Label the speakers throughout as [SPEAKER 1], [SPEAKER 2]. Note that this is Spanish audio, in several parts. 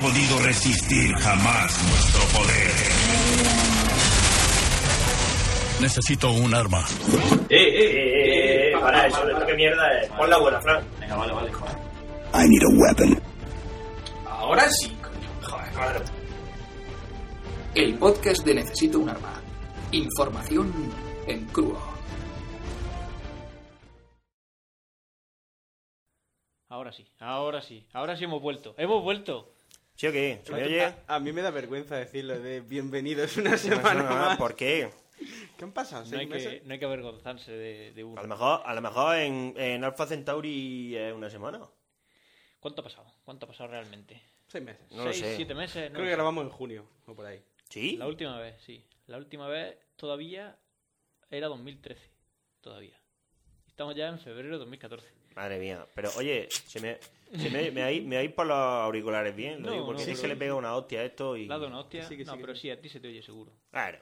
[SPEAKER 1] podido resistir jamás nuestro poder.
[SPEAKER 2] Necesito un arma.
[SPEAKER 3] Eh, eh, eh, eh, para eso, qué mierda es. Pon la buena, Fran. Venga, vale, vale, joder.
[SPEAKER 1] I need a weapon.
[SPEAKER 4] Ahora sí, coño. Joder,
[SPEAKER 3] Claro.
[SPEAKER 4] El podcast de Necesito un Arma. Información en crudo.
[SPEAKER 5] Ahora sí, ahora sí, ahora sí hemos vuelto. Hemos vuelto.
[SPEAKER 6] ¿Sí o qué? ¿Se me oye? Pues
[SPEAKER 7] A, a mí me da vergüenza decirlo de bienvenidos
[SPEAKER 6] No,
[SPEAKER 7] una
[SPEAKER 6] no,
[SPEAKER 7] semana
[SPEAKER 6] no, no,
[SPEAKER 7] más.
[SPEAKER 6] ¿Por qué?
[SPEAKER 7] ¿Qué han pasado?
[SPEAKER 5] No hay,
[SPEAKER 7] ¿Seis
[SPEAKER 5] que,
[SPEAKER 7] meses?
[SPEAKER 5] no hay que avergonzarse de, de uno.
[SPEAKER 6] A lo mejor, a lo mejor en, en Alpha Centauri es una semana.
[SPEAKER 5] ¿Cuánto ha pasado? ¿Cuánto ha pasado realmente?
[SPEAKER 7] Seis meses.
[SPEAKER 6] No lo
[SPEAKER 5] ¿Seis,
[SPEAKER 6] sé.
[SPEAKER 5] siete meses? No
[SPEAKER 7] Creo
[SPEAKER 5] lo
[SPEAKER 7] que
[SPEAKER 5] sé.
[SPEAKER 7] grabamos en junio o por ahí.
[SPEAKER 6] ¿Sí?
[SPEAKER 5] La última vez, sí. La última vez todavía era 2013. Todavía. Estamos ya en febrero de 2014.
[SPEAKER 6] Madre mía. Pero oye, se me, se me, me, hay- me hay por los auriculares bien, lo
[SPEAKER 5] No,
[SPEAKER 6] digo, porque
[SPEAKER 5] no,
[SPEAKER 6] si es
[SPEAKER 5] pero-
[SPEAKER 6] que le pega una hostia a esto y.
[SPEAKER 5] ¿La has dado una hostia?
[SPEAKER 7] Sí, que sí,
[SPEAKER 5] no,
[SPEAKER 7] que
[SPEAKER 5] pero
[SPEAKER 7] sí.
[SPEAKER 5] sí, a ti se te oye seguro.
[SPEAKER 6] Claro.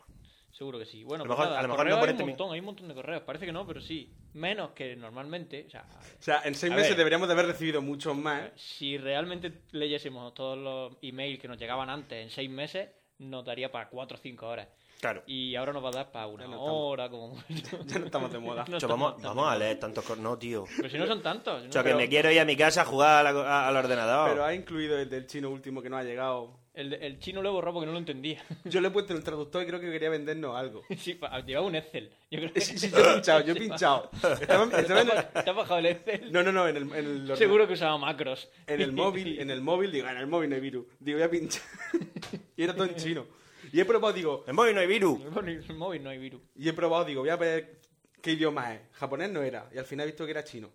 [SPEAKER 5] Seguro que sí. Bueno,
[SPEAKER 6] A lo
[SPEAKER 5] pues
[SPEAKER 6] mejor-
[SPEAKER 5] nada,
[SPEAKER 6] a lo mejor
[SPEAKER 5] correos
[SPEAKER 6] no por
[SPEAKER 5] hay
[SPEAKER 6] este
[SPEAKER 5] un
[SPEAKER 6] mi-
[SPEAKER 5] montón, hay un montón de correos. Parece que no, pero sí. Menos que normalmente. O sea,
[SPEAKER 7] O sea, en seis
[SPEAKER 6] A
[SPEAKER 7] meses
[SPEAKER 6] ver.
[SPEAKER 7] deberíamos de haber recibido muchos más.
[SPEAKER 5] si realmente leyésemos todos los emails que nos llegaban antes en seis meses, nos daría para cuatro o cinco horas.
[SPEAKER 6] Claro.
[SPEAKER 5] Y ahora nos va a dar para una
[SPEAKER 7] Ya no estamos-
[SPEAKER 5] hora, como mucho.
[SPEAKER 7] Ya no estamos de moda.
[SPEAKER 5] No
[SPEAKER 6] Cho,
[SPEAKER 5] estamos-
[SPEAKER 6] vamos, vamos a leer tantos cor- No, tío.
[SPEAKER 5] Pero si no son tantos. ¿no?
[SPEAKER 6] O sea, que
[SPEAKER 5] Pero
[SPEAKER 6] me quiero ir a mi casa a jugar a la- a- al ordenador.
[SPEAKER 7] Pero ha incluido el del chino último que no ha llegado.
[SPEAKER 5] el, el chino lo he borrado porque no lo entendía.
[SPEAKER 7] Yo le he puesto en el traductor y creo que quería vendernos algo.
[SPEAKER 5] Sí, pa- llevaba un Excel. Yo creo que
[SPEAKER 7] Sí, sí, yo he pinchado, yo he pinchado. Estaba- estaba en el-
[SPEAKER 5] Te has bajado el Excel.
[SPEAKER 7] No, no, no, en el, en el-
[SPEAKER 5] Seguro que usaba macros.
[SPEAKER 7] En el móvil, en el móvil, digo, "Ah, en el móvil no hay virus. Digo, voy a pinchar. y era todo en chino. Y he probado, digo,
[SPEAKER 6] En móvil no hay virus.
[SPEAKER 5] En el móvil no hay virus.
[SPEAKER 7] Y he probado, digo, voy a ver qué idioma es. Japonés no era. Y al final he visto que era chino.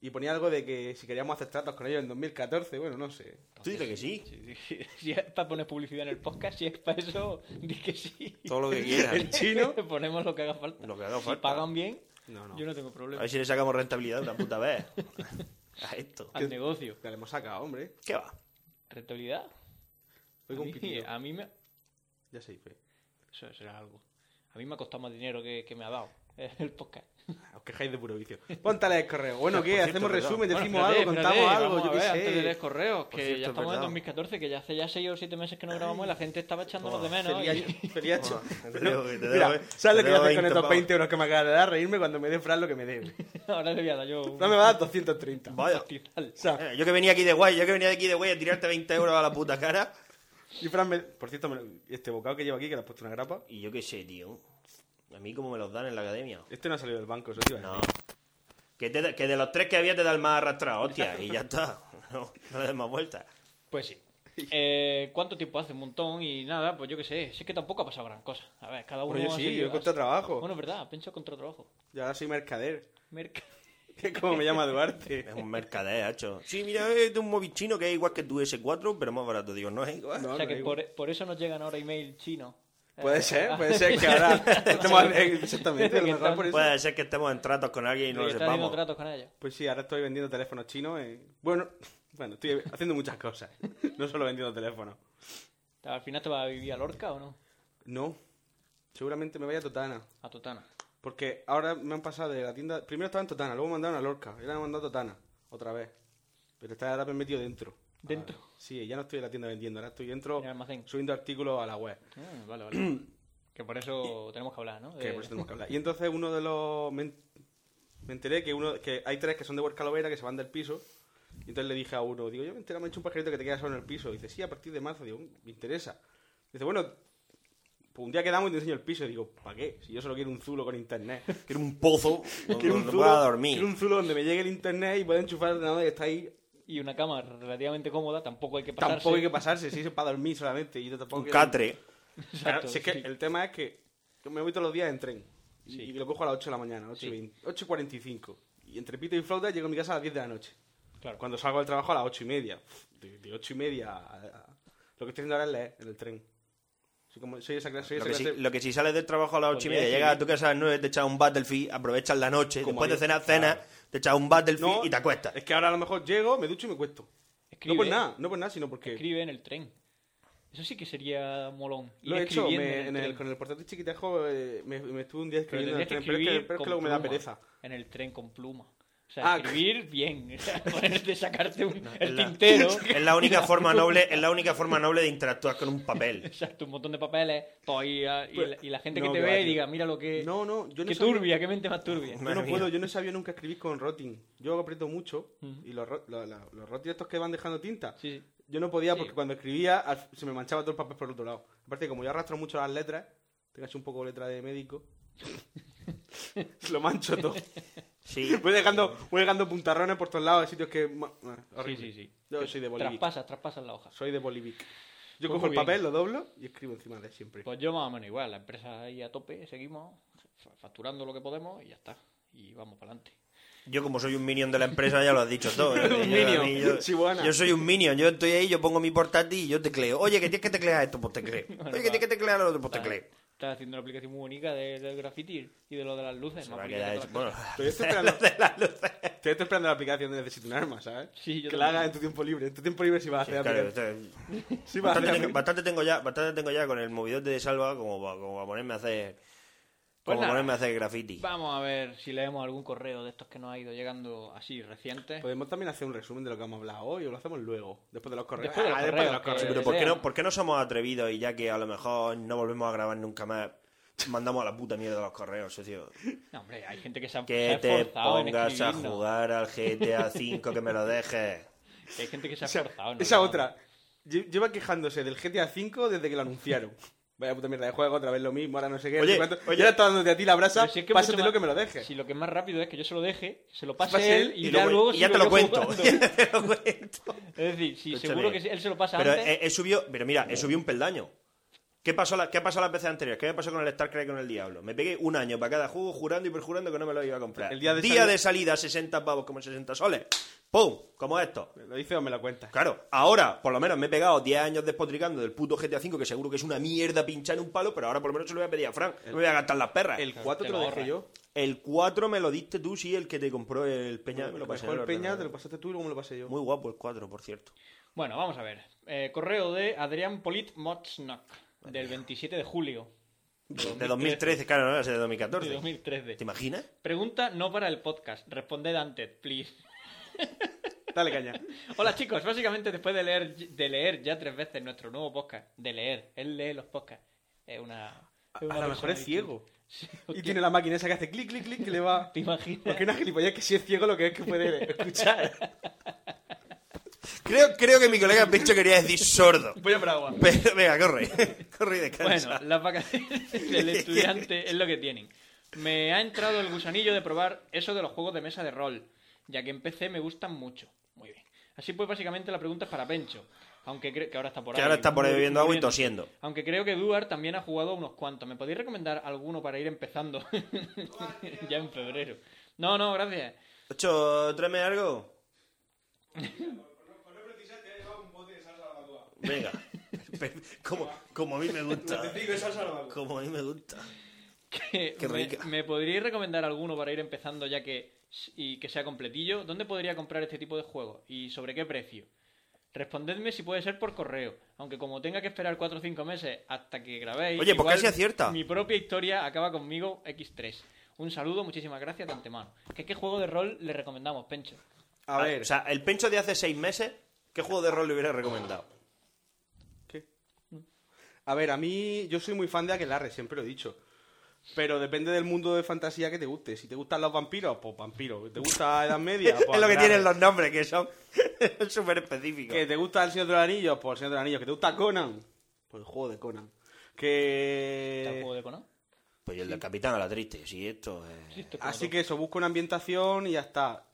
[SPEAKER 7] Y ponía algo de que si queríamos hacer tratos con ellos en 2014, bueno, no sé.
[SPEAKER 6] Tú dices que sí.
[SPEAKER 5] Sí, sí, sí. Si es para poner publicidad en el podcast, si es para eso, di que sí.
[SPEAKER 6] Todo lo que quieras.
[SPEAKER 7] El chino.
[SPEAKER 5] Ponemos lo que haga falta.
[SPEAKER 6] Lo que haga
[SPEAKER 5] si
[SPEAKER 6] falta.
[SPEAKER 5] pagan bien,
[SPEAKER 7] No, no.
[SPEAKER 5] yo no tengo
[SPEAKER 6] A
[SPEAKER 5] problema.
[SPEAKER 6] ver si le sacamos rentabilidad de una puta vez. A esto.
[SPEAKER 5] Al negocio.
[SPEAKER 7] Ya le hemos sacado, hombre.
[SPEAKER 6] ¿Qué va?
[SPEAKER 5] ¿Rentabilidad?
[SPEAKER 7] Oigo
[SPEAKER 5] a,
[SPEAKER 7] un
[SPEAKER 5] mí,
[SPEAKER 7] pitido.
[SPEAKER 5] a mí me...
[SPEAKER 7] Ya se dice.
[SPEAKER 5] Eso será algo. A mí me ha costado más dinero que, que me ha dado eh, el podcast.
[SPEAKER 7] Os quejáis de puro vicio. Póntale el correo. Bueno, ¿qué?
[SPEAKER 6] por cierto,
[SPEAKER 7] Hacemos
[SPEAKER 6] perdón.
[SPEAKER 7] resumen,
[SPEAKER 5] Bueno,
[SPEAKER 7] decimos
[SPEAKER 5] espérate,
[SPEAKER 7] algo,
[SPEAKER 5] espérate,
[SPEAKER 7] contamos
[SPEAKER 5] vamos
[SPEAKER 7] algo, yo
[SPEAKER 5] a
[SPEAKER 7] qué
[SPEAKER 5] ver, Antes de leer
[SPEAKER 7] sé.
[SPEAKER 5] correos, que
[SPEAKER 6] Por cierto,
[SPEAKER 5] ya
[SPEAKER 6] es
[SPEAKER 5] estamos en
[SPEAKER 6] verdad.
[SPEAKER 5] 2014, que ya hace ya 6 o 7 meses que no grabamos y la gente estaba echándonos de menos.
[SPEAKER 7] Sería
[SPEAKER 5] y-
[SPEAKER 7] sería hecho.
[SPEAKER 6] Te debo- te debo-
[SPEAKER 7] Mira, ¿sabes lo
[SPEAKER 6] te
[SPEAKER 7] que voy a
[SPEAKER 6] debo 20
[SPEAKER 7] hacer con estos
[SPEAKER 6] pavos.
[SPEAKER 7] 20 euros que me acaba de dar? Reírme cuando me dé Fran lo que me debe.
[SPEAKER 5] Ahora le voy a dar yo un
[SPEAKER 7] Fran me va a dar 230. O
[SPEAKER 6] Vaya.
[SPEAKER 5] pastizal.
[SPEAKER 7] sea,
[SPEAKER 6] Eh, Yo que venía aquí de guay, yo que venía de aquí de guay a tirarte 20 euros a la puta cara.
[SPEAKER 7] y Fran me... Por cierto, me lo- este bocado que llevo aquí, que le has puesto una grapa,
[SPEAKER 6] Y yo qué sé, tío. A mí como me los dan en la academia.
[SPEAKER 7] este no ha salido del banco, eso te iba a decir.
[SPEAKER 6] No. Que, te da- que de los tres que había te da el más arrastrado, hostia. Y ya está. No, no le des más vueltas.
[SPEAKER 5] Pues sí. Eh, ¿Cuánto tiempo hace? Un montón y nada, pues yo qué sé. Sí que tampoco ha pasado gran cosa. A ver, cada uno
[SPEAKER 7] Bueno, yo
[SPEAKER 5] ha
[SPEAKER 7] sí,
[SPEAKER 5] seguido-
[SPEAKER 7] yo he encontrado trabajo.
[SPEAKER 5] Bueno, es verdad, pincho contra trabajo.
[SPEAKER 7] Y ahora soy mercader.
[SPEAKER 5] Merca.
[SPEAKER 7] Que es como me llama Duarte.
[SPEAKER 6] Es un mercader, hacho. Sí, mira, es de un móvil chino que es igual que tu S4, pero más barato. Digo, no es igual.
[SPEAKER 7] No,
[SPEAKER 5] o sea
[SPEAKER 7] no
[SPEAKER 5] que
[SPEAKER 7] digo.
[SPEAKER 5] por, por eso nos llegan ahora email chino.
[SPEAKER 7] Puede
[SPEAKER 5] Eh,
[SPEAKER 7] ser, puede ser que ahora estemos exactamente a lo mejor por eso.
[SPEAKER 6] Puede ser que estemos en tratos con alguien y
[SPEAKER 5] que
[SPEAKER 6] no lo
[SPEAKER 5] está haciendo
[SPEAKER 6] sepamos.
[SPEAKER 5] tratos con ellos.
[SPEAKER 7] Pues sí, ahora estoy vendiendo teléfonos chinos. eh. Bueno, bueno, estoy haciendo muchas cosas. No solo vendiendo teléfonos.
[SPEAKER 5] ¿Al final te vas a vivir a Lorca o no?
[SPEAKER 7] No, seguramente me vaya a Totana.
[SPEAKER 5] A Totana.
[SPEAKER 7] Porque ahora me han pasado de la tienda. Primero estaba en Totana, luego me mandaron a Lorca. Y ahora me han mandado a Totana, otra vez. Pero está ahora me he metido dentro.
[SPEAKER 5] Dentro.
[SPEAKER 7] Ah, sí, ya no estoy en la tienda vendiendo, ahora estoy dentro
[SPEAKER 5] En el almacén.
[SPEAKER 7] subiendo artículos a la web.
[SPEAKER 5] Ah, vale, vale. que por eso tenemos que hablar, ¿no?
[SPEAKER 7] que
[SPEAKER 5] De-
[SPEAKER 7] por eso tenemos que hablar. Y entonces uno de los... Me, en- me enteré que uno que hay tres que son de Huerca Lovera que se van del piso. Y entonces le dije a uno, digo, yo me enteré, me he hecho un pajarito que te quedas solo en el piso. Y dice, sí, a partir de marzo. Digo, "Mm, me interesa. Dice, bueno, pues un día quedamos y te enseño el piso. Digo, ¿para qué? Si yo solo quiero un zulo con internet.
[SPEAKER 6] Quiero un pozo donde
[SPEAKER 7] quiero, un
[SPEAKER 6] no
[SPEAKER 7] zulo,
[SPEAKER 6] pueda dormir.
[SPEAKER 7] quiero un zulo donde me llegue el internet y pueda enchufar el ordenador y está ahí.
[SPEAKER 5] Y una cama relativamente cómoda, tampoco hay que pasarse.
[SPEAKER 7] Tampoco hay que pasarse, si es para dormir solamente. Y yo tampoco
[SPEAKER 6] Un
[SPEAKER 7] quiero-
[SPEAKER 6] catre.
[SPEAKER 7] Claro,
[SPEAKER 5] Exacto,
[SPEAKER 7] si es que
[SPEAKER 5] sí.
[SPEAKER 7] el tema es que yo me voy todos los días en tren. Y-
[SPEAKER 5] Sí.
[SPEAKER 7] Y lo cojo a las 8 de la mañana, 8
[SPEAKER 5] Sí.
[SPEAKER 7] y 20, 8 y 45. Y entre pito y flauta llego a mi casa a las 10 de la noche.
[SPEAKER 5] Claro.
[SPEAKER 7] Cuando salgo del trabajo a las 8 y media. De, de 8 y media a, a- Lo que estoy haciendo ahora es leer en el tren. Soy, como, soy esa clase... Soy
[SPEAKER 6] Lo
[SPEAKER 7] esa
[SPEAKER 6] que, si,
[SPEAKER 7] clase-
[SPEAKER 6] lo que si sales del trabajo a las ocho y
[SPEAKER 5] Podría
[SPEAKER 6] media,
[SPEAKER 5] decir-
[SPEAKER 6] llegas a tu casa a las 9, te echas un Battlefield, aprovechas la noche,
[SPEAKER 7] Como
[SPEAKER 6] después de
[SPEAKER 7] yo.
[SPEAKER 6] cenar, cenas,
[SPEAKER 7] Claro.
[SPEAKER 6] te echas un Battlefield
[SPEAKER 7] No,
[SPEAKER 6] y te acuestas.
[SPEAKER 7] Es que ahora a lo mejor llego, me ducho y me cuesto.
[SPEAKER 5] Escribe,
[SPEAKER 7] No por nada, no por nada, sino porque...
[SPEAKER 5] Escribe en el tren. Eso sí que sería molón.
[SPEAKER 7] Lo he
[SPEAKER 5] Ir
[SPEAKER 7] hecho
[SPEAKER 5] escribiendo
[SPEAKER 7] me- en el-
[SPEAKER 5] tren.
[SPEAKER 7] con el portátil chiquitejo, eh, me, me estuve un día
[SPEAKER 5] Pero
[SPEAKER 7] escribiendo en el
[SPEAKER 5] tendrías que
[SPEAKER 7] tren, pero es que,
[SPEAKER 5] escribir
[SPEAKER 7] pero es que
[SPEAKER 5] con
[SPEAKER 7] luego me da
[SPEAKER 5] pluma.
[SPEAKER 7] pereza.
[SPEAKER 5] En el tren con pluma. O sea,
[SPEAKER 7] Ah,
[SPEAKER 5] escribir bien. O sea, ponerte, sacarte un, el
[SPEAKER 6] es la-
[SPEAKER 5] tintero.
[SPEAKER 6] Es la única forma noble, es la única forma noble de interactuar con un papel.
[SPEAKER 5] Exacto, un montón de papeles. todo, y, a- y
[SPEAKER 7] Pues,
[SPEAKER 5] la- y la gente
[SPEAKER 7] no,
[SPEAKER 5] que te
[SPEAKER 7] que va,
[SPEAKER 5] vea y
[SPEAKER 7] tío.
[SPEAKER 5] diga, mira lo que.
[SPEAKER 7] No, no, yo no
[SPEAKER 5] Qué
[SPEAKER 7] sabía-
[SPEAKER 5] turbia, qué mente más turbia.
[SPEAKER 7] Yo no
[SPEAKER 6] Madre mía.
[SPEAKER 7] puedo, yo no sabía nunca escribir con rotting. Yo aprieto mucho
[SPEAKER 5] Mm.
[SPEAKER 7] y los, ro- la- la- los rotting estos que van dejando tinta.
[SPEAKER 5] Sí, sí.
[SPEAKER 7] Yo no podía
[SPEAKER 5] Sí.
[SPEAKER 7] porque cuando escribía al- se me manchaba todo el papel por el otro lado. Aparte, como yo arrastro mucho las letras, tengo así un poco letra de médico. lo mancho todo.
[SPEAKER 6] Sí.
[SPEAKER 7] Voy dejando, voy dejando puntarrones por todos lados, sitios que. ma- ah,
[SPEAKER 5] Sí,
[SPEAKER 7] horrible.
[SPEAKER 5] sí, sí.
[SPEAKER 7] Yo soy de Bolivic.
[SPEAKER 5] Traspasas, traspasas la hoja.
[SPEAKER 7] Soy de Bolivic.
[SPEAKER 5] Pues
[SPEAKER 7] Yo cojo
[SPEAKER 5] muy
[SPEAKER 7] el
[SPEAKER 5] bien.
[SPEAKER 7] papel, lo doblo y escribo encima de él siempre.
[SPEAKER 5] Pues yo más o menos igual, la empresa ahí a tope, seguimos fa- facturando lo que podemos y ya está. Y vamos para adelante.
[SPEAKER 6] Yo como soy un minion de la empresa ya lo has dicho todo. ¿eh?
[SPEAKER 7] Un
[SPEAKER 6] Yo- a mí-
[SPEAKER 7] minion,
[SPEAKER 6] Yo,
[SPEAKER 7] chihuahua.
[SPEAKER 6] yo soy un minion, yo estoy ahí, yo pongo mi portátil y yo tecleo. Oye, que tienes que teclear esto, pues tecleo. Oye, que tienes que teclear lo otro, pues tecleo.
[SPEAKER 5] Estás haciendo una aplicación muy bonita de- del graffiti y de lo de las luces.
[SPEAKER 6] Se
[SPEAKER 5] más
[SPEAKER 6] me ha
[SPEAKER 5] bonita
[SPEAKER 6] quedado
[SPEAKER 5] que
[SPEAKER 6] hecho-
[SPEAKER 5] todas
[SPEAKER 6] Bueno,
[SPEAKER 5] las
[SPEAKER 7] Pero yo estoy esperando, Estoy esperando la aplicación de Necesito un arma, ¿sabes?
[SPEAKER 5] Sí, yo
[SPEAKER 7] que la
[SPEAKER 5] también.
[SPEAKER 7] hagas en tu tiempo libre. En tu tiempo libre si vas a hacer
[SPEAKER 6] claro,
[SPEAKER 7] aplicación.
[SPEAKER 6] esto-
[SPEAKER 7] Sí, vas a
[SPEAKER 6] Bastante,
[SPEAKER 7] hacer
[SPEAKER 6] tengo,
[SPEAKER 7] aplicación.
[SPEAKER 6] bastante tengo ya, bastante tengo ya con el movidote de salva como para como pa ponerme a hacer
[SPEAKER 5] Pues
[SPEAKER 6] como
[SPEAKER 5] nada.
[SPEAKER 6] ponerme a hacer graffiti.
[SPEAKER 5] cosas. Vamos a ver si leemos algún correo de estos que nos ha ido llegando así recientes.
[SPEAKER 7] Podemos también hacer un resumen de lo que hemos hablado hoy o lo hacemos luego, después de los correos.
[SPEAKER 5] Después de los
[SPEAKER 7] Ah,
[SPEAKER 5] correos, que-
[SPEAKER 6] Sí, pero ¿por qué,
[SPEAKER 5] sea.
[SPEAKER 6] no, ¿por qué no somos atrevidos y ya que a lo mejor no volvemos a grabar nunca más, mandamos a la puta mierda los correos, socio?
[SPEAKER 5] No, hombre, hay gente que se ha, se
[SPEAKER 6] Que
[SPEAKER 5] ha
[SPEAKER 6] te
[SPEAKER 5] esforzado en
[SPEAKER 6] pongas a
[SPEAKER 5] escribirnos.
[SPEAKER 6] jugar al GTA V, que me lo dejes.
[SPEAKER 5] Hay gente que se ha
[SPEAKER 7] Esa,
[SPEAKER 5] esforzado. ¿no?
[SPEAKER 7] esa
[SPEAKER 5] No,
[SPEAKER 7] otra. Lle- Lleva quejándose del GTA V desde que lo anunciaron. Vaya puta mierda de juego, otra vez lo mismo, ahora no sé qué.
[SPEAKER 6] Oye,
[SPEAKER 7] no sé cuánto.
[SPEAKER 6] oye.
[SPEAKER 7] y ahora está dándote a ti la brasa,
[SPEAKER 5] Pero si es que mucho
[SPEAKER 7] pásatelo
[SPEAKER 5] más-
[SPEAKER 7] que me lo dejes.
[SPEAKER 5] Si lo que es más rápido es que yo se lo deje, se lo
[SPEAKER 7] Pase
[SPEAKER 5] pase él
[SPEAKER 7] él
[SPEAKER 5] y,
[SPEAKER 6] Y
[SPEAKER 5] ya
[SPEAKER 6] luego-
[SPEAKER 5] luego
[SPEAKER 6] y ya
[SPEAKER 5] sigo
[SPEAKER 6] te lo
[SPEAKER 5] yo
[SPEAKER 6] cuento.
[SPEAKER 5] jugando.
[SPEAKER 6] ya te lo cuento.
[SPEAKER 5] Es decir, si
[SPEAKER 6] Escúchame.
[SPEAKER 5] seguro que si él se lo pasa
[SPEAKER 6] Pero
[SPEAKER 7] eh,
[SPEAKER 5] antes.
[SPEAKER 6] he, he subido, pero mira, he subido un peldaño. ¿Qué pasó, la- ¿Qué pasó las veces anteriores? ¿Qué me pasó con el StarCraft y con el Diablo? Me pegué un año para cada juego jurando y perjurando que no me lo iba a comprar.
[SPEAKER 7] El día de salida-
[SPEAKER 6] de salida, 60 pavos como 60 soles. ¡Pum! Como esto.
[SPEAKER 7] ¿Me ¿Lo dices o me lo cuentas?
[SPEAKER 6] Claro, ahora por lo menos me he pegado 10 años despotricando del puto GTA V, que seguro que es una mierda pinchar en un palo, pero ahora por lo menos se lo voy a pedir a Frank. No me voy a gastar las perras.
[SPEAKER 7] El
[SPEAKER 6] El,
[SPEAKER 5] Claro,
[SPEAKER 7] 4
[SPEAKER 5] te
[SPEAKER 7] te lo
[SPEAKER 5] lo
[SPEAKER 7] dejé
[SPEAKER 5] ahorras.
[SPEAKER 7] yo.
[SPEAKER 6] 4 me lo diste tú, sí, el que te compró el Peña. me lo pasé en
[SPEAKER 7] Mejor el
[SPEAKER 6] el
[SPEAKER 7] Peña,
[SPEAKER 6] ordenador.
[SPEAKER 7] te lo pasaste tú y luego me lo pasé yo.
[SPEAKER 6] Muy guapo el 4, por cierto.
[SPEAKER 5] Bueno, vamos a ver. Eh, correo de Adrián Polit Motsnak, del 27 de julio
[SPEAKER 6] De 2013, claro, no, es de 2014.
[SPEAKER 5] de 2013.
[SPEAKER 6] ¿Te imaginas?
[SPEAKER 5] Pregunta no para el podcast. Responded antes, please.
[SPEAKER 7] Dale caña.
[SPEAKER 5] Hola chicos, básicamente después de leer, de leer ya tres veces nuestro nuevo podcast, de leer, él lee los podcasts, es una... es
[SPEAKER 7] A
[SPEAKER 5] una
[SPEAKER 7] lo
[SPEAKER 5] persona
[SPEAKER 7] mejor es
[SPEAKER 5] distinta.
[SPEAKER 7] ciego.
[SPEAKER 5] Sí,
[SPEAKER 7] Y
[SPEAKER 5] hostia,
[SPEAKER 7] tiene la máquina esa que hace clic, clic, clic, que le va.
[SPEAKER 5] ¿Te imaginas?
[SPEAKER 7] Porque una gilipollas que si es ciego lo que es que puede escuchar.
[SPEAKER 6] Creo, creo que mi colega Pecho quería decir sordo.
[SPEAKER 5] Voy a por agua.
[SPEAKER 6] Pero venga, corre. Corre y descansa.
[SPEAKER 5] Bueno, las vacaciones del estudiante es lo que tienen. Me ha entrado el gusanillo de probar eso de los juegos de mesa de rol, ya que en PC me gustan mucho. Muy bien. Así pues, básicamente la pregunta es para Pencho, aunque creo que ahora está por
[SPEAKER 6] Que
[SPEAKER 5] ahí.
[SPEAKER 6] ahora está por ahí
[SPEAKER 5] muri-
[SPEAKER 6] bebiendo agua y
[SPEAKER 5] muriendo.
[SPEAKER 6] tosiendo.
[SPEAKER 5] Aunque creo que Duar también ha jugado a unos cuantos. ¿Me podéis recomendar alguno para ir empezando? ya en febrero. No, no, gracias.
[SPEAKER 6] Ocho, tráeme algo. Venga. Pero Como, como a mí me gusta. Como a mí me gusta.
[SPEAKER 5] Que
[SPEAKER 6] Qué
[SPEAKER 5] me,
[SPEAKER 6] rica.
[SPEAKER 5] ¿Me podríais recomendar alguno para ir empezando ya que y que sea completillo? ¿Dónde podría comprar este tipo de juegos? ¿Y sobre qué precio? Respondedme si puede ser por correo, aunque como tenga que esperar 4 o 5 meses hasta que grabéis...
[SPEAKER 6] Oye, pues
[SPEAKER 5] igual
[SPEAKER 6] casi acierta.
[SPEAKER 5] Mi propia historia acaba conmigo X3. Un saludo, muchísimas gracias de antemano. ¿Qué, qué juego de rol le recomendamos, Pencho?
[SPEAKER 7] A ver.
[SPEAKER 6] O sea, el pencho de hace seis meses, ¿qué juego de rol le hubiera recomendado?
[SPEAKER 7] ¿Qué? A ver, a mí yo soy muy fan de Aquelarre, siempre lo he dicho. Pero depende del mundo de fantasía que te guste. Si te gustan los vampiros, pues vampiro. ¿Te gusta Edad Media? Pues
[SPEAKER 6] es lo que
[SPEAKER 7] Aquelarre.
[SPEAKER 6] tienen los nombres, que son súper específicos.
[SPEAKER 7] Que te gusta El Señor de los Anillos, pues El Señor de los Anillos. Que te gusta Conan, pues el juego de Conan.
[SPEAKER 5] ¿Está
[SPEAKER 6] Eh,
[SPEAKER 5] el juego
[SPEAKER 7] Que...
[SPEAKER 5] de Conan?
[SPEAKER 6] Pues el del capitán a la triste, sí, esto eh. es...
[SPEAKER 5] Esto es como
[SPEAKER 7] Así
[SPEAKER 5] todo.
[SPEAKER 7] que eso, busca una ambientación y ya está.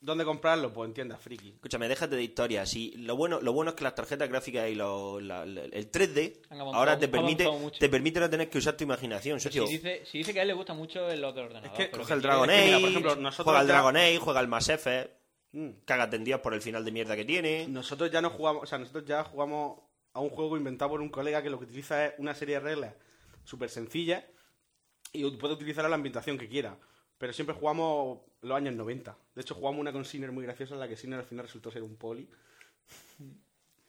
[SPEAKER 7] ¿Dónde comprarlo? Pues en tiendas friki.
[SPEAKER 6] Escúchame, déjate de historia. Sí, lo, bueno, lo bueno es que las tarjetas gráficas y lo- la- la- el 3D
[SPEAKER 5] Han avanzado,
[SPEAKER 6] ahora te
[SPEAKER 5] han
[SPEAKER 6] permite,
[SPEAKER 5] avanzado mucho.
[SPEAKER 6] te permite no tener que usar tu imaginación. socio.
[SPEAKER 5] Si dice, si dice que a él le gusta mucho el otro ordenador.
[SPEAKER 7] que
[SPEAKER 5] pero
[SPEAKER 6] Coge
[SPEAKER 5] quiere-
[SPEAKER 6] el Dragon
[SPEAKER 7] es que
[SPEAKER 6] Age,
[SPEAKER 7] mira, por ejemplo, nosotros
[SPEAKER 6] juega el
[SPEAKER 7] ya-
[SPEAKER 6] Dragon Age, juega el Mass Effect,
[SPEAKER 7] Mm.
[SPEAKER 6] cágate en Dios por el final de mierda que tiene.
[SPEAKER 7] Nosotros ya no jugamos, o sea, nosotros ya jugamos a un juego inventado por un colega que lo que utiliza es una serie de reglas súper sencillas y puede utilizar a la ambientación que quiera. Pero siempre jugamos los años 90. De hecho, jugamos una con Sinner muy graciosa en la que Sinner al final resultó ser un poli.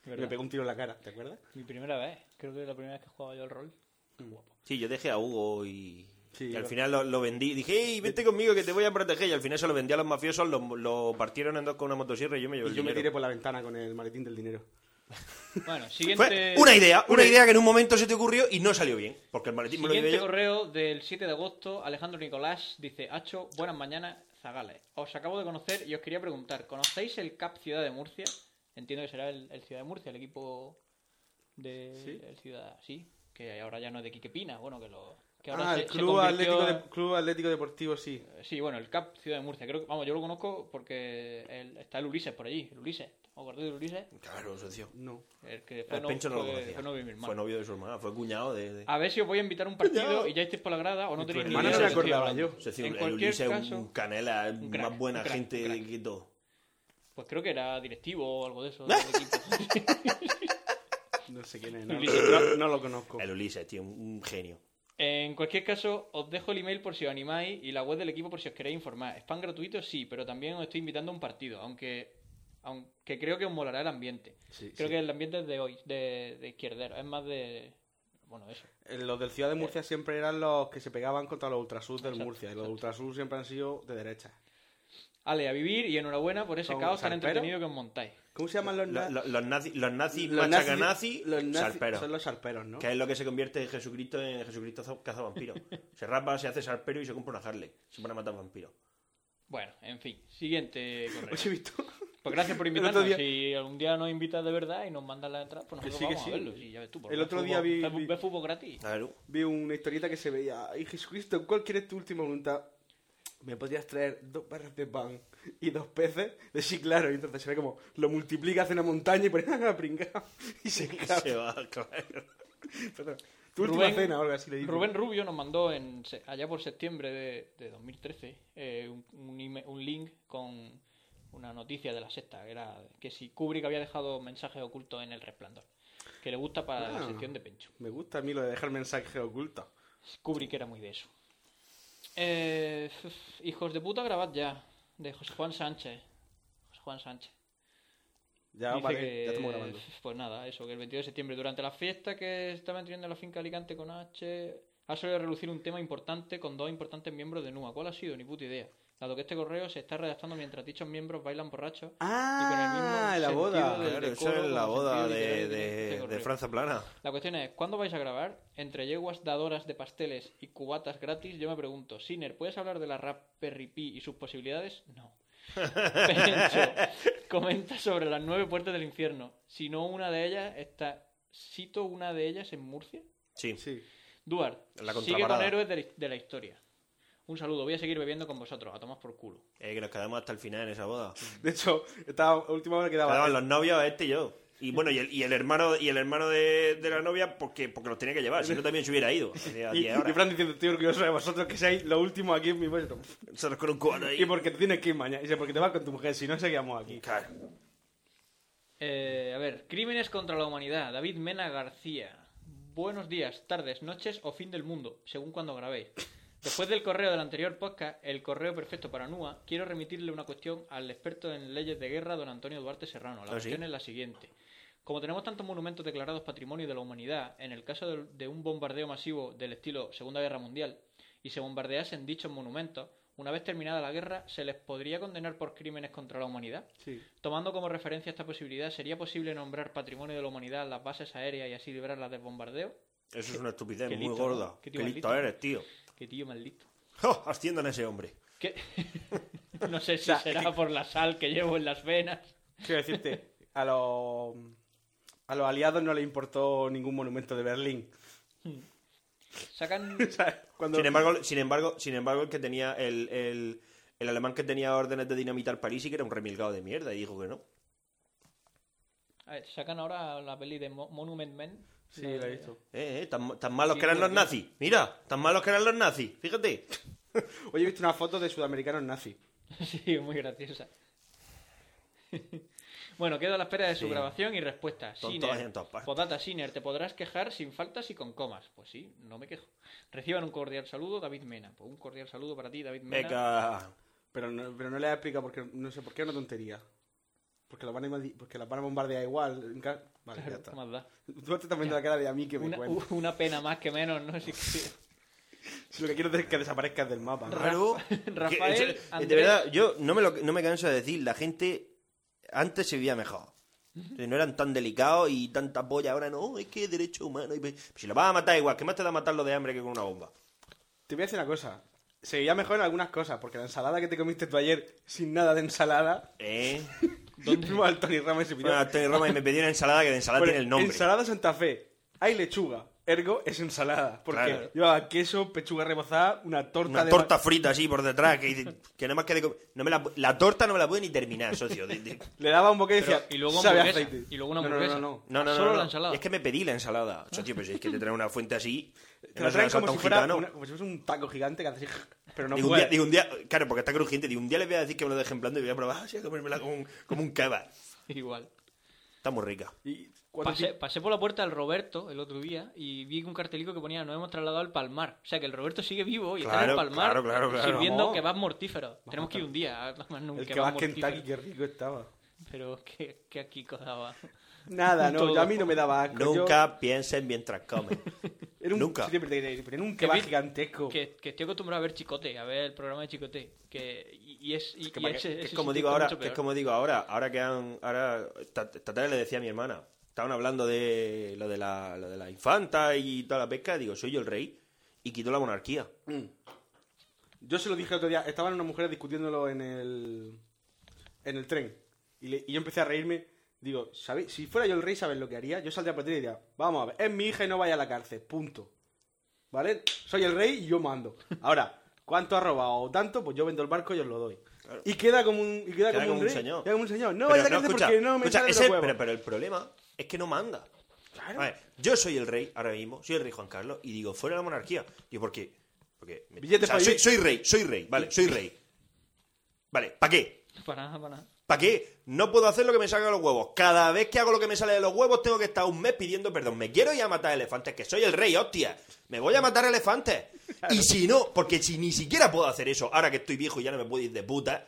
[SPEAKER 5] ¿verdad?
[SPEAKER 7] Me pegó un tiro en la cara, ¿te acuerdas?
[SPEAKER 5] Mi primera vez. Creo que es la primera vez que jugaba yo al rol. Qué guapo.
[SPEAKER 6] Sí, yo dejé a Hugo y,
[SPEAKER 7] Sí,
[SPEAKER 6] y al
[SPEAKER 7] lo-
[SPEAKER 6] final lo, lo vendí. Dije, hey, vete conmigo que te voy a proteger. Y al final se lo vendí a los mafiosos, lo, lo partieron en dos con una motosierra y yo me llevé
[SPEAKER 7] Y
[SPEAKER 6] el
[SPEAKER 7] yo me
[SPEAKER 6] dinero.
[SPEAKER 7] tiré por la ventana con el maletín del dinero.
[SPEAKER 5] Bueno, siguiente.
[SPEAKER 6] Fue una idea, una idea que en un momento se te ocurrió y no salió bien. Porque el maletín me lo llevé
[SPEAKER 5] Siguiente
[SPEAKER 6] yo.
[SPEAKER 5] correo del 7 de agosto, Alejandro Nicolás dice, Hacho, buenas mañanas, Zagales. Os acabo de conocer y os quería preguntar, ¿conocéis el CAP Ciudad de Murcia? Entiendo que será el, el Ciudad de Murcia, el equipo de
[SPEAKER 7] ¿Sí?
[SPEAKER 5] el Ciudad, sí, que ahora ya no es de Quique Pina, bueno, que lo... Que ahora
[SPEAKER 7] Ah,
[SPEAKER 5] se-
[SPEAKER 7] el
[SPEAKER 5] se
[SPEAKER 7] club
[SPEAKER 5] convirtió
[SPEAKER 7] atlético,
[SPEAKER 5] en-
[SPEAKER 7] de- club atlético Deportivo, sí.
[SPEAKER 5] Sí, bueno, el CAP Ciudad de Murcia, creo que, vamos, yo lo conozco porque el- está el Ulises por allí, el Ulises, ¿os acordáis del Ulises?
[SPEAKER 6] Claro, socio.
[SPEAKER 7] No.
[SPEAKER 5] El que fue,
[SPEAKER 6] El Pencho no lo
[SPEAKER 5] fue-
[SPEAKER 6] conocía.
[SPEAKER 5] fue novio de mi hermano.
[SPEAKER 6] Fue novio de su hermana, fue cuñado de. de-
[SPEAKER 5] A ver si os voy a invitar a un partido y ya estáis por la grada o no tenéis ni idea.
[SPEAKER 7] hermana
[SPEAKER 5] de
[SPEAKER 7] no me
[SPEAKER 5] lo que estoy
[SPEAKER 7] acordaba
[SPEAKER 5] hablando.
[SPEAKER 7] yo.
[SPEAKER 6] Es decir,
[SPEAKER 5] en
[SPEAKER 6] el
[SPEAKER 5] cualquier
[SPEAKER 6] Ulises es
[SPEAKER 5] caso-
[SPEAKER 6] un canela, el
[SPEAKER 5] un crack,
[SPEAKER 6] más buena
[SPEAKER 5] un crack,
[SPEAKER 6] gente
[SPEAKER 5] un crack.
[SPEAKER 6] que todo.
[SPEAKER 5] Pues creo que era directivo o algo de eso. del equipo.
[SPEAKER 7] No sé quién es. No,
[SPEAKER 5] Ulises.
[SPEAKER 7] no- no lo conozco.
[SPEAKER 6] El Ulises, tío, un, un genio.
[SPEAKER 5] en cualquier caso, os dejo el email por si os animáis y la web del equipo por si os queréis informar. Spam gratuito sí, pero también os estoy invitando a un partido, aunque aunque creo que os molará el ambiente.
[SPEAKER 7] Sí,
[SPEAKER 5] creo
[SPEAKER 7] sí.
[SPEAKER 5] que el ambiente es de hoy, de, de izquierdero, es más de... Bueno, eso.
[SPEAKER 7] Eh, Los del Ciudad de Murcia siempre eran los que se pegaban contra los ultrasurs del Murcia. Y los ultrasurs siempre han sido de derecha.
[SPEAKER 5] Ale, a vivir y enhorabuena por ese
[SPEAKER 7] Son
[SPEAKER 5] caos tan
[SPEAKER 7] salperos.
[SPEAKER 5] entretenido que os montáis.
[SPEAKER 7] ¿Cómo se llaman los
[SPEAKER 6] Lo-
[SPEAKER 7] na-
[SPEAKER 6] lo- Los nazis, los nazis,
[SPEAKER 7] los
[SPEAKER 6] machaca
[SPEAKER 7] nazis-
[SPEAKER 6] nazi,
[SPEAKER 7] los nazis-
[SPEAKER 6] salperos.
[SPEAKER 7] Son los salperos, ¿no?
[SPEAKER 6] Que es lo que se convierte en Jesucristo en Jesucristo za- cazavampiro. se rapa, se hace salpero y se compra una Harley. Se pone a matar vampiros.
[SPEAKER 5] Bueno, en fin. Siguiente correo.
[SPEAKER 7] Os he visto.
[SPEAKER 5] Pues gracias por
[SPEAKER 7] El
[SPEAKER 5] invitarnos.
[SPEAKER 7] otro día-
[SPEAKER 5] Si algún día nos invitas de verdad y nos mandas la entrada, pues
[SPEAKER 7] Que
[SPEAKER 5] nosotros
[SPEAKER 7] sí, que
[SPEAKER 5] vamos
[SPEAKER 7] sí.
[SPEAKER 5] a verlo. Sí, ya ves tú, por
[SPEAKER 7] El
[SPEAKER 5] ver
[SPEAKER 7] otro día vi-
[SPEAKER 5] fútbol,
[SPEAKER 7] vi- Ah,
[SPEAKER 5] ver fútbol gratis.
[SPEAKER 6] Claro.
[SPEAKER 7] Vi una historieta que se veía. Ay, Jesucristo, ¿cuál quieres tu última voluntad? ¿Me podrías traer dos barras de pan y dos peces? De sí, claro. Y entonces se ve como lo multiplica, hace una montaña y pone ¡ah, pringao! Y se cae.
[SPEAKER 6] Se va, claro.
[SPEAKER 7] Tu última
[SPEAKER 5] Rubén-
[SPEAKER 7] cena o algo así le dice.
[SPEAKER 5] Rubén Rubio nos mandó en, se- allá por septiembre de, de 2013 eh, un, un ime- un link con una noticia de la sexta, que era que si Kubrick había dejado mensajes ocultos en el resplandor, que le gusta para la
[SPEAKER 7] Ah.
[SPEAKER 5] sección de Pencho.
[SPEAKER 7] Me gusta a mí lo de dejar mensaje oculto.
[SPEAKER 5] Kubrick era muy de eso. Eh, uf, hijos de puta, grabad ya, de José Juan Sánchez. José Juan Sánchez.
[SPEAKER 7] Ya,
[SPEAKER 5] Dice
[SPEAKER 7] vale,
[SPEAKER 5] que-
[SPEAKER 7] ya estamos grabando.
[SPEAKER 5] Pues nada, eso, que el 22 de septiembre, durante la fiesta que estaba teniendo en la finca Alicante con H, ha salido a relucir un tema importante con dos importantes miembros de NUA. ¿Cuál ha sido? Ni puta idea. Dado que este correo se está redactando mientras dichos miembros bailan borrachos.
[SPEAKER 7] Ah,
[SPEAKER 5] y con el mismo
[SPEAKER 7] la
[SPEAKER 5] sentido
[SPEAKER 7] boda.
[SPEAKER 5] del
[SPEAKER 6] Claro,
[SPEAKER 5] decoro
[SPEAKER 6] esa es la
[SPEAKER 5] como
[SPEAKER 6] boda
[SPEAKER 5] sentido
[SPEAKER 6] de,
[SPEAKER 5] literal que tiene
[SPEAKER 6] de-
[SPEAKER 5] este
[SPEAKER 6] de
[SPEAKER 5] correo.
[SPEAKER 6] Franza Plana.
[SPEAKER 5] La cuestión es, ¿cuándo vais a grabar? Entre yeguas dadoras de pasteles y cubatas gratis, yo me pregunto, Siner, ¿puedes hablar de la rap Perry P y sus posibilidades? No. Pencho, comenta sobre las nueve puertas del infierno. Si no una de ellas está... ¿Cito una de ellas en Murcia?
[SPEAKER 6] Sí.
[SPEAKER 7] Sí.
[SPEAKER 5] Duarte, sigue
[SPEAKER 6] La
[SPEAKER 5] con
[SPEAKER 6] contraparada.
[SPEAKER 5] héroes de la, de la historia. Un saludo, voy a seguir bebiendo con vosotros, a tomar por culo.
[SPEAKER 6] Eh, que nos quedamos hasta el final en esa boda.
[SPEAKER 7] De hecho, estaba, a última hora quedaba.
[SPEAKER 6] Quedaban los novios, este y yo. Y bueno, y el, y el hermano, y el hermano de, de la novia, porque, porque los tenía que llevar, si no también se hubiera ido. Hacía
[SPEAKER 7] y,
[SPEAKER 6] 10 horas.
[SPEAKER 7] y Fran diciendo, estoy orgulloso de vosotros que seáis lo último aquí en mi puesto.
[SPEAKER 6] Nosotros con un cubano ahí.
[SPEAKER 7] Y porque te tienes que ir mañana. Y dice, porque te vas con tu mujer, si no, seguíamos aquí.
[SPEAKER 6] Claro.
[SPEAKER 5] Eh, a ver, Crímenes contra la Humanidad, David Mena García. Buenos días, tardes, noches o fin del mundo, según cuando grabéis. Después del correo del anterior podcast, el correo perfecto para NUA, quiero remitirle una cuestión al experto en leyes de guerra, don Antonio Duarte Serrano. La
[SPEAKER 6] Ah, ¿sí?
[SPEAKER 5] cuestión es la siguiente. Como tenemos tantos monumentos declarados patrimonio de la humanidad, en el caso del- de, un bombardeo masivo del estilo Segunda Guerra Mundial, y se bombardeasen dichos monumentos, una vez terminada la guerra, ¿se les podría condenar por crímenes contra la humanidad?
[SPEAKER 7] Sí.
[SPEAKER 5] Tomando como referencia esta posibilidad, ¿sería posible nombrar patrimonio de la humanidad las bases aéreas y así librarlas del bombardeo?
[SPEAKER 6] Eso es una estupidez
[SPEAKER 5] Qué
[SPEAKER 6] muy
[SPEAKER 5] listo,
[SPEAKER 6] gorda.
[SPEAKER 5] ¿no? Qué
[SPEAKER 6] Qué,
[SPEAKER 5] tío
[SPEAKER 6] listo
[SPEAKER 5] maldito.
[SPEAKER 6] eres, tío.
[SPEAKER 5] Qué tío maldito.
[SPEAKER 6] ¡Oh! Asciendan a ese hombre.
[SPEAKER 5] ¿Qué? no sé si
[SPEAKER 7] sea,
[SPEAKER 5] será por la sal que llevo en las venas.
[SPEAKER 7] Quiero decirte, a los, a los aliados no les importó ningún monumento de Berlín.
[SPEAKER 5] Sacan...
[SPEAKER 7] O sea, cuando-
[SPEAKER 6] Sin embargo, sin embargo, sin embargo, el que tenía el, el, el alemán que tenía órdenes de dinamitar París y que era un remilgado de mierda, y dijo que no.
[SPEAKER 5] a ver, sacan ahora la peli de Mo- Monument Men.
[SPEAKER 7] Sí, lo he visto.
[SPEAKER 6] Eh, eh, tan, tan malos
[SPEAKER 5] Sí,
[SPEAKER 6] que eran los
[SPEAKER 5] porque-
[SPEAKER 6] nazis. Mira, tan malos que eran los nazis. Fíjate.
[SPEAKER 7] Hoy he visto una foto de sudamericanos nazis.
[SPEAKER 5] Sí, muy graciosa. bueno, quedo a la espera de su
[SPEAKER 6] Sí.
[SPEAKER 5] grabación y respuesta.
[SPEAKER 6] Son
[SPEAKER 5] Siner,
[SPEAKER 6] todas en todas partes.
[SPEAKER 5] Podata Siner, te podrás quejar sin faltas y con comas. Pues sí, no me quejo. Reciban un cordial saludo, David Mena. Pues un cordial saludo para ti, David Mena.
[SPEAKER 6] Venga.
[SPEAKER 7] Pero no, pero no les he explicado porque no sé por qué es una tontería. Porque las van a, invadi- porque las van a bombardear igual. en ca- Vale,
[SPEAKER 5] Claro,
[SPEAKER 7] ya está.
[SPEAKER 5] ¿qué más da?
[SPEAKER 7] Tú te estás viendo la cara de a mí que me
[SPEAKER 5] Una,
[SPEAKER 7] cuenta.
[SPEAKER 5] una pena más que menos, ¿no? Sí, sí.
[SPEAKER 7] Lo que quiero es que desaparezcas del mapa. ¿no?
[SPEAKER 6] Claro.
[SPEAKER 5] Rafael,
[SPEAKER 6] Que, o sea,
[SPEAKER 5] Andrés-
[SPEAKER 6] de verdad, yo no me, lo- no me canso de decir, la gente antes se vivía mejor. O sea, No eran tan delicados y tanta polla. Ahora no, es que derecho humano. y pe- Si lo vas a matar igual, ¿qué más te da matarlo de hambre que con una bomba?
[SPEAKER 7] Te voy a decir una cosa. Se veía mejor en algunas cosas, porque la ensalada que te comiste tú ayer sin nada de ensalada.
[SPEAKER 6] ¿Eh?
[SPEAKER 7] Fuimos al Tony Ramos y se pidió.
[SPEAKER 6] Bueno, Tony Roma y me pidió una ensalada que de ensalada
[SPEAKER 7] Pone,
[SPEAKER 6] tiene el nombre.
[SPEAKER 7] Ensalada Santa Fe. Hay lechuga. Ergo es ensalada. Porque
[SPEAKER 6] Claro.
[SPEAKER 7] llevaba queso, pechuga rebozada, una torta
[SPEAKER 6] Una
[SPEAKER 7] de.
[SPEAKER 6] torta frita así por detrás. Que, dice- que nada más que de co- no me la, la torta no me la puede ni terminar, socio. De- de-
[SPEAKER 7] Le daba un bocado y
[SPEAKER 5] Pero-
[SPEAKER 7] decía.
[SPEAKER 5] y luego
[SPEAKER 7] sabe a
[SPEAKER 5] hamburguesa,
[SPEAKER 7] aceite.
[SPEAKER 5] y luego una
[SPEAKER 7] No, no,
[SPEAKER 5] hamburguesa.
[SPEAKER 7] No, no,
[SPEAKER 6] No, no, no.
[SPEAKER 5] Solo
[SPEAKER 6] no,
[SPEAKER 5] la
[SPEAKER 6] no.
[SPEAKER 5] ensalada.
[SPEAKER 6] Es que me pedí la ensalada. Socio, pero si es que te traen una fuente así.
[SPEAKER 7] Ah. Te
[SPEAKER 6] no
[SPEAKER 7] la
[SPEAKER 6] se la
[SPEAKER 7] traen como
[SPEAKER 6] salta
[SPEAKER 7] si,
[SPEAKER 6] un
[SPEAKER 7] fuera
[SPEAKER 6] gitano.
[SPEAKER 7] una- como si fuese un taco gigante que haces así, Pero no
[SPEAKER 6] digo, un día,
[SPEAKER 7] fue.
[SPEAKER 6] digo, un día- claro, porque está crujiente. Digo, un día le voy a decir que me lo dejen blando y voy a probar así a comérmela como un, como un kebab.
[SPEAKER 5] Igual.
[SPEAKER 6] Está muy rica.
[SPEAKER 7] Y cuando
[SPEAKER 5] Pasé,
[SPEAKER 7] te-
[SPEAKER 5] pasé por la puerta del Roberto el otro día y vi un cartelico que ponía nos hemos trasladado al Palmar. O sea que el Roberto sigue vivo y está en el
[SPEAKER 6] Claro,
[SPEAKER 5] Palmar
[SPEAKER 6] claro, claro, claro.
[SPEAKER 5] sirviendo
[SPEAKER 7] Vamos.
[SPEAKER 5] kebab mortíferos. Tenemos que ir un día a tomarnos un
[SPEAKER 7] El que
[SPEAKER 5] kebab
[SPEAKER 7] va a Kentucky,
[SPEAKER 5] mortífero.
[SPEAKER 7] qué rico estaba.
[SPEAKER 5] Pero que, que aquí codaba.
[SPEAKER 7] Nada, no,
[SPEAKER 5] Todo.
[SPEAKER 7] yo a mí no me daba asco. yo-
[SPEAKER 6] Nunca piensen mientras comen.
[SPEAKER 7] Era un
[SPEAKER 6] Nunca.
[SPEAKER 7] sitio, pero era- pero era un
[SPEAKER 5] Que
[SPEAKER 7] kebab
[SPEAKER 5] vi-
[SPEAKER 7] gigantesco.
[SPEAKER 5] Que, que estoy acostumbrado a ver Chicote, a ver el programa de Chicote. Que, y, y es, y,
[SPEAKER 6] Que
[SPEAKER 5] y
[SPEAKER 6] para
[SPEAKER 5] ese-
[SPEAKER 6] que- que es
[SPEAKER 5] ese
[SPEAKER 6] como
[SPEAKER 5] sitio
[SPEAKER 6] digo
[SPEAKER 5] está
[SPEAKER 6] ahora,
[SPEAKER 5] mucho
[SPEAKER 6] que es
[SPEAKER 5] peor.
[SPEAKER 6] como digo ahora, ahora que han, ahora esta esta tarde le decía a mi hermana, estaban hablando de lo de la, lo de la infanta y toda la pesca, digo, soy yo el rey y quito la monarquía.
[SPEAKER 7] Yo se lo dije el otro día, estaban unas mujeres discutiéndolo en el, en el tren. Y, le- y yo empecé a reírme. Digo, ¿sabéis? si fuera yo el rey, ¿sabéis lo que haría? Yo saldría por ti y diría, vamos a ver, es mi hija y no vaya a la cárcel, punto. ¿Vale? Soy el rey y yo mando. Ahora, ¿cuánto ha robado o tanto? Pues yo vendo el barco y os lo doy. Y queda como un, y queda
[SPEAKER 6] Queda
[SPEAKER 7] como un, rey,
[SPEAKER 6] señor.
[SPEAKER 7] queda como un señor. No
[SPEAKER 6] Pero
[SPEAKER 7] vaya a la cárcel
[SPEAKER 6] escucha,
[SPEAKER 7] porque no me
[SPEAKER 6] escucha,
[SPEAKER 7] sale de
[SPEAKER 6] ese-
[SPEAKER 7] los huevos.
[SPEAKER 6] pero, pero el problema es que no manda.
[SPEAKER 7] Claro.
[SPEAKER 6] A ver, yo soy el rey ahora mismo, soy el rey Juan Carlos y digo, fuera la monarquía. Digo, ¿por qué? Porque me-
[SPEAKER 7] Billete
[SPEAKER 6] o sea,
[SPEAKER 7] pa'
[SPEAKER 6] soy,
[SPEAKER 7] ir.
[SPEAKER 6] soy rey, soy rey, vale, soy rey. Vale, ¿para qué?
[SPEAKER 5] Para nada, para nada.
[SPEAKER 6] ¿Para qué? No puedo hacer lo que me salga de los huevos. Cada vez que hago lo que me sale de los huevos, tengo que estar un mes pidiendo perdón. Me quiero ir a matar elefantes, que soy el rey, hostia. Me voy a matar elefantes. Y si no, porque si ni siquiera puedo hacer eso, ahora que estoy viejo y ya no me puedo ir de puta,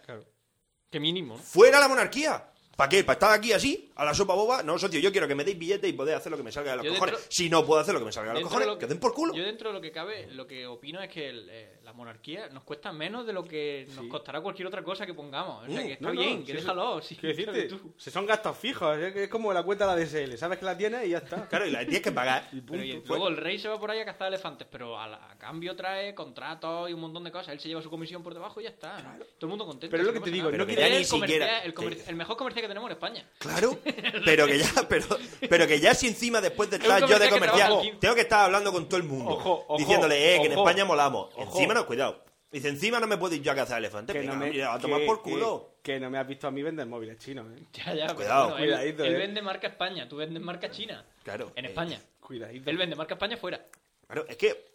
[SPEAKER 5] Que mínimo. ¿no?
[SPEAKER 6] fuera la monarquía. ¿Para qué? ¿Para estar aquí así? ¿A la sopa boba? No, socio, yo quiero que me deis billetes y podáis hacer lo que me salga de los
[SPEAKER 5] Yo
[SPEAKER 6] cojones.
[SPEAKER 5] dentro-
[SPEAKER 6] Si no puedo hacer lo que me salga de los
[SPEAKER 5] Dentro de
[SPEAKER 6] cojones,
[SPEAKER 5] lo
[SPEAKER 6] que den por culo.
[SPEAKER 5] Yo dentro de lo que cabe, lo que opino es que el, eh, la monarquía nos cuesta menos de lo que nos costará cualquier otra cosa que pongamos. O sea,
[SPEAKER 6] Mm,
[SPEAKER 5] que está
[SPEAKER 7] No, no,
[SPEAKER 5] bien,
[SPEAKER 7] si
[SPEAKER 5] que
[SPEAKER 7] eso-
[SPEAKER 5] déjalo. Sí,
[SPEAKER 7] ¿Qué decirte?
[SPEAKER 5] sabes tú.
[SPEAKER 7] Se son gastos fijos, es es como la cuenta de la DSL, sabes que la tienes y ya está.
[SPEAKER 6] Claro, y la tienes que pagar.
[SPEAKER 5] Pero y luego el rey se va por ahí a cazar elefantes, pero a, la- a cambio trae contratos y un montón de cosas. Él se lleva su comisión por debajo y ya está. Todo el mundo contento.
[SPEAKER 7] Pero es lo
[SPEAKER 5] si
[SPEAKER 7] que
[SPEAKER 5] no
[SPEAKER 7] te
[SPEAKER 5] pasa
[SPEAKER 7] digo,
[SPEAKER 5] nada.
[SPEAKER 7] no
[SPEAKER 5] Él
[SPEAKER 7] quería
[SPEAKER 5] es
[SPEAKER 6] ni
[SPEAKER 5] el, comercial-
[SPEAKER 6] siquial-
[SPEAKER 5] el, comer- el mejor comercial que tenemos en España.
[SPEAKER 6] Claro, pero que ya, pero, pero que ya si encima después de
[SPEAKER 5] Es
[SPEAKER 6] estar
[SPEAKER 5] un
[SPEAKER 6] yo de
[SPEAKER 5] comercial que
[SPEAKER 6] comercial,
[SPEAKER 5] trabaja aquí.
[SPEAKER 6] tengo que estar hablando con todo el mundo,
[SPEAKER 7] Ojo, ojo,
[SPEAKER 6] diciéndole, eh, que en
[SPEAKER 7] ojo.
[SPEAKER 6] España molamos.
[SPEAKER 7] Ojo.
[SPEAKER 6] Encima no, cuidado. Dice, encima no me puedo ir yo a cazar elefantes,
[SPEAKER 7] Que
[SPEAKER 6] venga,
[SPEAKER 7] no me,
[SPEAKER 6] mira, a
[SPEAKER 7] que-
[SPEAKER 6] tomar por
[SPEAKER 7] que-
[SPEAKER 6] culo.
[SPEAKER 7] que no me has visto a mí vender móviles chinos, eh.
[SPEAKER 5] Ya, ya, pero
[SPEAKER 6] Cuidado.
[SPEAKER 5] él,
[SPEAKER 7] Cuidadito,
[SPEAKER 5] él
[SPEAKER 7] eh.
[SPEAKER 5] vende marca España, tú vendes marca China.
[SPEAKER 6] Claro,
[SPEAKER 5] En
[SPEAKER 6] eh.
[SPEAKER 5] España.
[SPEAKER 7] Cuidadito.
[SPEAKER 5] Él vende marca España fuera.
[SPEAKER 6] Claro, es que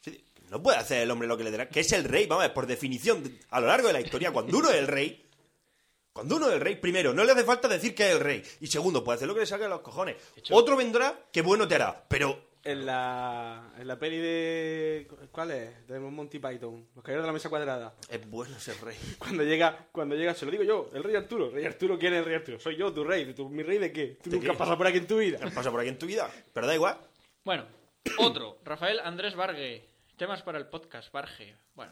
[SPEAKER 6] sí, no puede hacer el hombre lo que le dará, que es el rey, vamos a ver, por definición, a lo largo de la historia, cuando uno es el rey, cuando uno es el rey, primero, no le hace falta decir que es el rey, y segundo, puede hacer lo que le salga de los cojones.
[SPEAKER 5] hecho-
[SPEAKER 6] Otro vendrá, que bueno te hará, pero
[SPEAKER 7] En la, en la peli de... ¿Cuál es? De Monty Python. Los caballeros de la mesa cuadrada.
[SPEAKER 6] es bueno ser rey.
[SPEAKER 7] Cuando llega, cuando llega, se lo digo yo, el rey Arturo. ¿Rey Arturo quién es el rey Arturo? Soy yo, tu rey. ¿Tú, ¿Mi rey de qué? Tú
[SPEAKER 6] ¿De
[SPEAKER 7] nunca
[SPEAKER 6] qué?
[SPEAKER 7] has pasado por aquí en tu vida.
[SPEAKER 6] ¿Qué pasa por aquí en tu vida? Pero da igual.
[SPEAKER 5] Bueno, otro. Rafael Andrés Vargue. Temas para el podcast, Varge. Bueno,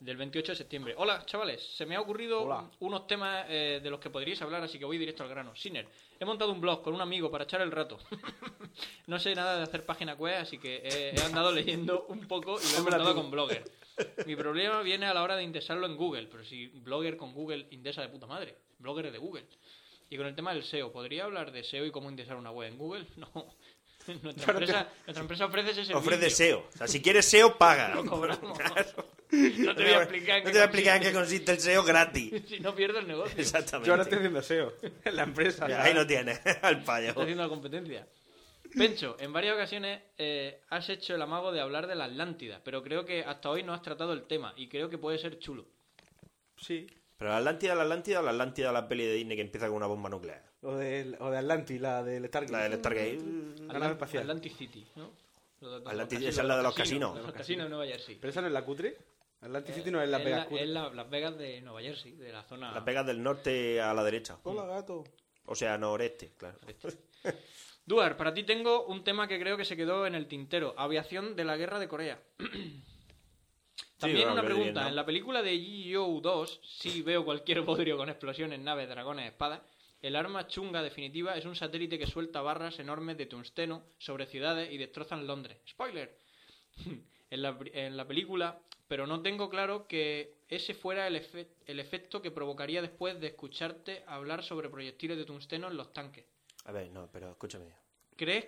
[SPEAKER 5] del 28 de septiembre. Hola, chavales. Se me ha ocurrido
[SPEAKER 7] Hola.
[SPEAKER 5] unos temas eh, de los que podríais hablar, así que voy directo al grano. Siner, he montado un blog con un amigo para echar el rato. no sé nada de hacer página web, así que he, he andado leyendo un poco y lo he
[SPEAKER 7] Hombre,
[SPEAKER 5] montado
[SPEAKER 7] tú.
[SPEAKER 5] con Blogger. Mi problema viene a la hora de indexarlo en Google, pero si Blogger con Google indesa de puta madre. Blogger es de Google. Y con el tema del SEO, ¿podría hablar de SEO y cómo indexar una web en Google? No. Nuestra empresa, nuestra empresa ofrece ese servicio.
[SPEAKER 6] Ofrece E SEO. O sea, si quieres SEO, paga.
[SPEAKER 5] Lo cobramos. No
[SPEAKER 6] No
[SPEAKER 5] te voy a explicar en
[SPEAKER 6] no
[SPEAKER 5] qué
[SPEAKER 6] te voy a explicar en qué
[SPEAKER 5] consiste.
[SPEAKER 6] consiste el SEO gratis.
[SPEAKER 5] Si no pierdo el negocio.
[SPEAKER 6] Exactamente.
[SPEAKER 7] Yo ahora estoy haciendo SEO en la empresa.
[SPEAKER 6] Ahí lo tienes, al payo.
[SPEAKER 5] Está haciendo la competencia. Pencho, en varias ocasiones eh, has hecho el amago de hablar de la Atlántida, pero creo que hasta hoy no has tratado el tema y creo que puede ser chulo.
[SPEAKER 7] Sí.
[SPEAKER 6] Pero la Atlántida, la Atlántida, la Atlántida, la peli de Disney que empieza con una bomba nuclear.
[SPEAKER 7] O de, o de Atlantis, la del Stargate.
[SPEAKER 6] La del Stargate.
[SPEAKER 7] La nave espacial.
[SPEAKER 5] Atlantic City, ¿no? Lo de- de los
[SPEAKER 6] Atlantic-
[SPEAKER 5] casinos,
[SPEAKER 6] esa es la de los casinos.
[SPEAKER 5] Los casinos de Nueva Jersey.
[SPEAKER 7] Pero esa no es la cutre. Atlantis City
[SPEAKER 5] Eh,
[SPEAKER 7] no es la
[SPEAKER 5] es
[SPEAKER 7] Vegas
[SPEAKER 5] Es
[SPEAKER 7] cutre.
[SPEAKER 5] la- Las Vegas de Nueva Jersey, de la zona.
[SPEAKER 6] Las pegas del norte a la derecha.
[SPEAKER 7] Hola, gato.
[SPEAKER 6] O sea, noreste, claro.
[SPEAKER 5] Este. Duar, para ti tengo un tema que creo que se quedó en el tintero: aviación de la guerra de Corea. También
[SPEAKER 6] lo
[SPEAKER 5] una
[SPEAKER 6] hablaré
[SPEAKER 5] pregunta.
[SPEAKER 6] bien, ¿no?
[SPEAKER 5] En la película de E G.O. 2, si veo cualquier bodrio con explosiones, naves, dragones, espadas, el arma chunga definitiva es un satélite que suelta barras enormes de tungsteno sobre ciudades y destrozan Londres. ¡Spoiler! en, la, pri- en la película, pero no tengo claro que ese fuera el, efe- el efecto que provocaría después de escucharte hablar sobre proyectiles de tungsteno en los tanques.
[SPEAKER 6] A ver, no, pero escúchame.
[SPEAKER 5] ¿Crees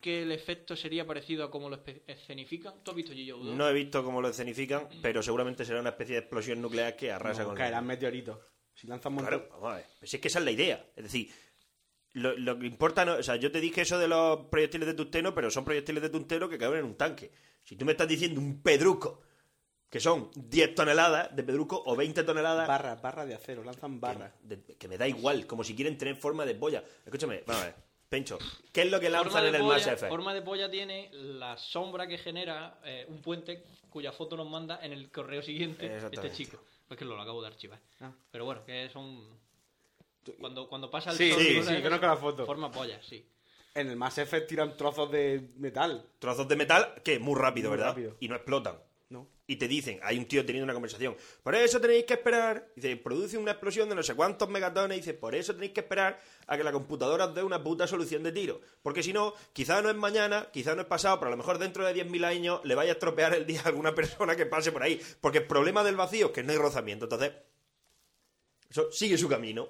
[SPEAKER 5] que el efecto sería parecido a como lo espe- escenifican? ¿Tú has visto G.O. 2?
[SPEAKER 6] No he visto cómo lo escenifican, pero seguramente será una especie de explosión nuclear que arrasa
[SPEAKER 7] No,
[SPEAKER 6] con el-
[SPEAKER 7] caerán meteoritos. Si lanzan un montón.
[SPEAKER 6] Claro, vamos a ver. Pues es que esa es la idea. Es decir, lo, lo que importa, no- o sea, yo te dije eso de los proyectiles de tungsteno, pero son proyectiles de tungsteno que caben en un tanque. Si tú me estás diciendo un pedruco, que son 10 toneladas de pedruco o 20 toneladas,
[SPEAKER 7] Barras, barras de acero, lanzan barras.
[SPEAKER 6] que, de- que me da igual, como si quieren tener forma de boya. Escúchame, vamos a ver, Pencho, ¿qué es lo que
[SPEAKER 5] forma
[SPEAKER 6] lanzan
[SPEAKER 5] de
[SPEAKER 6] en el
[SPEAKER 5] polla-
[SPEAKER 6] Mass Effect?
[SPEAKER 5] Forma de polla tiene la sombra que genera eh, un puente cuya foto nos manda en el correo siguiente este
[SPEAKER 6] Exactamente.
[SPEAKER 5] chico. Es que lo acabo de archivar.
[SPEAKER 7] Ah.
[SPEAKER 5] Pero bueno, que son... Cuando, cuando pasa el
[SPEAKER 7] Sí,
[SPEAKER 5] sol,
[SPEAKER 6] sí,
[SPEAKER 5] cosas
[SPEAKER 6] sí,
[SPEAKER 5] de esas,
[SPEAKER 7] conozco la foto.
[SPEAKER 5] Forma polla, sí.
[SPEAKER 7] En el Mass Effect tiran trozos de metal.
[SPEAKER 6] Trozos de metal que muy rápido,
[SPEAKER 7] Muy
[SPEAKER 6] ¿verdad?
[SPEAKER 7] rápido.
[SPEAKER 6] Y no explotan.
[SPEAKER 7] No.
[SPEAKER 6] y te dicen, hay un tío teniendo una conversación, por eso tenéis que esperar, dice, produce una explosión de no sé cuántos megatones, dice, por eso tenéis que esperar a que la computadora os dé una puta solución de tiro, porque si no, quizá no es mañana, quizá no es pasado, pero a lo mejor dentro de 10.000 años le vaya a estropear el día a alguna persona que pase por ahí, porque el problema del vacío es que no hay rozamiento, entonces, eso sigue su camino.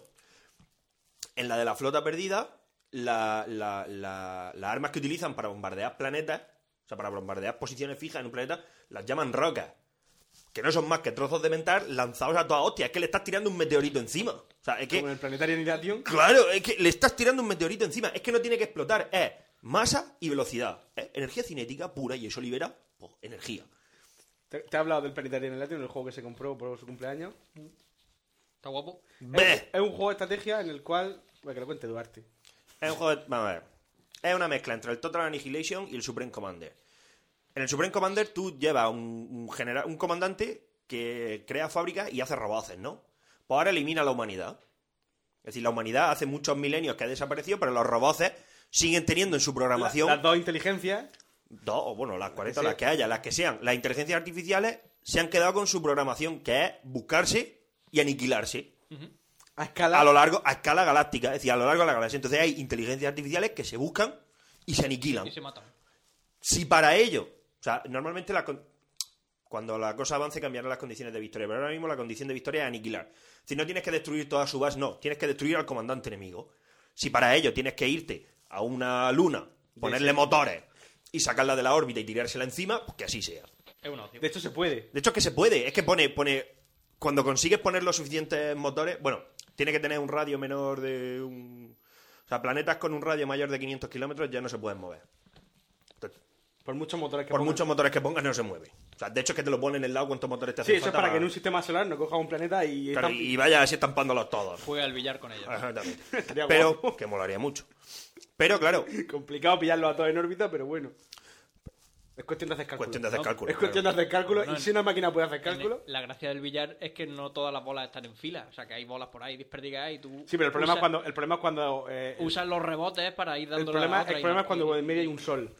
[SPEAKER 6] En la de la flota perdida, la- la- la- las armas que utilizan para bombardear planetas, o sea, para bombardear posiciones fijas en un planeta, las llaman rocas. Que no son más que trozos de mental lanzados a toda hostia. Es que le estás tirando un meteorito encima. O sea, es que.
[SPEAKER 7] Como en el planetario Annihilation.
[SPEAKER 6] Claro, es que le estás tirando un meteorito encima. Es que no tiene que explotar. Es masa y velocidad. Es energía cinética pura y eso libera pues, energía.
[SPEAKER 7] Te, te he hablado del planetario Annihilation, el juego que se compró por su cumpleaños.
[SPEAKER 5] Está guapo.
[SPEAKER 7] Es,
[SPEAKER 6] ¡Beh!
[SPEAKER 7] es un juego de estrategia en el cual. Bueno, que lo cuente Duarte.
[SPEAKER 6] Es un juego de- Vamos a ver. Es una mezcla entre el Total Annihilation y el Supreme Commander. En el Supreme Commander tú llevas un, un, genera- un comandante que crea fábricas y hace roboces, ¿no? Pues ahora elimina a la humanidad. Es decir, la humanidad hace muchos milenios que ha desaparecido, pero los roboces siguen teniendo en su programación...
[SPEAKER 7] La- las dos inteligencias.
[SPEAKER 6] dos, o bueno, las 40, o
[SPEAKER 7] que
[SPEAKER 6] las que haya, las que sean. Las inteligencias artificiales se han quedado con su programación, que es buscarse y aniquilarse
[SPEAKER 7] A escala.
[SPEAKER 6] a lo largo, a escala galáctica, es decir, a lo largo de la galaxia. Entonces hay inteligencias artificiales que se buscan y se aniquilan.
[SPEAKER 5] Y se matan.
[SPEAKER 6] Si para ello, o sea, normalmente la con- cuando la cosa avance cambiarán las condiciones de victoria, pero ahora mismo la condición de victoria es aniquilar. Si no tienes que destruir toda su base, no, tienes que destruir al comandante enemigo. Si para ello tienes que irte a una luna, ponerle motores y sacarla de la órbita y tirársela encima, pues que así sea.
[SPEAKER 5] Es una opción.
[SPEAKER 7] De hecho, se puede.
[SPEAKER 6] De hecho, es que se puede. Es que pone, pone. Cuando consigues poner los suficientes motores. Bueno, tiene que tener un radio menor de un. O sea, planetas con un radio mayor de 500 kilómetros ya no se pueden mover. Entonces,
[SPEAKER 7] Por muchos motores que
[SPEAKER 6] por
[SPEAKER 7] pongan.
[SPEAKER 6] muchos motores que pongas, no se mueve. O sea, de hecho, es que te lo ponen en el lado cuántos motores te
[SPEAKER 7] Sí,
[SPEAKER 6] hacen
[SPEAKER 7] eso es
[SPEAKER 6] falta
[SPEAKER 7] para que en un sistema solar no coja un planeta y.
[SPEAKER 6] Claro,
[SPEAKER 7] estamp-
[SPEAKER 6] y vaya así estampándolos todos.
[SPEAKER 5] Juega al billar con ellos.
[SPEAKER 6] Exactamente.
[SPEAKER 7] Estaría
[SPEAKER 6] Pero,
[SPEAKER 7] guapo.
[SPEAKER 6] que molaría mucho. Pero, claro,
[SPEAKER 7] Complicado pillarlo a todos en órbita, pero bueno. Es cuestión de hacer cálculo.
[SPEAKER 6] cuestión de hacer
[SPEAKER 5] No,
[SPEAKER 6] cálculos.
[SPEAKER 7] Es cuestión de hacer cálculo.
[SPEAKER 5] No, no,
[SPEAKER 7] y si una máquina puede hacer
[SPEAKER 5] En
[SPEAKER 7] cálculo.
[SPEAKER 5] el- La gracia del billar es que no todas las bolas están en fila. O sea, que hay bolas por ahí desperdigadas y tú.
[SPEAKER 7] Sí, pero el problema
[SPEAKER 5] usas-
[SPEAKER 7] es cuando. El problema es cuando. eh, el-
[SPEAKER 5] Usas los rebotes para ir
[SPEAKER 7] el
[SPEAKER 5] dando
[SPEAKER 7] problema, el problema es cuando en medio hay un sol.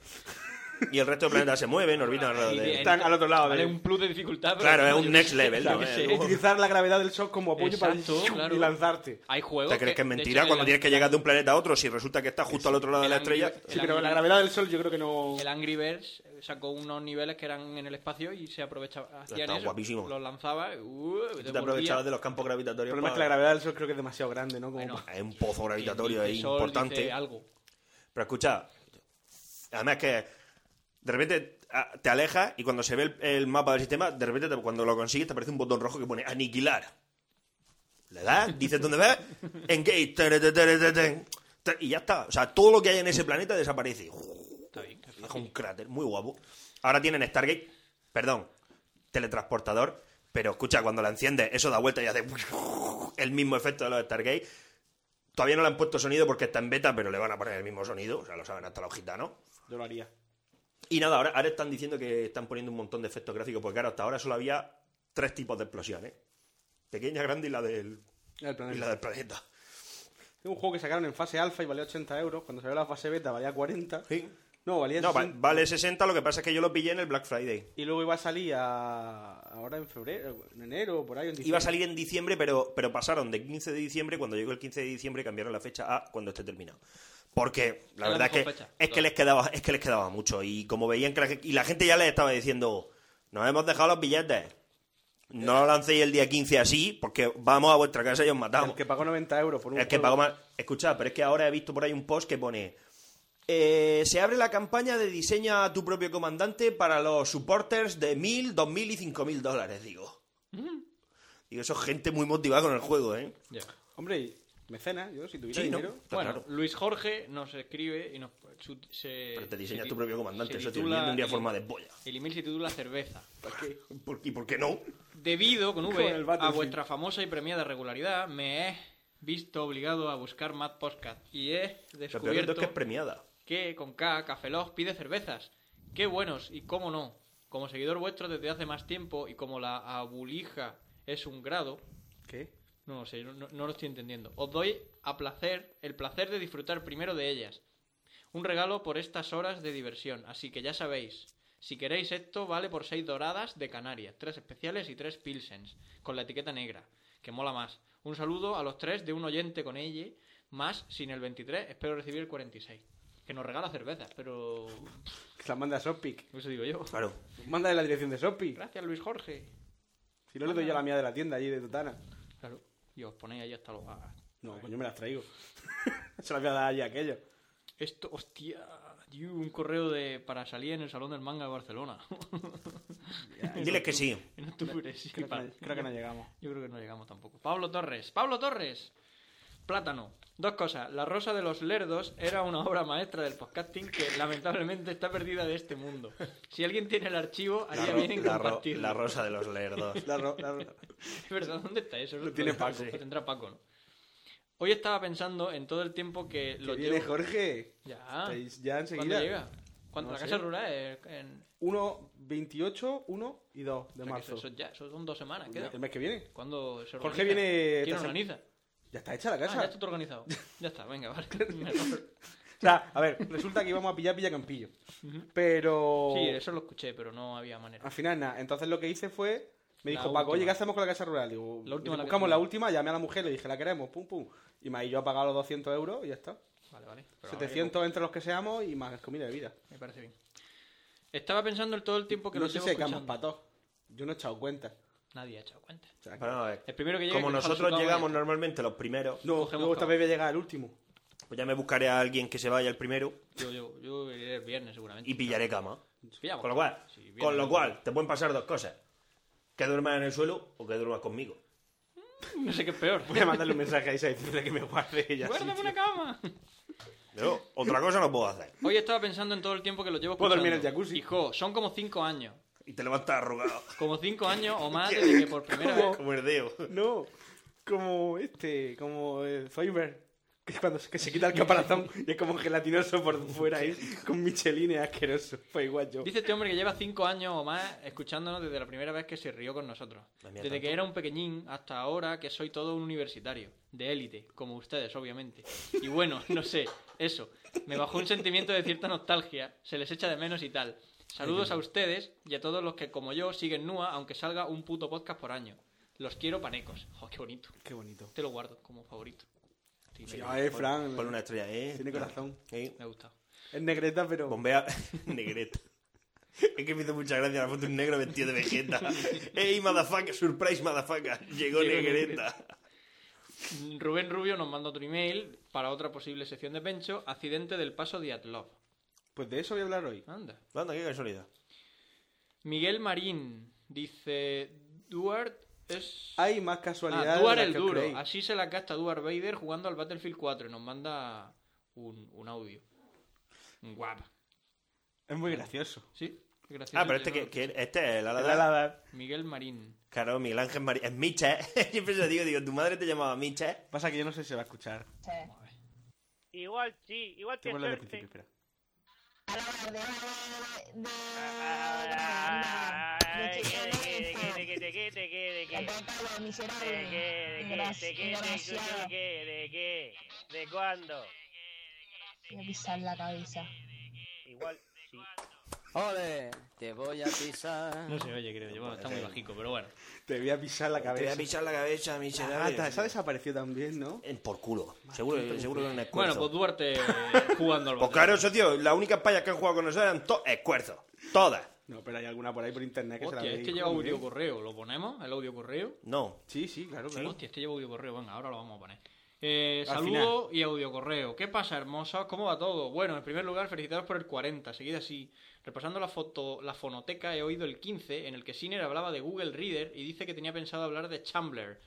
[SPEAKER 6] Y el resto de planetas se mueven, orbitan alrededor de.
[SPEAKER 7] Están al otro lado
[SPEAKER 5] Vale,
[SPEAKER 7] de-
[SPEAKER 5] un plus de dificultad. pero-
[SPEAKER 6] Claro, es un next level,
[SPEAKER 5] Yo
[SPEAKER 6] ¿no?
[SPEAKER 5] qué
[SPEAKER 6] Es
[SPEAKER 5] sé.
[SPEAKER 6] un-
[SPEAKER 7] Utilizar la gravedad del sol como apoyo
[SPEAKER 5] Exacto,
[SPEAKER 7] para
[SPEAKER 5] claro.
[SPEAKER 7] y lanzarte.
[SPEAKER 5] Hay juegos.
[SPEAKER 6] ¿Te crees que es
[SPEAKER 5] de hecho,
[SPEAKER 6] mentira
[SPEAKER 5] el
[SPEAKER 6] cuando
[SPEAKER 5] Ang-
[SPEAKER 6] tienes que llegar de un planeta a otro si resulta que está justo al otro lado de la
[SPEAKER 5] el Angry-
[SPEAKER 6] estrella?
[SPEAKER 7] Sí,
[SPEAKER 5] el
[SPEAKER 7] pero
[SPEAKER 5] Angry-
[SPEAKER 7] la gravedad del sol yo creo que no.
[SPEAKER 5] El Angry Birds eh, sacó unos niveles que eran en el espacio y se aprovechaba. Hacían
[SPEAKER 6] Está
[SPEAKER 5] eso,
[SPEAKER 6] guapísimo.
[SPEAKER 5] Los lanzaba. Uh,
[SPEAKER 6] Tú te
[SPEAKER 5] devolvía.
[SPEAKER 6] aprovechabas de los campos gravitatorios.
[SPEAKER 7] El problema es que la gravedad del sol creo que es demasiado grande, ¿no? Como
[SPEAKER 5] Bueno,
[SPEAKER 7] pa-
[SPEAKER 6] Hay un pozo gravitatorio
[SPEAKER 5] El
[SPEAKER 6] ahí
[SPEAKER 5] sol
[SPEAKER 6] importante.
[SPEAKER 5] dice algo.
[SPEAKER 6] Pero escucha, además que de repente ah, te alejas y cuando se ve el, el mapa del sistema, de repente te- cuando lo consigues te aparece un botón rojo que pone aniquilar. Le das, dices dónde vas, engage, tere, tere, tere, tere, tere, tere, y ya está. O sea, todo lo que hay en ese planeta desaparece.
[SPEAKER 5] Está bien. es
[SPEAKER 6] Deja
[SPEAKER 5] fácil.
[SPEAKER 6] un cráter, muy guapo. Ahora tienen Stargate, perdón, teletransportador, pero escucha, cuando la enciendes, eso da vuelta y hace el mismo efecto de los Stargate. Todavía no le han puesto sonido porque está en beta, pero le van a poner el mismo sonido, o sea, lo saben hasta los gitanos.
[SPEAKER 7] Yo lo haría.
[SPEAKER 6] Y nada, ahora, ahora están diciendo que están poniendo un montón de efectos gráficos, porque claro, hasta ahora solo había tres tipos de explosiones. Pequeña, grande y la del,
[SPEAKER 7] El
[SPEAKER 6] y
[SPEAKER 7] planeta.
[SPEAKER 6] la del planeta.
[SPEAKER 7] Es un juego que sacaron en fase alfa y valía 80 euros. Cuando salió la fase beta valía 40.
[SPEAKER 6] Sí.
[SPEAKER 7] No, valía
[SPEAKER 6] No, va-
[SPEAKER 7] 60.
[SPEAKER 6] vale 60, lo que pasa es que yo lo pillé en el Black Friday.
[SPEAKER 7] Y luego iba a salir a... ahora en febrero, en enero, por ahí. En
[SPEAKER 6] Iba a
[SPEAKER 7] diciembre.
[SPEAKER 6] salir en diciembre, pero, pero pasaron de 15 de diciembre, cuando llegó el 15 de diciembre, cambiaron la fecha a cuando esté terminado. Porque la
[SPEAKER 5] Es la
[SPEAKER 6] verdad es que,
[SPEAKER 5] mejor fecha.
[SPEAKER 6] es, que les quedaba, es que les quedaba mucho. Y como veían que la, gen- y la gente ya les estaba diciendo, nos hemos dejado los billetes. No lo lancéis el día 15 así, porque vamos a vuestra casa y os matamos.
[SPEAKER 7] El que pagó 90 euros por un
[SPEAKER 6] El que
[SPEAKER 7] juego.
[SPEAKER 6] pagó más. Escucha, pero es que ahora he visto por ahí un post que pone. eh, se abre la campaña de diseña a tu propio comandante para los supporters de 1000, 2000 y 5000 dólares, digo.
[SPEAKER 5] Mm.
[SPEAKER 6] Digo, eso es gente muy motivada con el juego, ¿eh?
[SPEAKER 5] Ya.
[SPEAKER 7] Hombre, y mecenas, yo si tuviera
[SPEAKER 6] Sí, ¿no?
[SPEAKER 7] dinero.
[SPEAKER 6] Está
[SPEAKER 5] Bueno,
[SPEAKER 6] claro.
[SPEAKER 5] Luis Jorge nos escribe y nos. su- se-
[SPEAKER 6] Pero te diseñas
[SPEAKER 5] se-
[SPEAKER 6] tu propio comandante,
[SPEAKER 5] se
[SPEAKER 6] eso
[SPEAKER 5] titula-
[SPEAKER 6] tiene un día
[SPEAKER 5] el-
[SPEAKER 6] forma de polla.
[SPEAKER 5] El email se titula Cerveza.
[SPEAKER 6] ¿Por- ¿Y por qué no?
[SPEAKER 5] Debido, con
[SPEAKER 7] Con el
[SPEAKER 5] V, a
[SPEAKER 7] Battlefield.
[SPEAKER 5] vuestra famosa y premiada regularidad, me he visto obligado a buscar Mad Podcast y he
[SPEAKER 6] Lo peor de todo
[SPEAKER 5] descubierto
[SPEAKER 6] es que es premiada.
[SPEAKER 5] que con K, Cafelog pide cervezas. ¡Qué buenos! Y cómo no. Como seguidor vuestro desde hace más tiempo y como la abulija es un grado,
[SPEAKER 7] ¿Qué?
[SPEAKER 5] no lo sé, no, no- no lo estoy entendiendo. Os doy a placer el placer de disfrutar primero de ellas. Un regalo por estas horas de diversión. Así que ya sabéis. Si queréis esto, vale por 6 doradas de Canarias, 3 especiales y 3 pilsens, con la etiqueta negra, que mola más. Un saludo a los tres de un oyente con ella, más sin el 23, espero recibir el 46. Que nos regala cervezas, pero...
[SPEAKER 7] Que se la manda a Sopic.
[SPEAKER 5] Eso digo yo.
[SPEAKER 6] Claro.
[SPEAKER 7] Mándale la dirección de Sopic.
[SPEAKER 5] Gracias, Luis Jorge.
[SPEAKER 7] Si no, le doy yo la mía de la tienda allí de Totana.
[SPEAKER 5] Claro. Y os ponéis ahí hasta los... ah,
[SPEAKER 7] No, coño, me las traigo. Se las voy a dar allí a aquello.
[SPEAKER 5] Esto, hostia, tío, un correo de para salir en el Salón del Manga de Barcelona.
[SPEAKER 6] Diles que sí.
[SPEAKER 5] en octubre, sí.
[SPEAKER 7] Creo que,
[SPEAKER 5] para-
[SPEAKER 7] no, creo que no llegamos.
[SPEAKER 5] Yo creo que no llegamos tampoco. Pablo Torres, Pablo Torres. Plátano. Dos cosas. La Rosa de los Lerdos era una obra maestra del podcasting que lamentablemente está perdida de este mundo. Si alguien tiene el archivo, haría
[SPEAKER 6] ro-
[SPEAKER 5] bien en
[SPEAKER 6] ro-
[SPEAKER 5] compartirlo.
[SPEAKER 6] la rosa de los lerdos.
[SPEAKER 7] La ro- la ro-
[SPEAKER 5] Es verdad, ¿dónde está eso? Lo
[SPEAKER 7] tiene
[SPEAKER 5] tendrá-
[SPEAKER 7] Paco.
[SPEAKER 5] Lo tendrá Paco, ¿no? Hoy estaba pensando en todo el tiempo que lo
[SPEAKER 7] Que viene
[SPEAKER 5] llevo...
[SPEAKER 7] Jorge.
[SPEAKER 5] Ya.
[SPEAKER 7] Estáis ya
[SPEAKER 5] ¿Cuándo
[SPEAKER 7] enseguida.
[SPEAKER 5] llega? ¿Cuándo?
[SPEAKER 7] No
[SPEAKER 5] la
[SPEAKER 7] sé.
[SPEAKER 5] casa rural es en...
[SPEAKER 7] 1, 28, 1 y 2 de
[SPEAKER 5] O sea, que
[SPEAKER 7] marzo.
[SPEAKER 5] Eso, eso ya, eso son dos semanas. ¿queda?
[SPEAKER 7] El mes que viene.
[SPEAKER 5] ¿Cuándo se organiza?
[SPEAKER 7] Jorge viene
[SPEAKER 5] ¿Quién
[SPEAKER 7] esta sem-
[SPEAKER 5] organiza?
[SPEAKER 7] Ya está hecha la
[SPEAKER 5] Ah,
[SPEAKER 7] casa.
[SPEAKER 5] ya está todo organizado. Ya está, venga, vale. Mejor.
[SPEAKER 7] O sea, a ver, resulta que íbamos a pillar Villacampillo. Pero.
[SPEAKER 5] Sí, eso lo escuché, pero no había manera.
[SPEAKER 7] Al final, nada. Entonces lo que hice fue. Me
[SPEAKER 5] La
[SPEAKER 7] dijo Paco, oye,
[SPEAKER 5] última.
[SPEAKER 7] ¿qué hacemos con la casa rural? Digo,
[SPEAKER 5] La última, la que
[SPEAKER 7] buscamos la
[SPEAKER 5] tenemos.
[SPEAKER 7] última, llamé a la mujer, le dije, la queremos, pum, pum. Y me yo a pagar los 200 euros y ya está.
[SPEAKER 5] Vale, vale. Pero habría
[SPEAKER 7] 700 entre los que seamos y más comida y bebida.
[SPEAKER 5] que- Me parece bien. Estaba pensando en todo el tiempo que
[SPEAKER 7] no
[SPEAKER 5] lo
[SPEAKER 7] sé
[SPEAKER 5] llevo
[SPEAKER 7] si hay camas
[SPEAKER 5] escuchando.
[SPEAKER 7] para todos. Yo no he echado cuenta.
[SPEAKER 5] Nadie ha echado cuenta.
[SPEAKER 7] O sea, que-
[SPEAKER 6] Bueno, eh,
[SPEAKER 5] El primero que llegue,
[SPEAKER 6] como
[SPEAKER 5] que deja su
[SPEAKER 6] nosotros
[SPEAKER 5] cama
[SPEAKER 6] llegamos
[SPEAKER 5] ahí.
[SPEAKER 6] normalmente los primeros,
[SPEAKER 7] no,
[SPEAKER 5] cogemos
[SPEAKER 7] luego esta
[SPEAKER 5] camas.
[SPEAKER 7] vez voy a llegar al último.
[SPEAKER 6] pues ya me buscaré a alguien que se vaya el primero
[SPEAKER 5] Yo, yo, yo iré el viernes seguramente.
[SPEAKER 6] y pillaré cama.
[SPEAKER 5] Pillamos.
[SPEAKER 6] Con lo cual,
[SPEAKER 5] Sí, bien,
[SPEAKER 6] con lo
[SPEAKER 5] bien.
[SPEAKER 6] cual, te pueden pasar dos cosas. Que duermas en el suelo o que duermas conmigo.
[SPEAKER 5] No sé qué es peor.
[SPEAKER 7] Voy a mandarle un mensaje a Isa diciendo que me guarde ella.
[SPEAKER 5] Guárdame una cama.
[SPEAKER 6] Yo, otra cosa no puedo hacer.
[SPEAKER 5] Hoy estaba pensando en todo el tiempo que lo llevo escuchando.
[SPEAKER 7] Puedo dormir en el jacuzzi.
[SPEAKER 5] Hijo, son como cinco años.
[SPEAKER 6] Y te levantas arrugado.
[SPEAKER 5] Como cinco años o más desde que por primera vez
[SPEAKER 6] Como herdeo.
[SPEAKER 7] No, como este, como el Zoidberg, que es cuando se, que se quita el caparazón y es como gelatinoso por fuera ahí, con Michelin es asqueroso. Fue igual yo.
[SPEAKER 5] Dice este hombre que lleva cinco años o más escuchándonos desde la primera vez que se rió con nosotros.
[SPEAKER 6] La mía
[SPEAKER 5] Desde
[SPEAKER 6] tanto.
[SPEAKER 5] que era un pequeñín hasta ahora que soy todo un universitario. De élite, como ustedes, obviamente. Y bueno, no sé, eso. Me bajó un sentimiento de cierta nostalgia, se les echa de menos y tal. Saludos a ustedes y a todos los que, como yo, siguen NUA aunque salga un puto podcast por año. Los quiero panecos. Jo, qué bonito.
[SPEAKER 7] Qué bonito.
[SPEAKER 5] Te lo guardo como favorito. Sí,
[SPEAKER 7] Sí,
[SPEAKER 5] me
[SPEAKER 7] ay, Fran.
[SPEAKER 6] Pon una estrella, ¿eh?
[SPEAKER 7] Tiene corazón.
[SPEAKER 6] ¿Eh?
[SPEAKER 5] me ha gustado.
[SPEAKER 7] Es negreta, pero.
[SPEAKER 6] Bombea negreta. Es que me hizo mucha gracia la foto de un negro vestido de vegeta. ¡Ey, motherfucker! ¡Surprise, motherfucker! Llegó
[SPEAKER 5] Llegó
[SPEAKER 6] negreta.
[SPEAKER 5] Rubén Rubio nos manda otro email para otra posible sección de Pencho, accidente del paso Diatlov.
[SPEAKER 7] Pues de eso voy a hablar hoy.
[SPEAKER 5] Anda.
[SPEAKER 6] Anda, qué casualidad.
[SPEAKER 5] Miguel Marín dice, Duart es...
[SPEAKER 7] Hay más
[SPEAKER 5] Ah,
[SPEAKER 7] casualidades.
[SPEAKER 5] Duart
[SPEAKER 7] de las
[SPEAKER 5] el
[SPEAKER 7] que
[SPEAKER 5] duro.
[SPEAKER 7] creéis.
[SPEAKER 5] Así se la gasta Duart Vader jugando al Battlefield 4 y nos manda un, un audio. Guap.
[SPEAKER 7] Es muy gracioso.
[SPEAKER 5] ¿Sí? Qué gracioso
[SPEAKER 6] Ah, pero este,
[SPEAKER 5] que-
[SPEAKER 6] que, que- este es el ala de-
[SPEAKER 5] Miguel Marín.
[SPEAKER 6] Claro, Miguel Ángel María. Es Micha, ¿eh? Siempre se lo digo, digo, tu madre te llamaba Micha, ¿eh?
[SPEAKER 7] Pasa que yo no sé si se va a escuchar.
[SPEAKER 8] Igual sí, igual
[SPEAKER 7] Te
[SPEAKER 8] que
[SPEAKER 7] vuelvo al
[SPEAKER 8] suerte.
[SPEAKER 7] principio, espera.
[SPEAKER 8] Ay, que te quede, que te quede, que te quede, que te quede, que te quede, que te quede, que- ¿De cuándo?
[SPEAKER 9] pisar la cabeza.
[SPEAKER 6] Igual, sí.
[SPEAKER 10] ¡Ole! Te voy a pisar.
[SPEAKER 5] No se oye, creo yo. Está muy bajico, pero bueno.
[SPEAKER 7] Te voy a pisar la
[SPEAKER 3] Te voy a
[SPEAKER 7] cabeza.
[SPEAKER 3] pisar la cabeza,
[SPEAKER 7] Ah,
[SPEAKER 3] miserable.
[SPEAKER 7] ta- esa desapareció también, ¿no?
[SPEAKER 3] En por culo. Seguro, seguro que en esfuerzo.
[SPEAKER 5] Bueno, pues Duarte eh, jugando al
[SPEAKER 3] Pues
[SPEAKER 5] baloncesto.
[SPEAKER 3] claro, socio, las únicas payas que han jugado con nosotros eran to esfuerzos. Todas.
[SPEAKER 7] No, pero hay alguna por ahí por internet que se
[SPEAKER 5] Hostia,
[SPEAKER 7] la ve.
[SPEAKER 5] este
[SPEAKER 7] y-
[SPEAKER 5] lleva audio correo. ¿Lo ponemos? ¿El audio correo?
[SPEAKER 3] No.
[SPEAKER 7] Sí, sí, claro, claro.
[SPEAKER 5] Hostia, este lleva audio correo. Venga, ahora lo vamos a poner. Eh,
[SPEAKER 7] Al
[SPEAKER 5] saludo y audio correo. ¿Qué pasa, hermosos? ¿Cómo va todo? Bueno, en primer lugar, felicitaros por el 40. Seguid así. Repasando la, foto, la fonoteca, he oído el 15, en el que Siner hablaba de Google Reader y dice que tenía pensado hablar de Chambler.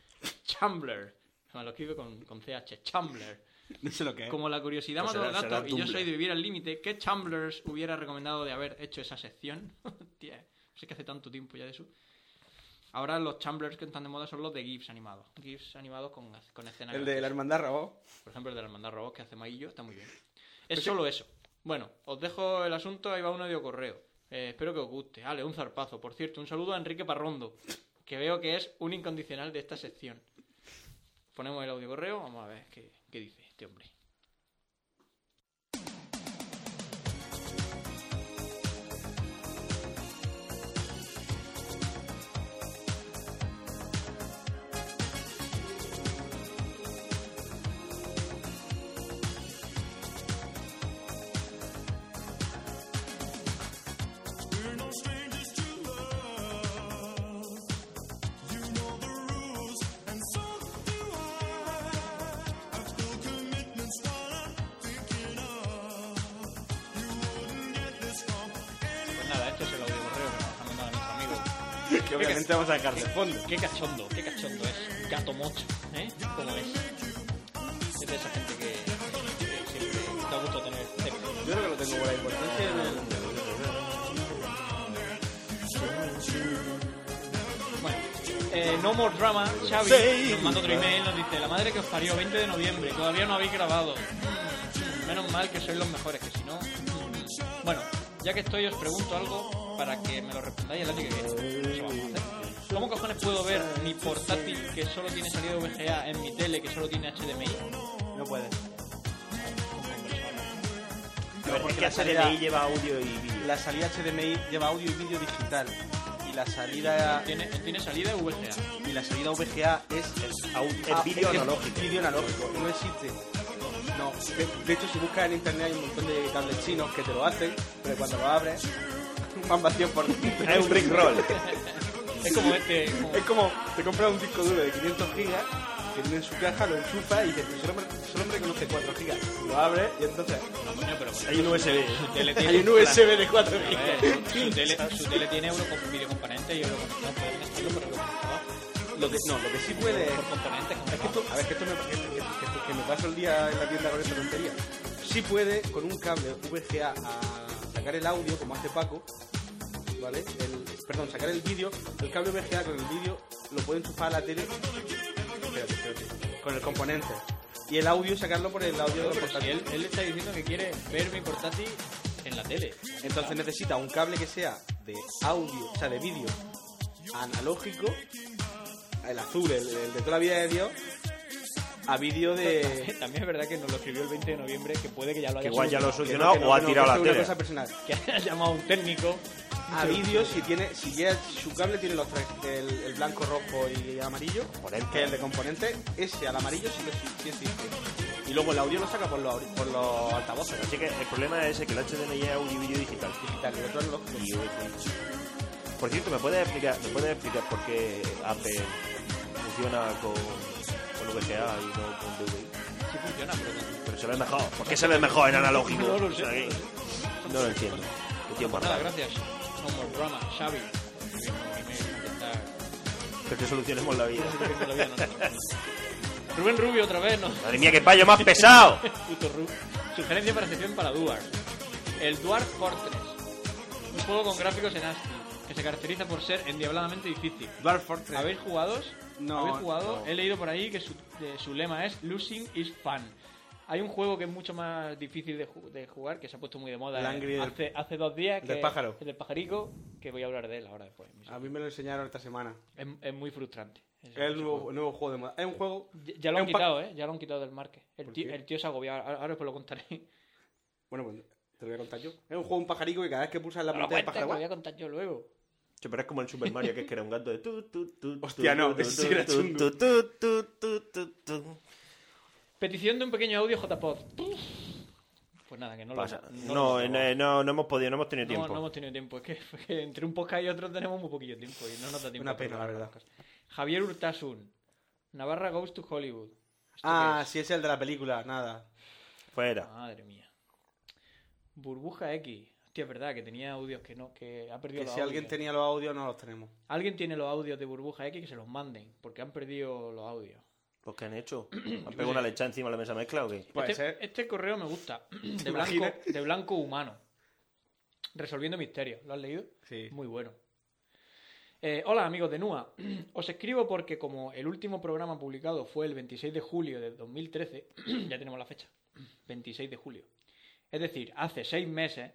[SPEAKER 5] Chambler. Me lo escribe con, con CH. Chambler.
[SPEAKER 7] No sé lo que es.
[SPEAKER 5] Como la curiosidad
[SPEAKER 3] Pues
[SPEAKER 5] mató al
[SPEAKER 3] será-
[SPEAKER 5] gato
[SPEAKER 3] será
[SPEAKER 5] y yo
[SPEAKER 3] Tumblr.
[SPEAKER 5] soy de vivir al límite, ¿qué Tumblers hubiera recomendado de haber hecho esa sección? Tía, sé que hace tanto tiempo ya de eso. Ahora los Tumblers que están de moda son los de GIFs animados. GIFs animados con, con escenas.
[SPEAKER 7] El de la
[SPEAKER 5] graciosas.
[SPEAKER 7] hermandad Rabó.
[SPEAKER 5] Por ejemplo, el de la hermandad robots que hace Maillo está muy bien.
[SPEAKER 3] Pues
[SPEAKER 5] Es solo eso. Bueno, os dejo el asunto, ahí va un audio correo. Eh, espero que os guste. Ale, un zarpazo. Por cierto, un saludo a Enrique Parrondo, que veo que es un incondicional de esta sección. Ponemos el audio correo, vamos a ver qué, qué dice este hombre. Pues nada, este es el audio correo que nos ha mandado nuestro amigo.
[SPEAKER 7] Que obviamente vamos a dejar de fondo.
[SPEAKER 5] Qué cachondo, qué cachondo es. Gato mocho, ¿eh? Como es. Es de esa gente que, que siempre da gusto tener este cerca.
[SPEAKER 7] Yo creo que lo tengo por ahí por dentro.
[SPEAKER 5] Bueno, eh, No More Drama, Xavi,
[SPEAKER 3] Sí.
[SPEAKER 5] nos manda otro email, nos dice, la madre que os parió 20 de noviembre, todavía no habéis grabado. Mm, Menos mal que sois los mejores, que si no... mm. Bueno, ya que estoy os pregunto algo para que me lo respondáis el año que viene. Eso vamos a hacer. ¿Cómo cojones puedo ver mi portátil que solo tiene salida VGA en mi tele que solo tiene HDMI?
[SPEAKER 7] No puede.
[SPEAKER 6] es
[SPEAKER 7] porque
[SPEAKER 6] que
[SPEAKER 7] la salida-
[SPEAKER 6] HDMI lleva audio y vídeo.
[SPEAKER 7] La salida HDMI lleva audio y vídeo digital. Y la salida
[SPEAKER 5] Tiene, tiene salida VGA.
[SPEAKER 7] y la salida VGA es el audio.
[SPEAKER 3] Es vídeo
[SPEAKER 7] Ah, es que-
[SPEAKER 3] analógico.
[SPEAKER 7] Vídeo analógico. No existe. No. De, de hecho, si buscas en internet hay un montón de cables chinos que te lo hacen, pero cuando lo abres, van vacíos por dentro.
[SPEAKER 3] Es un rickroll.
[SPEAKER 5] Es como este... como-
[SPEAKER 7] Es como te compras un disco duro de 500 gigas, que tiene en su caja, lo enchufa y dices, "Pero solo, me- solo me reconoce 4 gigas. Lo abres y entonces
[SPEAKER 5] Coño, pero con
[SPEAKER 3] Hay un USB.
[SPEAKER 5] su tele tiene-
[SPEAKER 7] hay un USB de 4
[SPEAKER 5] A ver,
[SPEAKER 7] gigas.
[SPEAKER 5] Su tele, su tele tiene eurocom- videocomponente y euroconector, pueden estarlo por euroconector,
[SPEAKER 7] Lo que, no, lo que sí puede es...
[SPEAKER 5] por componentes. como
[SPEAKER 7] Es que esto, a ver, que esto me, que, que- que me paso el día en la tienda con esta tontería. Sí puede, con un cable VGA, a sacar el audio, como hace Paco, ¿vale? El, perdón, sacar el vídeo. El cable VGA con el vídeo lo puede enchufar a la tele espérate, espérate, con el componente. Y el audio sacarlo por el audio de los
[SPEAKER 5] Pero si
[SPEAKER 7] portátiles.
[SPEAKER 5] él, él está diciendo que quiere ver mi portátil en la tele.
[SPEAKER 7] Entonces necesita un cable que sea de audio, o sea, de vídeo analógico, el azul, el, el de toda la vida de Dios, a vídeo de...
[SPEAKER 5] También es verdad que nos lo escribió el 20 de noviembre, que puede que ya lo haya
[SPEAKER 3] Que igual ya lo
[SPEAKER 5] solucionado,
[SPEAKER 3] solucionó o ha tirado
[SPEAKER 7] que
[SPEAKER 3] la
[SPEAKER 7] es una
[SPEAKER 3] tele.
[SPEAKER 7] cosa personal.
[SPEAKER 5] Que haya llamado a un técnico.
[SPEAKER 7] A vídeo, si tiene, si ya su cable tiene los tres, el, el blanco, rojo y amarillo,
[SPEAKER 3] Componente.
[SPEAKER 7] que es el de componente, ese al amarillo sí, que sí, sí existe. Y luego el audio lo saca por los, auri- por los altavoces
[SPEAKER 3] Así que el problema es ese, que el HDMI es audio y vídeo digital.
[SPEAKER 7] digitales, el otro es lógico.
[SPEAKER 3] Y USB. Por cierto, ¿me puedes explicar, me puedes explicar por qué Apple funciona con, con VGA y no con DVI?
[SPEAKER 5] Sí funciona, pero no.
[SPEAKER 3] Pero se ve mejor. ¿Por qué se ve mejor en analógico?
[SPEAKER 5] No lo sé.
[SPEAKER 3] O sea, que- no lo entiendo. Qué tío más
[SPEAKER 5] Nada,
[SPEAKER 3] raro.
[SPEAKER 5] gracias. Como Rama, Xavi. Muy bien, con email, intentar
[SPEAKER 3] Que te solucionemos la vida.
[SPEAKER 5] resolver la vida a nosotros. Rubén Rubio otra vez nos
[SPEAKER 3] Madre mía, qué payo más pesado.
[SPEAKER 5] Puto Ru. Sugerencia para sección para Duar. El Duar Fortress. Un juego con gráficos en ASCII que se caracteriza por ser endiabladamente difícil.
[SPEAKER 7] Dwarf Fortress.
[SPEAKER 5] ¿Habéis jugado?
[SPEAKER 7] No,
[SPEAKER 5] ¿Habéis jugado?
[SPEAKER 7] no.
[SPEAKER 5] He leído por ahí que su, eh, su lema es Losing is fun. Hay un juego que es mucho más difícil de, ju- de jugar, que se ha puesto muy de moda
[SPEAKER 7] El
[SPEAKER 5] eh,
[SPEAKER 7] Angry del-
[SPEAKER 5] hace, hace dos días.
[SPEAKER 7] del
[SPEAKER 5] que-
[SPEAKER 7] pájaro.
[SPEAKER 5] El del pajarico, que voy a hablar de él ahora después.
[SPEAKER 7] A mí me lo enseñaron esta semana.
[SPEAKER 5] Es, es muy frustrante. Es-
[SPEAKER 7] Es el nuevo, nuevo juego de moda. Es un juego...
[SPEAKER 5] Ya, ya lo han
[SPEAKER 7] es un pa-
[SPEAKER 5] quitado, ¿eh? Ya lo han quitado del marque. El
[SPEAKER 7] ¿Por
[SPEAKER 5] tío,
[SPEAKER 7] qué?
[SPEAKER 5] el tío se ha agobiado. Ahora ahora os lo contaré.
[SPEAKER 7] Bueno, pues... Te lo voy a contar yo. Es un juego de un pajarico que cada vez que pulsas la
[SPEAKER 5] No lo
[SPEAKER 7] pantalla
[SPEAKER 5] cuentes,
[SPEAKER 7] del
[SPEAKER 5] que lo voy
[SPEAKER 7] pájaro.
[SPEAKER 5] a contar yo luego.
[SPEAKER 6] Che, pero es como el Super Mario, que es que era un gato de tu, tu, tu, tu,
[SPEAKER 7] Hostia, no,
[SPEAKER 6] tu,
[SPEAKER 7] ese
[SPEAKER 6] tu,
[SPEAKER 7] sí era
[SPEAKER 6] tu,
[SPEAKER 7] chungo.
[SPEAKER 6] tu, tu, tu, tu, tu, tu.
[SPEAKER 5] Petición de un pequeño audio JPod. Pues nada, que no
[SPEAKER 6] Pasa.
[SPEAKER 5] lo
[SPEAKER 6] No,
[SPEAKER 5] lo-
[SPEAKER 6] no, no, no, no hemos podido, no hemos tenido
[SPEAKER 5] No,
[SPEAKER 6] tiempo.
[SPEAKER 5] no hemos tenido tiempo. Es que, es que entre un podcast y otro tenemos muy poquillo tiempo y no nos da tiempo.
[SPEAKER 7] Una
[SPEAKER 5] a preparar
[SPEAKER 7] pena, la
[SPEAKER 5] las cosas. Javier Urtasun. Navarra Goes to Hollywood. ¿Esto
[SPEAKER 7] Ah,
[SPEAKER 5] qué es?
[SPEAKER 7] sí, ese es el de la película, nada.
[SPEAKER 6] Fuera.
[SPEAKER 5] Madre mía. Burbuja X. Hostia, es verdad que tenía audios que no, que ha perdido
[SPEAKER 7] Que
[SPEAKER 5] los
[SPEAKER 7] si alguien
[SPEAKER 5] audios.
[SPEAKER 7] tenía los audios, no los tenemos.
[SPEAKER 5] Alguien tiene los audios de Burbuja X que se los manden, porque han perdido los audios.
[SPEAKER 6] Pues ¿qué han hecho? ¿Han pegado una lecha encima de la mesa mezcla o qué?
[SPEAKER 7] Puede
[SPEAKER 5] este,
[SPEAKER 7] ser.
[SPEAKER 5] este correo me gusta. De blanco,
[SPEAKER 7] imaginas?
[SPEAKER 5] de blanco humano. Resolviendo misterios. ¿Lo has leído?
[SPEAKER 7] Sí.
[SPEAKER 5] Muy bueno. Eh, hola amigos de NUA. Os escribo porque como el último programa publicado fue el 26 de julio de 2013, ya tenemos la fecha. 26 de julio. Es decir, hace seis meses,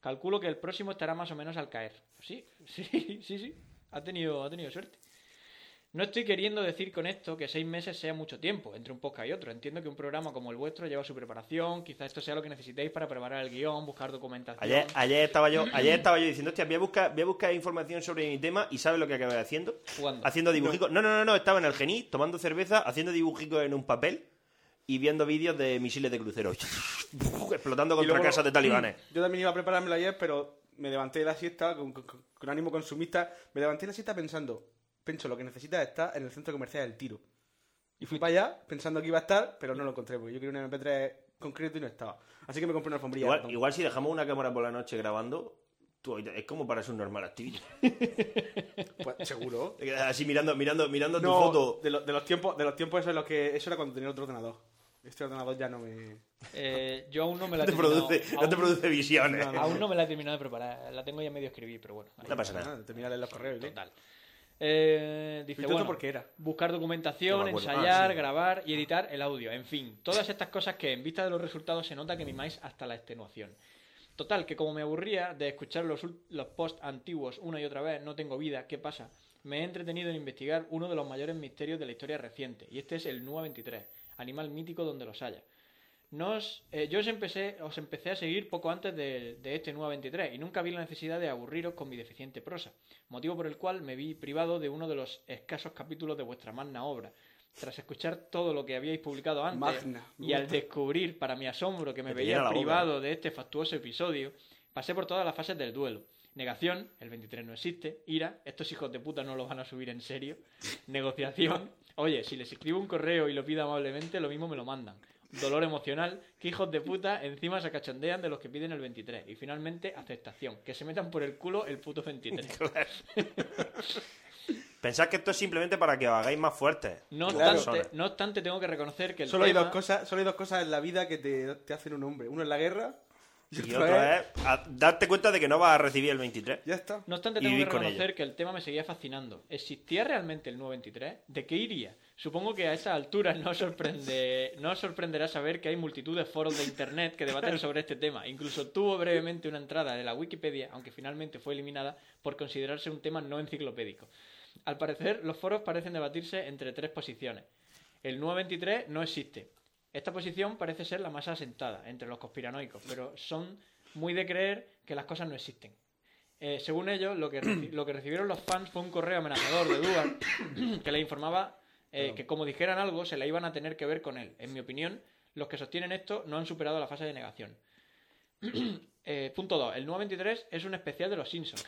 [SPEAKER 5] calculo que el próximo estará más o menos al caer. Sí, sí, sí, sí. Ha tenido, ha tenido suerte. No estoy queriendo decir con esto que seis meses sea mucho tiempo entre un podcast y otro. Entiendo que un programa como el vuestro lleva su preparación, quizá esto sea lo que necesitéis para preparar el guión, buscar documentación.
[SPEAKER 6] Ayer, ayer estaba yo, ayer estaba yo diciendo, hostia, voy a buscar, voy a buscar información sobre mi tema y ¿sabes lo que acabé haciendo?
[SPEAKER 5] Jugando.
[SPEAKER 6] Haciendo dibujicos. No, no, no, no, estaba en el gení, tomando cerveza, haciendo dibujicos en un papel y viendo vídeos de misiles de crucero. Explotando
[SPEAKER 7] Y luego
[SPEAKER 6] contra
[SPEAKER 7] lo-
[SPEAKER 6] casas de talibanes.
[SPEAKER 7] Yo también iba a preparármelo ayer, pero me levanté de la siesta con, con- con- con ánimo consumista. Me levanté de la siesta pensando, Pencho, lo que necesitas está en el centro comercial del tiro. Y fui para allá pensando que iba a estar, pero no lo encontré, porque yo quería un MP3 concreto y no estaba. Así que me compré una alfombrilla.
[SPEAKER 6] Igual, igual si dejamos una cámara por la noche grabando, tú- es como para su normal actividad.
[SPEAKER 7] Pues, seguro.
[SPEAKER 6] Te quedas así mirando, mirando, mirando tu
[SPEAKER 7] No,
[SPEAKER 6] foto.
[SPEAKER 7] de, lo- de los tiempos, de los tiempos eso es lo que eso era cuando tenía otro ordenador. Este ordenador ya no me.
[SPEAKER 5] Eh, yo aún no me la
[SPEAKER 6] No
[SPEAKER 5] he
[SPEAKER 6] te
[SPEAKER 5] terminado.
[SPEAKER 6] produce, no
[SPEAKER 5] Aún-
[SPEAKER 6] te produce visiones.
[SPEAKER 7] No,
[SPEAKER 5] Aún no me la he terminado de preparar. La tengo ya medio escribir, pero bueno. ahí
[SPEAKER 6] No pasa nada.
[SPEAKER 7] Ah, terminé de leer los correos. ¿eh?
[SPEAKER 5] Total. Eh, dice,
[SPEAKER 7] ¿Y todo
[SPEAKER 5] bueno,
[SPEAKER 7] por qué era?
[SPEAKER 5] buscar
[SPEAKER 6] No
[SPEAKER 5] documentación,
[SPEAKER 6] me acuerdo. Ah,
[SPEAKER 5] ensayar,
[SPEAKER 6] sí.
[SPEAKER 5] grabar y editar el audio. En fin, todas estas cosas que en vista de los resultados se nota que mimáis hasta la extenuación. Total, que como me aburría de escuchar los, ul- los posts antiguos una y otra vez, no tengo vida, ¿qué pasa? Me he entretenido en investigar uno de los mayores misterios de la historia reciente, y este es el NUA 23, animal mítico donde los haya. Nos, eh, yo os empecé, os empecé a seguir poco antes de, de este nuevo 23 y nunca vi la necesidad de aburriros con mi deficiente prosa, motivo por el cual me vi privado de uno de los escasos capítulos de vuestra magna obra. Tras escuchar todo lo que habíais publicado antes
[SPEAKER 7] Magna, me
[SPEAKER 5] y al
[SPEAKER 7] gusta.
[SPEAKER 5] descubrir, para mi asombro, que me
[SPEAKER 6] Que te
[SPEAKER 5] veía
[SPEAKER 6] llena la boca,
[SPEAKER 5] privado de este factuoso episodio, pasé por todas las fases del duelo. Negación, el 23 no existe. Ira, estos hijos de puta no los van a subir en serio. Negociación, oye, si les escribo un correo y lo pido amablemente, lo mismo me lo mandan. Dolor emocional, que hijos de puta encima se cachondean de los que piden el 23. Y finalmente, aceptación, que se metan por el culo el puto 23.
[SPEAKER 6] Pensad que esto es simplemente para que os hagáis más fuertes.
[SPEAKER 5] No
[SPEAKER 6] Como
[SPEAKER 5] obstante,
[SPEAKER 6] personas.
[SPEAKER 5] no obstante, tengo que reconocer que el
[SPEAKER 7] Solo hay,
[SPEAKER 5] tema-
[SPEAKER 7] dos cosas, solo hay dos cosas en la vida que te, te hacen un hombre. Uno es la guerra
[SPEAKER 6] Y otra es a- darte cuenta de que no vas a recibir el 23.
[SPEAKER 7] Ya está.
[SPEAKER 5] No obstante,
[SPEAKER 6] Y
[SPEAKER 5] tengo que
[SPEAKER 6] vivir con
[SPEAKER 5] reconocer que el tema me seguía fascinando. ¿Existía realmente el 923? ¿De qué iría? Supongo que a esa altura no, os sorprende, no os sorprenderá saber que hay multitud de foros de internet que debaten sobre este tema. Incluso tuvo brevemente una entrada de la Wikipedia, aunque finalmente fue eliminada por considerarse un tema no enciclopédico. Al parecer, los foros parecen debatirse entre tres posiciones. El 923 no existe. Esta posición parece ser la más asentada entre los conspiranoicos, pero son muy de creer que las cosas no existen. Eh, según ellos, lo que, reci- lo que recibieron los fans fue un correo amenazador de Dugan que les informaba eh, que como dijeran algo se la iban a tener que ver con él. En mi opinión, los que sostienen esto no han superado la fase de negación. Eh, punto 2. El 923 es un especial de los Simpsons.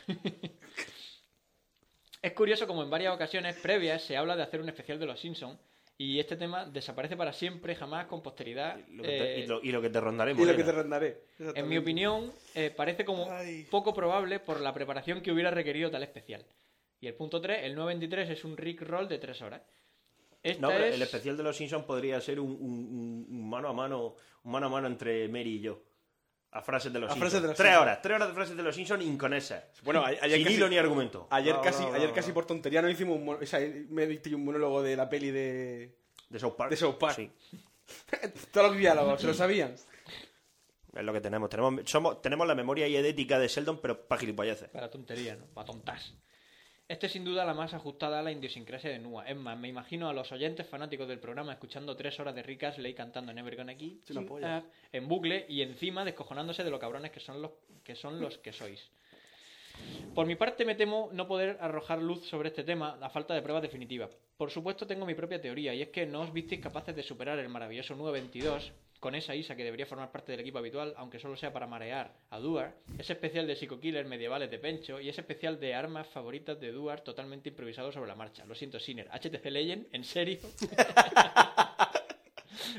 [SPEAKER 5] es curioso como en varias ocasiones previas se habla de hacer un especial de los Simpsons y este tema desaparece para siempre, jamás con posteridad.
[SPEAKER 6] Lo que
[SPEAKER 5] eh,
[SPEAKER 6] te- y, lo, y lo que te rondaremos.
[SPEAKER 7] Y lo que te rendaré.
[SPEAKER 5] en mi opinión, eh, parece como poco probable por la preparación que hubiera requerido tal especial. Y el punto 3, el 923 es un Rick Roll de 3 horas. Esta
[SPEAKER 6] No, pero
[SPEAKER 5] es-
[SPEAKER 6] el especial de los Simpsons podría ser un, un- un- un mano a mano, un mano a mano entre Mary y yo. A frases de los
[SPEAKER 7] A
[SPEAKER 6] Simpsons.
[SPEAKER 7] frases de los
[SPEAKER 6] tres
[SPEAKER 7] Simpsons.
[SPEAKER 6] horas, tres horas de frases de los Simpsons inconesas.
[SPEAKER 7] Bueno, a- ayer
[SPEAKER 6] sin
[SPEAKER 7] casi-
[SPEAKER 6] hilo ni argumento.
[SPEAKER 7] Ayer
[SPEAKER 6] No,
[SPEAKER 7] casi,
[SPEAKER 6] no, no,
[SPEAKER 7] ayer
[SPEAKER 6] no.
[SPEAKER 7] casi por tontería no hicimos un, mono- o sea, me dicté un monólogo de la peli de
[SPEAKER 6] De South Park.
[SPEAKER 7] de South Park.
[SPEAKER 6] Sí,
[SPEAKER 7] Todos los diálogos, se lo sabían.
[SPEAKER 6] es lo que tenemos. Tenemos, somos, tenemos la memoria y edética de Sheldon, pero para gilipolleces.
[SPEAKER 5] Para tontería, ¿no? Para tontas. Este es sin duda la más ajustada a la idiosincrasia de Nua. Es más, me imagino a los oyentes fanáticos del programa escuchando tres horas de Rick Astley cantando Never Gonna Give
[SPEAKER 7] Sí, la
[SPEAKER 5] You
[SPEAKER 7] polla.
[SPEAKER 5] Up en bucle y encima descojonándose de lo cabrones que son los que, son los que sois. Por mi parte me temo no poder arrojar luz sobre este tema a falta de pruebas definitivas. Por supuesto tengo mi propia teoría y es que no os visteis capaces de superar el maravilloso 922 con esa Isa que debería formar parte del equipo habitual, aunque solo sea para marear a Duar, ese especial de psico-killer medievales de Pencho y ese especial de armas favoritas de Duar totalmente improvisado sobre la marcha. Lo siento, Sinner. HTC Legend, ¿en serio?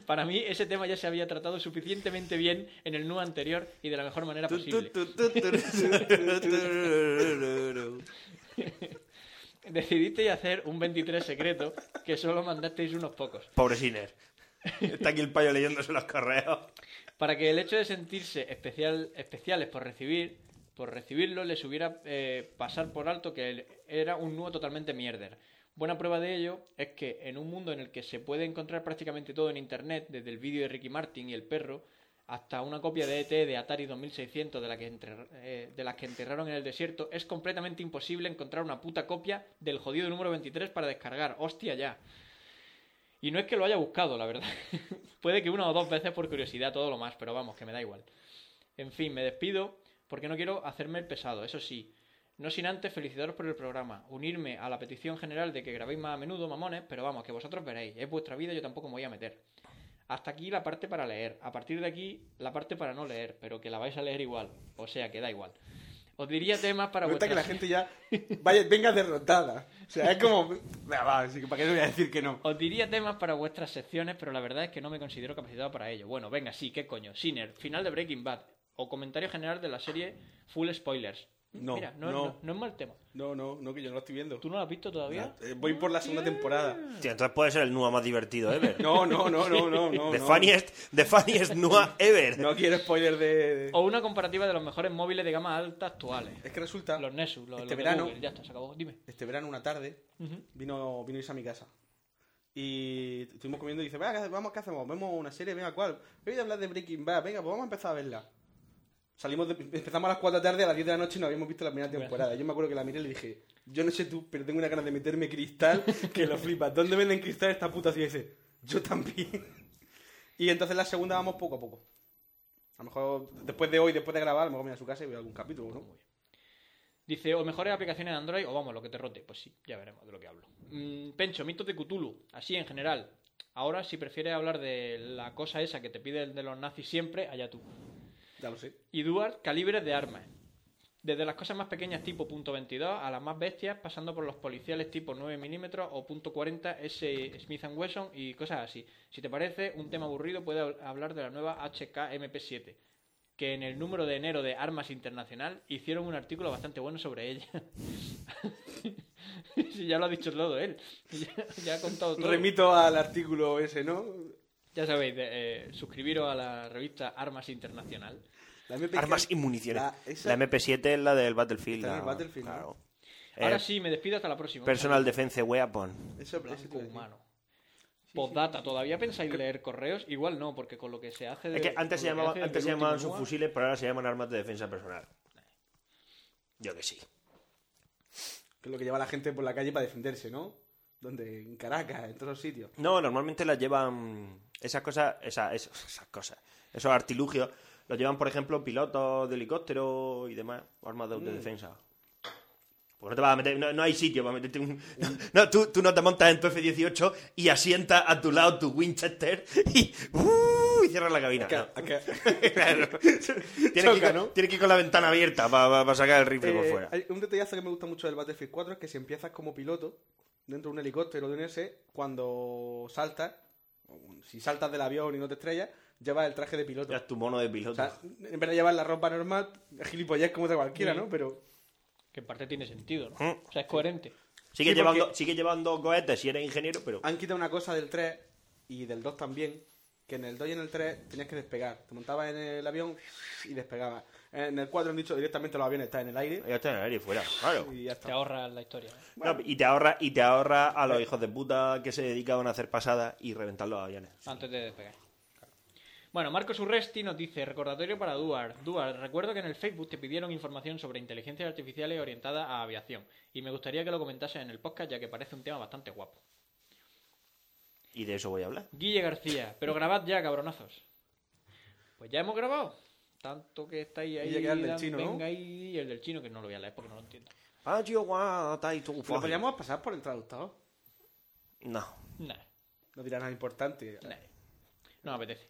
[SPEAKER 5] Para mí ese tema ya se había tratado suficientemente bien en el NU anterior y de la mejor manera posible. Decidisteis hacer un 23 secreto que solo mandasteis unos pocos.
[SPEAKER 6] Pobre Siner. Está aquí el payo leyéndose los correos.
[SPEAKER 5] Para que el hecho de sentirse especial, especiales por recibir, por recibirlo, les hubiera eh, pasar por alto que el- era un nudo totalmente mierder. Buena prueba de ello es que en un mundo en el que se puede encontrar prácticamente todo en internet, desde el vídeo de Ricky Martin y el perro, hasta una copia de ET de Atari 2600 de, la que enter- eh, de las que enterraron en el desierto, es completamente imposible encontrar una puta copia del jodido número 23 para descargar. Hostia ya. Y no es que lo haya buscado, la verdad. Puede que una o dos veces por curiosidad, todo lo más, pero vamos, que me da igual. En fin, me despido porque no quiero hacerme el pesado, eso sí. No sin antes felicitaros por el programa, unirme a la petición general de que grabéis más a menudo, mamones, pero vamos, que vosotros veréis, es vuestra vida, yo tampoco me voy a meter. Hasta aquí la parte para leer, a partir de aquí la parte para no leer, pero que la vais a leer igual, o sea, que da igual. Os diría temas para
[SPEAKER 7] Me gusta
[SPEAKER 5] vuestras...
[SPEAKER 7] que la gente ya vaya, venga derrotada. O sea, es como. Venga, va, así que ¿Para qué le voy a decir que no?
[SPEAKER 5] Os diría temas para vuestras secciones, pero la verdad es que no me considero capacitado para ello. Bueno, venga, sí, qué coño. Sinner, final de Breaking Bad. O comentario general de la serie Full Spoilers.
[SPEAKER 7] No,
[SPEAKER 5] Mira, no,
[SPEAKER 7] no.
[SPEAKER 5] no- no es mal tema.
[SPEAKER 7] No, no, no, que yo no lo estoy viendo.
[SPEAKER 5] ¿Tú no lo has visto todavía?
[SPEAKER 7] Eh, Voy por la segunda temporada.
[SPEAKER 6] Tío, entonces puede ser el NUA más divertido ever.
[SPEAKER 7] No, no, no, no, no. no
[SPEAKER 6] the,
[SPEAKER 7] no.
[SPEAKER 6] funniest, the funniest NUA ever.
[SPEAKER 7] No quiero spoiler de.
[SPEAKER 5] O una comparativa de los mejores móviles de gama alta actuales.
[SPEAKER 7] Es que resulta.
[SPEAKER 5] Los Nexus, los, los
[SPEAKER 7] este
[SPEAKER 5] de
[SPEAKER 7] verano-
[SPEAKER 5] Google. Ya está, se acabó. Dime.
[SPEAKER 7] Este verano, una tarde, vino, vino Isa a mi casa. Y estuvimos comiendo y dice: "Venga, ¿qué hace- Vamos, ¿qué hacemos? ¿Vemos una serie? Venga, ¿cuál? Voy a hablar de Breaking Bad. Venga, pues vamos a empezar a verla. Salimos de- empezamos a las 4 de la tarde, a las 10 de la noche y no habíamos visto la primera temporada. Yo me acuerdo que la miré y le dije, yo no sé tú, pero tengo una ganas de meterme cristal que lo flipas. ¿Dónde venden cristal esta puta? Y dice, yo también. Y entonces la segunda vamos poco a poco. A lo mejor después de hoy, después de grabar, a lo mejor me voy a su casa y veo algún capítulo, ¿no?
[SPEAKER 5] Dice, o mejores aplicaciones de Android, o vamos, lo que te rote. Pues sí, ya veremos de lo que hablo. Mm, Pencho, mitos de Cthulhu, así en general. Ahora, si prefieres hablar de la cosa esa que te pide el de los nazis siempre, allá tú.
[SPEAKER 7] Ya lo sé.
[SPEAKER 5] y Duart calibres de armas. Desde las cosas más pequeñas tipo .22 a las más bestias, pasando por los policiales tipo 9 milímetros o .40 S Smith Wesson y cosas así. Si te parece un tema aburrido, puedes hab- hablar de la nueva HK MP7, que en el número de enero de Armas Internacional hicieron un artículo bastante bueno sobre ella. si ya lo ha dicho todo él, ya, ya ha contado todo.
[SPEAKER 7] Remito al artículo ese, ¿no?
[SPEAKER 5] Ya sabéis, de, eh, suscribiros a la revista Armas Internacional.
[SPEAKER 7] La MP
[SPEAKER 6] Armas y municiones.
[SPEAKER 7] La-
[SPEAKER 6] La,
[SPEAKER 7] esa-
[SPEAKER 6] MP7 es la del Battlefield.
[SPEAKER 7] Está en el
[SPEAKER 6] la-
[SPEAKER 7] Battlefield, ¿no?
[SPEAKER 6] claro.
[SPEAKER 5] Ahora
[SPEAKER 6] Eh,
[SPEAKER 5] sí, me despido hasta la próxima.
[SPEAKER 6] Personal Defense Weapon.
[SPEAKER 7] Eso,
[SPEAKER 5] blanco
[SPEAKER 7] ese te lo decía.
[SPEAKER 5] humano. Postdata, ¿todavía pensáis leer correos? Igual no, porque con lo que se hace de,
[SPEAKER 6] Es que antes se,
[SPEAKER 5] con lo
[SPEAKER 6] llamaba,
[SPEAKER 5] hace
[SPEAKER 6] antes
[SPEAKER 5] del
[SPEAKER 6] se llamaban
[SPEAKER 5] último MOA,
[SPEAKER 6] subfusiles, pero ahora se llaman armas de defensa personal. Yo que sí.
[SPEAKER 7] Que es lo que lleva la gente por la calle para defenderse, ¿no? Donde, en Caracas, en todos los sitios.
[SPEAKER 6] No, normalmente las llevan. Esas cosas. Esa, es- esas cosas. Esos artilugios. Los llevan, por ejemplo, pilotos de helicóptero y demás. o Armas de
[SPEAKER 7] Mm.
[SPEAKER 6] autodefensa. Pues no te vas a meter. No, no hay sitio para meterte un. No,
[SPEAKER 7] Mm.
[SPEAKER 6] no, tú, tú no te montas en tu F-18 y asientas a tu lado tu Winchester y. ¡uh! y cierras la cabina.
[SPEAKER 7] Acá-
[SPEAKER 6] No.
[SPEAKER 7] acá-
[SPEAKER 6] Claro. Tienes que ir
[SPEAKER 7] Choca,
[SPEAKER 6] con-
[SPEAKER 7] ¿no?
[SPEAKER 6] tienes que ir con la ventana abierta para sacar el rifle por
[SPEAKER 7] Eh,
[SPEAKER 6] fuera.
[SPEAKER 7] hay un detallazo que me gusta mucho del Battlefield 4 es que si empiezas como piloto dentro de un helicóptero de un E S, cuando saltas, o si saltas del avión y no te estrellas, llevas el traje de piloto.
[SPEAKER 6] Ya es tu mono de piloto.
[SPEAKER 7] O sea, en vez de llevar la ropa normal, gilipollas como otra cualquiera, ¿no? Pero
[SPEAKER 5] Que en parte tiene sentido, ¿no?
[SPEAKER 6] Mm.
[SPEAKER 5] O sea, es coherente.
[SPEAKER 6] sigue,
[SPEAKER 7] sí,
[SPEAKER 6] llevando,
[SPEAKER 7] porque-
[SPEAKER 6] sigue llevando cohetes si eres ingeniero, pero.
[SPEAKER 7] han quitado una cosa del 3 y del 2 también, que en el 2 y en el 3 tenías que despegar. Te montabas en el avión y despegabas. En el 4 han dicho directamente los aviones están en el aire
[SPEAKER 6] Ya está en el aire fuera, claro.
[SPEAKER 7] y ya
[SPEAKER 5] Te
[SPEAKER 7] está.
[SPEAKER 5] ahorras la historia. ¿no?
[SPEAKER 6] No, y te ahorra y te ahorra a los hijos de puta que se dedicaban a hacer pasadas y reventar los aviones.
[SPEAKER 5] Antes de despegar. Bueno, Marcos Urresti nos dice, recordatorio para Duar. Duar, recuerdo que en el Facebook te pidieron información sobre inteligencias artificiales orientada a aviación. Y me gustaría que lo comentases en el podcast, ya que parece un tema bastante guapo.
[SPEAKER 6] Y de eso voy a hablar.
[SPEAKER 5] Guille García, pero grabad ya, cabronazos. Pues ya hemos grabado. Tanto que estáis ahí.
[SPEAKER 7] Y ya queda el del
[SPEAKER 5] dan-
[SPEAKER 7] chino, ¿no?
[SPEAKER 5] venga ahí, y el del chino, que no lo voy a leer porque no lo entiendo.
[SPEAKER 6] Ah, yo, guau, tai, tu,
[SPEAKER 7] Lo
[SPEAKER 6] fuá.
[SPEAKER 7] podríamos pasar por el traductor.
[SPEAKER 6] No.
[SPEAKER 5] Nah,
[SPEAKER 7] No dirá nada importante.
[SPEAKER 5] nah. No me apetece.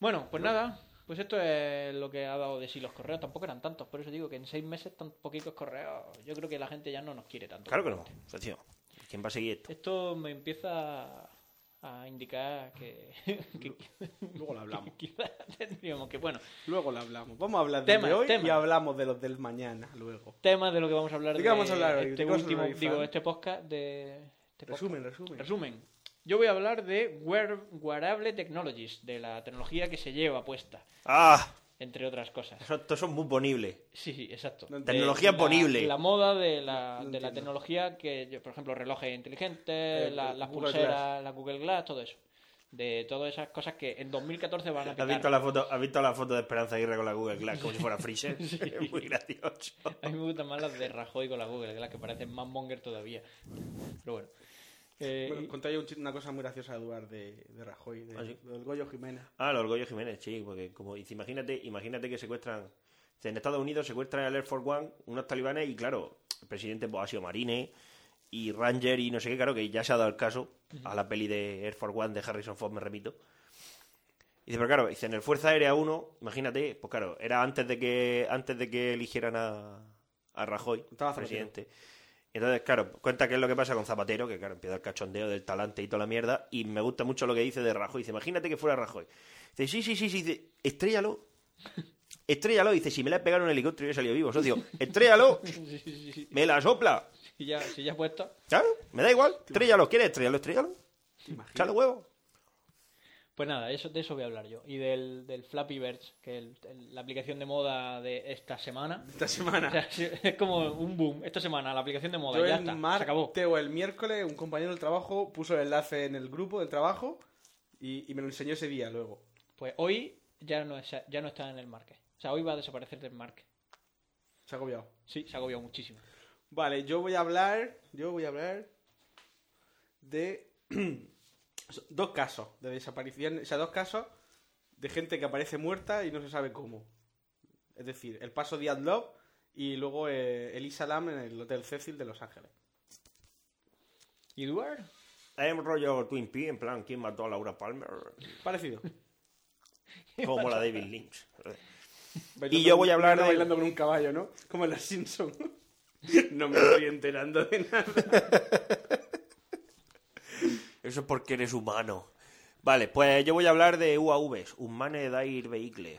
[SPEAKER 5] Bueno, pues nada. Pues esto es lo que ha dado de sí los correos. Tampoco eran tantos. Por eso digo que en seis meses tan poquitos correos. Yo creo que la gente ya no nos quiere tanto.
[SPEAKER 6] Claro que no. socio. ¿Quién va a seguir esto?
[SPEAKER 5] Esto me empieza a indicar que, que-
[SPEAKER 7] Luego lo hablamos.
[SPEAKER 5] que quizás tendríamos que... Bueno,
[SPEAKER 7] Luego lo hablamos. Vamos a hablar de
[SPEAKER 5] Tema,
[SPEAKER 7] hoy
[SPEAKER 5] tema.
[SPEAKER 7] y hablamos de los del mañana luego.
[SPEAKER 5] tema de lo que vamos a hablar
[SPEAKER 7] ¿De qué vamos a
[SPEAKER 5] de
[SPEAKER 7] hablar
[SPEAKER 5] este
[SPEAKER 7] hoy? ¿De qué vas a
[SPEAKER 5] último,
[SPEAKER 7] hablar hoy,
[SPEAKER 5] digo,
[SPEAKER 7] Fran?
[SPEAKER 5] este podcast de... este podcast.
[SPEAKER 7] Resumen, resumen.
[SPEAKER 5] Resumen. Yo voy a hablar de wear- Wearable Technologies, de la tecnología que se lleva puesta,
[SPEAKER 6] ¡Ah!
[SPEAKER 5] entre otras cosas.
[SPEAKER 6] Eso- Estos son muy ponibles.
[SPEAKER 5] Sí, sí, exacto.
[SPEAKER 7] No
[SPEAKER 5] De
[SPEAKER 6] Tecnología
[SPEAKER 5] la-
[SPEAKER 6] ponible.
[SPEAKER 5] La moda de la,
[SPEAKER 7] No
[SPEAKER 5] de la
[SPEAKER 7] entiendo.
[SPEAKER 5] tecnología que, yo, por ejemplo, relojes inteligentes,
[SPEAKER 7] el
[SPEAKER 5] la- las
[SPEAKER 7] Google
[SPEAKER 5] pulseras,
[SPEAKER 7] Glass.
[SPEAKER 5] la Google Glass, todo eso. De todas esas cosas Ah, que en 2014 van a
[SPEAKER 6] ¿Has
[SPEAKER 5] picar.
[SPEAKER 6] visto, la foto, ¿Has visto la foto de Esperanza Aguirre con la Google Glass como si fuera Freezer? Es muy gracioso.
[SPEAKER 5] A mí me gustan más las de Rajoy con la Google Glass, que parecen más monger todavía. Pero bueno. Eh,
[SPEAKER 7] Bueno, contáis un chiste- una cosa muy graciosa de Eduard de, de Rajoy, de,
[SPEAKER 6] ¿Ah, sí?
[SPEAKER 7] del Goyo Jiménez.
[SPEAKER 6] Ah, el Orgullo Jiménez, sí, porque como dice, imagínate, imagínate que secuestran. En Estados Unidos secuestran al Air Force One unos talibanes y claro, el presidente pues, ha sido Marine y Ranger y no sé qué, claro que ya se ha dado el caso a la peli de Air Force One de Harrison Ford, me repito. Dice, pero claro, dice, en el Fuerza Aérea 1, imagínate, pues claro, era antes de que antes de que eligieran a, a Rajoy,
[SPEAKER 7] Estaba Zapatero.
[SPEAKER 6] presidente. Entonces, claro, cuenta qué es lo que pasa con Zapatero, que claro, empieza el cachondeo del talante y toda la mierda, y me gusta mucho lo que dice de Rajoy. Dice, imagínate que fuera Rajoy. Dice, sí, sí, sí, sí, dice, estrellalo. Estrellalo, dice, si me la he pegado en un helicóptero y he salido vivo, socio. Estrellalo,
[SPEAKER 5] sí, sí, sí.
[SPEAKER 6] me la sopla.
[SPEAKER 5] Si ya, si ya has puesto.
[SPEAKER 6] Claro, me da igual, estrellalo, ¿quieres estrellalo? Estrellalo, echale huevo.
[SPEAKER 5] Pues nada, eso, de eso voy a hablar yo. Y del, del Flappy Birds, que es el- el- la aplicación de moda de esta semana.
[SPEAKER 7] Esta
[SPEAKER 5] O sea,
[SPEAKER 7] semana.
[SPEAKER 5] sí, es como un boom. Esta semana, la aplicación de moda,
[SPEAKER 7] Yo
[SPEAKER 5] ya
[SPEAKER 7] el
[SPEAKER 5] está. Se acabó.
[SPEAKER 7] martes o el miércoles, un compañero del trabajo puso el enlace en el grupo del trabajo y, y me lo enseñó ese día luego.
[SPEAKER 5] Pues hoy ya no, es- ya no está en el market. O sea, hoy va a desaparecer del market.
[SPEAKER 7] Se ha agobiado.
[SPEAKER 5] Sí, se ha agobiado muchísimo.
[SPEAKER 7] Vale, yo voy a hablar. Yo voy a hablar de dos casos de desaparición. O sea, dos casos de gente que aparece muerta y no se sabe cómo. Es decir, el paso Díaz Love y luego eh, Elisa Lam en el Hotel Cecil de Los Ángeles.
[SPEAKER 5] ¿Y Duarte?
[SPEAKER 6] Es un rollo Twin Peaks, en plan, ¿quién mató a Laura Palmer?
[SPEAKER 7] Parecido.
[SPEAKER 6] Como la David Lynch.
[SPEAKER 7] Bailando
[SPEAKER 6] yo
[SPEAKER 7] con-
[SPEAKER 6] voy a hablar de-
[SPEAKER 7] Bailando con un caballo, ¿no? Como en Los Simpsons. no me estoy enterando de nada.
[SPEAKER 6] Eso es porque eres humano. Vale, pues yo voy a hablar de UAVs, Unmanned Air Vehicles.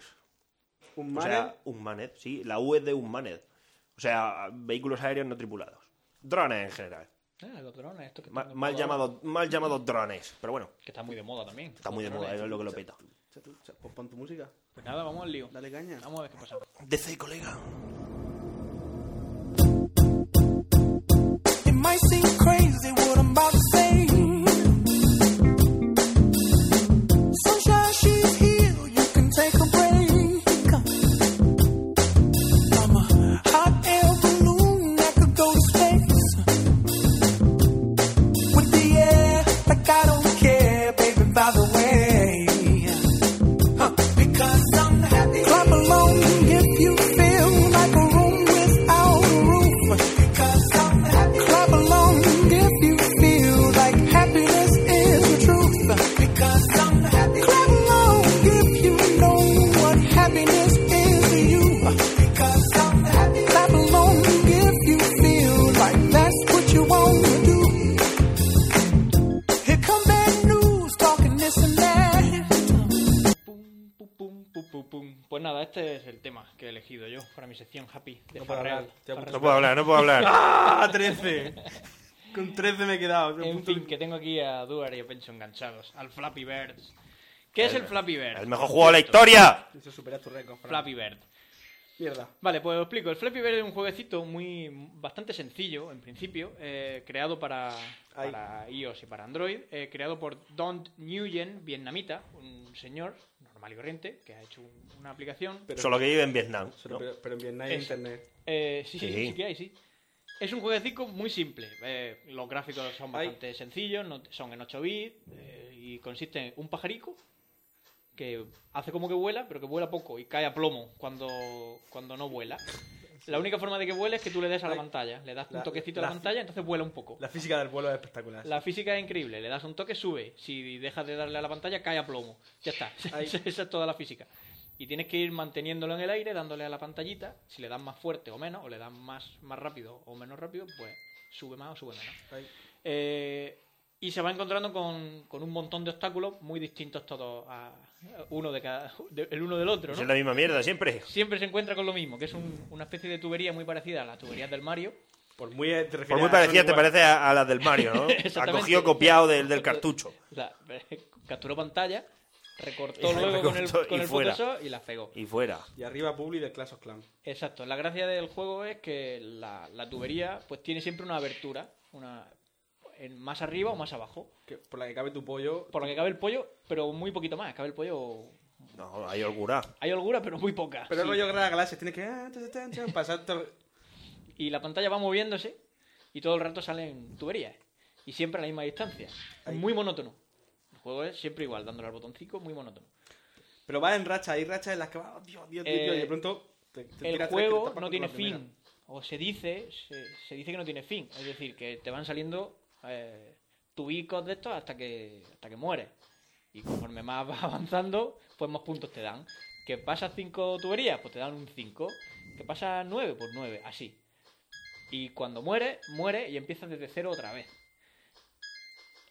[SPEAKER 7] Un
[SPEAKER 6] O
[SPEAKER 7] man
[SPEAKER 6] sea, Unmanned, sí, la U es de Unmanned. O sea, vehículos aéreos no tripulados. Drones en general.
[SPEAKER 5] Ah, los drones, esto que
[SPEAKER 6] Ma-
[SPEAKER 5] están de
[SPEAKER 6] mal,
[SPEAKER 5] moda ahora.
[SPEAKER 6] llamados, mal llamados drones. Pero bueno,
[SPEAKER 5] Que está muy de moda también.
[SPEAKER 6] está muy de
[SPEAKER 5] Los
[SPEAKER 6] moda,
[SPEAKER 5] drones.
[SPEAKER 6] eso es lo que lo peta.
[SPEAKER 7] Pues pon tu música.
[SPEAKER 5] Pues nada, vamos al lío.
[SPEAKER 7] Dale caña.
[SPEAKER 5] Vamos a ver qué pasa.
[SPEAKER 6] DC, colega.
[SPEAKER 11] It might seem crazy what I'm about to say. Sunshine, she's here. You can take a break. I'm a hot air balloon that could go to space. With the air, like I don't care, baby, by the way. Huh. Because I'm happy. Clap along if you feel like a room without a roof. Because I'm happy. Clap along if you feel like happiness is the truth. Because I'm happy. Clap along if you know what happiness is to you. Because I'm happy. Clap along if you feel like that's what you want to do. Here come bad news talking this and that.
[SPEAKER 5] Pum, pum, pum, pum, pum, pum. Pues nada, este es el tema que he elegido yo para mi sección Happy de
[SPEAKER 7] No puedo
[SPEAKER 5] Farreal.
[SPEAKER 7] hablar, te apunto.
[SPEAKER 6] No puedo hablar, no puedo hablar.
[SPEAKER 7] ¡Ah! 13. Con 13 me he quedado.
[SPEAKER 5] En fin, que tengo aquí a Duar y a Pencho enganchados. Al Flappy Birds. ¿Qué es el Flappy Bird?
[SPEAKER 6] El mejor juego de la historia.
[SPEAKER 7] Eso supera tu récord, Fran.
[SPEAKER 5] Flappy Bird.
[SPEAKER 7] Mierda.
[SPEAKER 5] Vale, pues os explico. El Flappy Bird es un jueguecito muy bastante sencillo, en principio, eh, creado para,
[SPEAKER 7] Ay.
[SPEAKER 5] para iOS y para Android, eh, creado por Don Nguyen, vietnamita, un señor normal normal y corriente, que ha hecho un- una aplicación.
[SPEAKER 6] Solo que vive en Vietnam.
[SPEAKER 7] Pero,
[SPEAKER 6] ¿no?
[SPEAKER 7] pero- pero en Vietnam hay
[SPEAKER 5] Eso.
[SPEAKER 7] internet.
[SPEAKER 5] Eh, sí, sí,
[SPEAKER 6] Sí.
[SPEAKER 5] sí, sí que hay, sí. Es un jueguecito muy simple. eh, los gráficos son
[SPEAKER 7] Ay.
[SPEAKER 5] bastante sencillos, no- son en 8 bits eh, y consiste en un pajarico que hace como que vuela, pero que vuela poco y cae a plomo cuando, cuando no vuela. La única forma de que vuele es que tú le des a la
[SPEAKER 7] Ay.
[SPEAKER 5] pantalla, le das un
[SPEAKER 7] La-
[SPEAKER 5] toquecito a la,
[SPEAKER 7] la-
[SPEAKER 5] pantalla, entonces vuela un poco.
[SPEAKER 7] La física del vuelo es espectacular.
[SPEAKER 5] La física es increíble, le das un toque, sube. Si dejas de darle a la pantalla, cae a plomo. Ya está,
[SPEAKER 7] Ahí.
[SPEAKER 5] esa es toda la física. Y tienes que ir manteniéndolo en el aire, dándole a la pantallita. Si le das más fuerte o menos, o le das más, más rápido o menos rápido, pues sube más o sube menos.
[SPEAKER 7] Ahí.
[SPEAKER 5] Eh, y se va encontrando con, con un montón de obstáculos muy distintos todos, a- a uno de cada, de- el uno del otro. ¿no?
[SPEAKER 6] Es la misma mierda siempre.
[SPEAKER 5] Siempre se encuentra con lo mismo, que es un- una especie de tubería muy parecida a las tuberías del Mario.
[SPEAKER 7] Por muy, eh, te refieres
[SPEAKER 6] Por
[SPEAKER 7] a
[SPEAKER 6] muy
[SPEAKER 7] Sony
[SPEAKER 6] parecida te
[SPEAKER 7] One.
[SPEAKER 6] parece a, a las del Mario, ¿no? Ha
[SPEAKER 5] Exactamente.
[SPEAKER 6] cogido copiado del, del cartucho.
[SPEAKER 5] La- eh, capturó pantalla, recortó
[SPEAKER 6] Y la
[SPEAKER 5] luego con el,
[SPEAKER 6] recortó y
[SPEAKER 5] con el
[SPEAKER 6] fuera.
[SPEAKER 5] Photoshop y la pegó.
[SPEAKER 6] Y fuera.
[SPEAKER 7] Y arriba Publi de Clash of Clans.
[SPEAKER 5] Exacto. La gracia del juego es que la, la tubería pues tiene siempre una abertura, una en más arriba o más abajo,
[SPEAKER 7] Que, por la que cabe tu pollo.
[SPEAKER 5] por la que cabe el pollo, pero muy poquito más. Cabe el pollo.
[SPEAKER 6] No, hay holgura.
[SPEAKER 5] Hay holgura, pero muy poca. sí.
[SPEAKER 7] Pero el rollo Gran Galaxia tiene que. ah, ta, ta, ta, ta, Pasar todo-
[SPEAKER 5] Y la pantalla va moviéndose y todo el rato salen tuberías y siempre a la misma distancia. Muy monótono. El juego es siempre igual, dándole al botoncito, muy monótono.
[SPEAKER 7] Pero va en racha, hay rachas en las que va. oh, Dios, Dios, Dios,
[SPEAKER 5] Eh,
[SPEAKER 7] Dios, y de pronto. Te, te
[SPEAKER 5] el
[SPEAKER 7] tiras tres
[SPEAKER 5] juego
[SPEAKER 7] que te tapas
[SPEAKER 5] no
[SPEAKER 7] con
[SPEAKER 5] tiene
[SPEAKER 7] la primera.
[SPEAKER 5] fin. O se dice, se, se dice que no tiene fin. Es decir, que te van saliendo eh, tubicos de estos hasta que, hasta que mueres. Y conforme más vas avanzando, pues más puntos te dan. Que pasas 5 tuberías, pues te dan un 5. Que pasas 9, pues 9, así. Y cuando mueres, mueres y empiezas desde cero otra vez.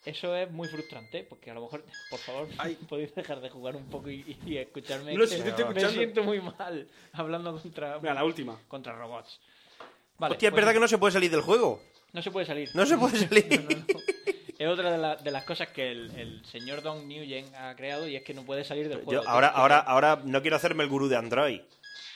[SPEAKER 5] Eso es muy frustrante, porque a lo mejor, por favor,
[SPEAKER 7] Ay.
[SPEAKER 5] podéis dejar de jugar un poco y, y escucharme.
[SPEAKER 7] No,
[SPEAKER 5] Es
[SPEAKER 7] si
[SPEAKER 5] que
[SPEAKER 7] te estoy
[SPEAKER 5] me
[SPEAKER 7] escuchando.
[SPEAKER 5] siento muy mal hablando contra,
[SPEAKER 7] Mira, la última.
[SPEAKER 5] contra robots. Vale,
[SPEAKER 6] Hostia, es
[SPEAKER 5] pues
[SPEAKER 6] verdad que no se puede salir del juego.
[SPEAKER 5] no se puede salir.
[SPEAKER 6] No se puede salir.
[SPEAKER 5] No, no, no. Es otra de, la- de las cosas que el, el señor Don Newgen ha creado y es que no puede salir del juego.
[SPEAKER 6] Yo ahora, ahora, ahora no quiero hacerme el gurú de Android.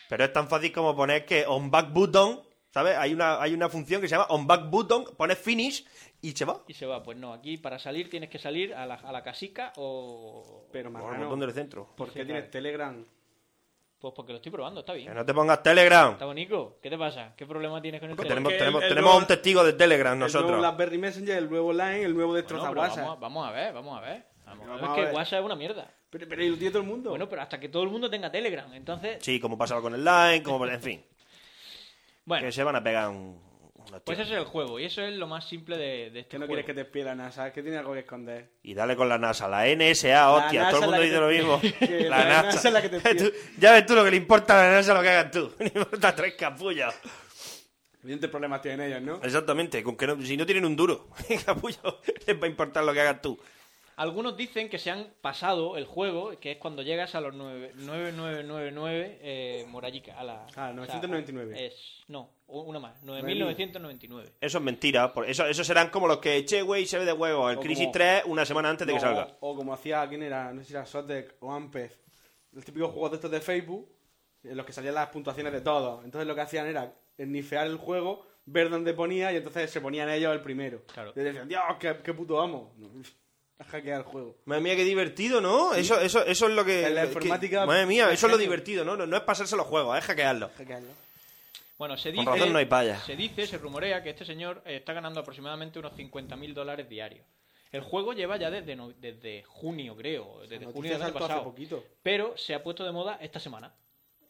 [SPEAKER 6] Pero es tan fácil como poner que on back button, ¿sabes? Hay una, hay una función que se llama on back button, pones finish y se va.
[SPEAKER 5] Y se va, pues no, aquí para salir tienes que salir a la, a la casica o...
[SPEAKER 7] Pero
[SPEAKER 6] Por el botón
[SPEAKER 7] marrano.
[SPEAKER 6] del centro.
[SPEAKER 7] ¿Por qué
[SPEAKER 5] Sí,
[SPEAKER 7] tienes
[SPEAKER 5] claro.
[SPEAKER 7] Telegram?
[SPEAKER 5] Pues porque lo estoy probando, está
[SPEAKER 6] Que
[SPEAKER 5] bien.
[SPEAKER 6] no te pongas Telegram.
[SPEAKER 5] Está bonito. ¿Qué te pasa? ¿Qué problema tienes con el
[SPEAKER 6] Porque
[SPEAKER 5] teléfono?
[SPEAKER 6] tenemos
[SPEAKER 7] el-
[SPEAKER 6] tenemos,
[SPEAKER 7] el
[SPEAKER 6] tenemos a
[SPEAKER 7] nuevo-
[SPEAKER 6] un testigo de Telegram
[SPEAKER 7] El
[SPEAKER 6] nosotros.
[SPEAKER 7] nuevo BlackBerry Messenger, el nuevo Line, el nuevo
[SPEAKER 5] Bueno,
[SPEAKER 7] Destroza
[SPEAKER 5] pero
[SPEAKER 7] WhatsApp.
[SPEAKER 5] vamos, a- vamos a ver, vamos a ver. Vamos a ver.
[SPEAKER 7] Vamos
[SPEAKER 5] es
[SPEAKER 7] a
[SPEAKER 5] que
[SPEAKER 7] ver.
[SPEAKER 5] WhatsApp es una mierda.
[SPEAKER 7] Pero, pero y lo tiene todo el mundo.
[SPEAKER 5] Bueno, pero hasta que todo el mundo tenga Telegram. Entonces,
[SPEAKER 6] Sí, como pasaba con el Line, como en fin.
[SPEAKER 5] bueno,
[SPEAKER 6] Que se van a pegar un, unos
[SPEAKER 5] pues
[SPEAKER 6] tiros.
[SPEAKER 5] ese es el juego y eso es lo más simple de, de este
[SPEAKER 7] que no
[SPEAKER 5] juego.
[SPEAKER 7] quieres que te espía la NASA, que tiene algo que esconder.
[SPEAKER 6] Y dale con la NASA, la NSA, hostia,
[SPEAKER 7] NASA
[SPEAKER 6] todo el mundo
[SPEAKER 7] es
[SPEAKER 6] dice
[SPEAKER 7] la
[SPEAKER 6] lo
[SPEAKER 7] que
[SPEAKER 6] mismo.
[SPEAKER 7] te- que
[SPEAKER 6] la
[SPEAKER 7] la
[SPEAKER 6] NASA.
[SPEAKER 7] NASA es la que te
[SPEAKER 6] Tú- ya ves tú lo que le importa a la NASA lo que hagan tú. Le importa tres capullos.
[SPEAKER 7] Evidentes problemas tienen ellos, ¿no?
[SPEAKER 6] Exactamente, con que no- si no tienen un duro, capullo, les va a importar lo que hagas tú.
[SPEAKER 5] Algunos dicen que se han pasado el juego, que es cuando llegas a los 9, 9999 eh, Morallica. A la,
[SPEAKER 7] Ah, 999.
[SPEAKER 5] o sea, es, no, u- una más, 9999.
[SPEAKER 6] Eso es mentira, por- eso, eso serán como los que, che, güey, se ve de huevo, el
[SPEAKER 7] O
[SPEAKER 6] Crisis
[SPEAKER 7] como-
[SPEAKER 6] 3 una semana antes de que
[SPEAKER 7] No,
[SPEAKER 6] salga.
[SPEAKER 7] O como hacía, ¿quién era? No sé si era Sotec o Ampez. Los típicos juegos de estos de Facebook, en los que salían las puntuaciones de todos. Entonces lo que hacían era nifear el juego, ver dónde ponía y entonces se ponían ellos el primero.
[SPEAKER 5] Claro.
[SPEAKER 7] Y decían, Dios, qué, qué puto amo. No, ha hackeado el juego.
[SPEAKER 6] Madre mía, qué divertido, ¿no? Eso, eso, eso es lo que.
[SPEAKER 7] En la
[SPEAKER 6] que-
[SPEAKER 7] informática-
[SPEAKER 6] madre mía, eso es lo
[SPEAKER 7] genio.
[SPEAKER 6] divertido, ¿no? No, no es pasarse los juegos, es hackearlo.
[SPEAKER 7] Hackearlo.
[SPEAKER 5] Bueno, se
[SPEAKER 6] Con
[SPEAKER 5] dice,
[SPEAKER 6] razón no hay palla.
[SPEAKER 5] se dice, se rumorea que este señor eh, está ganando aproximadamente unos 50.000 dólares diarios. El juego lleva ya desde, no- desde junio, creo, desde
[SPEAKER 7] noticia
[SPEAKER 5] junio del año
[SPEAKER 7] saltó hace
[SPEAKER 5] pasado.
[SPEAKER 7] poquito.
[SPEAKER 5] Pero se ha puesto de moda esta semana.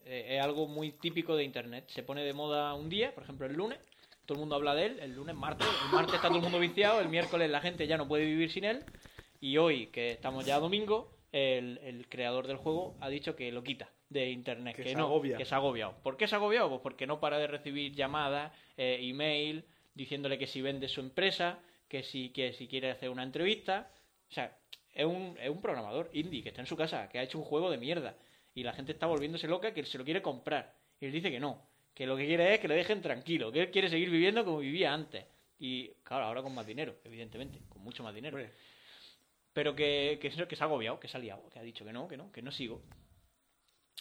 [SPEAKER 5] Eh, es algo muy típico de Internet. Se pone de moda un día, por ejemplo el lunes, todo el mundo habla de él, el lunes, martes, el martes está todo el mundo viciado, el miércoles la gente ya no puede vivir sin él, y hoy, que estamos ya domingo, el, el creador del juego ha dicho que lo quita de Internet,
[SPEAKER 7] Que
[SPEAKER 5] que,
[SPEAKER 7] se
[SPEAKER 5] no,
[SPEAKER 7] agobia.
[SPEAKER 5] que se ha agobiado. ¿Por qué se ha agobiado? Pues porque no para de recibir llamadas, eh, email, diciéndole que si vende su empresa, que si, que si quiere hacer una entrevista. O sea, es un, es un programador indie que está en su casa, que ha hecho un juego de mierda. Y la gente está volviéndose loca que se lo quiere comprar. Y él dice que no, que lo que quiere es que le dejen tranquilo, que él quiere seguir viviendo como vivía antes. Y claro, ahora con más dinero, evidentemente, con mucho más dinero.
[SPEAKER 7] Hombre.
[SPEAKER 5] Pero que, que, se- que se ha agobiado, que se ha liado, que ha dicho que no, que no, que no sigo.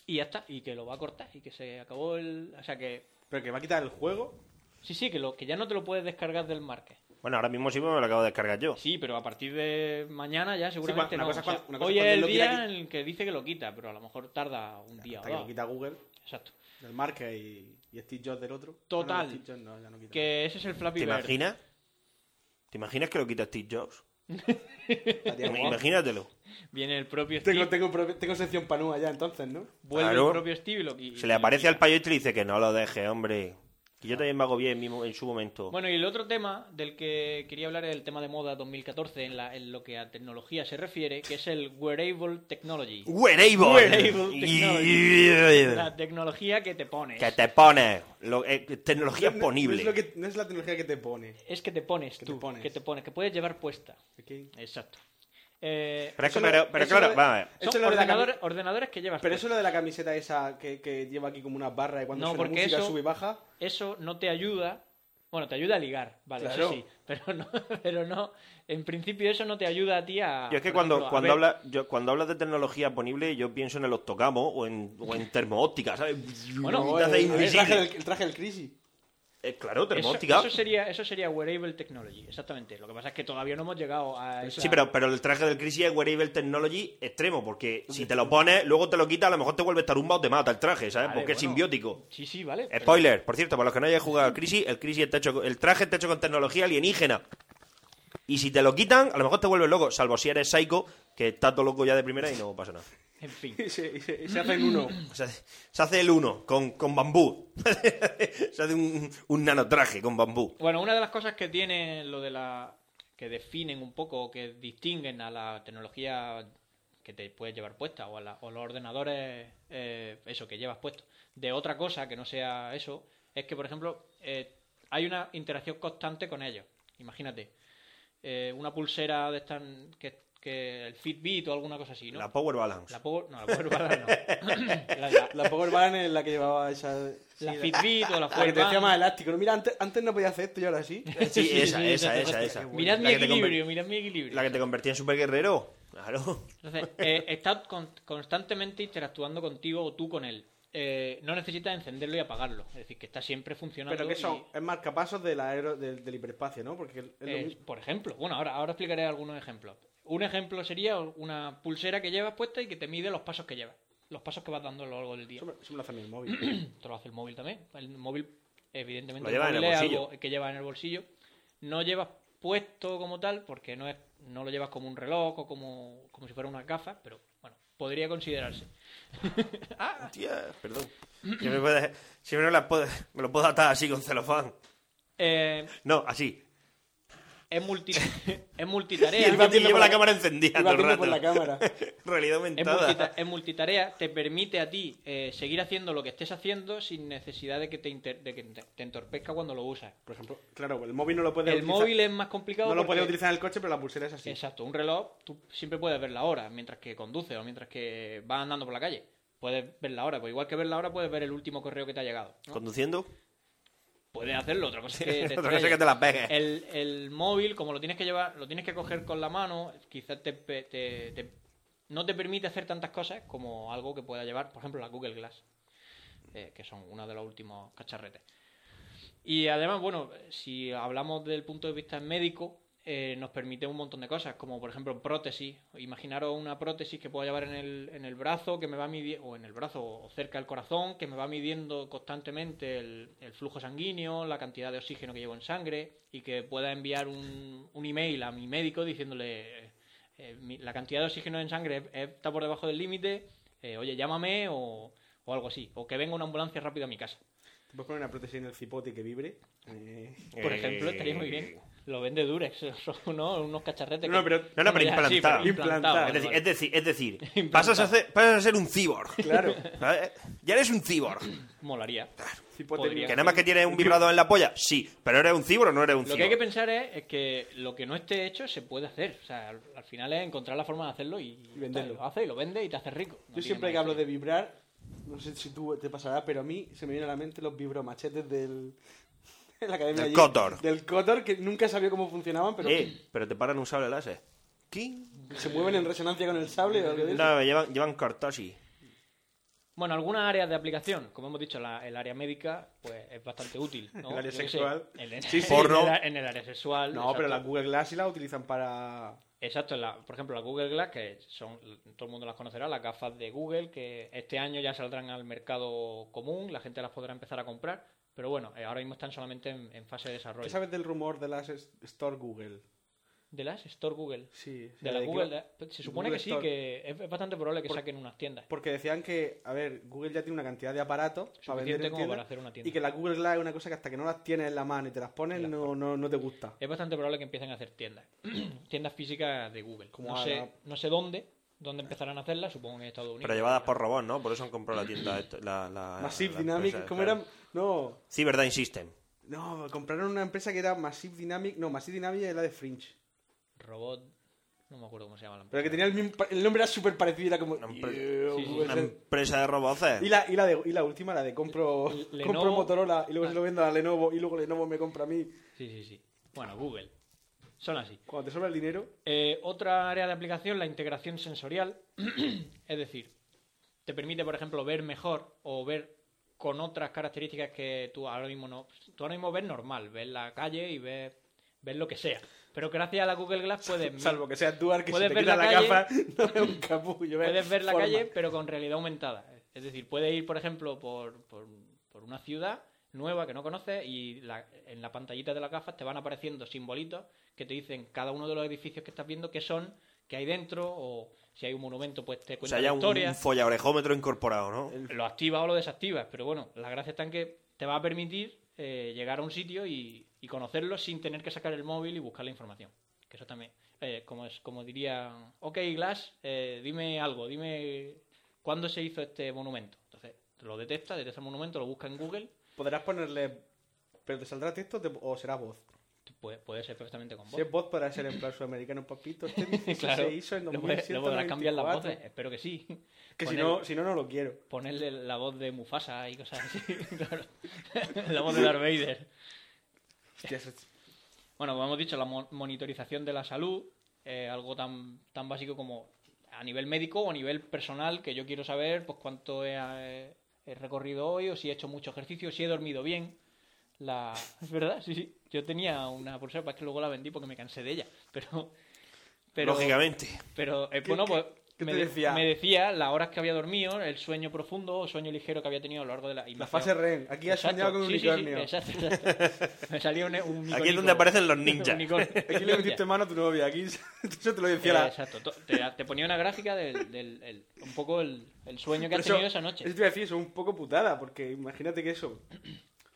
[SPEAKER 5] Y ya está, y que lo va a cortar, y que se acabó el. O sea que.
[SPEAKER 7] Pero que va a quitar el juego.
[SPEAKER 5] Sí, sí, que, lo, que ya no te lo puedes descargar del market.
[SPEAKER 6] Bueno, ahora mismo sí pues me lo acabo de descargar yo.
[SPEAKER 5] Sí, pero a partir de mañana ya seguramente
[SPEAKER 7] una
[SPEAKER 5] no.
[SPEAKER 7] cosa es
[SPEAKER 5] O sea,
[SPEAKER 7] cuando- una cosa
[SPEAKER 5] hoy
[SPEAKER 7] es
[SPEAKER 5] es el
[SPEAKER 7] cuando él lo quita
[SPEAKER 5] día en
[SPEAKER 7] aquí.
[SPEAKER 5] el que dice que lo quita, pero a lo mejor tarda un día
[SPEAKER 7] Hasta
[SPEAKER 5] o
[SPEAKER 7] que
[SPEAKER 5] dos.
[SPEAKER 7] lo quita Google,
[SPEAKER 5] Exacto.
[SPEAKER 7] del marca y, y Steve Jobs del otro.
[SPEAKER 5] Total.
[SPEAKER 7] Ah, no, Steve Jobs no, ya no quita.
[SPEAKER 5] Que ese es el Flappy
[SPEAKER 6] ¿Te
[SPEAKER 5] Bird.
[SPEAKER 6] imaginas? ¿Te imaginas que lo quita Steve Jobs?
[SPEAKER 7] Estaría guapo.
[SPEAKER 6] Imagínatelo.
[SPEAKER 5] Viene el propio Steve.
[SPEAKER 7] Tengo, tengo, pro- tengo sección panúa ya entonces, ¿no?
[SPEAKER 5] Vuelve
[SPEAKER 6] Claro.
[SPEAKER 5] el propio Steve y lo qui- y
[SPEAKER 6] Se le
[SPEAKER 5] lo
[SPEAKER 6] aparece
[SPEAKER 5] quita.
[SPEAKER 6] al payote y le dice que no lo deje, hombre. Que yo también me hago bien en mi mo- en su momento.
[SPEAKER 5] Bueno, y el otro tema del que quería hablar es el tema de moda 2014 en, la, en lo que a tecnología se refiere, que es el wearable technology.
[SPEAKER 6] Wearable.
[SPEAKER 5] Wearable technology.
[SPEAKER 6] Yeah.
[SPEAKER 5] La tecnología que te pones.
[SPEAKER 6] Que te pones. Lo- eh, tecnología
[SPEAKER 7] No- no-
[SPEAKER 6] ponible.
[SPEAKER 7] No es, lo que- no es la tecnología que te pone.
[SPEAKER 5] Es que te pones
[SPEAKER 7] Que te
[SPEAKER 5] tú,
[SPEAKER 7] pones.
[SPEAKER 5] que te pones, que puedes llevar puesta.
[SPEAKER 7] Aquí.
[SPEAKER 5] Exacto. Eh,
[SPEAKER 6] Pero, es que-
[SPEAKER 7] Eso lo-
[SPEAKER 6] pero- pero
[SPEAKER 7] eso
[SPEAKER 6] claro,
[SPEAKER 7] lo-
[SPEAKER 6] vamos a ver.
[SPEAKER 7] Eso
[SPEAKER 5] son
[SPEAKER 7] lo de la
[SPEAKER 5] ordenadores, ordenadores que llevas
[SPEAKER 7] Pero
[SPEAKER 5] puesta.
[SPEAKER 7] eso lo de la camiseta esa que, que lleva aquí como unas barras y cuando
[SPEAKER 5] No,
[SPEAKER 7] suena
[SPEAKER 5] porque
[SPEAKER 7] música
[SPEAKER 5] eso-
[SPEAKER 7] sube y baja.
[SPEAKER 5] eso no te ayuda. Bueno, te ayuda a ligar, vale,
[SPEAKER 7] Claro.
[SPEAKER 5] eso sí. Pero no, pero no, en principio eso no te ayuda a ti a.
[SPEAKER 6] Yo es que
[SPEAKER 5] por
[SPEAKER 6] cuando,
[SPEAKER 5] ejemplo, a
[SPEAKER 6] cuando,
[SPEAKER 5] ver-
[SPEAKER 6] habla, yo, cuando hablas de tecnología ponible, yo pienso en el octocamo o en, o en termoóptica, ¿sabes?
[SPEAKER 5] Bueno,
[SPEAKER 6] Y
[SPEAKER 7] No,
[SPEAKER 6] te
[SPEAKER 7] el,
[SPEAKER 6] haces
[SPEAKER 7] el traje
[SPEAKER 6] invisible.
[SPEAKER 7] del, el traje del crisis.
[SPEAKER 6] Eh, claro,
[SPEAKER 5] Eso,
[SPEAKER 6] termoóptica.
[SPEAKER 5] eso sería, eso sería wearable technology, exactamente. Lo que pasa es que todavía no hemos llegado a esa-
[SPEAKER 6] Sí, pero, pero el traje del Crisis es wearable technology extremo, porque si te lo pones, luego te lo quitas, a lo mejor te vuelves tarumba o te mata el traje, ¿sabes?
[SPEAKER 5] Vale,
[SPEAKER 6] porque es
[SPEAKER 5] bueno.
[SPEAKER 6] simbiótico.
[SPEAKER 5] Sí, sí, vale. pero-
[SPEAKER 6] Spoiler, por cierto, para los que no hayan jugado al Crisis, el Crisis está hecho, con- el traje está hecho con tecnología alienígena. Y si te lo quitan, a lo mejor te vuelves loco, salvo si eres psycho, que estás todo loco ya de primera y no pasa nada.
[SPEAKER 5] En fin.
[SPEAKER 7] Y se, y se- y se hacen uno.
[SPEAKER 6] O sea, se hace el uno con, con bambú. se hace un, un nanotraje con bambú.
[SPEAKER 5] Bueno, una de las cosas que tiene lo de la. que definen un poco, o que distinguen a la tecnología que te puedes llevar puesta o, a la- o los ordenadores, eh, eso que llevas puesto, de otra cosa que no sea eso, es que, por ejemplo, eh, hay una interacción constante con ellos. Imagínate, eh, una pulsera de estas que, que el Fitbit o alguna cosa así, ¿no?
[SPEAKER 6] La Power Balance.
[SPEAKER 5] La Power, no, la Power Balance no. la, la-
[SPEAKER 7] La Power Band es la que llevaba esa.
[SPEAKER 5] la
[SPEAKER 7] sí,
[SPEAKER 5] Fitbit o la
[SPEAKER 7] la- la que
[SPEAKER 5] Power
[SPEAKER 7] te decía más
[SPEAKER 5] Band.
[SPEAKER 7] elástico. ¿no? Mira, antes, antes no podía hacer esto y ahora sí.
[SPEAKER 6] Sí, esa, esa, esa, esa.
[SPEAKER 5] Mirad mi
[SPEAKER 6] La que te
[SPEAKER 5] equilibrio,
[SPEAKER 6] conver-
[SPEAKER 5] mirad mi equilibrio.
[SPEAKER 6] La que te convertía en superguerrero. Claro.
[SPEAKER 5] Entonces, eh, está con- constantemente interactuando contigo o tú con él. Eh, no necesitas encenderlo y apagarlo. Es decir, que está siempre funcionando.
[SPEAKER 7] Pero que son.
[SPEAKER 5] y-
[SPEAKER 7] Es marcapasos del, aero, del, del hiperespacio, ¿no? Porque el- el-
[SPEAKER 5] eh, por ejemplo, bueno, ahora, ahora explicaré algunos ejemplos. Un ejemplo sería una pulsera que llevas puesta y que te mide los pasos que llevas. Los pasos que vas dando a lo largo del día.
[SPEAKER 7] eso, me, eso me lo hace a mí el móvil.
[SPEAKER 5] Te lo hace el móvil también. El móvil, evidentemente,
[SPEAKER 6] Lo lleva
[SPEAKER 5] el
[SPEAKER 6] en el
[SPEAKER 5] móvil es
[SPEAKER 6] bolsillo.
[SPEAKER 5] algo que llevas en el bolsillo. No llevas puesto como tal, porque no es, no lo llevas como un reloj o como, como si fuera una gafa, pero bueno, podría considerarse. ah,
[SPEAKER 6] Hostia, perdón. Siempre, puedes- siempre me, las puedo, me lo puedo atar así con celofán.
[SPEAKER 5] eh,
[SPEAKER 6] No, así.
[SPEAKER 5] es, multi, es
[SPEAKER 6] Y
[SPEAKER 5] multitarea.
[SPEAKER 6] el
[SPEAKER 7] va
[SPEAKER 6] Mati
[SPEAKER 7] viendo
[SPEAKER 6] lleva
[SPEAKER 7] por
[SPEAKER 6] la
[SPEAKER 7] la-
[SPEAKER 6] cámara encendida todo
[SPEAKER 7] Iba
[SPEAKER 6] el
[SPEAKER 7] viendo
[SPEAKER 6] rato.
[SPEAKER 7] por la cámara.
[SPEAKER 6] Realidad
[SPEAKER 5] Es,
[SPEAKER 6] aumentada.
[SPEAKER 5] multita- es multitarea, te permite a ti eh, seguir haciendo lo que estés haciendo sin necesidad de que te, inter- de que te- te entorpezca cuando lo usas.
[SPEAKER 7] Por ejemplo, claro, el móvil no lo puede
[SPEAKER 5] El
[SPEAKER 7] utilizar.
[SPEAKER 5] móvil es más complicado.
[SPEAKER 7] No lo puede
[SPEAKER 5] porque-
[SPEAKER 7] utilizar en el coche, pero la pulsera es así.
[SPEAKER 5] Exacto, un reloj, tú siempre puedes ver la hora mientras que conduces o mientras que vas andando por la calle. Puedes ver la hora, pues igual que ver la hora, puedes ver el último correo que te ha llegado. ¿no?
[SPEAKER 6] Conduciendo.
[SPEAKER 5] Puedes hacerlo, otra cosa es que Eh, te, Eh,
[SPEAKER 6] Otra cosa es
[SPEAKER 5] estrelles.
[SPEAKER 6] que te la pegues.
[SPEAKER 5] El, el móvil, como lo tienes que llevar, lo tienes que coger con la mano, quizás te, pe- te- te- no te permite hacer tantas cosas como algo que pueda llevar, por ejemplo, la Google Glass, eh, que son uno de los últimos cacharretes. Y además, bueno, si hablamos del punto de vista médico, eh, nos permite un montón de cosas, como por ejemplo prótesis. Imaginaros una prótesis que puedo llevar en el, en el brazo, que me va midiendo, o en el brazo, o cerca del corazón, que me va midiendo constantemente el, el flujo sanguíneo, la cantidad de oxígeno que llevo en sangre, y que pueda enviar un, un email a mi médico diciéndole eh, mi- la cantidad de oxígeno en sangre es- es- está por debajo del límite, eh, oye, llámame o, o algo así, o que venga una ambulancia rápido a mi casa.
[SPEAKER 7] Te puedes poner una prótesis en el cipote que vibre. Eh,
[SPEAKER 5] Por ejemplo, estaría muy bien. Lo vende Durex, son unos, unos cacharretes.
[SPEAKER 7] No,
[SPEAKER 5] que-
[SPEAKER 7] pero-
[SPEAKER 6] Eh. no, no, pero
[SPEAKER 5] ya, sí, implantado,
[SPEAKER 6] implantado.
[SPEAKER 7] Implantado,
[SPEAKER 6] Es
[SPEAKER 5] vale,
[SPEAKER 6] decir,
[SPEAKER 5] vale.
[SPEAKER 6] es decir, es decir
[SPEAKER 5] Implantado.
[SPEAKER 6] pasas, a ser, pasas a ser un cyborg.
[SPEAKER 7] Claro.
[SPEAKER 6] ¿Sabes? Ya eres un cyborg.
[SPEAKER 5] Molaría.
[SPEAKER 7] Cipote
[SPEAKER 5] Podría.
[SPEAKER 6] Que nada más que tienes un vibrador en la polla, sí. Pero eres un cibor o no eres un
[SPEAKER 5] Lo que hay que
[SPEAKER 6] cibor.
[SPEAKER 5] pensar es, es que lo que no esté hecho se puede hacer. O sea, al, al final es encontrar la forma de hacerlo y,
[SPEAKER 7] Y venderlo.
[SPEAKER 5] Lo haces y lo vendes y te haces rico. No
[SPEAKER 7] Yo
[SPEAKER 5] tiene
[SPEAKER 7] siempre
[SPEAKER 5] más
[SPEAKER 7] que hablo de
[SPEAKER 5] historia.
[SPEAKER 7] vibrar, no sé si tú te pasará, pero a mí se me viene a la mente los vibromachetes del. de la academia
[SPEAKER 6] Del
[SPEAKER 7] allí.
[SPEAKER 6] Kotor.
[SPEAKER 7] Del Kotor, que nunca sabía cómo funcionaban, pero
[SPEAKER 6] Eh, pero te paran un sable láser. ¿Qué?
[SPEAKER 7] se mueven en resonancia con el sable. o algo de eso.
[SPEAKER 6] No, llevan, llevan cartoshi.
[SPEAKER 5] Bueno, algunas áreas de aplicación, como hemos dicho, la- el área médica, pues es bastante útil. ¿no?
[SPEAKER 7] El área
[SPEAKER 5] Yo qué sé,
[SPEAKER 7] sexual.
[SPEAKER 5] el-
[SPEAKER 7] Sí, sí.
[SPEAKER 5] en,
[SPEAKER 7] Porno.
[SPEAKER 5] el, en el área sexual.
[SPEAKER 7] No,
[SPEAKER 5] exacto.
[SPEAKER 7] pero las Google Glass sí las utilizan para.
[SPEAKER 5] Exacto, la- por ejemplo, la Google Glass, que son, todo el mundo las conocerá, las gafas de Google, que este año ya saldrán al mercado común, la gente las podrá empezar a comprar, pero bueno, eh, ahora mismo están solamente en, en fase de
[SPEAKER 7] ¿Qué
[SPEAKER 5] desarrollo.
[SPEAKER 7] sabes del rumor de las es- Store Google?
[SPEAKER 5] ¿De las Store Google?
[SPEAKER 7] Sí. sí,
[SPEAKER 5] De la
[SPEAKER 7] que-
[SPEAKER 5] Google, de- se supone
[SPEAKER 7] Google
[SPEAKER 5] que sí,
[SPEAKER 7] Store.
[SPEAKER 5] que es es bastante probable que
[SPEAKER 7] Por-
[SPEAKER 5] saquen unas tiendas.
[SPEAKER 7] Porque decían que, a ver, Google ya tiene una cantidad de aparatos para
[SPEAKER 5] Suficiente
[SPEAKER 7] vender en
[SPEAKER 5] como
[SPEAKER 7] tiendas,
[SPEAKER 5] para hacer una tienda.
[SPEAKER 7] Y que la Google Glass es una cosa que hasta que no las tienes en la mano y te las pones, no, no, no te gusta.
[SPEAKER 5] Es bastante probable que empiecen a hacer tiendas. tiendas físicas de Google.
[SPEAKER 7] Como
[SPEAKER 5] no,
[SPEAKER 7] ahora-
[SPEAKER 5] sé, no sé dónde, dónde empezarán a hacerlas, supongo que en Estados Unidos.
[SPEAKER 3] Pero llevadas por robots, ¿no? Por eso han comprado la tienda. esto- La, la,
[SPEAKER 7] Massive
[SPEAKER 3] la
[SPEAKER 7] Dynamic,
[SPEAKER 3] empresa,
[SPEAKER 7] ¿cómo
[SPEAKER 3] claro.
[SPEAKER 7] era? No,
[SPEAKER 3] Cyber Dyne System.
[SPEAKER 7] no, compraron una empresa que era Massive Dynamic. No, Massive Dynamic era la de Fringe.
[SPEAKER 5] Robot... No me acuerdo cómo se llama la empresa.
[SPEAKER 7] Pero que tenía el mismo. pa- El nombre era súper parecido y era como.
[SPEAKER 3] Una empresa-
[SPEAKER 7] "Yeah,
[SPEAKER 5] Sí, sí.
[SPEAKER 7] Google
[SPEAKER 3] Una
[SPEAKER 7] Glass".
[SPEAKER 3] empresa de eh. roboces.
[SPEAKER 7] Pues Y la, y, la de- y la última, la de compro,
[SPEAKER 5] L-
[SPEAKER 7] compro
[SPEAKER 5] Lenovo.
[SPEAKER 7] Motorola y luego se
[SPEAKER 5] Ah.
[SPEAKER 7] lo vendo a Lenovo y luego Lenovo me compra a mí.
[SPEAKER 5] Sí, sí, sí. Bueno, Google. Son así.
[SPEAKER 7] Cuando te sobra el dinero,
[SPEAKER 5] Eh, otra área de aplicación, la integración sensorial. es decir, te permite, por ejemplo, ver mejor o ver con otras características que tú ahora mismo no. Tú ahora mismo ves normal, ves la calle y ves, ves lo que sea. Pero gracias a la Google Glass puedes, mi-
[SPEAKER 7] salvo que seas Duar que
[SPEAKER 5] Puedes
[SPEAKER 7] se
[SPEAKER 5] ver
[SPEAKER 7] te quita
[SPEAKER 5] la
[SPEAKER 7] la,
[SPEAKER 5] calle.
[SPEAKER 7] gafa, no es un capullo. ¿ves?
[SPEAKER 5] puedes ver la
[SPEAKER 7] Forma.
[SPEAKER 5] calle, pero con realidad aumentada. Es decir, puedes ir, por ejemplo, por, por, por una ciudad nueva que no conoces y la- en la pantallita de las gafas te van apareciendo simbolitos que te dicen cada uno de los edificios que estás viendo qué son, qué hay dentro o si hay un monumento pues te
[SPEAKER 3] O
[SPEAKER 5] cuenta
[SPEAKER 3] sea,
[SPEAKER 5] la
[SPEAKER 3] ya
[SPEAKER 5] historia.
[SPEAKER 3] un follaorejómetro incorporado, ¿no?
[SPEAKER 5] Lo activas o lo desactivas, pero bueno, la gracia está en que te va a permitir eh, llegar a un sitio y, y conocerlo sin tener que sacar el móvil y buscar la información. Que eso también, eh, como, es, como diría, ok Glass, eh, dime algo, dime cuándo se hizo este monumento. Entonces, lo detecta, detecta el monumento, lo busca en Google,
[SPEAKER 7] Podrás ponerle. ¿Pero te saldrá texto o te- o será voz?
[SPEAKER 5] puede, puede ser perfectamente con
[SPEAKER 7] Si
[SPEAKER 5] voz.
[SPEAKER 7] es voz, podrá ser en plan sudamericano, papito. Este edificio
[SPEAKER 5] claro,
[SPEAKER 7] se hizo en
[SPEAKER 5] lo puede- lo podrás cambiar las
[SPEAKER 7] 2194.
[SPEAKER 5] voces, espero que sí.
[SPEAKER 7] Que si
[SPEAKER 5] Poner-
[SPEAKER 7] no, si no, no lo quiero.
[SPEAKER 5] ponerle la voz de Mufasa y cosas así, claro. la voz de Darth Vader.
[SPEAKER 7] Hostia, eso es-
[SPEAKER 5] Bueno, como hemos dicho, la mo- monitorización de la salud, eh, algo tan, tan básico como a nivel médico o a nivel personal, que yo quiero saber pues cuánto he, eh, he recorrido hoy, o si he hecho mucho ejercicio, si he dormido bien. La... Es verdad, sí, sí. Yo tenía una pulsera, pero es que luego la vendí porque me cansé de ella. Pero. pero
[SPEAKER 3] Lógicamente.
[SPEAKER 5] pero eh,
[SPEAKER 7] ¿Qué-
[SPEAKER 5] bueno,
[SPEAKER 7] qué-
[SPEAKER 5] pues
[SPEAKER 7] qué
[SPEAKER 5] me,
[SPEAKER 7] te
[SPEAKER 5] de-
[SPEAKER 7] decía?
[SPEAKER 5] me decía las horas que había dormido, el sueño profundo o sueño ligero que había tenido a lo largo de la. y me
[SPEAKER 7] La
[SPEAKER 5] hacía-
[SPEAKER 7] fase REN. Aquí has
[SPEAKER 5] Exacto,
[SPEAKER 7] soñado con un
[SPEAKER 5] sí, sí, sí,
[SPEAKER 7] unicornio.
[SPEAKER 5] exacto, exacto. Me salía un, un
[SPEAKER 3] Aquí es
[SPEAKER 5] iconico.
[SPEAKER 3] donde aparecen los ninjas.
[SPEAKER 5] Unicornio.
[SPEAKER 7] Aquí le metiste mano a tu novia. Aquí yo te lo
[SPEAKER 5] Eh,
[SPEAKER 7] decía la.
[SPEAKER 5] Exacto, to- te, te ponía una gráfica del, del- el- un poco el, el sueño que
[SPEAKER 7] Pero
[SPEAKER 5] has tenido
[SPEAKER 7] eso-
[SPEAKER 5] esa noche.
[SPEAKER 7] Eso te iba a decir, eso es un poco putada, porque imagínate que eso.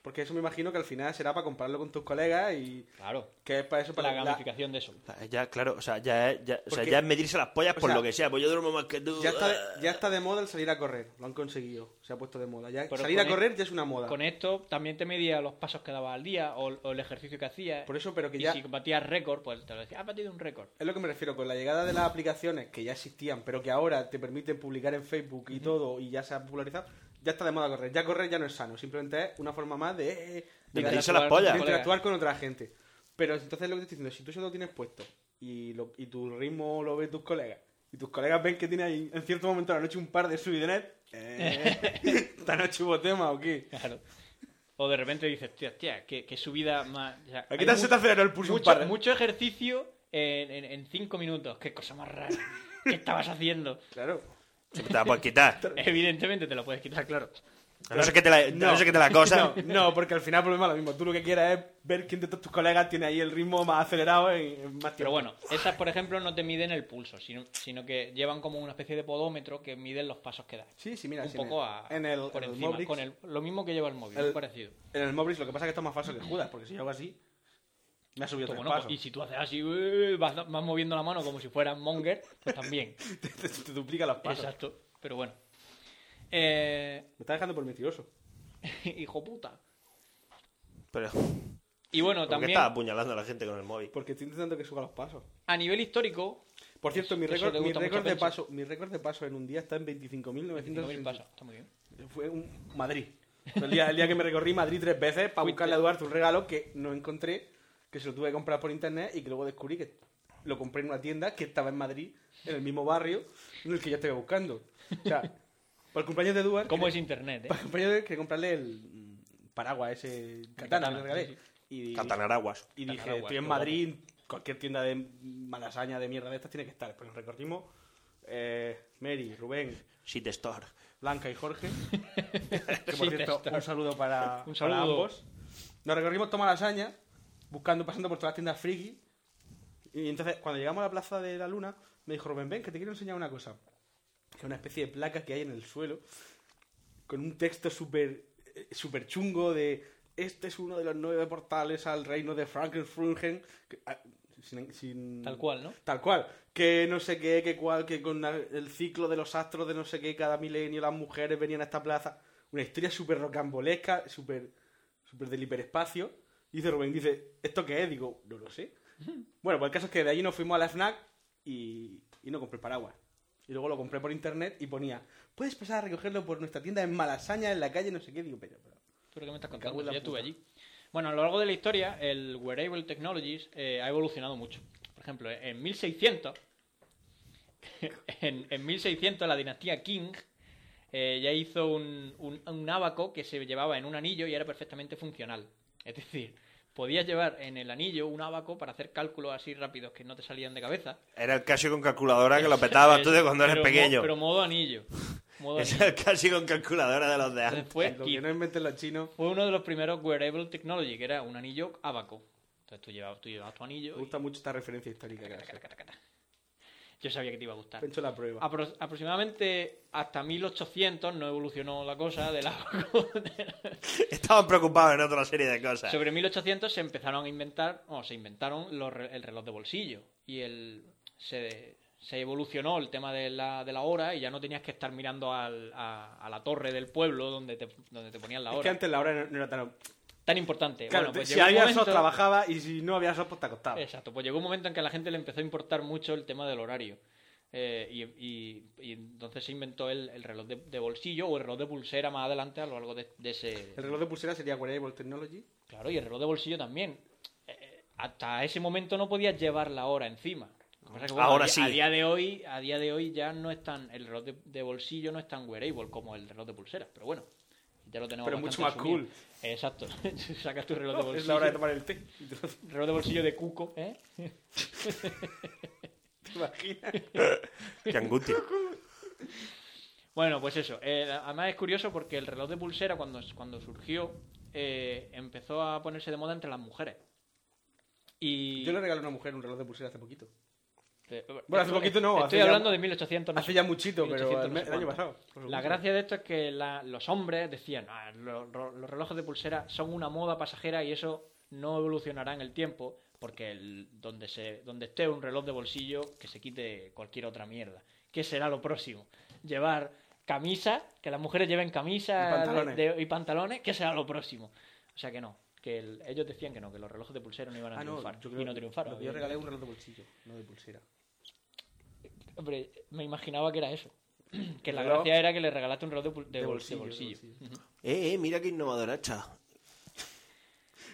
[SPEAKER 7] Porque eso me imagino que al final será para compararlo con tus colegas y.
[SPEAKER 5] Claro,
[SPEAKER 7] Que es para eso, para
[SPEAKER 5] la gamificación de eso.
[SPEAKER 3] Ya, claro, o sea, ya es, ya, o sea,
[SPEAKER 7] Porque-
[SPEAKER 3] ya es medirse las pollas
[SPEAKER 7] o
[SPEAKER 3] por
[SPEAKER 7] sea,
[SPEAKER 3] lo que sea, pues yo duermo más que tú.
[SPEAKER 7] Ya está, de, ya está de moda el salir a correr, lo han conseguido, se ha puesto de moda. Ya,
[SPEAKER 5] Pero
[SPEAKER 7] salir
[SPEAKER 5] con
[SPEAKER 7] a
[SPEAKER 5] e-
[SPEAKER 7] correr ya es una moda.
[SPEAKER 5] Con esto también te medía los pasos que dabas al día o, o el ejercicio que hacías.
[SPEAKER 7] Por eso, pero que
[SPEAKER 5] y
[SPEAKER 7] ya-
[SPEAKER 5] si batías récord, pues te lo decía, has batido un récord.
[SPEAKER 7] Es lo que me refiero, con la llegada de las aplicaciones que ya existían, pero que ahora te permiten publicar en Facebook y todo, y ya se ha popularizado, ya está de moda correr. Ya correr ya no es sano, simplemente es una forma más de, eh, eh,
[SPEAKER 3] De
[SPEAKER 7] de- de
[SPEAKER 3] medirse las
[SPEAKER 5] jugar-
[SPEAKER 3] pollas.
[SPEAKER 5] colega.
[SPEAKER 7] interactuar con otra gente. Pero entonces lo que te estoy diciendo, si tú eso lo tienes puesto y, lo- y tu ritmo lo ven tus colegas, y tus colegas ven que tienes ahí en cierto momento de la noche un par de subidonet, eh, ¿esta noche hubo tema o qué?
[SPEAKER 5] Claro. O de repente dices, tía, tía, qué, qué subida más. o sea,
[SPEAKER 7] ¿A
[SPEAKER 5] hay
[SPEAKER 7] qué tal
[SPEAKER 5] mu-
[SPEAKER 7] se te aceleró el pulso un
[SPEAKER 5] mucho,
[SPEAKER 7] par? ¿eh?
[SPEAKER 5] mucho ejercicio en, en, en cinco minutos. Qué cosa más rara. ¿Qué estabas haciendo?
[SPEAKER 7] Claro.
[SPEAKER 3] Se te la puedes quitar.
[SPEAKER 5] Evidentemente te lo puedes quitar, claro.
[SPEAKER 3] A no ser que te la, a no ser que te la cosa.
[SPEAKER 7] No, no, porque al final el problema es lo mismo. Tú lo que quieras es ver quién de todos tus colegas tiene ahí el ritmo más acelerado en, en más tiempo.
[SPEAKER 5] Pero bueno, esas, por ejemplo, no te miden el pulso, sino, sino que llevan como una especie de podómetro que miden los pasos que das.
[SPEAKER 7] Sí, sí, mira.
[SPEAKER 5] un
[SPEAKER 7] sí,
[SPEAKER 5] poco a,
[SPEAKER 7] mira. en el,
[SPEAKER 5] por
[SPEAKER 7] en el
[SPEAKER 5] encima,
[SPEAKER 7] Mobrix-
[SPEAKER 5] con el- lo mismo que lleva el móvil,
[SPEAKER 7] El-
[SPEAKER 5] es parecido.
[SPEAKER 7] en el Mobrix, lo que pasa es que esto es más falso que Judas, porque si yo hago así, me ha subido
[SPEAKER 5] Tú,
[SPEAKER 7] tres
[SPEAKER 5] Mm. bueno, pues,
[SPEAKER 7] pasos.
[SPEAKER 5] y si tú haces así, eh, vas, vas moviendo la mano como si fueras Monger, pues también.
[SPEAKER 7] te, te- te duplica los pasos.
[SPEAKER 5] Exacto, pero bueno. Eh,
[SPEAKER 7] Me está dejando por mentiroso.
[SPEAKER 5] hijo puta.
[SPEAKER 3] Pero,
[SPEAKER 5] Y bueno,
[SPEAKER 3] ¿Por qué
[SPEAKER 5] también
[SPEAKER 3] estás apuñalando a la gente con el móvil?
[SPEAKER 7] Porque estoy intentando que suba los pasos.
[SPEAKER 5] a nivel histórico,
[SPEAKER 7] Por cierto, mi
[SPEAKER 5] Eso le
[SPEAKER 7] récord, mi
[SPEAKER 5] gusta mucho
[SPEAKER 7] récord
[SPEAKER 5] a
[SPEAKER 7] de
[SPEAKER 5] Pencho.
[SPEAKER 7] paso, mi récord de paso en un día está en
[SPEAKER 5] mil
[SPEAKER 7] 25.900.
[SPEAKER 5] pasos, está muy bien.
[SPEAKER 7] Fue un Madrid. El día, el día que me recorrí Madrid tres veces para
[SPEAKER 5] Fuiste.
[SPEAKER 7] buscarle a Duarte un regalo que no encontré, que se lo tuve que comprar por internet y que luego descubrí que lo compré en una tienda que estaba en Madrid, en el mismo barrio en el que yo estaba buscando. O sea, Para el cumpleaños de Duarte.
[SPEAKER 5] ¿Cómo es internet, eh?
[SPEAKER 7] Para el cumpleaños de Duarte, que comprarle el mm, paraguas ese katana,
[SPEAKER 5] Katana,
[SPEAKER 7] le regalé.
[SPEAKER 5] sí, sí.
[SPEAKER 7] Y,
[SPEAKER 3] Catanaraguas.
[SPEAKER 7] y
[SPEAKER 5] Katana,
[SPEAKER 7] dije,
[SPEAKER 5] guay,
[SPEAKER 7] estoy en
[SPEAKER 5] qué
[SPEAKER 7] Madrid, cualquier tienda de malasaña de mierda de estas tiene que estar. Pues nos recorrimos eh, Mary, Rubén,
[SPEAKER 3] Shit Store.
[SPEAKER 7] Blanca y Jorge. Que, por
[SPEAKER 5] Sí,
[SPEAKER 7] cierto,
[SPEAKER 5] está.
[SPEAKER 7] un saludo para,
[SPEAKER 5] Un saludo.
[SPEAKER 7] para ambos. Nos recorrimos toda Malasaña, buscando, pasando por todas las tiendas friki. Y entonces, cuando llegamos a la Plaza de la Luna, me dijo Rubén, ven, que te quiero enseñar una cosa. Que es una especie de placa que hay en el suelo, con un texto súper eh, súper chungo de este es uno de los nueve portales al reino de Frankenfurgen. que, ah, sin- sin-
[SPEAKER 5] Tal cual, ¿no?
[SPEAKER 7] Tal cual. Que no sé qué, que cual, que con la- el ciclo de los astros de no sé qué, cada milenio las mujeres venían a esta plaza. Una historia súper rocambolesca, súper súper del hiperespacio. Y dice Rubén, dice, ¿esto qué es? Digo, no lo sé. bueno, pues el caso es que de allí nos fuimos a la FNAC y, y no compré el paraguas. Y luego lo compré por internet y ponía, puedes pasar a recogerlo por nuestra tienda en Malasaña, en la calle, no sé qué. Digo, pero, pero,
[SPEAKER 5] ¿Tú lo que me estás
[SPEAKER 7] cago
[SPEAKER 5] contando?
[SPEAKER 7] en la
[SPEAKER 5] Yo estuve
[SPEAKER 7] puta.
[SPEAKER 5] allí. Bueno, a lo largo de la historia, el Wearable Technologies eh, ha evolucionado mucho. Por ejemplo, en 1600, en, en 1600 la dinastía Qing eh, ya hizo un, un, un abaco que se llevaba en un anillo y era perfectamente funcional. Es decir, podías llevar en el anillo un abaco para hacer cálculos así rápidos que no te salían de cabeza.
[SPEAKER 3] Era el casi con calculadora que lo petabas tú de cuando eras
[SPEAKER 5] Pero mo-
[SPEAKER 3] pequeño.
[SPEAKER 5] Pero modo anillo. Modo
[SPEAKER 3] Es
[SPEAKER 5] anillo.
[SPEAKER 3] el casi con calculadora de los de antes.
[SPEAKER 5] Después,
[SPEAKER 7] lo
[SPEAKER 5] Pues y-
[SPEAKER 7] que no inventen los chinos.
[SPEAKER 5] fue uno de los primeros wearable technology, que era un anillo abaco. Entonces tú llevabas, tú llevabas tu anillo. y-
[SPEAKER 7] Me gusta mucho esta referencia histórica que
[SPEAKER 5] taca, taca,
[SPEAKER 7] hace.
[SPEAKER 5] taca, taca, taca. Yo sabía que te iba a gustar.
[SPEAKER 7] Pencho la prueba.
[SPEAKER 5] Apro- aproximadamente hasta 1800 no evolucionó la cosa del abaco.
[SPEAKER 3] Estaban preocupados en otra serie de cosas.
[SPEAKER 5] Sobre 1800 se empezaron a inventar, o se inventaron los re- el reloj de bolsillo. Y el, se, se evolucionó el tema de la, de la hora y ya no tenías que estar mirando al- a, a la torre del pueblo donde te, donde te ponían la
[SPEAKER 7] Es que
[SPEAKER 5] hora.
[SPEAKER 7] antes la hora no, no era tan...
[SPEAKER 5] Tan importante.
[SPEAKER 7] Claro,
[SPEAKER 5] bueno, pues
[SPEAKER 7] si
[SPEAKER 5] llegó un
[SPEAKER 7] había
[SPEAKER 5] momento-
[SPEAKER 7] sos trabajaba y si no había sos pues te acostabas.
[SPEAKER 5] Exacto, pues llegó un momento en que a la gente le empezó a importar mucho el tema del horario. Eh, y, y- y entonces se inventó el, el reloj de, de bolsillo o el reloj de pulsera más adelante a lo largo de, de ese...
[SPEAKER 7] El reloj de pulsera sería Wearable Technology.
[SPEAKER 5] Claro, y el reloj de bolsillo también. Eh, hasta ese momento no podías llevar la hora encima. Lo que pasa es que,
[SPEAKER 3] Ahora
[SPEAKER 5] a di-
[SPEAKER 3] sí.
[SPEAKER 5] A día de hoy, a día de hoy ya no es tan, el reloj de, de bolsillo no es tan wearable como el reloj de pulsera, pero bueno, ya lo tenemos
[SPEAKER 7] Pero
[SPEAKER 5] bastante
[SPEAKER 7] mucho más
[SPEAKER 5] asumido. Exacto, sacas tu reloj de bolsillo.
[SPEAKER 7] es la hora de tomar el té. Y te lo-
[SPEAKER 5] Reloj de bolsillo de cuco, ¿eh?
[SPEAKER 7] ¿Te imaginas?
[SPEAKER 3] Qué angustia.
[SPEAKER 5] Bueno, pues eso. Eh, además es curioso porque el reloj de pulsera cuando, cuando surgió eh, empezó a ponerse de moda entre las mujeres. Y...
[SPEAKER 7] Yo le regalé a una mujer un reloj de pulsera hace poquito.
[SPEAKER 5] Eh,
[SPEAKER 7] Bueno, hace
[SPEAKER 5] esto-
[SPEAKER 7] poquito no, hace
[SPEAKER 5] Estoy
[SPEAKER 7] ya-
[SPEAKER 5] hablando de 1800. no
[SPEAKER 7] hace
[SPEAKER 5] sé-
[SPEAKER 7] ya muchito, pero
[SPEAKER 5] 1800
[SPEAKER 7] al
[SPEAKER 5] no
[SPEAKER 7] me-
[SPEAKER 5] sé
[SPEAKER 7] el año
[SPEAKER 5] cuánto.
[SPEAKER 7] pasado, por
[SPEAKER 5] La
[SPEAKER 7] supuesto.
[SPEAKER 5] gracia de esto es que la- los hombres decían, "Ah, lo- lo- los relojes de pulsera son una moda pasajera y eso no evolucionará en el tiempo porque el- donde, se, donde esté un reloj de bolsillo que se quite cualquier otra mierda. ¿Qué será lo próximo? Llevar camisa, que las mujeres lleven camisa
[SPEAKER 7] Y pantalones.
[SPEAKER 5] de- de- y pantalones, ¿qué será lo próximo? O sea que no, que el- ellos decían que no, que los relojes de pulsera no iban a
[SPEAKER 7] Ah, no,
[SPEAKER 5] triunfar
[SPEAKER 7] yo
[SPEAKER 5] y no
[SPEAKER 7] que-
[SPEAKER 5] triunfaron.
[SPEAKER 7] lo que yo regalé un reloj de bolsillo, no de pulsera.
[SPEAKER 5] Hombre, me imaginaba que era eso. Que la
[SPEAKER 7] Reloj.
[SPEAKER 5] gracia era que le regalaste un reloj de, pul- de
[SPEAKER 7] De
[SPEAKER 5] bol- de
[SPEAKER 7] bolsillo, de
[SPEAKER 5] bolsillo.
[SPEAKER 3] Eh, eh, mira qué innovadora está.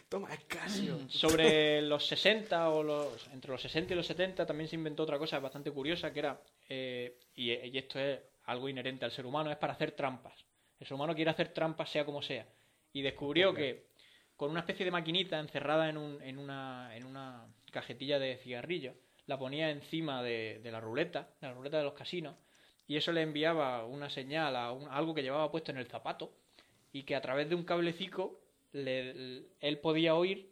[SPEAKER 7] Toma, es Casio.
[SPEAKER 5] Sobre los 60 o los. Entre los 60 y los 70 también se inventó otra cosa bastante curiosa que era. eh, y, y esto es algo inherente al ser humano, es para hacer trampas. El ser humano quiere hacer trampas sea como sea. Y descubrió que con una especie de maquinita encerrada en, un- en una, en una cajetilla de cigarrillos, la ponía encima de, de la ruleta, de la ruleta de los casinos, y eso le enviaba una señal a, un- a algo que llevaba puesto en el zapato, y que a través de un cablecito le- l- él podía oír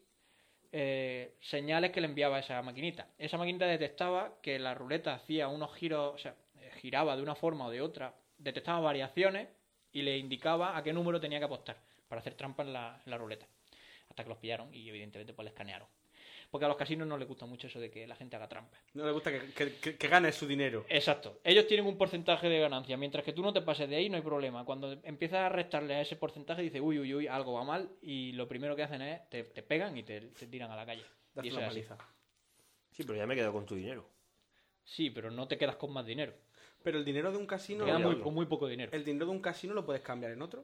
[SPEAKER 5] eh, señales que le enviaba esa maquinita. Esa maquinita detectaba que la ruleta hacía unos giros, o sea, eh, giraba de una forma o de otra, detectaba variaciones y le indicaba a qué número tenía que apostar para hacer trampa en la, en la ruleta. Hasta que los pillaron y evidentemente pues les escanearon. Porque a los casinos no les gusta mucho eso de que la gente haga trampa.
[SPEAKER 7] No le gusta que, que, que- que gane su dinero.
[SPEAKER 5] Exacto. Ellos tienen un porcentaje de ganancia. Mientras que tú no te pases de ahí, no hay problema. Cuando empiezas a restarle a ese porcentaje, dices, uy, uy, uy, algo va mal. Y lo primero que hacen es te, te pegan y te, te tiran a la calle.
[SPEAKER 7] Date
[SPEAKER 5] Y eso
[SPEAKER 7] una
[SPEAKER 5] es así.
[SPEAKER 7] paliza.
[SPEAKER 3] Sí, pero ya me quedo con tu dinero.
[SPEAKER 5] Sí, pero no te quedas con más dinero.
[SPEAKER 7] Pero el dinero de un casino...
[SPEAKER 5] Te quedas
[SPEAKER 3] ya
[SPEAKER 5] muy,
[SPEAKER 3] no.
[SPEAKER 5] con muy poco dinero.
[SPEAKER 7] El dinero de un casino lo puedes cambiar en otro.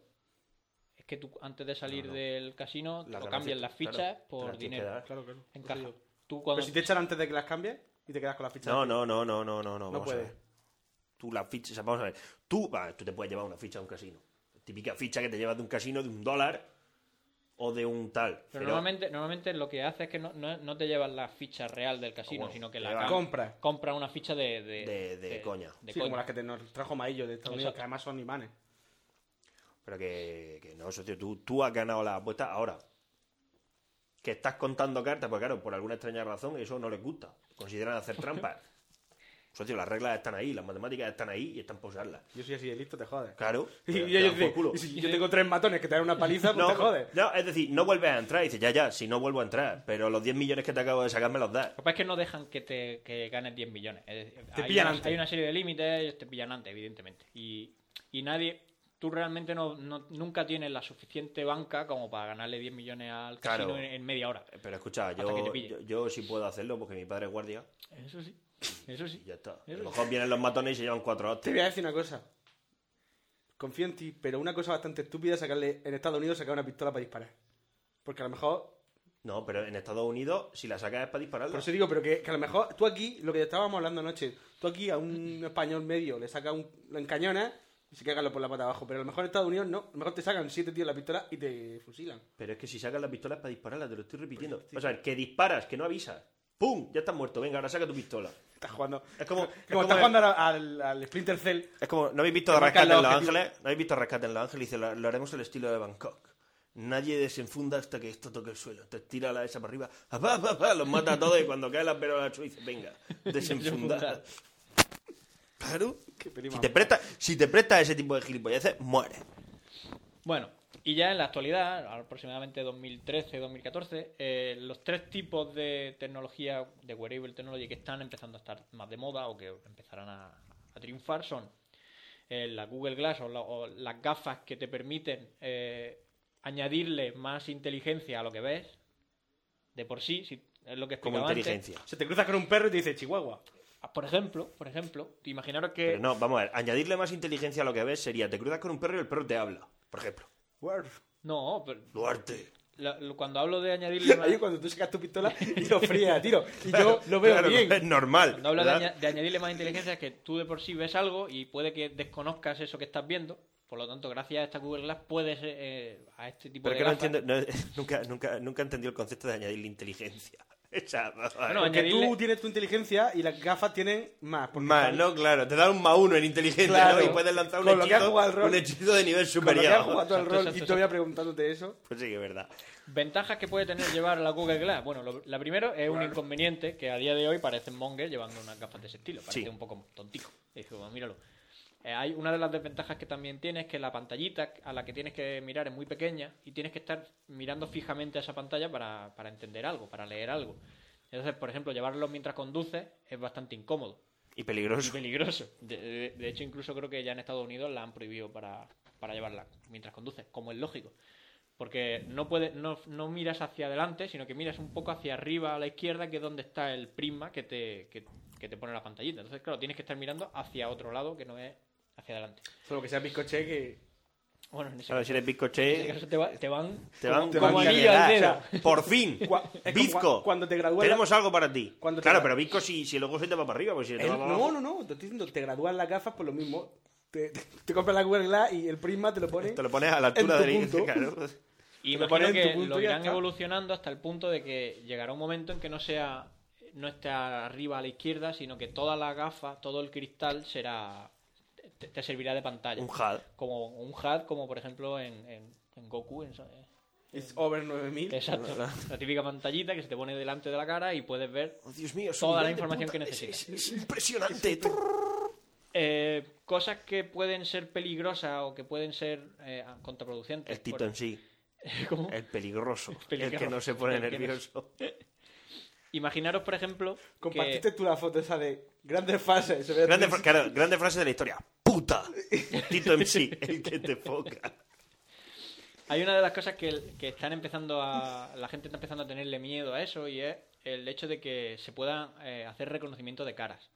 [SPEAKER 5] Es que tú, antes de salir
[SPEAKER 3] No, no.
[SPEAKER 5] del casino,
[SPEAKER 3] Las
[SPEAKER 5] lo
[SPEAKER 3] ganancias,
[SPEAKER 5] cambias las fichas
[SPEAKER 3] claro, te
[SPEAKER 5] por
[SPEAKER 3] las tienes que
[SPEAKER 5] dinero.
[SPEAKER 3] dar.
[SPEAKER 7] Claro, claro.
[SPEAKER 5] En
[SPEAKER 7] Lo
[SPEAKER 5] caja.
[SPEAKER 7] digo.
[SPEAKER 5] Tú
[SPEAKER 7] Pero
[SPEAKER 5] cuando...
[SPEAKER 7] si te echan antes de que las cambies y te quedas con la ficha.
[SPEAKER 3] No, no, no, no, no, no, no.
[SPEAKER 7] No
[SPEAKER 3] vamos a
[SPEAKER 7] puede.
[SPEAKER 3] ver.
[SPEAKER 6] Tú la ficha, o sea, vamos a ver, tú, va, tú te puedes llevar una ficha de un casino. Típica ficha que te llevas de un casino de un dólar o de un tal.
[SPEAKER 5] Pero, normalmente, normalmente lo que hace es que no, no- no te llevas la ficha real del casino,
[SPEAKER 6] bueno,
[SPEAKER 5] sino que
[SPEAKER 6] te
[SPEAKER 5] la
[SPEAKER 6] llevas-
[SPEAKER 7] Compra.
[SPEAKER 5] compra una ficha de... De,
[SPEAKER 6] De- de coña.
[SPEAKER 5] de
[SPEAKER 7] sí,
[SPEAKER 5] coña.
[SPEAKER 7] como las que te nos trajo Maillo de Estados Unidos,
[SPEAKER 5] Exacto.
[SPEAKER 7] que además son imanes.
[SPEAKER 6] Pero que, que no, socio, tú, tú has ganado las apuestas ahora. Que estás contando cartas, pues claro, por alguna extraña razón eso no les gusta. Consideran hacer trampas. socio, las reglas están ahí, las matemáticas están ahí y están por usarlas.
[SPEAKER 7] Yo soy así de listo, te jodes.
[SPEAKER 6] Claro.
[SPEAKER 7] Y,
[SPEAKER 6] te-
[SPEAKER 7] y
[SPEAKER 6] te dan
[SPEAKER 7] ellos
[SPEAKER 6] por
[SPEAKER 7] dicen,
[SPEAKER 6] culo.
[SPEAKER 7] "Y si yo tengo tres matones que te dan una paliza, pues
[SPEAKER 6] No,
[SPEAKER 7] te jodes.
[SPEAKER 6] no, es decir, no vuelves a entrar. Y dices, ya, ya, si no vuelvo a entrar. Pero los 10 millones que te acabo de sacar me los das.
[SPEAKER 5] Lo que pasa es que no dejan que te que ganes 10 millones. Es decir,
[SPEAKER 7] Te
[SPEAKER 5] hay
[SPEAKER 7] pillan
[SPEAKER 5] una,
[SPEAKER 7] antes.
[SPEAKER 5] Hay una serie de límites, ellos te pillan antes, evidentemente. Y, y nadie... Tú realmente no, no- nunca tienes la suficiente banca como para ganarle 10 millones al
[SPEAKER 6] Claro.
[SPEAKER 5] casino en, en media hora.
[SPEAKER 6] Pero escucha,
[SPEAKER 5] Hasta que te
[SPEAKER 6] yo,
[SPEAKER 5] pille.
[SPEAKER 6] yo, yo sí puedo hacerlo porque mi padre es guardia
[SPEAKER 5] Eso sí. Eso sí.
[SPEAKER 6] y ya está. A
[SPEAKER 5] Eso
[SPEAKER 6] lo
[SPEAKER 5] sí.
[SPEAKER 6] mejor vienen los matones y se llevan cuatro
[SPEAKER 7] Te
[SPEAKER 6] hostias.
[SPEAKER 7] voy a decir una cosa. Confío en ti, pero una cosa bastante estúpida es sacarle en Estados Unidos sacar una pistola para disparar. Porque a lo mejor.
[SPEAKER 6] No, pero en Estados Unidos, si la sacas es para dispararla.
[SPEAKER 7] Por eso digo, pero que, que a lo mejor tú aquí, lo que estábamos hablando anoche, tú aquí a un español medio le sacas un. lo encañonas y se cagan por la pata abajo. Pero a lo mejor en Estados Unidos no. A lo mejor te sacan siete tíos la pistola y te fusilan.
[SPEAKER 6] Pero es que si sacas la pistola es para dispararla, te lo estoy repitiendo. O sea, que disparas, que no avisas. ¡Pum! Ya estás muerto. Venga, ahora saca tu pistola.
[SPEAKER 7] Estás jugando.
[SPEAKER 6] Es como- es como
[SPEAKER 7] como estás
[SPEAKER 6] el-
[SPEAKER 7] jugando ahora al, al Splinter Cell.
[SPEAKER 6] Es como, ¿no habéis visto
[SPEAKER 7] Te
[SPEAKER 6] Rescate
[SPEAKER 7] marcan
[SPEAKER 6] en
[SPEAKER 7] los
[SPEAKER 6] Los
[SPEAKER 7] objetivos.
[SPEAKER 6] Ángeles? ¿No habéis visto Rescate en Los Ángeles? Dice, lo, lo haremos el estilo de Bangkok. Nadie desenfunda hasta que esto toque el suelo. Te tira la esa para arriba. ¡pa, pa, pa! Los mata a todos y cuando cae la perola dice, venga, desenfunda. claro.
[SPEAKER 7] Qué
[SPEAKER 6] Si
[SPEAKER 7] película.
[SPEAKER 6] te prestas si te prestas ese tipo de gilipolleces, mueres.
[SPEAKER 5] Bueno, y ya en la actualidad, aproximadamente 2013-2014, eh, los tres tipos de tecnología, de wearable technology, que están empezando a estar más de moda o que empezarán a, a triunfar son eh, la Google Glass o, la- o las gafas que te permiten eh, añadirle más inteligencia a lo que ves, de por sí, si, es lo que
[SPEAKER 6] Como
[SPEAKER 5] explicaba antes.
[SPEAKER 6] inteligencia.
[SPEAKER 7] Se te cruzas con un perro y te dice Chihuahua.
[SPEAKER 5] Ah, Por ejemplo, por ejemplo, imaginaros que...
[SPEAKER 6] Pero no, vamos a ver. Añadirle más inteligencia a lo que ves sería, te cruzas con un perro y el perro te habla, por ejemplo.
[SPEAKER 5] No, pero
[SPEAKER 6] Duarte.
[SPEAKER 5] la- lo- cuando hablo de añadirle más...
[SPEAKER 7] Ahí cuando tú sacas tu pistola y lo frías a tiro. Y yo lo veo
[SPEAKER 6] Claro,
[SPEAKER 7] bien.
[SPEAKER 6] Es normal.
[SPEAKER 5] Cuando hablo de,
[SPEAKER 6] ¿verdad?
[SPEAKER 5] aña- de añadirle más inteligencia es que tú de por sí ves algo y puede que desconozcas eso que estás viendo. Por lo tanto, gracias a esta Google Glass puedes eh, a este tipo
[SPEAKER 6] Pero
[SPEAKER 5] de
[SPEAKER 6] que no
[SPEAKER 5] gafas-
[SPEAKER 6] entiendo, no, nunca, nunca, nunca entendí el concepto de añadirle inteligencia. O sea, vamos a ver.
[SPEAKER 5] Bueno,
[SPEAKER 7] Porque
[SPEAKER 5] añadirle-
[SPEAKER 7] tú tienes tu inteligencia y las gafas tienen más. porque
[SPEAKER 6] Más,
[SPEAKER 7] están-
[SPEAKER 6] no, claro, te da un más uno en inteligencia
[SPEAKER 7] Claro.
[SPEAKER 6] ¿no? y puedes lanzar un
[SPEAKER 7] Con lo que has
[SPEAKER 6] hechizo,
[SPEAKER 7] jugado al rol.
[SPEAKER 6] un hechizo de nivel
[SPEAKER 7] Con lo que has
[SPEAKER 6] superior.
[SPEAKER 7] jugado al
[SPEAKER 5] Exacto,
[SPEAKER 7] rol y
[SPEAKER 5] exacto,
[SPEAKER 7] todavía preguntándote eso.
[SPEAKER 6] Pues sí que es verdad.
[SPEAKER 5] Ventajas que puede tener llevar la Google Glass. Bueno, lo- la primero es un inconveniente que a día de hoy parecen monger llevando unas gafas de ese estilo. Parece
[SPEAKER 6] Sí.
[SPEAKER 5] un poco tontico. Dijo, bueno, míralo. Eh, hay una de las desventajas que también tiene es que la pantallita a la que tienes que mirar es muy pequeña y tienes que estar mirando fijamente a esa pantalla para, para entender algo, para leer algo. Entonces, por ejemplo, llevarlo mientras conduces es bastante incómodo
[SPEAKER 6] Y
[SPEAKER 5] y
[SPEAKER 6] peligroso.
[SPEAKER 5] peligroso. De, de- de hecho, incluso creo que ya en Estados Unidos la han prohibido para, para llevarla mientras conduces, como es lógico. Porque no, puede, no, no miras hacia adelante, sino que miras un poco hacia arriba a la izquierda, que es donde está el prisma que te, que, que te pone la pantallita. Entonces, claro, tienes que estar mirando hacia otro lado que no es hacia adelante.
[SPEAKER 7] Solo que sea bizcoche que.
[SPEAKER 5] Bueno, en ese,
[SPEAKER 6] Claro, si
[SPEAKER 5] caso, en
[SPEAKER 6] eres
[SPEAKER 5] ese
[SPEAKER 6] bizcoche,
[SPEAKER 5] caso te, va- te van
[SPEAKER 6] te van
[SPEAKER 5] como,
[SPEAKER 7] van
[SPEAKER 5] como
[SPEAKER 7] a
[SPEAKER 5] anillo al
[SPEAKER 7] quedar,
[SPEAKER 5] dedo.
[SPEAKER 7] o
[SPEAKER 6] Por fin,
[SPEAKER 7] Cua- es como
[SPEAKER 6] Bizco,
[SPEAKER 7] cua- cuando te gradúas-
[SPEAKER 6] tenemos algo para ti.
[SPEAKER 7] Cuando te
[SPEAKER 6] Claro,
[SPEAKER 7] gra-
[SPEAKER 6] pero Bizco si, si luego se te va para arriba, pues si te
[SPEAKER 7] El-
[SPEAKER 6] va para abajo.
[SPEAKER 7] no, no, no. Te estoy diciendo, te gradúas las gafas por lo mismo. Te, te- te compras la Google Glass y el prisma te lo pones.
[SPEAKER 6] Te lo pones a la
[SPEAKER 7] en
[SPEAKER 6] altura
[SPEAKER 7] tu
[SPEAKER 6] de la
[SPEAKER 7] punto.
[SPEAKER 6] claro.
[SPEAKER 5] Y
[SPEAKER 7] Te
[SPEAKER 5] imagino
[SPEAKER 7] lo ponen en tu
[SPEAKER 5] que
[SPEAKER 7] punto
[SPEAKER 5] lo
[SPEAKER 7] y ya
[SPEAKER 5] irán
[SPEAKER 7] está.
[SPEAKER 5] evolucionando hasta el punto de que llegará un momento en que no sea no esté arriba a la izquierda, sino que toda la gafa, todo el cristal será te, te servirá de pantalla.
[SPEAKER 6] Un HUD.
[SPEAKER 5] Como un HUD, como por ejemplo en, en- en Goku. en- eh,
[SPEAKER 7] It's over 9000.
[SPEAKER 5] exacto. La típica pantallita que se te pone delante de la cara y puedes ver
[SPEAKER 6] Oh, Dios mío,
[SPEAKER 5] Toda
[SPEAKER 6] son
[SPEAKER 5] la
[SPEAKER 6] de
[SPEAKER 5] información
[SPEAKER 6] puta.
[SPEAKER 5] que
[SPEAKER 6] Es-
[SPEAKER 5] necesitas.
[SPEAKER 6] Es, es impresionante.
[SPEAKER 5] eh, cosas que pueden ser peligrosas o que pueden ser eh, contraproducentes.
[SPEAKER 6] El Tito en sí,
[SPEAKER 5] Por- ¿Cómo?
[SPEAKER 7] Eh.
[SPEAKER 6] el peligroso, el que
[SPEAKER 5] peligroso,
[SPEAKER 6] no se pone
[SPEAKER 5] el que no-
[SPEAKER 6] nervioso.
[SPEAKER 5] Imaginaros, por ejemplo, que-
[SPEAKER 7] Compartiste tú la foto esa de grandes fases. Se ve
[SPEAKER 6] Grande, fra- claro, grande frase de la historia. ¡Puta! Tito MC, el que te foca.
[SPEAKER 5] Hay una de las cosas que, que están empezando a. La gente está empezando a tenerle miedo a eso y es el hecho de que se pueda eh, hacer reconocimiento de caras.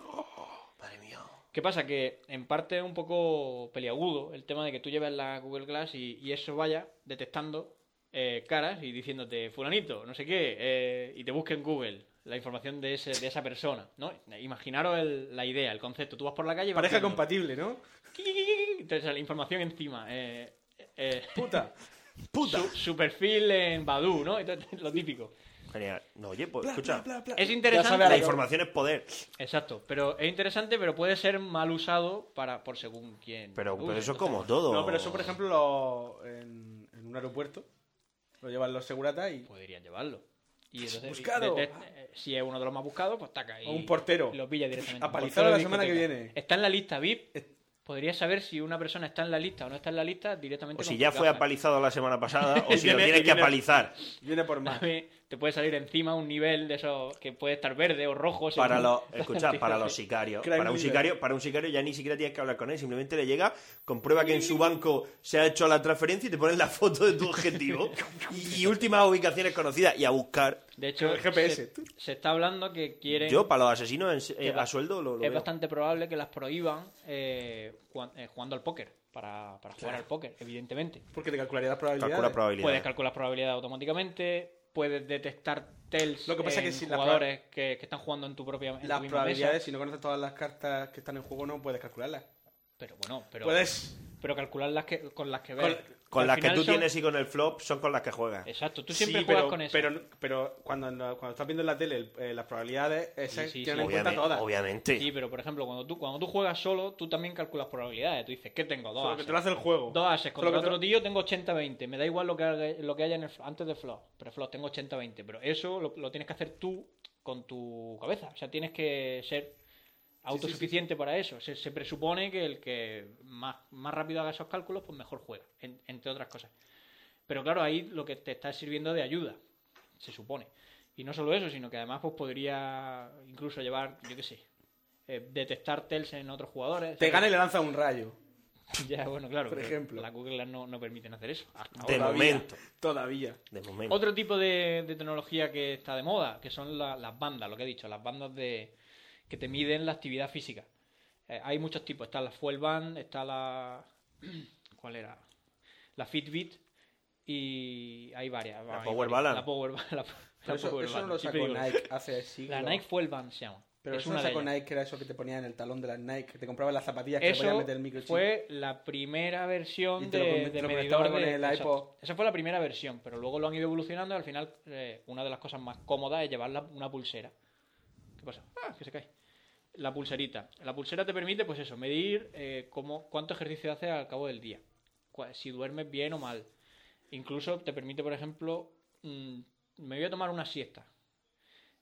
[SPEAKER 6] Oh, Madre mía.
[SPEAKER 5] ¿Qué pasa? Que en parte es un poco peliagudo el tema de que tú lleves la Google Glass y, y eso vaya detectando eh, caras y diciéndote, fulanito, no sé qué, eh, y te busque en Google. la información de, ese, de esa persona, ¿no? Imaginaros el- la idea, el concepto. Tú vas por la calle y vas
[SPEAKER 7] Pareja
[SPEAKER 5] viendo.
[SPEAKER 7] compatible, ¿no?
[SPEAKER 5] Te sale información encima. Eh, eh,
[SPEAKER 7] Puta.
[SPEAKER 3] ¡Puta!
[SPEAKER 5] Su, su perfil en Badu, ¿no? Entonces, lo típico.
[SPEAKER 3] Genial. No, oye, pues escucha.
[SPEAKER 5] Es interesante.
[SPEAKER 3] La información es poder.
[SPEAKER 5] Exacto, pero es interesante, pero puede ser mal usado para por según quién.
[SPEAKER 3] Pero,
[SPEAKER 5] lo
[SPEAKER 3] pero
[SPEAKER 5] use.
[SPEAKER 3] eso es
[SPEAKER 5] Entonces,
[SPEAKER 3] como todo.
[SPEAKER 7] No, pero eso, por ejemplo, lo- en, en un aeropuerto lo llevan los seguratas y.
[SPEAKER 5] Podrían llevarlo. Y entonces,
[SPEAKER 7] Buscado.
[SPEAKER 5] de- de- si es uno de los más buscados, pues taca. Y
[SPEAKER 7] O un portero.
[SPEAKER 5] Lo pilla directamente.
[SPEAKER 7] A palizar
[SPEAKER 5] Portero
[SPEAKER 7] la
[SPEAKER 5] de
[SPEAKER 7] semana que
[SPEAKER 5] discoteca.
[SPEAKER 7] viene.
[SPEAKER 5] Está en la lista VIP. Podría saber si una persona está en la lista o no está en la lista directamente.
[SPEAKER 3] O si
[SPEAKER 5] con
[SPEAKER 3] ya
[SPEAKER 5] sus
[SPEAKER 3] fue
[SPEAKER 5] gafas.
[SPEAKER 3] apalizado la semana pasada, o
[SPEAKER 7] Y
[SPEAKER 3] si lo
[SPEAKER 7] viene-
[SPEAKER 3] tienes
[SPEAKER 7] y
[SPEAKER 3] que
[SPEAKER 7] viene-
[SPEAKER 3] apalizar.
[SPEAKER 7] Viene por más.
[SPEAKER 5] Te puede salir encima un nivel de esos que puede estar verde o rojo.
[SPEAKER 3] Para
[SPEAKER 5] según
[SPEAKER 3] los,
[SPEAKER 5] la
[SPEAKER 3] escuchad, para
[SPEAKER 5] cantidad
[SPEAKER 3] los
[SPEAKER 5] de-
[SPEAKER 3] sicarios.
[SPEAKER 7] Crime
[SPEAKER 3] Para un
[SPEAKER 7] leader.
[SPEAKER 3] sicario, para un sicario ya ni siquiera tienes que hablar con él, simplemente le llega, comprueba que en su banco se ha hecho la transferencia y te pones la foto de tu objetivo y, y últimas ubicaciones conocidas y a buscar.
[SPEAKER 5] De hecho,
[SPEAKER 7] El GPS.
[SPEAKER 5] Se, se está hablando que quieren.
[SPEAKER 3] Yo, para los asesinos en- eh,
[SPEAKER 5] Es ba-
[SPEAKER 3] a sueldo, lo, lo
[SPEAKER 5] es
[SPEAKER 3] veo.
[SPEAKER 5] bastante probable que las prohíban eh, juan- eh, jugando al póker, para, para jugar al póker, evidentemente.
[SPEAKER 7] Porque te calcularía las probabilidades.
[SPEAKER 3] Calcula probabilidad.
[SPEAKER 5] Puedes calcular probabilidades automáticamente, puedes detectar tells
[SPEAKER 7] Lo que pasa es
[SPEAKER 5] en
[SPEAKER 7] que si la
[SPEAKER 5] jugadores que, que están jugando en tu propia en tu
[SPEAKER 7] Las
[SPEAKER 5] misma
[SPEAKER 7] probabilidades,
[SPEAKER 5] mesa.
[SPEAKER 7] si no conoces todas las cartas que están en juego, no puedes calcularlas.
[SPEAKER 5] Pero bueno, pero,
[SPEAKER 7] Puedes.
[SPEAKER 5] pero calcular las que, con las que ves.
[SPEAKER 3] Con
[SPEAKER 5] Al
[SPEAKER 3] las que
[SPEAKER 5] final
[SPEAKER 3] tú
[SPEAKER 5] son-
[SPEAKER 3] tienes y con el flop son con las que juegas.
[SPEAKER 5] Exacto, tú siempre
[SPEAKER 7] Sí,
[SPEAKER 5] juegas
[SPEAKER 7] pero,
[SPEAKER 5] con eso.
[SPEAKER 7] Pero, pero cuando, no- cuando estás viendo en la tele el- eh, las probabilidades, esas
[SPEAKER 5] Sí, sí,
[SPEAKER 7] tienen
[SPEAKER 5] sí.
[SPEAKER 7] en cuenta
[SPEAKER 3] Obviamente.
[SPEAKER 7] todas.
[SPEAKER 3] obviamente.
[SPEAKER 5] Sí, pero por ejemplo, cuando tú, cuando tú juegas solo, tú también calculas probabilidades. Tú dices, ¿qué tengo? Dos
[SPEAKER 7] Solo que
[SPEAKER 5] ases.
[SPEAKER 7] te lo hace el juego.
[SPEAKER 5] Dos ases
[SPEAKER 7] Solo
[SPEAKER 5] contra
[SPEAKER 7] que te
[SPEAKER 5] otro
[SPEAKER 7] lo-
[SPEAKER 5] tío, tengo 80-20. Me da igual lo que, haga- lo que haya en el, antes de flop. Pero flop tengo 80-20. Pero eso lo, lo tienes que hacer tú con tu cabeza. O sea, tienes que ser autosuficiente para eso. Se, se presupone que el que más, más rápido haga esos cálculos, pues mejor juega, en- entre otras cosas. Pero claro, ahí lo que te está sirviendo de ayuda, se supone. Y no solo eso, sino que además pues podría incluso llevar, yo qué sé, eh, detectar tells en otros jugadores.
[SPEAKER 7] Te gana y le lanza un rayo.
[SPEAKER 5] Ya, bueno, claro.
[SPEAKER 7] Por
[SPEAKER 5] pero
[SPEAKER 7] ejemplo.
[SPEAKER 5] Las Google Glass no, no permiten hacer eso. hasta
[SPEAKER 3] De
[SPEAKER 5] ahora.
[SPEAKER 3] momento.
[SPEAKER 7] Todavía.
[SPEAKER 3] De momento.
[SPEAKER 5] Otro tipo de, de tecnología que está de moda, que son la- las bandas, lo que he dicho, las bandas de que te miden la actividad física. Eh, hay muchos tipos. Está la Fuel Band, está la... ¿Cuál era? La Fitbit y hay varias.
[SPEAKER 3] La
[SPEAKER 5] hay
[SPEAKER 3] Power
[SPEAKER 5] varias.
[SPEAKER 3] Balance.
[SPEAKER 5] La Power Balance. La,
[SPEAKER 7] Pero
[SPEAKER 5] la
[SPEAKER 7] eso,
[SPEAKER 5] Power
[SPEAKER 7] eso no
[SPEAKER 5] Balance,
[SPEAKER 7] lo
[SPEAKER 5] siempre
[SPEAKER 7] sacó
[SPEAKER 5] digo.
[SPEAKER 7] Nike hace siglos.
[SPEAKER 5] La Nike Fuel Band se llama.
[SPEAKER 7] Pero
[SPEAKER 5] es
[SPEAKER 7] eso
[SPEAKER 5] una
[SPEAKER 7] no
[SPEAKER 5] de
[SPEAKER 7] sacó
[SPEAKER 5] ellas.
[SPEAKER 7] Nike, que era eso que te ponían en el talón de las Nike, que te comprabas las zapatillas que te
[SPEAKER 5] Eso
[SPEAKER 7] podían meter el microchip.
[SPEAKER 5] fue la primera versión
[SPEAKER 7] Y te lo
[SPEAKER 5] de,
[SPEAKER 7] con- te
[SPEAKER 5] de
[SPEAKER 7] lo
[SPEAKER 5] medidor
[SPEAKER 7] conectaba con
[SPEAKER 5] de-
[SPEAKER 7] el
[SPEAKER 5] exacto.
[SPEAKER 7] iPod.
[SPEAKER 5] Esa fue la primera versión, pero luego lo han ido evolucionando. y Al final, eh, una de las cosas más cómodas es llevar la- una pulsera. ¿Qué pasa? Ah, que se cae. La pulserita. La pulsera te permite, pues eso, medir eh, cómo, cuánto ejercicio haces al cabo del día. Cua- Si duermes bien o mal. Incluso te permite, por ejemplo, mm, me voy a tomar una siesta.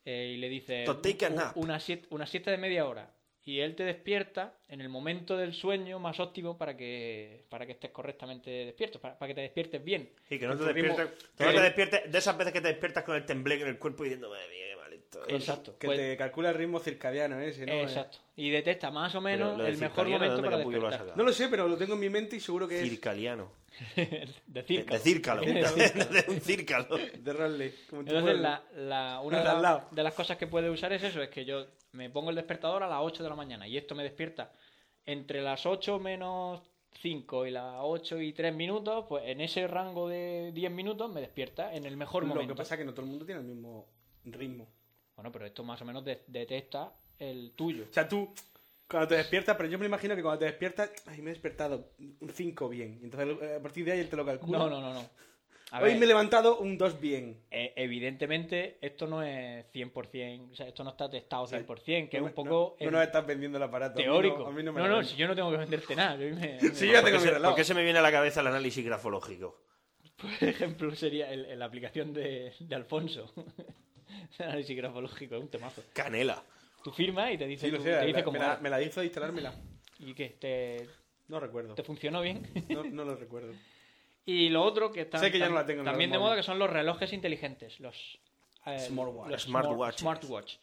[SPEAKER 5] Eh, y le dice
[SPEAKER 3] To take a
[SPEAKER 5] "Un-
[SPEAKER 3] nap".
[SPEAKER 5] Una, siesta, una siesta de media hora. Y él te despierta en el momento del sueño más óptimo para que, para que estés correctamente despierto, para, para que te despiertes bien.
[SPEAKER 3] Y que no te
[SPEAKER 7] tu ritmo-
[SPEAKER 3] despiertes. que no te despiertes- de esas veces que te despiertas con el tembleque en el cuerpo y diciendo, madre mía, qué mal estoy.
[SPEAKER 5] Exacto.
[SPEAKER 7] Que
[SPEAKER 5] Pues-
[SPEAKER 7] te calcula el ritmo circadiano ese, ¿no?
[SPEAKER 5] exacto. Y detecta más o menos
[SPEAKER 3] lo de
[SPEAKER 5] el mejor
[SPEAKER 3] circadiano, ¿de
[SPEAKER 5] momento
[SPEAKER 3] dónde
[SPEAKER 5] para
[SPEAKER 3] capullo lo has
[SPEAKER 5] despertar.
[SPEAKER 3] sacado?
[SPEAKER 7] No lo sé, pero lo tengo en mi mente y seguro que es
[SPEAKER 3] Circaliano.
[SPEAKER 5] de
[SPEAKER 3] De,
[SPEAKER 5] círcalo.
[SPEAKER 3] de círcalo. de un círcalo.
[SPEAKER 7] de Raleigh. como en tu
[SPEAKER 5] Entonces,
[SPEAKER 7] pueblo.
[SPEAKER 5] la, la- una de,
[SPEAKER 7] Al
[SPEAKER 5] la-
[SPEAKER 7] lado.
[SPEAKER 5] de las cosas que puede usar es eso, es que yo me pongo el despertador a las 8 de la mañana y esto me despierta entre las 8 menos 5 y las 8 y 3 minutos, pues en ese rango de 10 minutos me despierta en el mejor
[SPEAKER 7] Lo
[SPEAKER 5] momento.
[SPEAKER 7] que pasa es que no todo el mundo tiene el mismo ritmo.
[SPEAKER 5] Bueno, pero esto más o menos de- detecta el tuyo.
[SPEAKER 7] O sea, tú, cuando te despiertas, pero yo me imagino que cuando te despiertas, ay, me he despertado un 5 bien. Y Entonces, eh, a partir de ahí él te lo calcula.
[SPEAKER 5] No, no, no, no. A
[SPEAKER 7] Hoy
[SPEAKER 5] ver,
[SPEAKER 7] me he levantado un 2 bien.
[SPEAKER 5] eh, evidentemente esto no es 100%, o sea, esto no está testado
[SPEAKER 7] sea,
[SPEAKER 5] 100%, que
[SPEAKER 7] No
[SPEAKER 5] es un
[SPEAKER 7] me-
[SPEAKER 5] poco
[SPEAKER 7] No,
[SPEAKER 5] el
[SPEAKER 7] no nos estás vendiendo el aparato. a mí no-
[SPEAKER 5] teórico.
[SPEAKER 7] A mí no me
[SPEAKER 5] no,
[SPEAKER 7] lo
[SPEAKER 5] no,
[SPEAKER 7] venden.
[SPEAKER 5] si yo no tengo que venderte nada. yo me- me-
[SPEAKER 7] Sí, yo ya
[SPEAKER 3] ¿Por
[SPEAKER 7] tengo
[SPEAKER 3] qué
[SPEAKER 7] mi
[SPEAKER 3] se-
[SPEAKER 7] reloj.
[SPEAKER 3] ¿Por qué se me viene a la cabeza el análisis grafológico?
[SPEAKER 5] Por ejemplo, sería el- el- la aplicación de, de Alfonso. Análisis grafológico, es un temazo.
[SPEAKER 3] Canela.
[SPEAKER 5] Tú firmas y te dice,
[SPEAKER 7] Sí, lo
[SPEAKER 5] tu-
[SPEAKER 7] sé,
[SPEAKER 5] te
[SPEAKER 7] la-
[SPEAKER 5] dice
[SPEAKER 7] la-
[SPEAKER 5] cómo
[SPEAKER 7] me, la,
[SPEAKER 5] va.
[SPEAKER 7] me la hizo instalármela.
[SPEAKER 5] ¿Y qué? ¿Te,
[SPEAKER 7] No recuerdo.
[SPEAKER 5] te funcionó bien?
[SPEAKER 7] No, no lo recuerdo.
[SPEAKER 5] y lo otro que está
[SPEAKER 7] Sé que ya no la tengo en
[SPEAKER 5] también
[SPEAKER 7] el
[SPEAKER 5] de
[SPEAKER 7] móvil.
[SPEAKER 5] moda que son los relojes inteligentes, los, eh,
[SPEAKER 7] Smartwatch.
[SPEAKER 5] los
[SPEAKER 3] Smartwatches.
[SPEAKER 5] smart- smartwatch.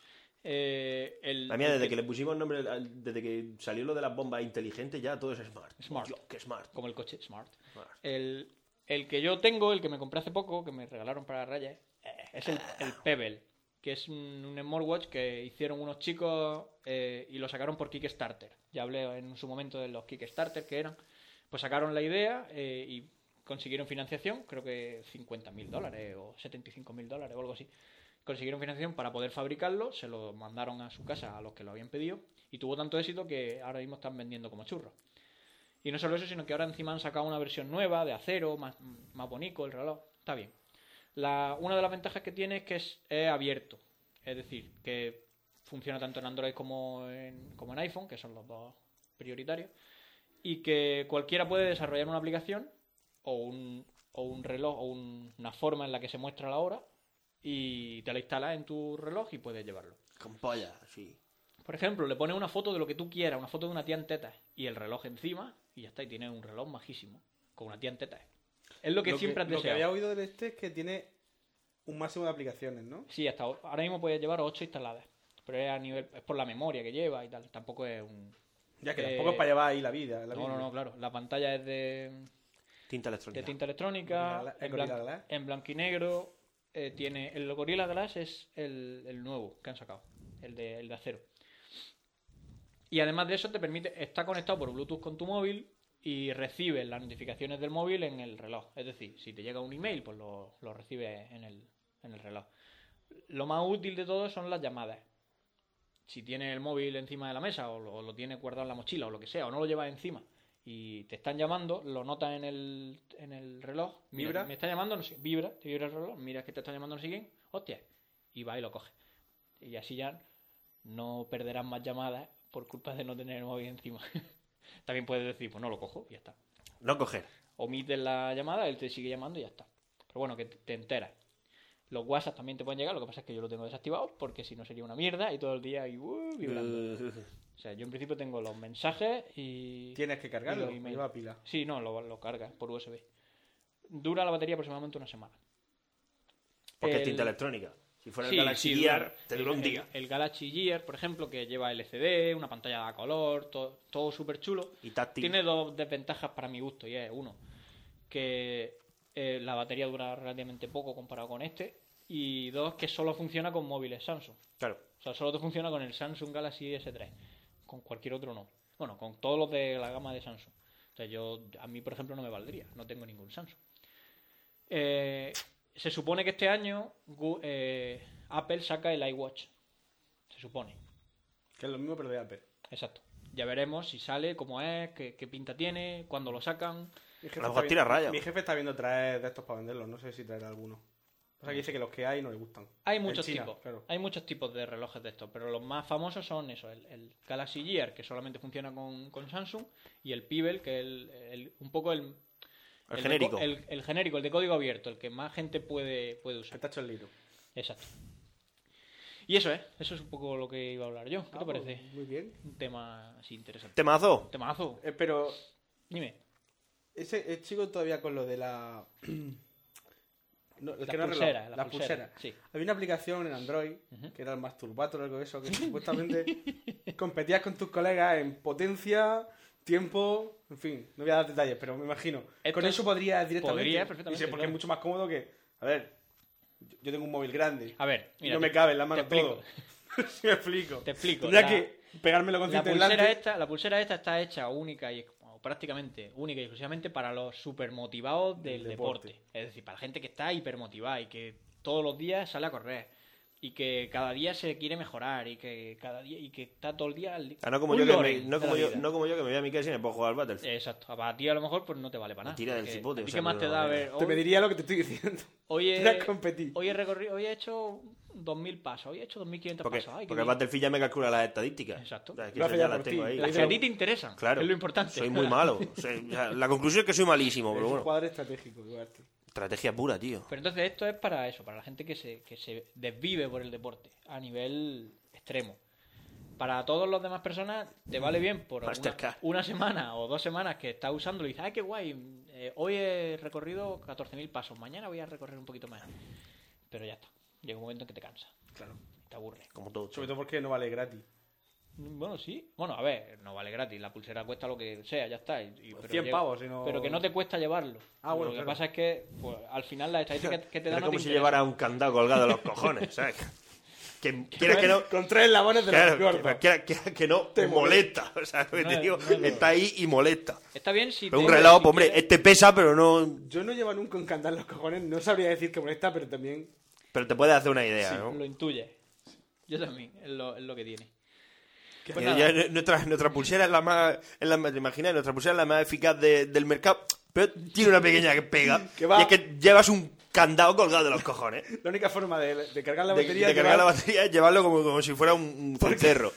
[SPEAKER 5] Eh, el-
[SPEAKER 3] La mía,
[SPEAKER 5] el
[SPEAKER 3] desde que le pusimos nombre, al- desde que salió lo de las bombas inteligentes, ya todo es smart.
[SPEAKER 5] Smart.
[SPEAKER 3] Dios, qué smart.
[SPEAKER 5] como el coche smart.
[SPEAKER 3] Smart.
[SPEAKER 5] El, el que yo tengo, el que me compré hace poco, que me regalaron para Reyes, eh, es el, el Pebble, que es un, un smartwatch que hicieron unos chicos eh, y lo sacaron por Kickstarter. Ya hablé en su momento de los Kickstarter que eran. Pues sacaron la idea eh, y consiguieron financiación, creo que 50.000 dólares o 75.000 dólares o algo así. Consiguieron financiación para poder fabricarlo, se lo mandaron a su casa a los que lo habían pedido y tuvo tanto éxito que ahora mismo están vendiendo como churros. Y no solo eso, sino que ahora encima han sacado una versión nueva de acero, más, más bonito el reloj. Está bien. La- una de las ventajas que tiene es que es, es abierto. Es decir, que funciona tanto en Android como en, como en iPhone, que son los dos prioritarios. Y que cualquiera puede desarrollar una aplicación o un, o un reloj o un- una forma en la que se muestra la hora y te la instalas en tu reloj y puedes llevarlo.
[SPEAKER 12] Con polla, sí.
[SPEAKER 5] Por ejemplo, le pones una foto de lo que tú quieras, una foto de una tía en tetas y el reloj encima y ya está, y tienes un reloj majísimo con una tía en tetas. Es lo que siempre has
[SPEAKER 7] Lo que
[SPEAKER 5] deseado.
[SPEAKER 7] había oído del este es que tiene un máximo de aplicaciones, ¿no?
[SPEAKER 5] Sí, hasta ahora ahora mismo puedes llevar 8 instaladas. Pero es, a nivel, es por la memoria que lleva y tal. Tampoco es un.
[SPEAKER 7] Ya que
[SPEAKER 5] eh,
[SPEAKER 7] tampoco es para llevar ahí la vida. la
[SPEAKER 5] no,
[SPEAKER 7] vida.
[SPEAKER 5] no, no, claro. La pantalla es de,
[SPEAKER 3] Tinta
[SPEAKER 5] de
[SPEAKER 3] electrónica.
[SPEAKER 5] tinta electrónica,
[SPEAKER 7] Gorilla Gla-
[SPEAKER 5] en,
[SPEAKER 7] Gorilla
[SPEAKER 5] blan-
[SPEAKER 7] Glass.
[SPEAKER 5] en blanco y negro. eh, tiene El Gorilla Glass es el, el nuevo que han sacado, el de, el de acero. Y además de eso, te permite. Está conectado por Bluetooth con tu móvil y recibes las notificaciones del móvil en el reloj. Es decir, si te llega un email, pues lo, lo recibes en el, en el reloj. Lo más útil de todo son las llamadas. Si tienes el móvil encima de la mesa o lo, o lo tienes guardado en la mochila o lo que sea, o no lo llevas encima y te están llamando, lo notas en el, en el reloj. mira,
[SPEAKER 7] ¿Vibra?
[SPEAKER 5] Me está llamando, no sé, vibra, te vibra el reloj, miras que te está llamando, no sé quién, hostia, y va y lo coge. Y así ya no perderás más llamadas por culpa de no tener el móvil encima. También puedes decir, pues no lo cojo y ya está.
[SPEAKER 3] No coger.
[SPEAKER 5] Omites la llamada, él te sigue llamando y ya está. Pero bueno, que te te enteras. Los WhatsApp también te pueden llegar, lo que pasa es que yo lo tengo desactivado porque si no sería una mierda y todo el día ahí uh,
[SPEAKER 3] Eh.
[SPEAKER 5] vibrando. O sea, yo en principio tengo los mensajes y...
[SPEAKER 7] Tienes que
[SPEAKER 5] y
[SPEAKER 7] cargarlo.
[SPEAKER 5] los emails.
[SPEAKER 7] Lleva pila.
[SPEAKER 5] Sí, no, lo, lo cargas por USB. Dura la batería aproximadamente una semana.
[SPEAKER 3] Porque es
[SPEAKER 5] El-
[SPEAKER 3] tinta electrónica. Si fuera
[SPEAKER 5] Sí,
[SPEAKER 3] el Galaxy
[SPEAKER 5] sí,
[SPEAKER 3] Gear,
[SPEAKER 5] dura.
[SPEAKER 3] te dura un
[SPEAKER 5] El-
[SPEAKER 3] día.
[SPEAKER 5] El, Galaxy Gear, por ejemplo, que lleva LCD, una pantalla a color, to- todo súper chulo.
[SPEAKER 3] Y táctil.
[SPEAKER 5] Tiene dos desventajas para mi gusto, y es uno, que eh, la batería dura relativamente poco comparado con este, y dos, que solo funciona con móviles Samsung.
[SPEAKER 3] Claro.
[SPEAKER 5] O sea, solo te funciona con el Samsung Galaxy S3. Con cualquier otro no. Bueno, con todos los de la gama de Samsung. O sea, yo, a mí, por ejemplo, no me valdría. No tengo ningún Samsung. Eh, se supone que este año Gu- eh, Apple saca el iWatch. Se supone.
[SPEAKER 7] Que es lo mismo, pero de Apple.
[SPEAKER 5] Exacto. Ya veremos si sale, cómo es, qué, qué pinta tiene, cuándo lo sacan.
[SPEAKER 7] Mi jefe,
[SPEAKER 3] A lo
[SPEAKER 7] está
[SPEAKER 3] mejor tira
[SPEAKER 7] viendo-
[SPEAKER 3] raya,
[SPEAKER 7] mi
[SPEAKER 3] bro.
[SPEAKER 7] jefe está viendo traer de estos para venderlos. No sé si traerá alguno. O sea, que dice que los que hay no le gustan.
[SPEAKER 5] Hay
[SPEAKER 7] En
[SPEAKER 5] muchos
[SPEAKER 7] China,
[SPEAKER 5] tipos.
[SPEAKER 7] claro.
[SPEAKER 5] Hay muchos tipos de relojes de estos, pero los más famosos son eso, el, el Galaxy Gear, que solamente funciona con, con Samsung, y el Pebble, que es el- el- un poco el,
[SPEAKER 3] El
[SPEAKER 5] de
[SPEAKER 3] genérico.
[SPEAKER 5] co- el, el genérico, el de código abierto, el que más gente puede, puede usar.
[SPEAKER 7] Está hecho el libro.
[SPEAKER 5] Exacto. Y eso es, eso es un poco lo que iba a hablar yo. ¿Qué
[SPEAKER 7] Ah,
[SPEAKER 5] te
[SPEAKER 7] pues,
[SPEAKER 5] parece?
[SPEAKER 7] Muy bien.
[SPEAKER 5] Un tema así interesante.
[SPEAKER 3] Temazo.
[SPEAKER 5] Temazo.
[SPEAKER 7] Eh, pero
[SPEAKER 5] Dime.
[SPEAKER 7] ese el chico todavía con lo de la... No, el
[SPEAKER 5] Las
[SPEAKER 7] que no es reloj,
[SPEAKER 5] pulseras, las
[SPEAKER 7] las
[SPEAKER 5] pulseras,
[SPEAKER 7] pulseras.
[SPEAKER 5] sí.
[SPEAKER 7] Había una aplicación en Android que era el masturbator o algo de eso, que supuestamente competías con tus colegas en potencia, tiempo, en fin, no voy a dar detalles, pero me imagino.
[SPEAKER 5] Esto
[SPEAKER 7] con eso podrías directamente.
[SPEAKER 5] podría
[SPEAKER 7] Y
[SPEAKER 5] perfectamente,
[SPEAKER 7] sé, porque
[SPEAKER 5] claro.
[SPEAKER 7] es mucho más cómodo que. A ver, yo yo tengo un móvil grande.
[SPEAKER 5] A ver,
[SPEAKER 7] y
[SPEAKER 5] mira,
[SPEAKER 7] no
[SPEAKER 5] te-
[SPEAKER 7] me cabe en la
[SPEAKER 5] te
[SPEAKER 7] mano
[SPEAKER 5] explico.
[SPEAKER 7] todo. si me explico.
[SPEAKER 5] Te explico,
[SPEAKER 7] Tendría
[SPEAKER 5] la-
[SPEAKER 7] que pegármelo con
[SPEAKER 5] La
[SPEAKER 7] cinta
[SPEAKER 5] pulsera,
[SPEAKER 7] aislante.
[SPEAKER 5] esta, la pulsera esta está hecha única y o prácticamente única y exclusivamente para los supermotivados del
[SPEAKER 7] Del
[SPEAKER 5] deporte.
[SPEAKER 7] deporte.
[SPEAKER 5] Es decir, para la gente que está hipermotivada y que todos los días sale a correr y que cada día se quiere mejorar y que cada día y que está todo el día al-
[SPEAKER 3] Ah, no como,
[SPEAKER 5] un
[SPEAKER 3] yo que, me,
[SPEAKER 5] lore
[SPEAKER 3] no,
[SPEAKER 5] de
[SPEAKER 3] como
[SPEAKER 5] la
[SPEAKER 3] yo,
[SPEAKER 5] vida.
[SPEAKER 3] no como yo que me voy a mi casa y me puedo jugar al Battlefield.
[SPEAKER 5] Exacto, para ti a lo mejor pues no te vale para nada.
[SPEAKER 3] Tira del
[SPEAKER 5] porque
[SPEAKER 3] cipote,
[SPEAKER 5] a
[SPEAKER 3] o
[SPEAKER 5] ti
[SPEAKER 3] sea,
[SPEAKER 5] qué más
[SPEAKER 3] no
[SPEAKER 5] te
[SPEAKER 3] lo
[SPEAKER 5] da
[SPEAKER 3] vale.
[SPEAKER 5] ver
[SPEAKER 7] Te
[SPEAKER 5] hoy-
[SPEAKER 7] pediría lo que te estoy diciendo.
[SPEAKER 5] Hoy he,
[SPEAKER 7] Tendrías que competir.
[SPEAKER 5] hoy he recorrido, hoy he hecho 2.000 pasos, hoy he hecho 2.500
[SPEAKER 3] Porque,
[SPEAKER 5] pasos. Ay, qué
[SPEAKER 3] porque el
[SPEAKER 5] bien.
[SPEAKER 3] Battlefield ya me calcula las estadísticas.
[SPEAKER 5] Exacto.
[SPEAKER 3] O sea, es que
[SPEAKER 7] Lo
[SPEAKER 3] esas
[SPEAKER 7] hace
[SPEAKER 3] ya
[SPEAKER 7] ya
[SPEAKER 3] las
[SPEAKER 7] por ti.
[SPEAKER 3] tengo ahí.
[SPEAKER 5] Las que a ti te interesan,
[SPEAKER 3] Claro.
[SPEAKER 5] es lo importante.
[SPEAKER 3] Soy muy malo. Soy- o sea, la conclusión es que soy malísimo, pero
[SPEAKER 7] Es un
[SPEAKER 3] bueno.
[SPEAKER 7] cuadro estratégico, Duarte.
[SPEAKER 3] Estrategia pura, tío.
[SPEAKER 5] Pero entonces esto es para eso, para la gente que se, que se desvive por el deporte a nivel extremo. Para todos los demás personas te vale bien por una,
[SPEAKER 3] Mastercard.
[SPEAKER 5] una semana o dos semanas que estás usándolo y dices, ¡ay, qué guay! eh, hoy he recorrido 14.000 pasos, mañana voy a recorrer un poquito más. Pero ya está, llega un momento en que te cansa,
[SPEAKER 7] Claro.
[SPEAKER 5] te aburre.
[SPEAKER 3] Como todo.
[SPEAKER 7] Sobre todo porque no vale gratis.
[SPEAKER 5] Bueno, sí. Bueno, a ver, no vale gratis. La pulsera cuesta lo que sea, ya está. Y- y- pero
[SPEAKER 7] 100
[SPEAKER 5] llega-
[SPEAKER 7] pavos, si no-
[SPEAKER 5] Pero que no te cuesta llevarlo.
[SPEAKER 7] Ah,
[SPEAKER 5] Lo
[SPEAKER 7] bueno,
[SPEAKER 5] que
[SPEAKER 7] claro.
[SPEAKER 5] pasa es que pues, al final las estadísticas que te
[SPEAKER 3] Es
[SPEAKER 5] dan no
[SPEAKER 3] como
[SPEAKER 5] te
[SPEAKER 3] si
[SPEAKER 5] interesan.
[SPEAKER 3] llevara un candado colgado a los cojones, ¿sabes? Que quieras que no.
[SPEAKER 7] Con tres eslabones de
[SPEAKER 3] Claro,
[SPEAKER 7] los gordos.
[SPEAKER 3] que, quieras- quieras que no, te molesta. O sea, que
[SPEAKER 5] No
[SPEAKER 3] te
[SPEAKER 5] es-
[SPEAKER 3] digo,
[SPEAKER 5] no es lo-
[SPEAKER 3] está ahí y molesta.
[SPEAKER 5] Está bien si.
[SPEAKER 3] Pero un
[SPEAKER 5] te-
[SPEAKER 3] reloj,
[SPEAKER 5] si
[SPEAKER 3] pues, hombre,
[SPEAKER 5] quieres-
[SPEAKER 3] este pesa, pero no.
[SPEAKER 7] Yo no llevo nunca un candado en los cojones, no sabría decir que molesta, pero también
[SPEAKER 6] Pero te puedes hacer una idea, ¿no?
[SPEAKER 5] Lo intuye. Yo también, es lo, es lo que tiene.
[SPEAKER 6] Que
[SPEAKER 5] Pues
[SPEAKER 6] ya
[SPEAKER 5] nada.
[SPEAKER 6] nu- nuestra, nuestra pulsera es la más. es la más- ¿Te imaginas? Nuestra pulsera es la más eficaz de- del mercado. Pero tiene una pequeña que pega.
[SPEAKER 7] Que va-
[SPEAKER 6] Y es que llevas un candado colgado de los cojones.
[SPEAKER 7] La única forma de, de cargar la
[SPEAKER 6] De,
[SPEAKER 7] batería
[SPEAKER 6] de
[SPEAKER 7] es
[SPEAKER 6] cargar la
[SPEAKER 7] llevar
[SPEAKER 6] batería y llevarlo como, como si fuera un, un cencerro.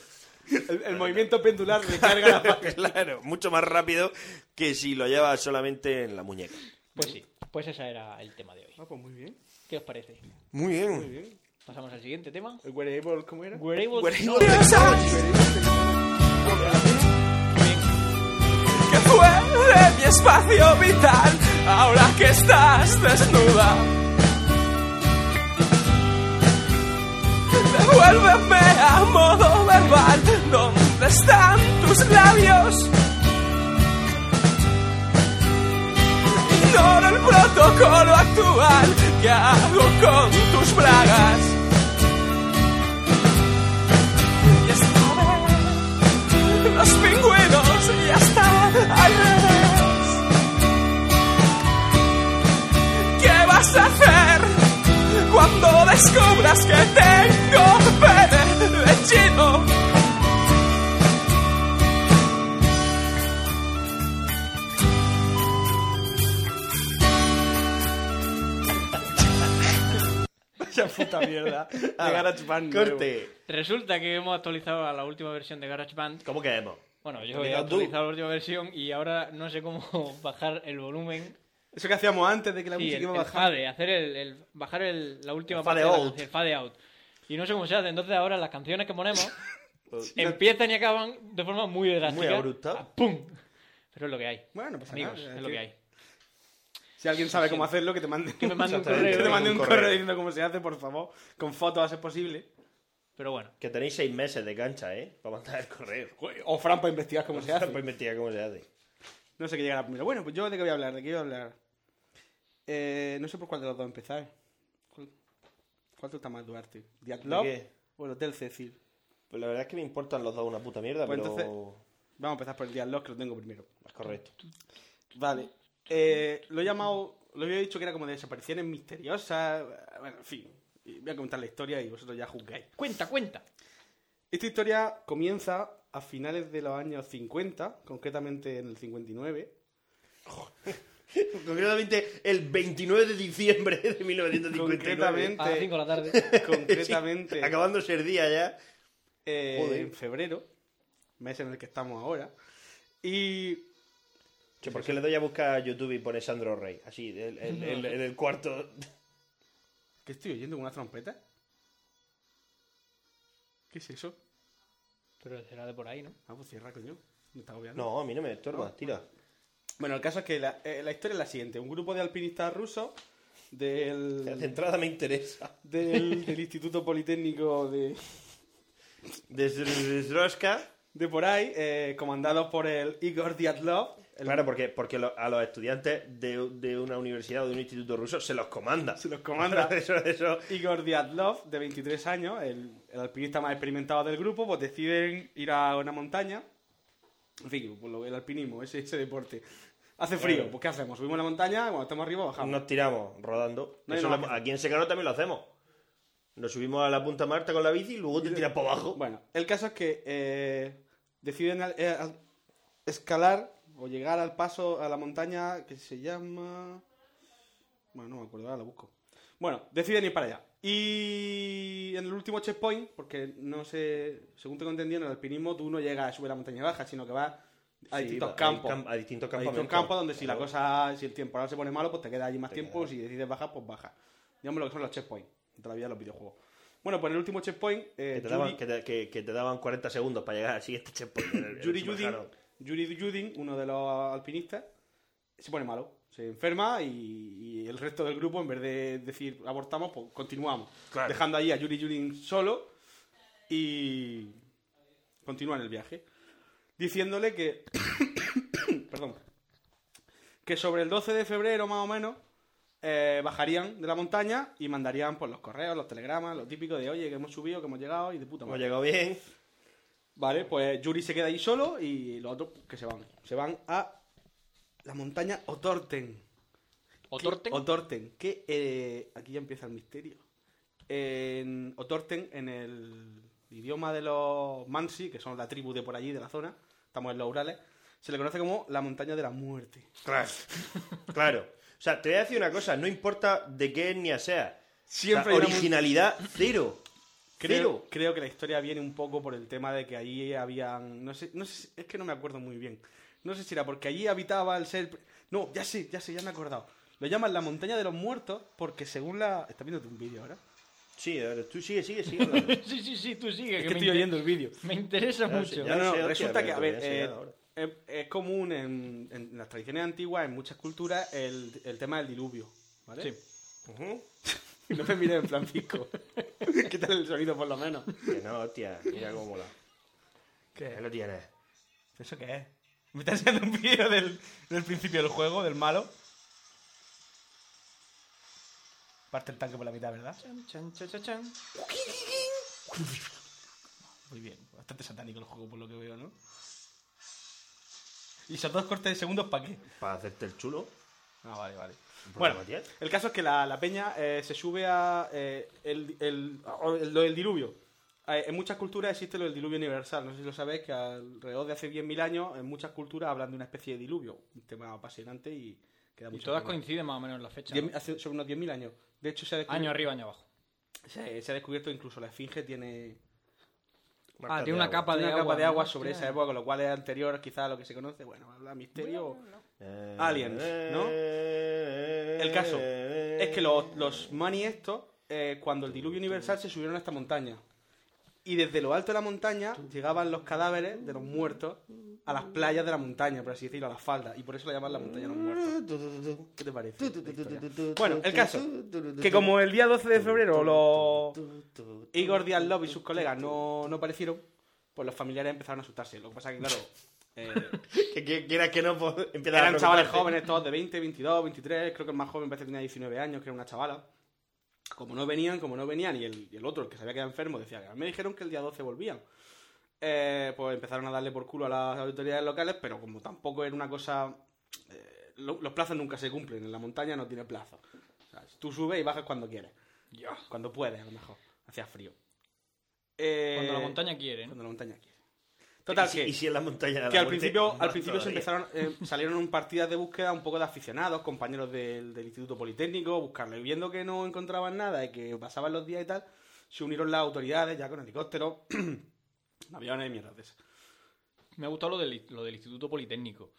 [SPEAKER 7] el, el movimiento pendular de carga la batería.
[SPEAKER 6] claro, mucho más rápido que si lo llevas solamente en la muñeca.
[SPEAKER 5] Pues sí, pues ese era el tema de hoy.
[SPEAKER 7] Ah, pues muy bien.
[SPEAKER 5] ¿Qué os parece?
[SPEAKER 6] Muy bien.
[SPEAKER 7] Muy bien.
[SPEAKER 5] Pasamos al siguiente tema.
[SPEAKER 7] ¿El wearable cómo era?
[SPEAKER 5] Wearable
[SPEAKER 6] Wearable
[SPEAKER 5] technology.
[SPEAKER 11] que fue de mi espacio vital ahora que estás desnuda. Devuélveme a modo verbal donde están tus labios. Ignoro el protocolo actual que hago con tus bragas. Y esta vez los pingüinos ya están al revés. ¿Qué vas a hacer cuando descubras que tengo pene de chino?
[SPEAKER 7] Esa puta mierda. De GarageBand nuevo.
[SPEAKER 6] Ah, Corte.
[SPEAKER 5] Resulta que hemos actualizado a la última versión de GarageBand.
[SPEAKER 6] ¿Cómo quedamos?
[SPEAKER 5] Bueno, yo he
[SPEAKER 6] Diga tú.
[SPEAKER 5] actualizado la última versión y ahora no sé cómo bajar el volumen.
[SPEAKER 7] Eso que hacíamos antes de que la
[SPEAKER 5] Sí,
[SPEAKER 7] música
[SPEAKER 5] el,
[SPEAKER 7] iba
[SPEAKER 5] el
[SPEAKER 7] bajando.
[SPEAKER 5] fade, hacer el, el- bajar el- la última
[SPEAKER 6] El
[SPEAKER 5] parte
[SPEAKER 6] fade
[SPEAKER 5] de la
[SPEAKER 6] out.
[SPEAKER 5] canción, el fade out. Y no sé cómo se hace, entonces ahora las canciones que ponemos
[SPEAKER 7] Pues,
[SPEAKER 5] empiezan y acaban de forma muy drástica.
[SPEAKER 6] Muy abrupta.
[SPEAKER 5] Ah, ¡Pum! Pero es lo que hay.
[SPEAKER 7] Bueno, pues
[SPEAKER 5] Amigos,
[SPEAKER 7] nada,
[SPEAKER 5] es lo que hay.
[SPEAKER 7] Si alguien sabe cómo hacerlo, que te mande,
[SPEAKER 5] Que me mande un
[SPEAKER 7] Exactamente.
[SPEAKER 5] correo.
[SPEAKER 7] Que te mande un
[SPEAKER 6] Un
[SPEAKER 7] correo.
[SPEAKER 6] correo.
[SPEAKER 7] diciendo cómo se hace, por favor. Con fotos, a ser posible.
[SPEAKER 5] Pero bueno,
[SPEAKER 6] Que tenéis seis meses de cancha, ¿eh? Para mandar el correo.
[SPEAKER 7] O Fran para investigar cómo se hace.
[SPEAKER 6] Pues mentira, ¿cómo se hace?
[SPEAKER 7] No sé qué llegará primero. Bueno, pues yo de qué voy a hablar, de qué voy a hablar. Eh, no sé por cuál de los dos empezar. ¿Cuál, cuál te gusta más, Duarte? ¿Diatlov
[SPEAKER 6] ¿De qué?
[SPEAKER 7] o el Hotel Cecil?
[SPEAKER 6] Pues la verdad es que me importan los dos una puta mierda,
[SPEAKER 7] Pues
[SPEAKER 6] pero.
[SPEAKER 7] entonces- Vamos a empezar por el Diatlov, que lo tengo primero.
[SPEAKER 6] Es correcto.
[SPEAKER 7] Vale. Eh, lo he llamado... Lo había dicho que era como desapariciones misteriosas... Bueno, en fin. Y Voy a contar la historia y vosotros ya juzgáis.
[SPEAKER 5] cuenta, cuenta.
[SPEAKER 7] Esta historia comienza a finales de los años 50, concretamente en el 59.
[SPEAKER 6] Concretamente, el 29 de diciembre de 1959.
[SPEAKER 7] Concretamente,
[SPEAKER 5] A las 5 de la tarde.
[SPEAKER 7] concretamente
[SPEAKER 6] Sí, acabándose el día ya.
[SPEAKER 7] eh,
[SPEAKER 6] Joder.
[SPEAKER 7] en febrero, mes en el que estamos ahora. Y
[SPEAKER 6] Che, ¿Por qué le doy a buscar a YouTube y pone Sandro Rey? Así, en el, el- el- el cuarto.
[SPEAKER 7] ¿Qué estoy oyendo con una trompeta? ¿Qué es eso?
[SPEAKER 5] Pero será de por ahí, ¿no?
[SPEAKER 7] Ah, pues cierra, coño. Me estaba obviando.
[SPEAKER 6] No, a mí no me estorba, tira.
[SPEAKER 7] Bueno, el caso es que la, eh, la historia es la siguiente. Un grupo de alpinistas rusos
[SPEAKER 6] La
[SPEAKER 7] del,
[SPEAKER 6] centrada me interesa.
[SPEAKER 7] del, del Instituto Politécnico de,
[SPEAKER 6] Desde Zroska.
[SPEAKER 7] de por ahí, eh, comandados por el Igor Diatlov. el-
[SPEAKER 6] Claro, porque, porque lo- a los estudiantes de, de una universidad o de un instituto ruso se los comanda.
[SPEAKER 7] Se los comanda.
[SPEAKER 6] eso, eso.
[SPEAKER 7] Igor Diatlov, de 23 años, el, el alpinista más experimentado del grupo, pues deciden ir a una montaña. En fin, pues lo- el alpinismo, ese, ese deporte. Hace frío,
[SPEAKER 6] Claro.
[SPEAKER 7] pues ¿qué hacemos? Subimos a la montaña, cuando estamos arriba bajamos.
[SPEAKER 6] Nos tiramos rodando.
[SPEAKER 7] No hay
[SPEAKER 6] Eso
[SPEAKER 7] nada
[SPEAKER 6] lo-
[SPEAKER 7] que hacer.
[SPEAKER 6] aquí en Secano también lo hacemos. Nos subimos a la punta Marta con la bici y luego te tiras para abajo.
[SPEAKER 7] Bueno, el caso es que eh, deciden al- eh, al- escalar o llegar al paso a la montaña que se llama. Bueno, no me acuerdo, ahora la busco. Bueno, deciden ir para allá. Y en el último checkpoint, porque no sé, según tengo entendido, en el alpinismo tú no llegas a subir la montaña y baja, sino que vas a
[SPEAKER 6] Sí,
[SPEAKER 7] distintos
[SPEAKER 6] va- hay
[SPEAKER 7] campos.
[SPEAKER 6] cam- a distintos
[SPEAKER 7] Hay
[SPEAKER 6] campamentos.
[SPEAKER 7] un campo donde si la
[SPEAKER 6] Claro.
[SPEAKER 7] cosa, si el temporal se pone malo, pues te quedas allí más
[SPEAKER 6] Te
[SPEAKER 7] tiempo.
[SPEAKER 6] quedas.
[SPEAKER 7] Si decides bajar, pues baja. Digamos lo que son los checkpoints, de la vida de los videojuegos. Bueno, pues en el último checkpoint, eh,
[SPEAKER 6] Que te,
[SPEAKER 7] Yuri-
[SPEAKER 6] daban, que, te, que- que te daban 40 segundos para llegar al siguiente checkpoint. en el- en el
[SPEAKER 7] Yuri Judin,
[SPEAKER 6] Subajano.
[SPEAKER 7] Yuri Judin, uno de los alpinistas, se pone malo, se enferma y, y el resto del grupo, en vez de decir abortamos, pues continuamos.
[SPEAKER 6] Claro.
[SPEAKER 7] Dejando ahí a Yuri Judin solo y continúan el viaje. Diciéndole que. perdón. Que sobre el 12 de febrero, más o menos, eh, bajarían de la montaña y mandarían por los correos, los telegramas, lo típico de oye, que hemos subido, que hemos llegado y de puta
[SPEAKER 6] Hemos
[SPEAKER 7] madre.
[SPEAKER 6] llegado bien.
[SPEAKER 7] Vale, pues Yuri se queda ahí solo y los otros que se van. Se van a la montaña Otorten.
[SPEAKER 5] O Torten.
[SPEAKER 7] Otorten, que eh, aquí ya empieza el misterio. en, o Torten en el idioma de los Mansi, que son la tribu de por allí, de la zona, estamos en los Urales, se le conoce como la montaña de la muerte.
[SPEAKER 3] Claro. claro. O sea, te voy a decir una cosa, no importa de qué etnia sea. O sea,
[SPEAKER 7] Siempre hay una-
[SPEAKER 3] originalidad cero.
[SPEAKER 7] Creo,
[SPEAKER 3] Creo.
[SPEAKER 7] creo que la historia viene un poco por el tema de que allí habían. No sé, no sé, si- es que no me acuerdo muy bien. No sé si era porque allí habitaba el ser. No, ya sé, ya sé, ya me he acordado. Lo llaman la montaña de los muertos porque según la. ¿Estás viendo un vídeo ahora?
[SPEAKER 3] Sí, a ver, tú sigue, sigue, sigue. hablando.
[SPEAKER 5] Sí, sí, sí, tú sigue.
[SPEAKER 7] Es
[SPEAKER 5] que
[SPEAKER 7] que
[SPEAKER 5] me
[SPEAKER 7] estoy
[SPEAKER 5] inter-
[SPEAKER 7] oyendo el vídeo.
[SPEAKER 5] Me interesa
[SPEAKER 3] No,
[SPEAKER 5] mucho.
[SPEAKER 3] sí,
[SPEAKER 7] No,
[SPEAKER 3] Ya
[SPEAKER 7] no,
[SPEAKER 3] sé, hostia,
[SPEAKER 7] resulta que, a
[SPEAKER 3] pero
[SPEAKER 7] ver,
[SPEAKER 3] ya sé
[SPEAKER 7] eh,
[SPEAKER 3] ahora.
[SPEAKER 7] es, es común en, en las tradiciones antiguas, en muchas culturas, el, el tema del diluvio. ¿Vale?
[SPEAKER 5] Sí.
[SPEAKER 3] Ujú.
[SPEAKER 7] No me mires en plan fisco. Quítale el sonido por lo menos.
[SPEAKER 3] Que no, tía, mira cómo mola. Ahí
[SPEAKER 12] ¿Qué?
[SPEAKER 3] lo tienes.
[SPEAKER 12] ¿Eso qué es? ¿Me estás enseñando un vídeo del, del principio del juego, del malo? Parte el tanque por la mitad, ¿verdad?
[SPEAKER 5] Chan, chan, chan, chan, chan.
[SPEAKER 12] Muy bien. Bastante satánico el juego, por lo que veo, ¿no? ¿Y esos dos cortes de segundos para qué?
[SPEAKER 3] Para hacerte el chulo.
[SPEAKER 12] Ah, vale, vale.
[SPEAKER 7] Bueno,
[SPEAKER 3] Matías.
[SPEAKER 7] el caso es que la, la peña eh, se sube a eh, el, el- o el- lo del diluvio. Eh, En muchas culturas existe lo del diluvio universal. No sé si lo sabéis, que alrededor de hace 10.000 años en muchas culturas hablan de una especie de diluvio. Un tema apasionante y queda
[SPEAKER 5] Y
[SPEAKER 7] mucho.
[SPEAKER 5] todas
[SPEAKER 7] que-
[SPEAKER 5] coinciden más o menos en la fecha.
[SPEAKER 7] Diez-
[SPEAKER 5] ¿no?
[SPEAKER 7] hace sobre unos 10.000 años. De hecho, se ha descubierto,
[SPEAKER 5] Año arriba, año abajo.
[SPEAKER 7] se, se ha descubierto incluso la esfinge tiene
[SPEAKER 5] Ah, tiene una capa de
[SPEAKER 7] una
[SPEAKER 5] agua.
[SPEAKER 7] capa de agua
[SPEAKER 5] ¿no?
[SPEAKER 7] sobre esa
[SPEAKER 5] Hostia.
[SPEAKER 7] época, con lo cual es anterior quizá a lo que se conoce. Bueno, habla misterio.
[SPEAKER 3] Eh,
[SPEAKER 7] Aliens, ¿no? El caso es que los, los Mani estos, eh, cuando el diluvio universal se subieron a esta montaña. Y desde lo alto de la montaña llegaban los cadáveres de los muertos a las playas de la montaña, por así decirlo, a las faldas. Y por eso la llaman la montaña de los muertos. ¿Qué te parece? esta historia? Bueno, el caso, que como el día 12 de febrero los Igor Díaz Love y sus colegas no, no aparecieron, pues los familiares empezaron a asustarse. Lo que pasa que, claro, eh,
[SPEAKER 3] Que- Que quieras que no pues, empieza a
[SPEAKER 7] eran chavales
[SPEAKER 3] preocuparte.
[SPEAKER 7] jóvenes todos de 20, 22, 23, creo que el más joven parece que tenía 19 años, que era una chavala. Como no venían, como no venían, y el, y el otro, el que se había quedado enfermo, decía, me dijeron que el día 12 volvían. Eh, pues empezaron a darle por culo a las autoridades locales, pero como tampoco era una cosa... eh, lo- los plazos nunca se cumplen, en la montaña no tiene plazo. O sea, tú subes y bajas cuando quieres. Cuando puedes, a lo mejor. Hacía frío. Eh,
[SPEAKER 5] Cuando la montaña quiere. ¿no?
[SPEAKER 7] Cuando la montaña quiere. Total,
[SPEAKER 3] y si,
[SPEAKER 7] que...
[SPEAKER 3] y si en la montaña de la
[SPEAKER 7] Que al
[SPEAKER 3] muerte,
[SPEAKER 7] principio,
[SPEAKER 3] más
[SPEAKER 7] al principio se
[SPEAKER 3] todavía.
[SPEAKER 7] empezaron, eh, salieron un partidas de búsqueda un poco de aficionados, compañeros del, del Instituto Politécnico, buscarle. Y Viendo que no encontraban nada y que pasaban los días y tal, se unieron las autoridades ya con helicópteros, aviones y mierdas de esas.
[SPEAKER 5] Me ha gustado lo del, lo del Instituto Politécnico.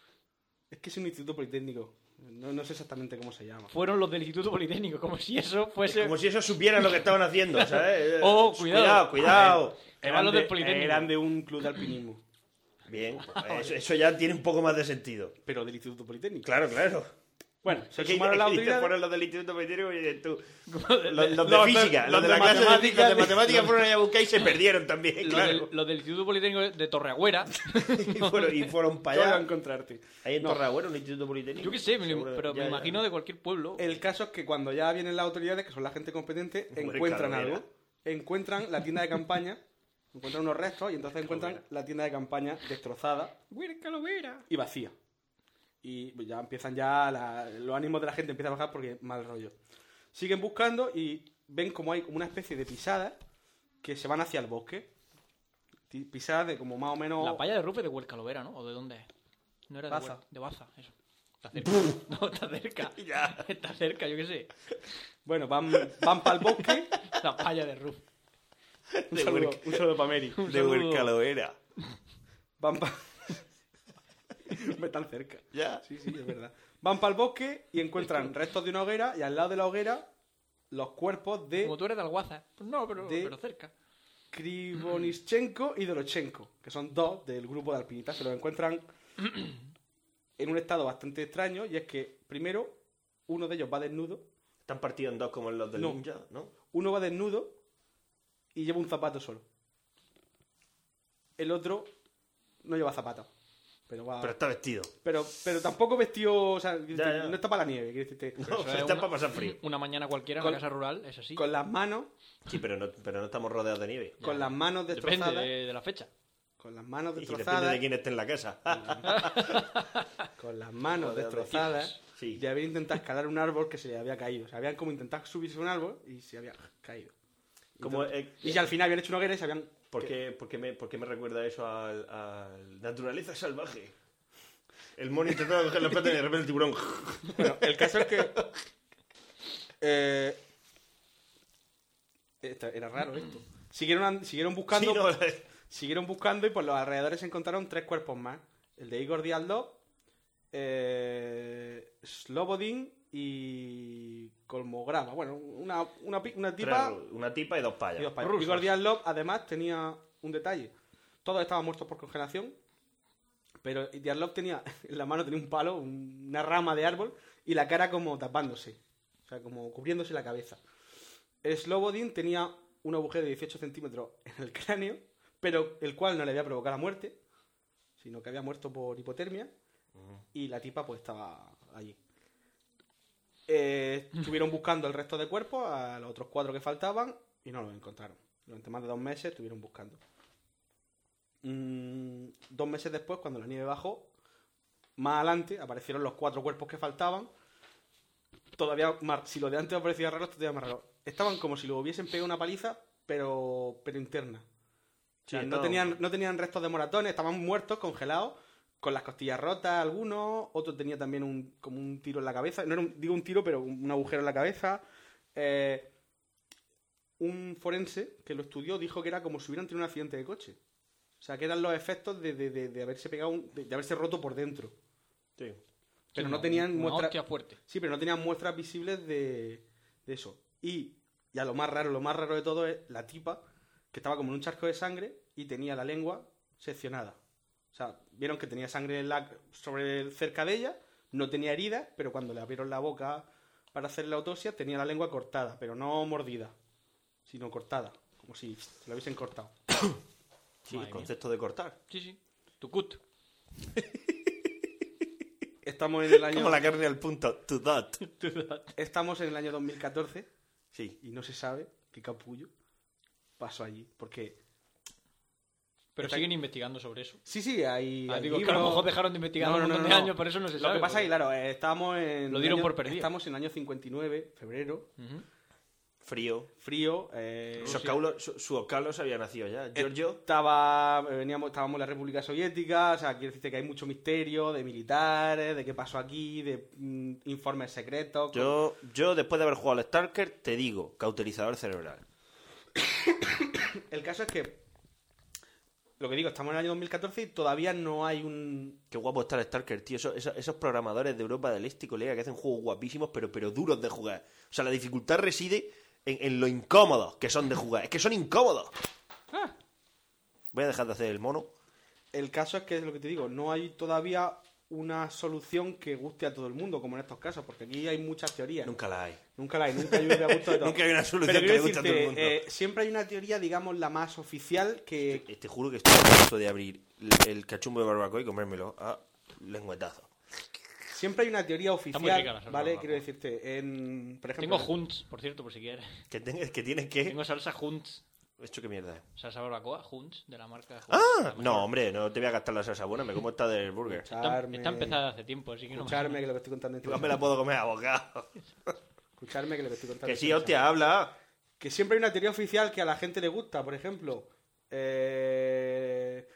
[SPEAKER 7] Es que es un instituto politécnico. No, no sé exactamente cómo se llama.
[SPEAKER 5] Fueron los del Instituto Politécnico, como si eso
[SPEAKER 3] Es
[SPEAKER 5] fuese.
[SPEAKER 3] Como si ellos supieran lo que estaban haciendo, ¿sabes?
[SPEAKER 5] Oh,
[SPEAKER 3] Cuidado,
[SPEAKER 5] cuidado.
[SPEAKER 3] cuidado.
[SPEAKER 5] Que van los
[SPEAKER 7] de,
[SPEAKER 5] del Politécnico.
[SPEAKER 7] eran de un club de alpinismo,
[SPEAKER 3] Bien, eso, eso ya tiene un poco más de sentido.
[SPEAKER 7] pero del Instituto Politécnico.
[SPEAKER 3] Claro, claro.
[SPEAKER 7] Bueno, se
[SPEAKER 3] Es que-
[SPEAKER 7] sumaron
[SPEAKER 3] es
[SPEAKER 7] las
[SPEAKER 3] que dices,
[SPEAKER 7] autoridades.
[SPEAKER 3] fueron los del Instituto Politécnico y dices tú.
[SPEAKER 5] Como de-
[SPEAKER 3] Los, los de
[SPEAKER 7] Los de-
[SPEAKER 3] física, los,
[SPEAKER 7] los
[SPEAKER 3] de
[SPEAKER 7] de
[SPEAKER 3] la clase de
[SPEAKER 7] matemáticas.
[SPEAKER 3] física, los de matemáticas fueron allá a buscar y se perdieron también,
[SPEAKER 5] Los,
[SPEAKER 3] claro.
[SPEAKER 5] del, los del Instituto Politécnico de Torreagüera.
[SPEAKER 3] Y fueron, y fueron para
[SPEAKER 7] Fueron a
[SPEAKER 3] allá.
[SPEAKER 7] encontrarte.
[SPEAKER 3] Ahí en
[SPEAKER 7] No.
[SPEAKER 3] Torreagüero, un instituto politécnico.
[SPEAKER 5] Yo qué sé, me lo-
[SPEAKER 3] Seguro,
[SPEAKER 5] pero
[SPEAKER 3] ya,
[SPEAKER 5] me
[SPEAKER 3] ya.
[SPEAKER 5] imagino de cualquier pueblo.
[SPEAKER 7] El caso es que cuando ya vienen las autoridades, que son la gente competente,
[SPEAKER 3] Hombre,
[SPEAKER 7] encuentran
[SPEAKER 3] Calavera.
[SPEAKER 7] algo. Encuentran la tienda de campaña, encuentran unos restos y entonces encuentran la tienda de campaña destrozada
[SPEAKER 5] Güera, calavera.
[SPEAKER 7] y vacía. Y ya empiezan ya la- los ánimos de la gente empiezan a bajar porque mal rollo. Siguen buscando y ven como hay como una especie de pisadas que se van hacia el bosque. Ti- Pisadas de como más o menos
[SPEAKER 5] La palla de Rupe de Huelca Calavera, ¿no? ¿O de dónde es? No era de
[SPEAKER 7] Baza.
[SPEAKER 5] Huel- De Baza, eso. Está cerca. no, está cerca. Está cerca, yo qué sé.
[SPEAKER 7] Bueno, van, van para el bosque.
[SPEAKER 5] La palla de Rupe.
[SPEAKER 7] Un saludo, un saludo para Mary.
[SPEAKER 5] Un
[SPEAKER 3] De
[SPEAKER 5] saludo.
[SPEAKER 3] Huercaloera.
[SPEAKER 7] Van pa... Me están cerca.
[SPEAKER 3] Ya.
[SPEAKER 7] Sí, sí, es verdad. Van para el bosque y encuentran restos de una hoguera y al lado de la hoguera los cuerpos
[SPEAKER 5] Como
[SPEAKER 7] de
[SPEAKER 5] tú eres de Alguaza. Pues no, pero,
[SPEAKER 7] Eh. De-
[SPEAKER 5] pero cerca.
[SPEAKER 7] Krivonichenko y Dorochenko, que son dos del grupo de alpinistas. Se los encuentran en un estado bastante extraño y es que primero uno de ellos va desnudo,
[SPEAKER 3] Están partidos en dos como en los del
[SPEAKER 7] No.
[SPEAKER 3] ninja, ¿no?
[SPEAKER 7] uno va desnudo y lleva un zapato solo. El otro no lleva zapatos, pero va...
[SPEAKER 3] Pero está vestido.
[SPEAKER 7] Pero, pero tampoco vestido, o sea, quiero
[SPEAKER 3] Ya,
[SPEAKER 7] decirte,
[SPEAKER 3] ya.
[SPEAKER 7] no está para la nieve, quiero decirte.
[SPEAKER 3] No,
[SPEAKER 5] Eso es
[SPEAKER 3] está
[SPEAKER 5] una-
[SPEAKER 3] para pasar frío.
[SPEAKER 5] Una mañana cualquiera en
[SPEAKER 7] Con-
[SPEAKER 5] la casa rural, es así.
[SPEAKER 7] Con las manos,
[SPEAKER 3] Sí, pero no, pero no estamos rodeados de nieve.
[SPEAKER 7] con las manos
[SPEAKER 5] Depende
[SPEAKER 7] destrozadas,
[SPEAKER 5] de, de la fecha.
[SPEAKER 7] con las manos
[SPEAKER 3] Y depende de
[SPEAKER 7] destrozadas,
[SPEAKER 3] quién esté en la casa.
[SPEAKER 7] con las manos
[SPEAKER 3] Rodeado de
[SPEAKER 7] destrozadas,
[SPEAKER 3] tijes. Sí.
[SPEAKER 7] de haber intentado escalar un árbol que se le había caído. O sea, habían como intentado subirse a un árbol y se había caído.
[SPEAKER 6] Como,
[SPEAKER 7] Entonces-
[SPEAKER 6] eh,
[SPEAKER 7] y si al final habían hecho una hoguera y se habían...
[SPEAKER 6] ¿Por qué, por qué me, por qué me recuerda eso al, al naturaleza salvaje? El mono intentando coger la plata y de repente el tiburón.
[SPEAKER 7] Bueno, el caso es que... eh, esta- era raro esto. Siguieron, an- siguieron buscando...
[SPEAKER 6] Sí, no, la-
[SPEAKER 7] Siguieron buscando y por los alrededores se encontraron tres cuerpos más. El de Igor Dialdo, eh, Slobodin y Colmograma. Bueno, una, una, pi- una tipa...
[SPEAKER 6] Tres- una tipa y dos payas.
[SPEAKER 7] Y dos payas. Igor Diallo, además, tenía un detalle. Todos estaban muertos por congelación, pero Diallo tenía en la mano tenía un palo, un- una rama de árbol, y la cara como tapándose. O sea, como cubriéndose la cabeza. Slobodin tenía un agujero de 18 centímetros en el cráneo, pero el cual no le había provocado la muerte, sino que había muerto por hipotermia, y la tipa pues estaba allí. Eh, estuvieron buscando el resto de cuerpos, a los otros cuatro que faltaban, y no los encontraron. Durante más de dos meses estuvieron buscando. Mm, dos meses después, cuando la nieve bajó, más adelante aparecieron los cuatro cuerpos que faltaban. Todavía, más- si lo de antes os parecía raro, esto todavía más raro. Estaban como si lo hubiesen pegado una paliza, pero, pero interna. O sea,
[SPEAKER 6] Sí,
[SPEAKER 7] no,
[SPEAKER 6] estaban-
[SPEAKER 7] tenían, no tenían restos de moratones, estaban muertos, congelados, con las costillas rotas algunos, otro tenía también un, como un tiro en la cabeza, no era un- digo un tiro, pero un un agujero en la cabeza. Eh, un forense que lo estudió dijo que era como si hubieran tenido un accidente de coche. O sea, que eran los efectos de, de- de- de haberse pegado, un- de, de haberse roto por dentro.
[SPEAKER 6] Sí.
[SPEAKER 7] Pero
[SPEAKER 5] Sí,
[SPEAKER 7] no
[SPEAKER 5] una-
[SPEAKER 7] tenían
[SPEAKER 5] una
[SPEAKER 7] muestras.
[SPEAKER 5] hostia fuerte.
[SPEAKER 7] Sí, pero no tenían muestras visibles de, de eso. Y ya lo más raro, lo más raro de todo es la tipa que estaba como en un charco de sangre y tenía la lengua seccionada. O sea, vieron que tenía sangre en la- sobre cerca de ella, no tenía herida, pero cuando le abrieron la boca para hacer la autopsia tenía la lengua cortada, pero no mordida, sino cortada, como si se la hubiesen cortado.
[SPEAKER 6] Sí,
[SPEAKER 5] Madre
[SPEAKER 6] el
[SPEAKER 5] mía.
[SPEAKER 6] concepto de cortar.
[SPEAKER 5] Sí, sí. Tu cut.
[SPEAKER 7] Estamos en el año
[SPEAKER 6] Como la carne al punto. To that.
[SPEAKER 7] Estamos en el año 2014
[SPEAKER 6] Sí.
[SPEAKER 7] y no se sabe qué capullo pasó allí, porque
[SPEAKER 5] Pero
[SPEAKER 7] Está-
[SPEAKER 5] siguen investigando sobre eso.
[SPEAKER 7] Sí, sí, hay.
[SPEAKER 5] Ah,
[SPEAKER 7] hay
[SPEAKER 5] digo, que
[SPEAKER 7] libros.
[SPEAKER 5] a lo mejor dejaron de investigar un montón de años, por eso no se
[SPEAKER 7] Lo
[SPEAKER 5] sabe,
[SPEAKER 7] que pasa
[SPEAKER 5] porque-
[SPEAKER 7] es que, claro, eh, estamos en.
[SPEAKER 5] Lo dieron
[SPEAKER 7] el año-
[SPEAKER 5] por perdido.
[SPEAKER 7] Estamos en el año 59, febrero,
[SPEAKER 5] Ujú.
[SPEAKER 6] Frío.
[SPEAKER 7] frío. eh,
[SPEAKER 6] Su Ocaulo- su, su Ocaulos había nacido ya. Giorgio.
[SPEAKER 7] estaba, eh, veníamos, estábamos en la República Soviética, o sea, quiere decirte que hay mucho misterio de militares, de qué pasó aquí, de mm, informes secretos.
[SPEAKER 6] Yo, yo, después de haber jugado al Stalker, te digo, cauterizador cerebral.
[SPEAKER 7] El caso es que. Lo que digo, estamos en el año 2014 y todavía no hay un,
[SPEAKER 6] Qué guapo está el Stalker, tío. Eso- eso- esos programadores de Europa del Este, colega, que hacen juegos guapísimos, pero, pero duros de jugar. O sea, la dificultad reside en, en lo incómodos que son de jugar. Es que son incómodos. Voy a dejar de hacer el mono.
[SPEAKER 7] El caso es que es lo que te digo, no hay todavía una solución que guste a todo el mundo, como en estos casos, porque aquí hay muchas teorías.
[SPEAKER 6] Nunca la hay.
[SPEAKER 7] Nunca la hay, nunca hay una gusto de todo.
[SPEAKER 6] Nunca hay una solución
[SPEAKER 7] Pero
[SPEAKER 6] que le
[SPEAKER 7] quiero
[SPEAKER 6] guste a todo el
[SPEAKER 7] decirte,
[SPEAKER 6] mundo.
[SPEAKER 7] eh, siempre hay una teoría, digamos, la más oficial que...
[SPEAKER 6] Eh, Te juro que estoy a punto de abrir el- el cachumbo de barbacoa y comérmelo a lengüetazo.
[SPEAKER 7] Siempre hay una teoría
[SPEAKER 5] muy
[SPEAKER 7] oficial,
[SPEAKER 5] rica la salsa
[SPEAKER 7] ¿vale?
[SPEAKER 5] blanca.
[SPEAKER 7] Quiero decirte, en... Por ejemplo...
[SPEAKER 5] Tengo Junts, por cierto, por si quieres.
[SPEAKER 6] Que, ten- que tienes que...
[SPEAKER 5] Tengo salsa Junts.
[SPEAKER 6] ¿Esto qué mierda es?
[SPEAKER 5] Salsa barbacoa, Junts, de la marca Junts.
[SPEAKER 6] ¡Ah!
[SPEAKER 5] La mejor.
[SPEAKER 6] No, hombre, no te voy a gastar la salsa buena. Me como esta del burger.
[SPEAKER 5] Está,
[SPEAKER 7] escucharme,
[SPEAKER 5] está empezada hace tiempo, así que no me-
[SPEAKER 7] escucharme, que lo que estoy contando es
[SPEAKER 6] Yo me la puedo comer a bocado.
[SPEAKER 7] Escucharme, que lo que estoy contando
[SPEAKER 6] Que
[SPEAKER 7] es
[SPEAKER 6] sí,
[SPEAKER 7] interesante.
[SPEAKER 6] hostia, habla.
[SPEAKER 7] Que siempre hay una teoría oficial que a la gente le gusta, por ejemplo... eh,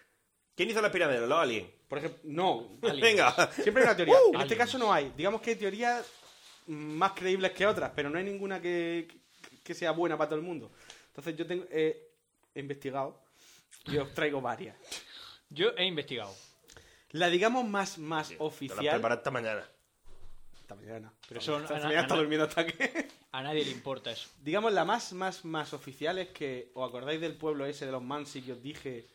[SPEAKER 6] ¿Quién hizo las pirámides? ¿Los aliens?
[SPEAKER 7] Por ejemplo... No,
[SPEAKER 5] Aliens.
[SPEAKER 6] Venga.
[SPEAKER 7] Siempre hay una teoría. en este
[SPEAKER 5] Aliens.
[SPEAKER 7] caso no hay. Digamos que hay teorías más creíbles que otras, pero no hay ninguna que, que- que sea buena para todo el mundo. Entonces yo tengo, eh, he investigado y os traigo varias.
[SPEAKER 5] Yo he investigado.
[SPEAKER 7] La digamos más, más
[SPEAKER 6] Te las
[SPEAKER 7] oficial.
[SPEAKER 6] preparé esta mañana.
[SPEAKER 7] Esta mañana.
[SPEAKER 5] Pero eso
[SPEAKER 7] Esta
[SPEAKER 5] a na-
[SPEAKER 7] mañana
[SPEAKER 5] a
[SPEAKER 7] está
[SPEAKER 5] na-
[SPEAKER 7] durmiendo hasta que.
[SPEAKER 5] A nadie le importa eso.
[SPEAKER 7] digamos la más, más, más oficial es que. ¿Os acordáis del pueblo ese de los Mansi que os dije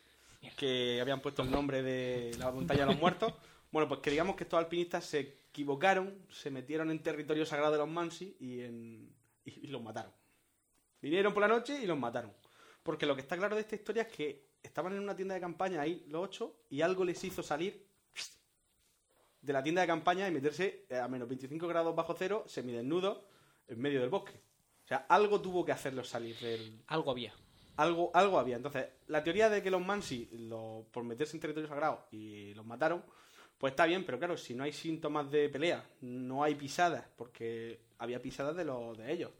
[SPEAKER 7] que habían puesto el nombre de la montaña de los muertos? Bueno, pues que digamos que estos alpinistas se equivocaron, se metieron en territorio sagrado de los Mansi y, en- y- y los mataron. Vinieron por la noche y los mataron. Porque lo que está claro de esta historia es que estaban en una tienda de campaña ahí, los ocho, y algo les hizo salir de la tienda de campaña y meterse a menos 25 grados bajo cero, semidesnudos, en medio del bosque. O sea, algo tuvo que hacerlos salir del,
[SPEAKER 5] Algo había.
[SPEAKER 7] algo, algo había. Entonces, la teoría de que los Mansi, lo- por meterse en territorio sagrado y los mataron, pues está bien, pero claro, si no hay síntomas de pelea, no hay pisadas, porque había pisadas de los de ellos.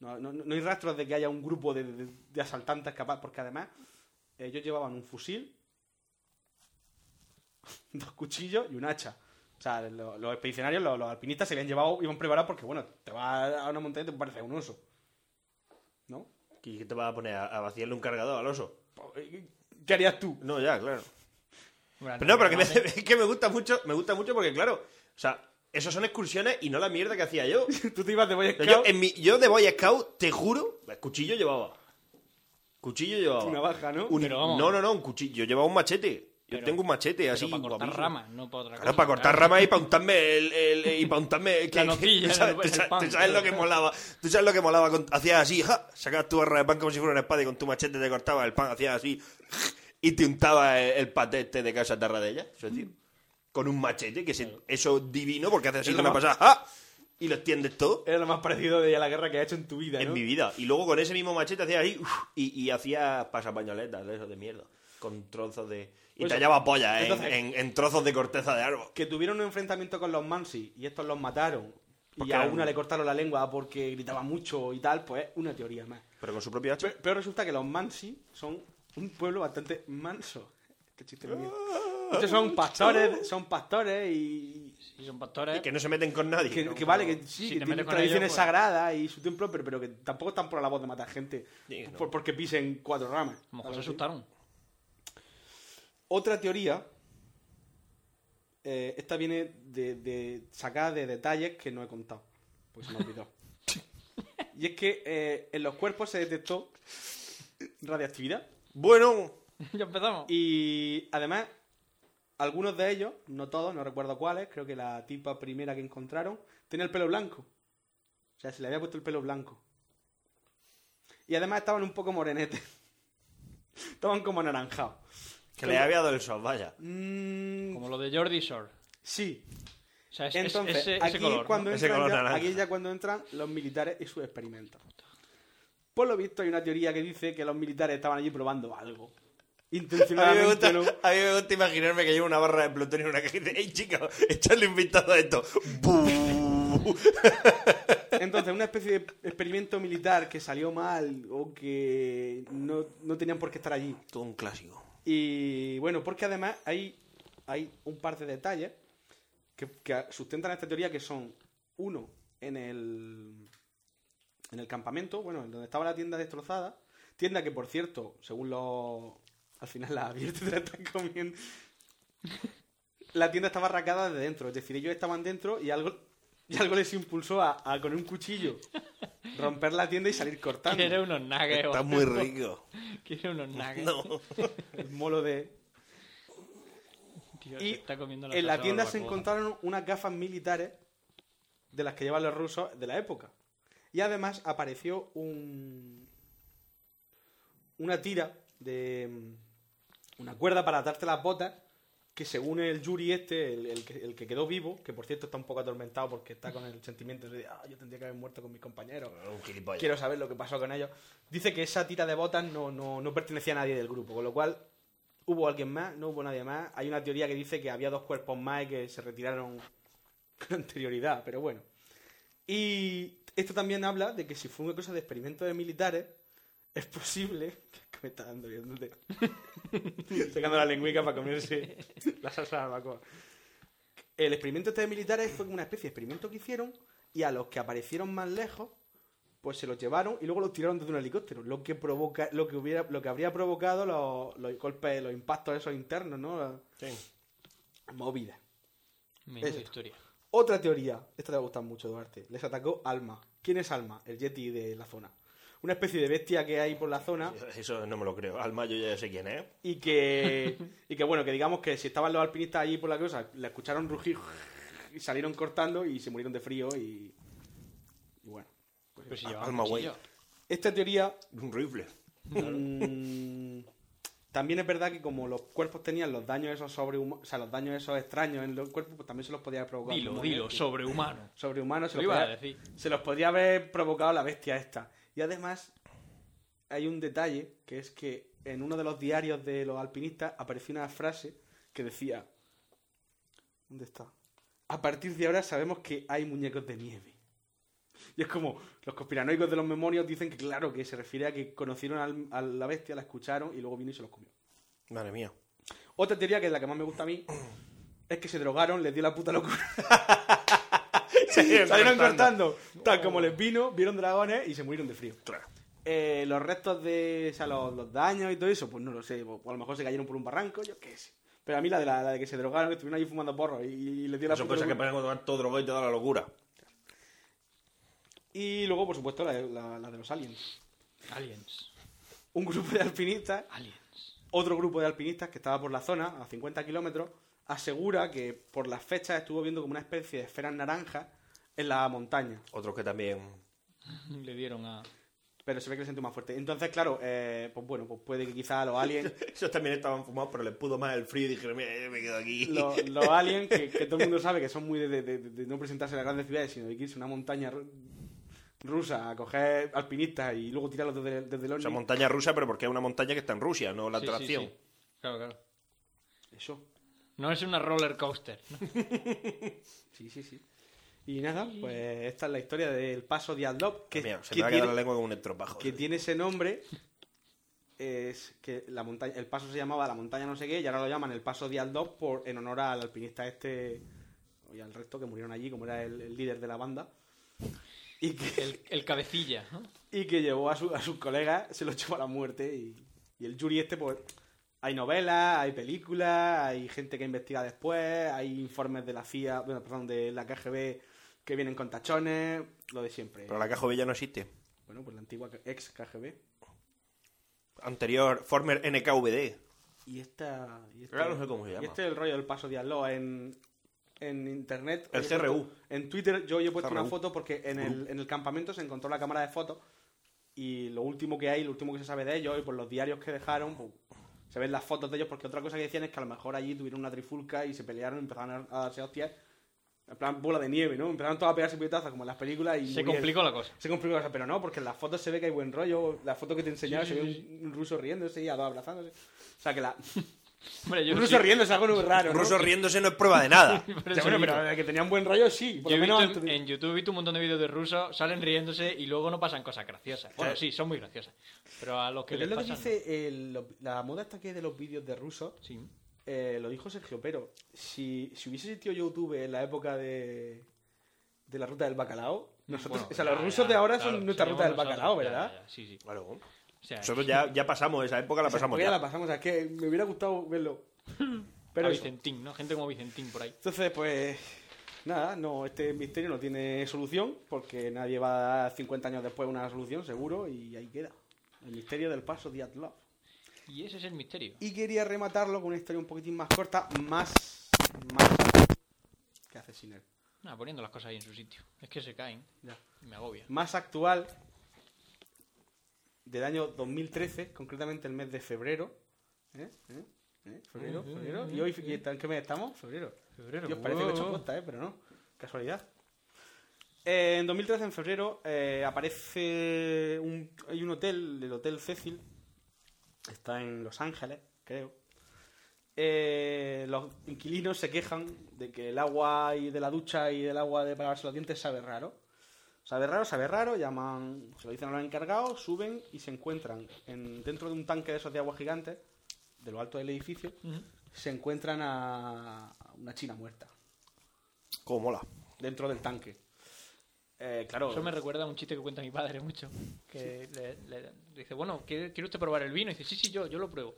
[SPEAKER 7] No, no- no hay rastros de que haya un grupo de, de- de asaltantes capaz, porque además ellos llevaban un fusil, dos cuchillos y un hacha. O sea, lo- los expedicionarios, lo- los, alpinistas se habían llevado, iban preparados porque, bueno, te vas a una montaña y te parece un oso. ¿No?
[SPEAKER 6] ¿Y qué te vas a poner? ¿A, a vaciarle un cargador al oso?
[SPEAKER 7] ¿Qué harías tú?
[SPEAKER 6] No, ya, claro. Pero no, pero que me,
[SPEAKER 5] ¿eh?
[SPEAKER 6] es que me gusta mucho, me gusta mucho porque, claro, o sea, esas son excursiones y no la mierda que hacía yo.
[SPEAKER 7] Tú te ibas de Boy
[SPEAKER 6] O sea,
[SPEAKER 7] Scout.
[SPEAKER 6] yo, en mi- yo de Boy Scout, te juro, cuchillo llevaba. Cuchillo llevaba.
[SPEAKER 7] Una baja, ¿no?
[SPEAKER 6] Un-
[SPEAKER 5] Pero vamos.
[SPEAKER 6] no, no, no, un cuchillo. Yo llevaba un machete. Yo
[SPEAKER 5] Pero-
[SPEAKER 6] tengo un machete así.
[SPEAKER 5] Pero para cortar
[SPEAKER 6] guapísimo.
[SPEAKER 5] ramas, no para otra
[SPEAKER 6] Claro,
[SPEAKER 5] cosa, Ah,
[SPEAKER 6] para cortar
[SPEAKER 5] claro.
[SPEAKER 6] ramas y para untarme el, el- y para untarme el-
[SPEAKER 5] La
[SPEAKER 6] que-
[SPEAKER 5] nocilla,
[SPEAKER 6] tú sabes,
[SPEAKER 5] el-
[SPEAKER 6] tú
[SPEAKER 5] el
[SPEAKER 6] sabes-
[SPEAKER 5] pan.
[SPEAKER 6] tú sabes lo que molaba. Tú sabes lo que molaba. con- hacías así, ja, sacabas tu barra de pan como si fuera una espada y con tu machete te cortabas el pan, hacías así y te untabas el, el patete de casa tarra de ella. Eso, tío. Con un machete, que es eso divino, porque haces así
[SPEAKER 7] Era
[SPEAKER 6] una
[SPEAKER 7] más-
[SPEAKER 6] pasada, ja, y lo extiendes todo
[SPEAKER 7] Era lo más parecido de a la guerra que has hecho en tu vida,
[SPEAKER 6] en
[SPEAKER 7] ¿no?
[SPEAKER 6] mi vida. Y luego con ese mismo machete hacía ahí uf, y, y hacía pasapañoletas de esos de mierda. Con trozos de. Y
[SPEAKER 7] Pues,
[SPEAKER 6] tallaba polla en-
[SPEAKER 7] entonces-
[SPEAKER 6] en, en trozos de corteza de árbol.
[SPEAKER 7] que tuvieron un enfrentamiento con los Mansi y estos los mataron y
[SPEAKER 6] Porque
[SPEAKER 7] a
[SPEAKER 6] eran-
[SPEAKER 7] una le cortaron la lengua porque gritaba mucho y tal, pues es una teoría más.
[SPEAKER 6] Pero con su propia hacha.
[SPEAKER 7] Pe- Pero resulta que los Mansi son un pueblo bastante manso. Qué chiste lo mío. De hecho, son pastores, son pastores y
[SPEAKER 5] Si son pastores.
[SPEAKER 6] Y que no se meten con nadie.
[SPEAKER 7] que,
[SPEAKER 6] ¿no?
[SPEAKER 7] que vale, que sí,
[SPEAKER 5] si
[SPEAKER 7] que
[SPEAKER 5] te
[SPEAKER 7] tienen
[SPEAKER 5] metes con
[SPEAKER 7] tradiciones
[SPEAKER 5] ellos, pues-
[SPEAKER 7] sagradas y su templo, pero, pero que tampoco están por la voz de matar gente
[SPEAKER 6] Sí, no.
[SPEAKER 7] por- porque pisen cuatro ramas.
[SPEAKER 5] A lo mejor se
[SPEAKER 7] Algo así.
[SPEAKER 5] asustaron.
[SPEAKER 7] Otra teoría, eh, esta viene de, de sacada de detalles que no he contado, pues se me olvidó. y es que eh, en los cuerpos se detectó radiactividad
[SPEAKER 6] Bueno,
[SPEAKER 5] ya empezamos.
[SPEAKER 7] y además algunos de ellos, no todos, no recuerdo cuáles, creo que la tipa primera que encontraron tenía el pelo blanco. O sea, se le había puesto el pelo blanco. Y además estaban un poco morenetes. estaban como anaranjados.
[SPEAKER 6] que le había dado el sol, vaya.
[SPEAKER 7] Mm,
[SPEAKER 5] Como lo de Jordi Shore.
[SPEAKER 7] sí,
[SPEAKER 5] O sea, es, es-
[SPEAKER 7] Entonces,
[SPEAKER 5] ese, ese
[SPEAKER 7] aquí,
[SPEAKER 5] color. ¿no?
[SPEAKER 7] cuando
[SPEAKER 6] Ese
[SPEAKER 7] entran
[SPEAKER 6] color
[SPEAKER 7] ya,
[SPEAKER 6] naranja.
[SPEAKER 7] aquí ya cuando entran los militares y sus experimentos. Por lo visto hay una teoría que dice que los militares estaban allí probando algo.
[SPEAKER 6] A mí, me gusta,
[SPEAKER 7] Intencionadamente no.
[SPEAKER 6] a mí me gusta imaginarme que llevo una barra de plutonio en una caja y dice, ¡Ey, chicos! ¡Echarle un vistazo a esto! ¡Bú!
[SPEAKER 7] Entonces, una especie de experimento militar que salió mal o que no, no tenían por qué estar allí.
[SPEAKER 6] Todo un clásico.
[SPEAKER 7] Y bueno, porque además hay, hay un par de detalles que, que sustentan esta teoría que son, uno, en el, en el campamento, bueno, en donde estaba la tienda destrozada, tienda que por cierto, según los... Al final la abierta te la están comiendo. La tienda estaba arracada de dentro, es decir, ellos estaban dentro y algo, y algo les impulsó a, a con un cuchillo romper la tienda y salir cortando.
[SPEAKER 5] Quiere unos nuggets.
[SPEAKER 6] Está
[SPEAKER 5] o-
[SPEAKER 6] muy rico.
[SPEAKER 5] Quiere unos nuggets.
[SPEAKER 6] No.
[SPEAKER 7] El molo de...
[SPEAKER 5] Tío,
[SPEAKER 7] Y
[SPEAKER 5] se está comiendo
[SPEAKER 7] en la
[SPEAKER 5] salsa
[SPEAKER 7] tienda se
[SPEAKER 5] barbacoa.
[SPEAKER 7] encontraron unas gafas militares de las que llevan los rusos de la época. Y además apareció un una tira de mm, una cuerda para atarte las botas que según el Yuri este, el, el que, el que quedó vivo, que por cierto está un poco atormentado porque está con el sentimiento de "Ah, yo tendría que haber muerto con mis compañeros,
[SPEAKER 6] Oh, Un gilipollas.
[SPEAKER 7] quiero saber lo que pasó con ellos, dice que esa tira de botas no, no, no pertenecía a nadie del grupo, con lo cual hubo alguien más, no hubo nadie más. Hay una teoría que dice que había dos cuerpos más y que se retiraron con anterioridad, pero bueno. Y esto también habla de que si fue una cosa de experimentos de militares, es posible que me está dando bien, ¿dónde? sacando la lengüica para comerse la salsa de barbacoa. El experimento este de militares fue como una especie de experimento que hicieron y a los que aparecieron más lejos pues se los llevaron y luego los tiraron desde un helicóptero, lo que provoca, lo que hubiera, lo que habría provocado los, los golpes, los impactos esos internos, ¿no? La movida.
[SPEAKER 5] Menuda
[SPEAKER 7] Eso.
[SPEAKER 5] historia.
[SPEAKER 7] Otra teoría, esta le va a gustar mucho, Duarte. Les atacó Alma. ¿Quién es Alma? El Yeti de la zona. Una especie de bestia que hay por la zona
[SPEAKER 6] Eso no me lo creo. Alma, yo ya sé quién es.
[SPEAKER 7] y que, y que bueno, que digamos que si estaban los alpinistas allí por la cosa, la escucharon rugir y salieron cortando y se murieron de frío y, y bueno.
[SPEAKER 5] Pero si
[SPEAKER 6] Al-
[SPEAKER 5] llevaba
[SPEAKER 6] Alma
[SPEAKER 5] cuchillo.
[SPEAKER 7] Esta teoría
[SPEAKER 6] Un rifle.
[SPEAKER 7] Mm, también es verdad que como los cuerpos tenían los daños esos sobrehumanos, o sea, los daños esos extraños en los cuerpos, pues también se los podía haber provocado.
[SPEAKER 5] Dilo,
[SPEAKER 7] como
[SPEAKER 5] dilo,
[SPEAKER 7] este.
[SPEAKER 5] sobrehumano.
[SPEAKER 7] Sobrehumanos se
[SPEAKER 5] Lo
[SPEAKER 7] los,
[SPEAKER 5] iba
[SPEAKER 7] podía,
[SPEAKER 5] a decir.
[SPEAKER 7] se los podía haber provocado la bestia esta. Y además hay un detalle que es que en uno de los diarios de los alpinistas apareció una frase que decía ¿Dónde está? A partir de ahora sabemos que hay muñecos de nieve. Y es como, los conspiranoicos de los memorios dicen que claro, que se refiere a que conocieron al- a la bestia, la escucharon y luego vino y se los comió.
[SPEAKER 3] Madre mía.
[SPEAKER 7] Otra teoría que es la que más me gusta a mí es que se drogaron, les dio la puta locura.
[SPEAKER 3] Salieron
[SPEAKER 7] Salieron cortando. Tal como les vino, vieron dragones y se murieron de frío.
[SPEAKER 3] Oh. Claro.
[SPEAKER 7] Eh, los restos de. O sea, los, los daños y todo eso, pues no lo sé. O a lo mejor se cayeron por un barranco, yo qué sé. Pero a mí la de, la, la de que se drogaron, que estuvieron ahí fumando porros y, y les dio la
[SPEAKER 3] Son
[SPEAKER 7] puta
[SPEAKER 3] cosas que
[SPEAKER 7] locura.
[SPEAKER 3] pasan cuando vas todo drogado y te da la locura.
[SPEAKER 7] Y luego, por supuesto, la, la- la de los aliens.
[SPEAKER 5] Aliens.
[SPEAKER 7] Un grupo de alpinistas
[SPEAKER 5] Aliens.
[SPEAKER 7] otro grupo de alpinistas que estaba por la zona, a 50 kilómetros, asegura que por las fechas estuvo viendo como una especie de esferas naranjas en la montaña.
[SPEAKER 3] Otros que también.
[SPEAKER 5] Le dieron a.
[SPEAKER 7] Pero se ve que le siento más fuerte. Entonces, claro, eh, pues bueno, pues puede que quizá los aliens,
[SPEAKER 3] Ellos también estaban fumados, pero les pudo más el frío y dijeron, mira, yo me quedo aquí.
[SPEAKER 7] lo- los aliens, que, que todo el mundo sabe que son muy de, de- de- de no presentarse en las grandes ciudades, sino de irse a una montaña ru- rusa a coger alpinistas y luego tirarlos desde, desde el
[SPEAKER 3] O sea,
[SPEAKER 7] ovni.
[SPEAKER 3] montaña rusa, pero porque es una montaña que está en Rusia, no la
[SPEAKER 5] Sí, sí,
[SPEAKER 3] atracción.
[SPEAKER 5] sí. Claro, claro.
[SPEAKER 7] Eso.
[SPEAKER 5] No es una roller coaster.
[SPEAKER 7] Sí, sí, sí. Y nada, pues esta es la historia del paso de Aldop, que,
[SPEAKER 3] Mira, se
[SPEAKER 7] que
[SPEAKER 3] me va a
[SPEAKER 7] tiene-
[SPEAKER 3] quedar la lengua como un estropajo.
[SPEAKER 7] que tiene ese nombre es que la montaña el paso se llamaba la montaña no sé qué y ahora lo llaman el paso de Aldov por en honor al alpinista este y al resto que murieron allí como era el, el líder de la banda y que,
[SPEAKER 5] El, el cabecilla. ¿no?
[SPEAKER 7] y que llevó a, su- a sus colegas se los llevó a la muerte y, y el Yuri este pues hay novelas hay películas hay gente que investiga después hay informes de la CIA bueno perdón de la KGB que vienen con tachones lo de siempre
[SPEAKER 3] Pero la caja bella no existe.
[SPEAKER 7] bueno pues la antigua ex KGB
[SPEAKER 3] Anterior, former NKVD.
[SPEAKER 7] Y esta. Y este,
[SPEAKER 3] Claro, no sé cómo se llama.
[SPEAKER 7] Y este es el rollo del paso de Aló en, en internet.
[SPEAKER 3] El
[SPEAKER 7] Hoy he puesto-
[SPEAKER 3] CRU.
[SPEAKER 7] en Twitter yo hoy he puesto
[SPEAKER 3] CRU.
[SPEAKER 7] una foto porque en
[SPEAKER 3] Uh.
[SPEAKER 7] el, en el campamento se encontró la cámara de fotos y lo último que hay, lo último que se sabe de ellos y por los diarios que dejaron, pues, se ven las fotos de ellos porque otra cosa que decían es que a lo mejor allí tuvieron una trifulca y se pelearon y empezaron a darse hostias. En plan, bola de nieve, ¿no? Empezaron todos a pegarse puñetazos como en las películas y.
[SPEAKER 5] Se
[SPEAKER 7] murieron.
[SPEAKER 5] complicó la cosa.
[SPEAKER 7] Se complicó la cosa, pero no, porque en las fotos se ve que hay buen rollo. La foto que te enseñaba
[SPEAKER 5] Sí,
[SPEAKER 7] se ve
[SPEAKER 5] sí,
[SPEAKER 7] un, un ruso riéndose y a dos abrazándose. O sea que la.
[SPEAKER 5] Hombre, yo
[SPEAKER 7] Un ruso
[SPEAKER 5] sí-
[SPEAKER 7] riéndose es algo muy raro.
[SPEAKER 3] Un
[SPEAKER 7] ¿no?
[SPEAKER 3] ruso riéndose no es prueba de nada.
[SPEAKER 5] por
[SPEAKER 7] Ya,
[SPEAKER 5] eso
[SPEAKER 7] bueno,
[SPEAKER 5] digo.
[SPEAKER 7] pero que tenían buen rollo, sí. Por
[SPEAKER 5] Yo
[SPEAKER 7] lo
[SPEAKER 5] he
[SPEAKER 7] menos
[SPEAKER 5] visto en, en YouTube he visto un montón de vídeos de rusos, salen riéndose y luego no pasan cosas graciosas. Bueno, sí, son muy graciosas. Pero a los que
[SPEAKER 7] Pero es
[SPEAKER 5] les
[SPEAKER 7] lo que
[SPEAKER 5] pasan...
[SPEAKER 7] dice el- lo- la moda esta que es de los vídeos de rusos.
[SPEAKER 5] Sí.
[SPEAKER 7] eh, lo dijo Sergio, pero si, si hubiese existido YouTube en la época de, de la ruta del bacalao, nosotros,
[SPEAKER 5] Bueno,
[SPEAKER 7] o sea, los
[SPEAKER 5] ya,
[SPEAKER 7] rusos
[SPEAKER 5] ya,
[SPEAKER 7] de ahora
[SPEAKER 5] claro,
[SPEAKER 7] son nuestra
[SPEAKER 5] seríamos
[SPEAKER 7] ruta del
[SPEAKER 5] nosotros,
[SPEAKER 7] bacalao,
[SPEAKER 5] ya,
[SPEAKER 7] ¿verdad?
[SPEAKER 5] ya, sí, sí.
[SPEAKER 3] Claro.
[SPEAKER 5] O sea,
[SPEAKER 3] Nosotros ya, ya pasamos, esa época la pasamos
[SPEAKER 7] Porque ya
[SPEAKER 3] ya.
[SPEAKER 7] la pasamos, o sea, es que me hubiera gustado verlo. Pero
[SPEAKER 5] a
[SPEAKER 7] eso.
[SPEAKER 5] Vicentín, ¿no? Gente como Vicentín por ahí.
[SPEAKER 7] Entonces, pues nada, no, este misterio no tiene solución porque nadie va a dar 50 años después una solución, seguro, y ahí queda. El misterio del paso de Atlov.
[SPEAKER 5] Y ese es el misterio.
[SPEAKER 7] Y quería rematarlo con una historia un poquitín más corta, más. más. ¿Qué hace Siner?
[SPEAKER 5] Nada, poniendo las cosas ahí en su sitio. Es que se caen.
[SPEAKER 7] Ya.
[SPEAKER 5] y Me agobia.
[SPEAKER 7] Más actual, del año 2013, concretamente el mes de febrero. ¿Eh? ¿Eh? ¿Eh? ¿Febrero? ¿Febrero? ¿Y hoy y está- en qué mes estamos? Febrero.
[SPEAKER 5] Febrero.
[SPEAKER 7] Dios, parece que he hecho cuenta, ¿eh? Pero no. Casualidad. Eh, en 2013, en febrero, eh, aparece un, hay un hotel, el Hotel Cecil. Está en Los Ángeles, creo. Eh, los inquilinos se quejan de que el agua y de la ducha y del agua de para lavarse los dientes sabe raro. Sabe raro, sabe raro, llaman, se lo dicen a los encargados, suben y se encuentran en- dentro de un tanque de esos de agua gigante, de lo alto del edificio, se encuentran a a una china muerta
[SPEAKER 3] Cómo mola.
[SPEAKER 7] dentro del tanque. Eh, claro,
[SPEAKER 5] Eso me recuerda a un chiste que cuenta mi padre mucho. Que le, le dice, bueno, ¿quiere, quiere usted probar el vino? Y dice, sí, sí, yo, yo lo pruebo.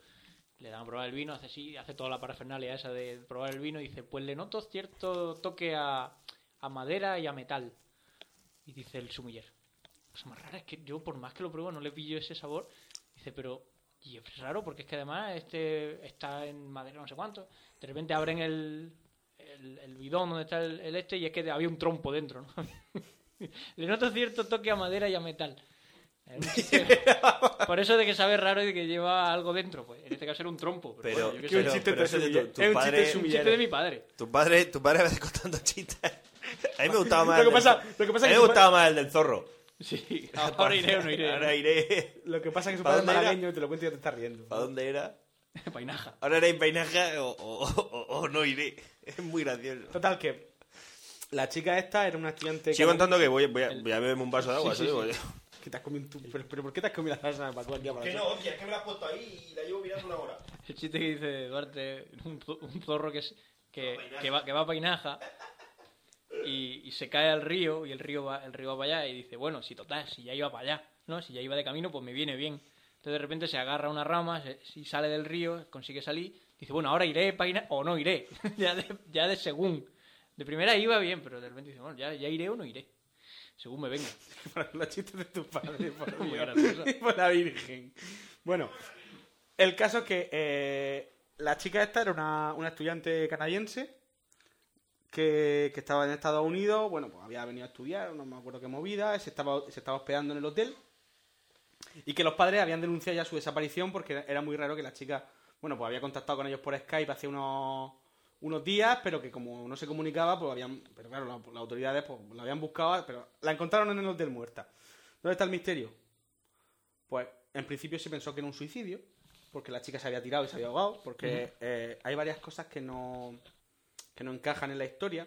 [SPEAKER 5] Le dan a probar el vino, hace así, hace toda la parafernalia esa de probar el vino y dice, pues le noto cierto toque a, a madera y a metal. Y dice el sumiller. Pues más raro es que yo por más que lo pruebo no le pillo ese sabor. Dice, pero... Y es raro porque es que además este está en madera no sé cuánto. De repente abren el, el, el bidón donde está el, el este y es que había un trompo dentro, ¿no? Le noto cierto toque a madera y a metal. Era un chiste. Por eso de que sabe raro y de que lleva algo dentro, pues. En este caso era un trompo. Pero,
[SPEAKER 3] Pero-
[SPEAKER 5] bueno, yo qué
[SPEAKER 7] que un
[SPEAKER 5] sé.
[SPEAKER 7] chiste
[SPEAKER 3] pero
[SPEAKER 7] te
[SPEAKER 3] ese de
[SPEAKER 7] humille-
[SPEAKER 3] tu- tu
[SPEAKER 7] es un
[SPEAKER 3] padre-
[SPEAKER 7] chiste
[SPEAKER 5] un
[SPEAKER 7] humillante.
[SPEAKER 5] chiste de mi padre.
[SPEAKER 3] Tu padre, tu padre a veces contando chistes. A mí me gustaba más.
[SPEAKER 7] Lo
[SPEAKER 3] el
[SPEAKER 7] que
[SPEAKER 3] del-
[SPEAKER 7] pasa- lo que pasa
[SPEAKER 3] a mí
[SPEAKER 7] es
[SPEAKER 3] me
[SPEAKER 7] que su
[SPEAKER 3] gustaba más el del zorro.
[SPEAKER 5] Sí,
[SPEAKER 6] Ah,
[SPEAKER 5] ahora iré o no iré.
[SPEAKER 3] Ahora iré.
[SPEAKER 7] Lo que pasa es que su
[SPEAKER 3] ¿Para
[SPEAKER 7] padre es
[SPEAKER 3] dónde era?
[SPEAKER 7] malagueño y te lo cuento y ya te estás riendo.
[SPEAKER 3] ¿Para dónde era?
[SPEAKER 5] Painaja.
[SPEAKER 3] Ahora iré en peinaja o, o- o- o no iré. Es muy gracioso.
[SPEAKER 7] Total que La chica esta era una estudiante...
[SPEAKER 3] Sigo
[SPEAKER 7] cana-
[SPEAKER 3] contando que voy, voy a, voy a beberme un vaso de agua.
[SPEAKER 7] Sí, sí,
[SPEAKER 3] ¿sabes?
[SPEAKER 7] sí. Que te has comido tu- pero, pero ¿por qué te has comido la salsa de Paco al día para
[SPEAKER 3] Que
[SPEAKER 7] atrás?
[SPEAKER 3] no, hostia, es que me la has puesto ahí y la llevo mirando una hora.
[SPEAKER 5] El chiste que dice Duarte, un, zo- un zorro que, es- que, que va, que va a Painaja y, y se cae al río y el río va el río va para allá y dice, bueno, si total, si ya iba para allá, ¿no? Si ya iba de camino, pues me viene bien. Entonces de repente se agarra una rama, se- si sale del río, consigue salir, dice, bueno, ahora iré para Painaja o no iré, ya, de, ya de según. De primera iba bien, pero de repente dice, bueno, ya, ya iré o no iré, según me venga.
[SPEAKER 7] Para los chistes de tu padre, por
[SPEAKER 5] Muy
[SPEAKER 7] Dios.
[SPEAKER 5] gracioso.
[SPEAKER 7] Y por la Virgen. Bueno, el caso es que eh, la chica esta era una, una estudiante canadiense que, que estaba en Estados Unidos, bueno, pues había venido a estudiar, no me acuerdo qué movida, se estaba, se estaba hospedando en el hotel y que los padres habían denunciado ya su desaparición porque era muy raro que la chica, bueno, pues había contactado con ellos por Skype hace unos, unos días, pero que como no se comunicaba, pues habían, pero claro, la- las autoridades pues la habían buscado, pero la encontraron en el hotel muerta. ¿Dónde está el misterio? Pues en principio se pensó que era un suicidio, porque la chica se había tirado y se había ahogado, porque
[SPEAKER 12] Ujú.
[SPEAKER 7] eh, hay varias cosas que no, que no encajan en la historia.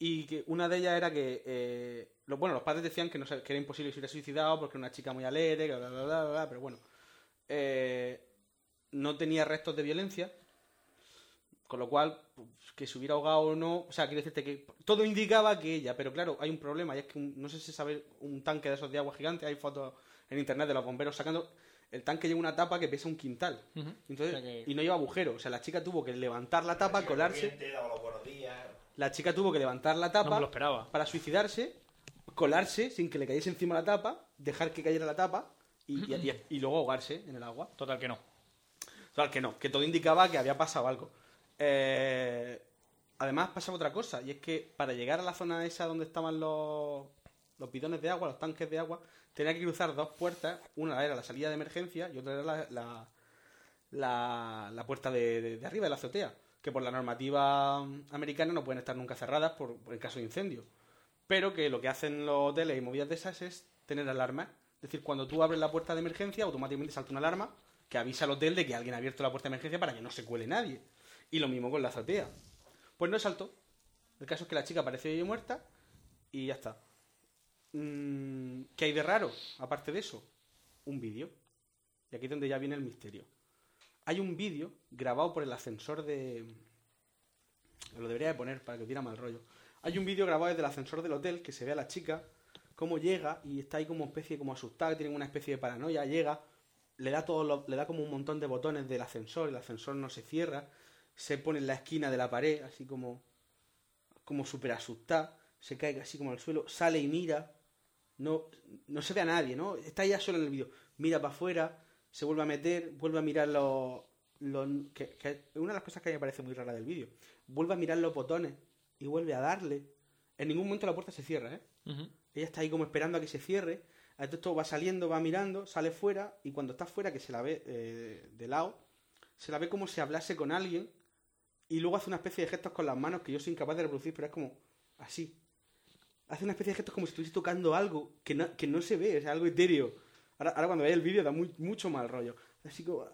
[SPEAKER 7] Y que una de ellas era que, eh, los, bueno, los padres decían que, no, sab- que era imposible que se hubiera suicidado porque era una chica muy alegre, que bla, bla, bla, bla, bla, pero bueno. Eh, no tenía restos de violencia, con lo cual, pues, que se hubiera ahogado o no, o sea, quiero decirte que todo indicaba que ella, pero claro, hay un problema, y es que un- no sé si sabe un tanque de esos de agua gigante, hay fotos en internet de los bomberos sacando, el tanque lleva una tapa que pesa un quintal,
[SPEAKER 5] Ujú.
[SPEAKER 7] entonces,
[SPEAKER 5] O sea que-
[SPEAKER 7] y no lleva agujero, o sea, la chica tuvo que levantar la tapa, colarse,
[SPEAKER 3] Te daba los buenos días.
[SPEAKER 7] la chica tuvo que levantar la tapa
[SPEAKER 5] No me lo esperaba.
[SPEAKER 7] para suicidarse, colarse sin que le cayese encima la tapa, dejar que cayera la tapa y, y- y- y luego ahogarse en el agua.
[SPEAKER 5] Total que no.
[SPEAKER 7] Total, que no, que todo indicaba que había pasado algo. Eh, además, pasaba otra cosa, y es que para llegar a la zona esa donde estaban los, los bidones de agua, los tanques de agua, tenía que cruzar dos puertas. Una era la salida de emergencia y otra era la, la, la- la puerta de, de- de arriba, de la azotea, que por la normativa mm, americana no pueden estar nunca cerradas por, por en caso de incendio. Pero que lo que hacen los hoteles y movidas de esas es tener alarmas. Es decir, cuando tú abres la puerta de emergencia, automáticamente salta una alarma que avisa al hotel de que alguien ha abierto la puerta de emergencia para que no se cuele nadie. Y lo mismo con la azotea. Pues no saltó. El caso es que la chica apareció ahí muerta y ya está. Mm, ¿Qué hay de raro? Aparte de eso, un vídeo. Y aquí es donde ya viene el misterio. Hay un vídeo grabado por el ascensor de... Lo debería de poner para que tira mal rollo. Hay un vídeo grabado desde el ascensor del hotel que se ve a la chica cómo llega y está ahí como especie como asustada, tiene una especie de paranoia, llega, le da todos los- le da como un montón de botones del ascensor, el ascensor no se cierra, se pone en la esquina de la pared, así como como súper asustada, se cae así como al suelo, sale y mira, no, no se ve a nadie, ¿no? Está ella sola en el vídeo, mira para afuera, se vuelve a meter, vuelve a mirar los... los que, que es una de las cosas que me parece muy rara del vídeo, vuelve a mirar los botones y vuelve a darle. En ningún momento la puerta se cierra, ¿eh?
[SPEAKER 5] Ujú.
[SPEAKER 7] Ella está ahí como esperando a que se cierre. Entonces todo va saliendo, va mirando, sale fuera y cuando está fuera, que se la ve eh, de lado, se la ve como si hablase con alguien y luego hace una especie de gestos con las manos que yo soy incapaz de reproducir, pero es como así. Hace una especie de gestos como si estuviese tocando algo que no, que no se ve, o sea, algo etéreo. Ahora, ahora cuando veáis el vídeo da muy- mucho mal rollo. Así como...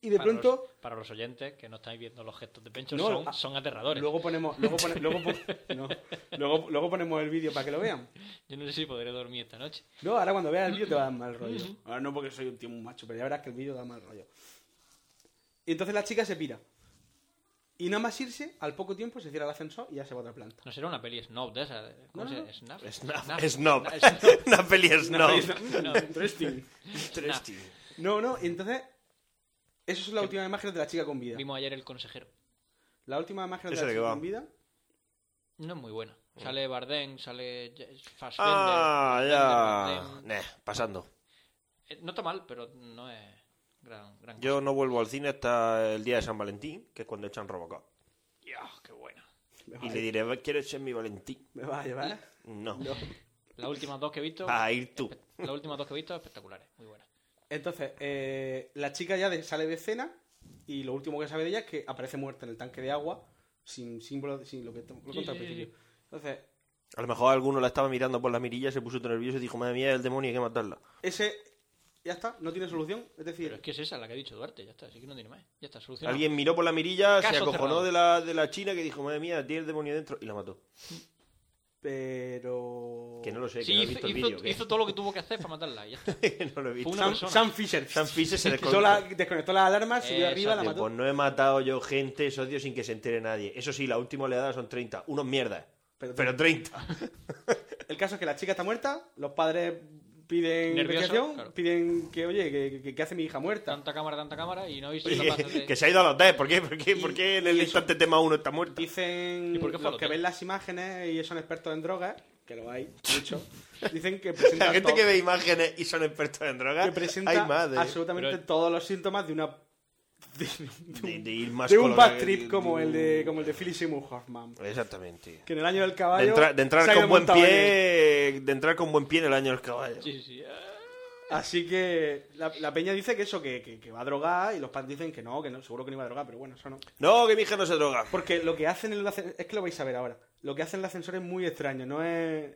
[SPEAKER 7] Y de
[SPEAKER 5] Para los-
[SPEAKER 7] pronto...
[SPEAKER 5] para los oyentes que no estáis viendo los gestos de Pencho,
[SPEAKER 7] No,
[SPEAKER 5] son,
[SPEAKER 7] ah,
[SPEAKER 5] son aterradores.
[SPEAKER 7] Luego ponemos, luego, pone- luego, pon- no, luego, luego ponemos el vídeo para que lo vean.
[SPEAKER 5] Yo no sé si podré dormir esta noche.
[SPEAKER 7] No, ahora cuando veas el vídeo te va a dar mal rollo. Ahora no porque soy un tío muy macho, pero ya verás que el vídeo da mal rollo. Y entonces la chica se pira. Y nada más irse, al poco tiempo se cierra el ascensor y ya se va a otra planta.
[SPEAKER 5] No será una peli snob de esa. de- ¿Cómo
[SPEAKER 7] No,
[SPEAKER 5] se
[SPEAKER 7] no,
[SPEAKER 5] llama? Snap.
[SPEAKER 3] Snob.
[SPEAKER 5] Snap.
[SPEAKER 3] Snob.
[SPEAKER 5] Sna-
[SPEAKER 3] Una peli
[SPEAKER 7] Una
[SPEAKER 3] snob.
[SPEAKER 7] peli snob. Mm, Interesting.
[SPEAKER 3] Interesting.
[SPEAKER 7] No, no, y entonces. Esas son las últimas imágenes de la chica con vida.
[SPEAKER 5] Vimos ayer el consejero.
[SPEAKER 7] La última imagen de
[SPEAKER 3] ¿Eso
[SPEAKER 7] la
[SPEAKER 3] de qué
[SPEAKER 7] chica
[SPEAKER 3] va?
[SPEAKER 7] con vida.
[SPEAKER 5] No es muy buena.
[SPEAKER 3] Mm.
[SPEAKER 5] Sale Bardem, sale Je- Fassbender.
[SPEAKER 3] Ah,
[SPEAKER 5] sale
[SPEAKER 3] ya.
[SPEAKER 5] Bardem.
[SPEAKER 3] Nah, pasando.
[SPEAKER 5] Eh, No está mal, pero no es gran, gran
[SPEAKER 3] Yo no vuelvo al cine hasta el día de San Valentín, que es cuando echan Robocop.
[SPEAKER 5] cosa. Ya, qué buena.
[SPEAKER 7] Me va,
[SPEAKER 3] Y
[SPEAKER 7] a-
[SPEAKER 3] le diré, ¿quieres ser mi Valentín?
[SPEAKER 7] me va a llevar.
[SPEAKER 3] No.
[SPEAKER 7] No.
[SPEAKER 5] Las últimas dos que he visto.
[SPEAKER 3] A ir tú.
[SPEAKER 5] Las últimas dos que he visto espectaculares. Muy buenas.
[SPEAKER 7] Entonces, eh, la chica ya de- sale de escena y lo último que sabe de ella es que aparece muerta en el tanque de agua sin símbolo, de- sin lo que te- lo he contado al
[SPEAKER 5] Sí, sí, sí.
[SPEAKER 7] principio. Entonces,
[SPEAKER 3] A lo mejor alguno la estaba mirando por la mirilla, se puso nervioso y dijo, madre mía, el demonio, hay que matarla.
[SPEAKER 7] ese ya está, no tiene solución. Es
[SPEAKER 5] Pero es
[SPEAKER 7] decir,
[SPEAKER 5] que es esa la que ha dicho Duarte. Ya está, así que no tiene más. Ya está, solucionado.
[SPEAKER 3] Alguien miró por la mirilla, se
[SPEAKER 5] Caso
[SPEAKER 3] acojonó
[SPEAKER 5] cerrado.
[SPEAKER 3] de la, de la china que dijo, madre mía, tiene el demonio dentro y la mató.
[SPEAKER 7] Pero.
[SPEAKER 3] Que no lo sé, que
[SPEAKER 5] Sí,
[SPEAKER 3] no he
[SPEAKER 5] hizo-
[SPEAKER 3] visto el
[SPEAKER 5] hizo,
[SPEAKER 3] vídeo. que-
[SPEAKER 5] hizo todo lo que tuvo que hacer para matarla. y ya está.
[SPEAKER 3] que no lo he visto.
[SPEAKER 5] una persona.
[SPEAKER 7] Sam Fisher.
[SPEAKER 3] Sam Fisher se
[SPEAKER 7] desconectó, la, desconectó las alarmas, subió
[SPEAKER 5] Exacto.
[SPEAKER 7] arriba, la
[SPEAKER 3] Tío,
[SPEAKER 7] mató.
[SPEAKER 3] Pues no he matado yo gente, socio, sin que se entere nadie. Eso sí, la última oleada son 30. Unos mierdas.
[SPEAKER 7] Pero-
[SPEAKER 3] Pero, 30.
[SPEAKER 7] El caso es que la chica está muerta, los padres piden
[SPEAKER 5] Nervioso,
[SPEAKER 7] investigación,
[SPEAKER 5] claro.
[SPEAKER 7] piden que, oye, que, que- que hace mi hija muerta.
[SPEAKER 5] Tanta cámara, tanta cámara y no habéis sido capaces de...
[SPEAKER 3] Que, se ha ido a los 10. ¿Por qué? ¿Por qué,
[SPEAKER 7] Y-
[SPEAKER 3] ¿Por qué en el instante tema 1 está muerto?
[SPEAKER 7] Dicen
[SPEAKER 5] ¿Y por qué fue
[SPEAKER 7] los
[SPEAKER 5] al
[SPEAKER 7] que
[SPEAKER 5] hotel?
[SPEAKER 7] ven las imágenes y son expertos en drogas, que lo hay, mucho, dicen que presenta,
[SPEAKER 3] La gente
[SPEAKER 7] to-
[SPEAKER 3] que ve imágenes y son expertos en drogas. ¿eh?
[SPEAKER 7] que presenta
[SPEAKER 3] Ay, madre.
[SPEAKER 7] absolutamente
[SPEAKER 5] Pero-
[SPEAKER 7] todos los síntomas de una de,
[SPEAKER 3] De, de ir más
[SPEAKER 7] de un
[SPEAKER 3] colorado
[SPEAKER 7] bad
[SPEAKER 3] que-
[SPEAKER 7] trip como el de como el de Philip Seymour Hoffman.
[SPEAKER 3] Exactamente.
[SPEAKER 7] Que en el año del
[SPEAKER 3] De,
[SPEAKER 7] caballo.
[SPEAKER 3] entra- de
[SPEAKER 7] se
[SPEAKER 3] entrar
[SPEAKER 7] ha ido
[SPEAKER 3] con buen
[SPEAKER 7] montado en
[SPEAKER 3] pie. De entrar con buen pie en el año del caballo.
[SPEAKER 5] Sí, sí, sí. Ah,
[SPEAKER 7] Así que la, la peña dice que eso, que, que- que va a drogar, y los padres dicen que no, que no, seguro que no iba a drogar, pero bueno, eso no.
[SPEAKER 3] No, que mi hija no se droga.
[SPEAKER 7] Porque lo que hacen en el ascensor, es que lo vais a ver ahora, lo que hacen en el ascensor es muy extraño, no es...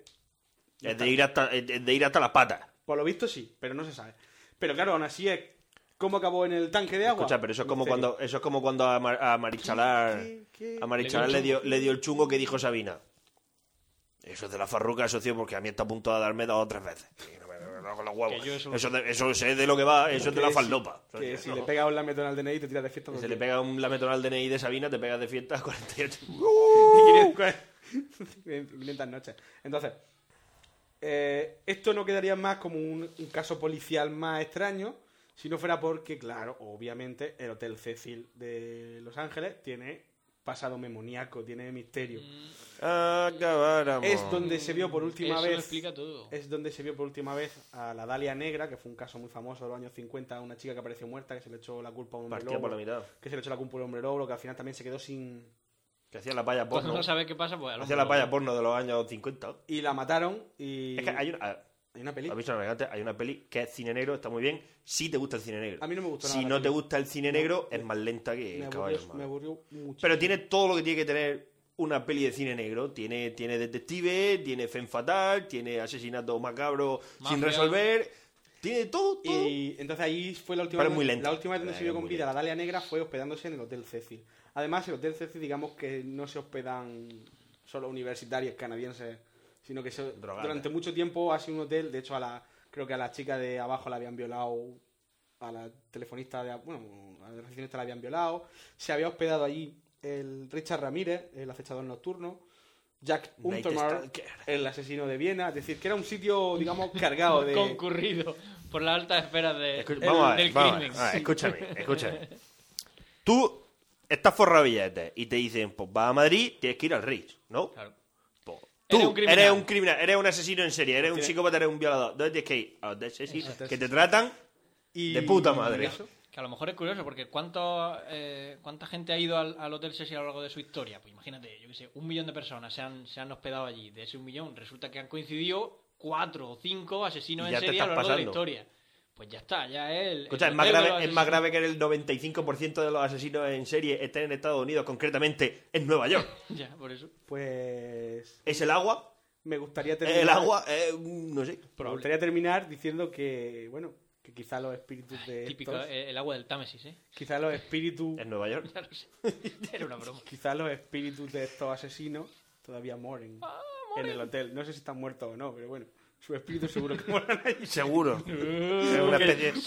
[SPEAKER 3] Es de ir hasta, es de ir hasta las patas.
[SPEAKER 7] Por lo visto sí, pero no se sabe. Pero claro, aún así es cómo acabó en el tanque de agua.
[SPEAKER 3] Escucha, pero eso es como
[SPEAKER 7] Misterio.
[SPEAKER 3] cuando eh, eso es como cuando a, Mar- a Marichalar
[SPEAKER 7] ¿Qué? ¿Qué? ¿Qué?
[SPEAKER 3] a Marichalar le dio le dio el chungo que dijo Sabina. Eso es de la farruca, socio, porque a mí está a punto de darme dos o tres veces. Sí, no me- no me hago los huevos.
[SPEAKER 5] Que yo eso-
[SPEAKER 3] Eso, de- eso sé de lo que va, eso es de
[SPEAKER 7] Que
[SPEAKER 3] la
[SPEAKER 7] si-
[SPEAKER 3] farlopa.
[SPEAKER 7] Que
[SPEAKER 3] socio,
[SPEAKER 7] si
[SPEAKER 3] ¿no?
[SPEAKER 7] le pegas un lametón al DNI te tiras de fiesta. todo
[SPEAKER 3] Si
[SPEAKER 7] el
[SPEAKER 3] le
[SPEAKER 7] día.
[SPEAKER 3] pega un lametón al DNI de Sabina, te pegas de fiesta a 48.
[SPEAKER 7] Y 500 500 noches. Entonces, eh, esto no quedaría más como un, un caso policial más extraño si no fuera porque, claro, obviamente el Hotel Cecil de Los Ángeles tiene pasado memoníaco, tiene misterio.
[SPEAKER 5] Mm.
[SPEAKER 3] Acabáramos.
[SPEAKER 7] Es donde se vio por última
[SPEAKER 5] eso
[SPEAKER 7] vez.
[SPEAKER 5] lo explica todo.
[SPEAKER 7] Es donde se vio por última vez a la Dalia Negra, que fue un caso muy famoso de los años 50, una chica que apareció muerta, que se le echó la culpa a un hombre
[SPEAKER 3] Partía
[SPEAKER 7] lobo.
[SPEAKER 3] por la mitad.
[SPEAKER 7] Que se le echó la culpa a un hombre lobo, que al final también se quedó sin...
[SPEAKER 3] Que hacía la paya
[SPEAKER 5] Cuando
[SPEAKER 3] porno.
[SPEAKER 5] no sabes qué pasa, pues... a lo
[SPEAKER 3] Hacía la
[SPEAKER 5] mejor-
[SPEAKER 3] paya porno de los años 50.
[SPEAKER 7] Y la mataron y...
[SPEAKER 3] Es que hay una. a-
[SPEAKER 7] hay una película.
[SPEAKER 3] ¿Has visto Navegantes? Hay una peli que es cine negro, está muy bien. Si te gusta el cine negro.
[SPEAKER 7] A mí no me gustó
[SPEAKER 3] Si
[SPEAKER 7] nada la
[SPEAKER 3] no te
[SPEAKER 7] peli.
[SPEAKER 3] gusta el cine
[SPEAKER 7] No,
[SPEAKER 3] negro,
[SPEAKER 7] me-
[SPEAKER 3] es más lenta que
[SPEAKER 7] me
[SPEAKER 3] el caballo.
[SPEAKER 7] aburrió,
[SPEAKER 3] Malo.
[SPEAKER 7] me aburrió mucho.
[SPEAKER 3] Pero tiene todo lo que tiene que tener una peli de cine negro. Tiene, tiene detective, tiene fen fatal, tiene asesinato macabro sin
[SPEAKER 5] Mafia.
[SPEAKER 3] resolver. Tiene todo, todo.
[SPEAKER 7] Y entonces ahí fue la última
[SPEAKER 3] Pero
[SPEAKER 7] vez-
[SPEAKER 3] muy lenta.
[SPEAKER 7] la última vez donde
[SPEAKER 3] Eh,
[SPEAKER 7] se vio con
[SPEAKER 3] muy
[SPEAKER 7] vida la
[SPEAKER 3] lenta.
[SPEAKER 7] Dalia Negra fue hospedándose en el Hotel Cecil. Además, el Hotel Cecil, digamos que no se hospedan solo universitarios canadienses, sino que se-
[SPEAKER 3] Drogadas.
[SPEAKER 7] durante mucho tiempo ha sido un hotel. De hecho, a la, creo que a la chica de abajo la habían violado, a la telefonista de. a- Bueno, a la recepcionista la habían violado. Se había hospedado allí el Richard Ramírez, el acechador nocturno. Jack
[SPEAKER 3] Night
[SPEAKER 7] Untermar,
[SPEAKER 3] Stalker.
[SPEAKER 7] el asesino de Viena, es decir, que era un sitio, digamos, cargado de.
[SPEAKER 5] Concurrido por las altas esferas de,
[SPEAKER 3] Escu-
[SPEAKER 5] el-
[SPEAKER 3] vamos a ver,
[SPEAKER 5] del
[SPEAKER 3] vamos a
[SPEAKER 5] crimen.
[SPEAKER 3] ver, a ver, escúchame, escúchame. Tú estás forrado de billetes y te dicen, pues vas a Madrid, tienes que ir al Ritz, ¿no?
[SPEAKER 5] Claro.
[SPEAKER 3] Pues, Tú
[SPEAKER 5] Eres
[SPEAKER 3] eres
[SPEAKER 5] un
[SPEAKER 3] un,
[SPEAKER 5] criminal.
[SPEAKER 3] eres un asesino en serie, eres un psicópata, eres un violador. ¿Dónde tienes que ir? A los de Cecil, que te tratan
[SPEAKER 7] y-
[SPEAKER 3] de puta madre.
[SPEAKER 7] y eso.
[SPEAKER 5] Que a lo mejor es curioso, porque ¿cuánto, eh, ¿cuánta gente ha ido al, al Hotel Cecil a lo largo de su historia? Pues imagínate, yo qué sé, un millón de personas se han, se han hospedado allí. De ese un millón, resulta que han coincidido cuatro o cinco asesinos
[SPEAKER 3] Y
[SPEAKER 5] en
[SPEAKER 3] ya te
[SPEAKER 5] serie a lo
[SPEAKER 3] estás
[SPEAKER 5] largo de la
[SPEAKER 3] pasando.
[SPEAKER 5] historia. Pues ya está, ya es el.
[SPEAKER 3] Escucha,
[SPEAKER 5] el
[SPEAKER 3] es más,
[SPEAKER 5] hotel de
[SPEAKER 3] grave,
[SPEAKER 5] los
[SPEAKER 3] es más grave
[SPEAKER 5] asesinos.
[SPEAKER 3] que el 95% de los asesinos en serie estén en Estados Unidos, concretamente en Nueva York.
[SPEAKER 5] Ya, por eso.
[SPEAKER 7] Pues
[SPEAKER 3] ¿Es el agua?
[SPEAKER 7] me gustaría terminar,
[SPEAKER 3] ¿El agua? Eh, no sé.
[SPEAKER 7] me gustaría terminar diciendo que, bueno, que quizá los espíritus de
[SPEAKER 5] Típico,
[SPEAKER 7] estos,
[SPEAKER 5] eh, el agua del Támesis, ¿eh?
[SPEAKER 7] quizá los espíritus,
[SPEAKER 3] ¿En Nueva York?
[SPEAKER 5] Ya lo sé. Era una broma.
[SPEAKER 7] quizá los espíritus de estos asesinos todavía moren
[SPEAKER 5] Ah,
[SPEAKER 7] en el hotel. No sé si están muertos o no, pero bueno, su espíritu seguro que moran allí.
[SPEAKER 3] Seguro. Es una especie,
[SPEAKER 5] porque-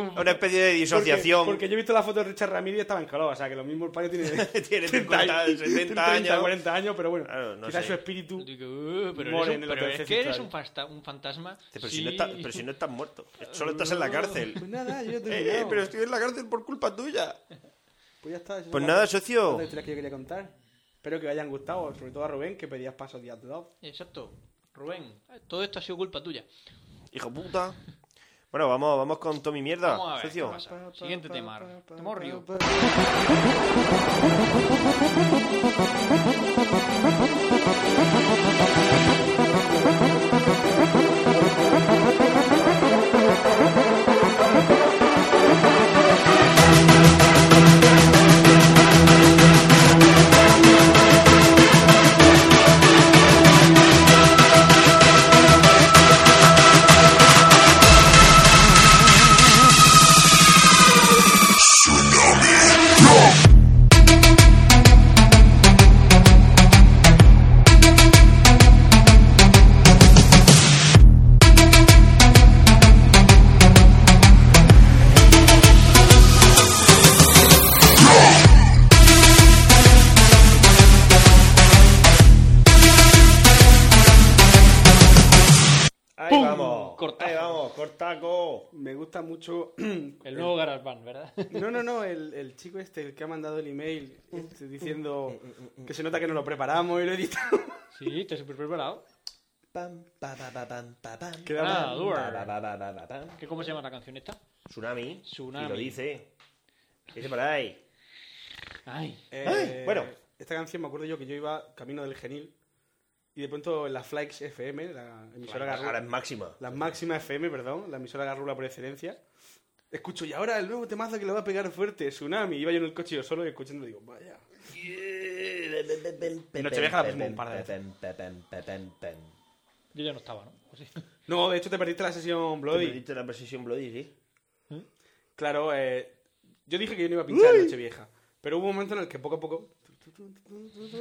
[SPEAKER 3] porque- una especie de disociación.
[SPEAKER 7] Porque, porque yo he visto la foto de Richard Ramírez y estaba en calor, o sea que lo mismo el payo tiene,
[SPEAKER 3] Tiene 50, 70
[SPEAKER 7] 30,
[SPEAKER 3] años.
[SPEAKER 7] 40 años, pero bueno,
[SPEAKER 3] Claro, no
[SPEAKER 7] quizá
[SPEAKER 3] sé.
[SPEAKER 7] su espíritu...
[SPEAKER 5] Digo, "Uh, pero
[SPEAKER 7] More
[SPEAKER 5] eres
[SPEAKER 7] en
[SPEAKER 5] un-
[SPEAKER 7] el
[SPEAKER 5] pero
[SPEAKER 7] hotel
[SPEAKER 5] es que eres
[SPEAKER 7] Cecil.
[SPEAKER 5] un, fasta- un fantasma.
[SPEAKER 3] Pero,
[SPEAKER 5] Sí.
[SPEAKER 3] si no está- pero si no estás muerto. Solo estás en la cárcel.
[SPEAKER 7] Pues nada,
[SPEAKER 3] Eh,
[SPEAKER 7] yo ya he
[SPEAKER 3] eh,
[SPEAKER 7] terminado.
[SPEAKER 3] pero estoy en la cárcel por culpa tuya.
[SPEAKER 7] Pues ya está. esa
[SPEAKER 3] Pues
[SPEAKER 7] es la-
[SPEAKER 3] nada, socio.
[SPEAKER 7] la historia que yo quería contar. Espero que os hayan gustado, sobre todo a Rubén, que pedías paso día 2.
[SPEAKER 5] Exacto. Rubén, todo esto ha sido culpa tuya.
[SPEAKER 3] Hijo puta. Bueno, vamos, vamos con Tommy Mierda,
[SPEAKER 5] Vamos a ver,
[SPEAKER 3] socio.
[SPEAKER 5] ¿qué pasa? Siguiente tema. Temorrio.
[SPEAKER 11] Tsunami.
[SPEAKER 7] gusta mucho.
[SPEAKER 5] El nuevo GarageBand, ¿verdad?
[SPEAKER 7] No, no, no, el, el chico este, el que ha mandado el email este, diciendo que se nota que no lo preparamos y lo editamos.
[SPEAKER 5] Sí, te super preparado.
[SPEAKER 3] Pam, pa, pa, pa, pam, pa, pam.
[SPEAKER 7] Queda
[SPEAKER 5] Ah,
[SPEAKER 7] mal.
[SPEAKER 5] Duer.
[SPEAKER 3] Pa, pa, pa, pa, pa, pa, pam.
[SPEAKER 5] ¿Qué, ¿Cómo se llama la canción esta?
[SPEAKER 3] Tsunami.
[SPEAKER 5] Tsunami.
[SPEAKER 3] Y lo dice. Dice por ahí.
[SPEAKER 5] Ay.
[SPEAKER 7] Eh,
[SPEAKER 3] Ay, bueno.
[SPEAKER 7] Esta canción me acuerdo yo que yo iba camino del Genil y de pronto en la Flags FM, la emisora
[SPEAKER 3] Ahora
[SPEAKER 7] garrula,
[SPEAKER 3] es máxima.
[SPEAKER 7] la máxima FM, perdón, la emisora garrula por excelencia, escucho y ahora el nuevo temazo que le va a pegar fuerte, Tsunami. Iba yo en el coche yo solo y escuchando digo, vaya. Nochevieja la pusimos un par de
[SPEAKER 5] Yo ya no estaba, ¿no? Pues sí.
[SPEAKER 7] No, de hecho te perdiste la sesión Bloody.
[SPEAKER 3] ¿Viste la precisión Bloody, sí?
[SPEAKER 7] Claro, eh, yo dije que yo no iba a pinchar Noche Vieja, pero hubo un momento en el que poco a poco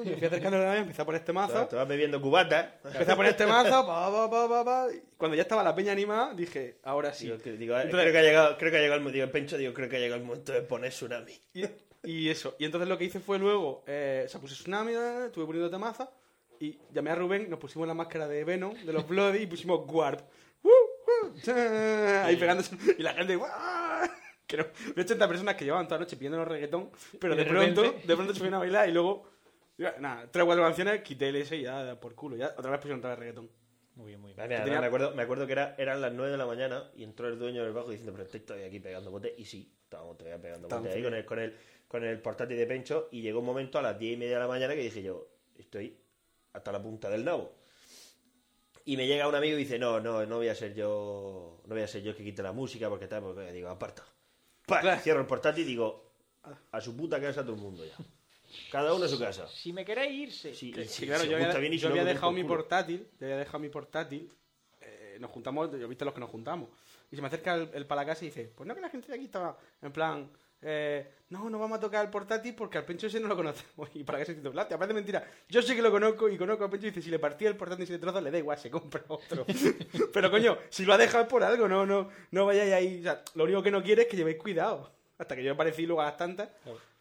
[SPEAKER 7] me fui acercando a la nave, empecé a poner este mazo,
[SPEAKER 3] Estabas bebiendo cubata.
[SPEAKER 7] empecé a poner este mazo, pa, pa, pa, pa, pa, y cuando ya estaba la peña animada, dije, ahora sí.
[SPEAKER 3] Digo, que- digo, eh, creo que ha llegado, creo que ha llegado el momento. Digo, Pencho, digo, creo que ha llegado el momento de poner tsunami.
[SPEAKER 7] Y, y eso, y entonces lo que hice fue luego, eh, o sea, puse Tsunami, eh, estuve poniendo este mazo, y llamé a Rubén, nos pusimos la máscara de Venom, de los Bloody, y pusimos Warp. Uh, uh, cha, Ahí pegándose, y la gente, ¡guau! que no- de 80 personas que llevaban toda la noche pidiéndonos reggaetón, pero
[SPEAKER 5] Y
[SPEAKER 7] de,
[SPEAKER 5] de
[SPEAKER 7] pronto,
[SPEAKER 5] repente-
[SPEAKER 7] de pronto se fueron a bailar y luego, ya, nada, tres o cuatro canciones, quité el ese y ya por culo, ya otra vez pusieron otra vez reggaetón.
[SPEAKER 5] Muy bien, muy bien.
[SPEAKER 3] Madre mía,
[SPEAKER 7] Tenía-
[SPEAKER 3] me, acuerdo, me acuerdo que era, eran las 9 de la mañana y entró el dueño del bajo diciendo, pero estoy todavía aquí pegando bote. Y sí, estábamos todavía pegando
[SPEAKER 7] Estábamos
[SPEAKER 3] bote ahí con el, con, el, con el portátil de Pencho. Y llegó un momento a las 10 y media de la mañana que dije yo, estoy hasta la punta del nabo. Y me llega un amigo y dice, no, no, no voy a ser yo, no voy a ser yo el que quite la música porque tal, porque digo, aparta. Pa,
[SPEAKER 7] Claro. Ah.
[SPEAKER 3] Cierro el portátil y digo, a su puta casa todo el mundo ya. Cada uno a su casa.
[SPEAKER 5] Si me queréis irse.
[SPEAKER 3] Sí,
[SPEAKER 7] Que-
[SPEAKER 3] y si-
[SPEAKER 7] que eh, claro,
[SPEAKER 3] si
[SPEAKER 7] yo
[SPEAKER 3] os gusta
[SPEAKER 7] había,
[SPEAKER 3] bien y si
[SPEAKER 7] yo
[SPEAKER 3] no,
[SPEAKER 7] había
[SPEAKER 3] pues den
[SPEAKER 7] dejado
[SPEAKER 3] por
[SPEAKER 7] mi
[SPEAKER 3] culo.
[SPEAKER 7] portátil, yo había dejado mi portátil, eh, nos juntamos, yo viste los que nos juntamos, y se me acerca el, el para la casa y dice, pues no que la gente de aquí estaba en plan, eh, no, no vamos a tocar el portátil porque al Pencho ese no lo conocemos, y para la casa dice, "Blas, te parece mentira, yo sí que lo conozco y conozco al Pencho y dice, si le partía el portátil y se le troza, le da igual, se compra otro. Pero coño, si lo ha dejado es por algo, no, no, no vayáis ahí, o sea, lo único que no quiere es que llevéis cuidado, hasta que yo aparecí luego a las tantas.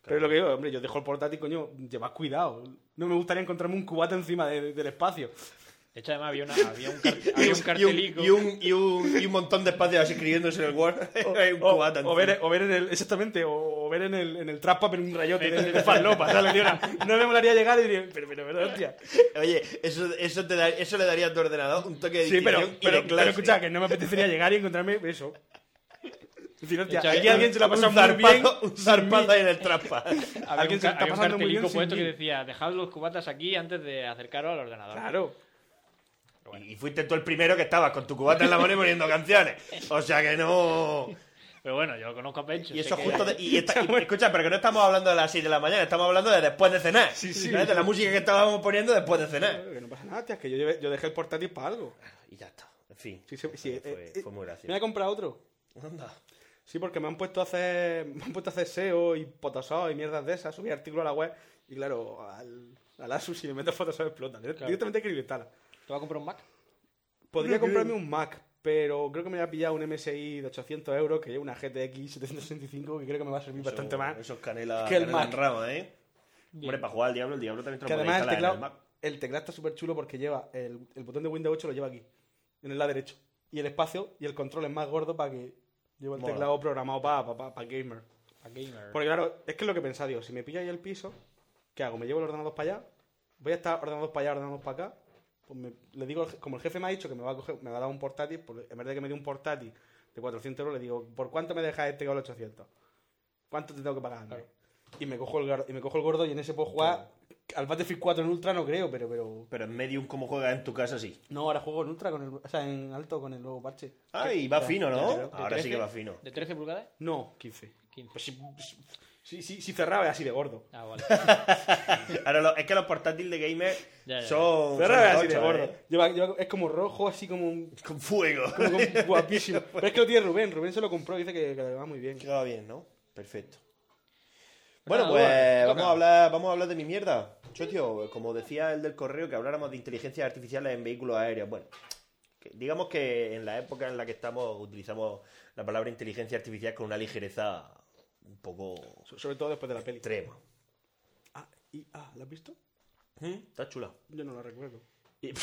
[SPEAKER 7] Pero es lo que digo, hombre, yo dejo el portátil, coño, llevas cuidado. No me gustaría encontrarme un cubata encima de- del espacio.
[SPEAKER 5] De hecho, además había, una, había, un, car- había un
[SPEAKER 3] Y un-
[SPEAKER 5] cartelico.
[SPEAKER 3] Y un, y, un, y un montón de espacios así escribiéndose en el Word. Hay un
[SPEAKER 7] O,
[SPEAKER 3] cubata
[SPEAKER 7] o ver,
[SPEAKER 3] encima.
[SPEAKER 7] o ver en el, exactamente, o, o ver en el, en el trap paper un rayote de, de falopa, ¿sabes? Tío, no, no me molaría llegar y diría, pero, pero, pero, hostia.
[SPEAKER 3] Oye, eso, eso, te da- eso le daría a tu ordenador un toque de
[SPEAKER 7] Sí, pero,
[SPEAKER 3] distinción y
[SPEAKER 7] pero,
[SPEAKER 3] de
[SPEAKER 7] pero
[SPEAKER 3] clase.
[SPEAKER 7] escucha, que no me apetecería llegar y encontrarme eso. Es decir, hostia,
[SPEAKER 5] Echa,
[SPEAKER 7] aquí
[SPEAKER 5] un-
[SPEAKER 7] alguien se lo ha pasado
[SPEAKER 3] un
[SPEAKER 7] muy bien.
[SPEAKER 3] zarpazo, un zarpazo ahí en el trampa.
[SPEAKER 5] había
[SPEAKER 7] alguien
[SPEAKER 5] un,
[SPEAKER 7] se
[SPEAKER 5] ca-
[SPEAKER 7] está
[SPEAKER 5] había un
[SPEAKER 7] pasando muy bien
[SPEAKER 5] cartelico
[SPEAKER 7] sin
[SPEAKER 5] puesto que
[SPEAKER 7] mí.
[SPEAKER 5] decía: dejad los cubatas aquí antes de acercaros al ordenador.
[SPEAKER 7] Claro.
[SPEAKER 3] Y fuiste tú el primero que estabas con tu cubata en la mano y poniendo canciones. O sea que no.
[SPEAKER 5] Pero bueno, yo conozco a Pencho.
[SPEAKER 3] Y
[SPEAKER 5] sé
[SPEAKER 3] eso
[SPEAKER 5] que-
[SPEAKER 3] justo. de- y esta- y- escucha, pero que no estamos hablando de las 6 de la mañana, estamos hablando de después de cenar.
[SPEAKER 7] sí.
[SPEAKER 3] ¿sabes? De la música que estábamos poniendo después de cenar.
[SPEAKER 7] Que no pasa nada, tía, es que yo, llevé- yo dejé el portátil para algo.
[SPEAKER 3] Y ya está. En fin.
[SPEAKER 7] Sí, sí, sí, eh,
[SPEAKER 3] fue,
[SPEAKER 7] eh,
[SPEAKER 3] fue muy
[SPEAKER 7] Me voy a
[SPEAKER 3] gracioso.
[SPEAKER 7] comprar otro.
[SPEAKER 3] Anda.
[SPEAKER 7] Sí, porque me han puesto a hacer, me han puesto a hacer SEO y Photoshop y mierdas de esas, subir artículos a la web y claro, al, al Asus si le meto Photoshop explota. Direct- Directamente hay que instala.
[SPEAKER 5] ¿Te vas a comprar un Mac?
[SPEAKER 7] Podría comprarme un Mac, pero creo que me voy a pillar un MSI de 800 euros que lleva una GTX 765 que creo que me va a servir bastante
[SPEAKER 3] Eso-
[SPEAKER 7] más.
[SPEAKER 3] Eso es canela,
[SPEAKER 7] que el
[SPEAKER 3] canela en
[SPEAKER 7] Mac.
[SPEAKER 3] rama, ¿eh? Hombre, para jugar al Diablo, el Diablo también te lo
[SPEAKER 7] Que
[SPEAKER 3] puede
[SPEAKER 7] además el
[SPEAKER 3] instalar en el
[SPEAKER 7] teclado,
[SPEAKER 3] Mac.
[SPEAKER 7] el teclado está súper chulo porque lleva el, el botón de Windows 8 lo lleva aquí, en el lado derecho. Y el espacio y el control es más gordo para que llevo el
[SPEAKER 3] Mola.
[SPEAKER 7] teclado programado para gamer.
[SPEAKER 5] A gamer.
[SPEAKER 7] Porque claro, es que es lo que pensaba, digo, si me pilláis el piso, ¿qué hago? ¿Me llevo los ordenadores para allá? ¿Voy a estar ordenados para allá, ordenados para acá? Pues me- le digo, al je- como el jefe me ha dicho que me va a, coger, me va a dar un portátil, pues en vez de que me dé un portátil de 400 euros, le digo, ¿por cuánto me dejas este con los 800? ¿Cuánto te tengo que pagar? Andrés?". Y, me cojo el, gar- y me cojo el gordo y en ese puedo jugar al Battlefield 4 en Ultra, no creo, pero... pero
[SPEAKER 3] Pero en Medium, como juegas en tu casa, sí.
[SPEAKER 7] no, ahora juego en Ultra, con el, o sea, en alto con el nuevo parche.
[SPEAKER 3] Ay, Ah, va fino, ¿no?
[SPEAKER 5] ¿De
[SPEAKER 3] Ahora sí que
[SPEAKER 5] 13?
[SPEAKER 3] va fino.
[SPEAKER 5] ¿De 13 pulgadas?
[SPEAKER 7] No, 15.
[SPEAKER 5] 15.
[SPEAKER 7] Pues si, si, si- si cerraba es así de gordo.
[SPEAKER 5] Ah, vale.
[SPEAKER 3] Ahora, lo- es que los portátiles de gamer
[SPEAKER 5] Ya, ya, ya.
[SPEAKER 3] son.
[SPEAKER 7] Cerraba es
[SPEAKER 3] son
[SPEAKER 7] así de
[SPEAKER 3] tochos,
[SPEAKER 7] gordo.
[SPEAKER 3] ¿eh?
[SPEAKER 7] Lleva- lleva- es como rojo, así como un
[SPEAKER 3] Con fuego.
[SPEAKER 7] Como con- guapísimo. Pero es que lo tiene Rubén. Rubén se lo compró y dice que, que le va muy bien.
[SPEAKER 3] Que va bien, ¿no? Perfecto. Bueno,
[SPEAKER 5] nada,
[SPEAKER 3] pues
[SPEAKER 5] Duarte,
[SPEAKER 3] vamos
[SPEAKER 5] toca.
[SPEAKER 3] a, hablar, vamos a hablar de mi mierda. Yo, tío, como decía el del correo, que habláramos de inteligencias artificiales en vehículos aéreos. Bueno, que- digamos que en la época en la que estamos utilizamos la palabra inteligencia artificial con una ligereza un poco
[SPEAKER 7] So- Sobre todo después de la peli.
[SPEAKER 3] extrema.
[SPEAKER 7] Ah, y, ah, ¿la has visto?
[SPEAKER 3] ¿Mm? Está chula.
[SPEAKER 7] Yo no la recuerdo.
[SPEAKER 3] Y-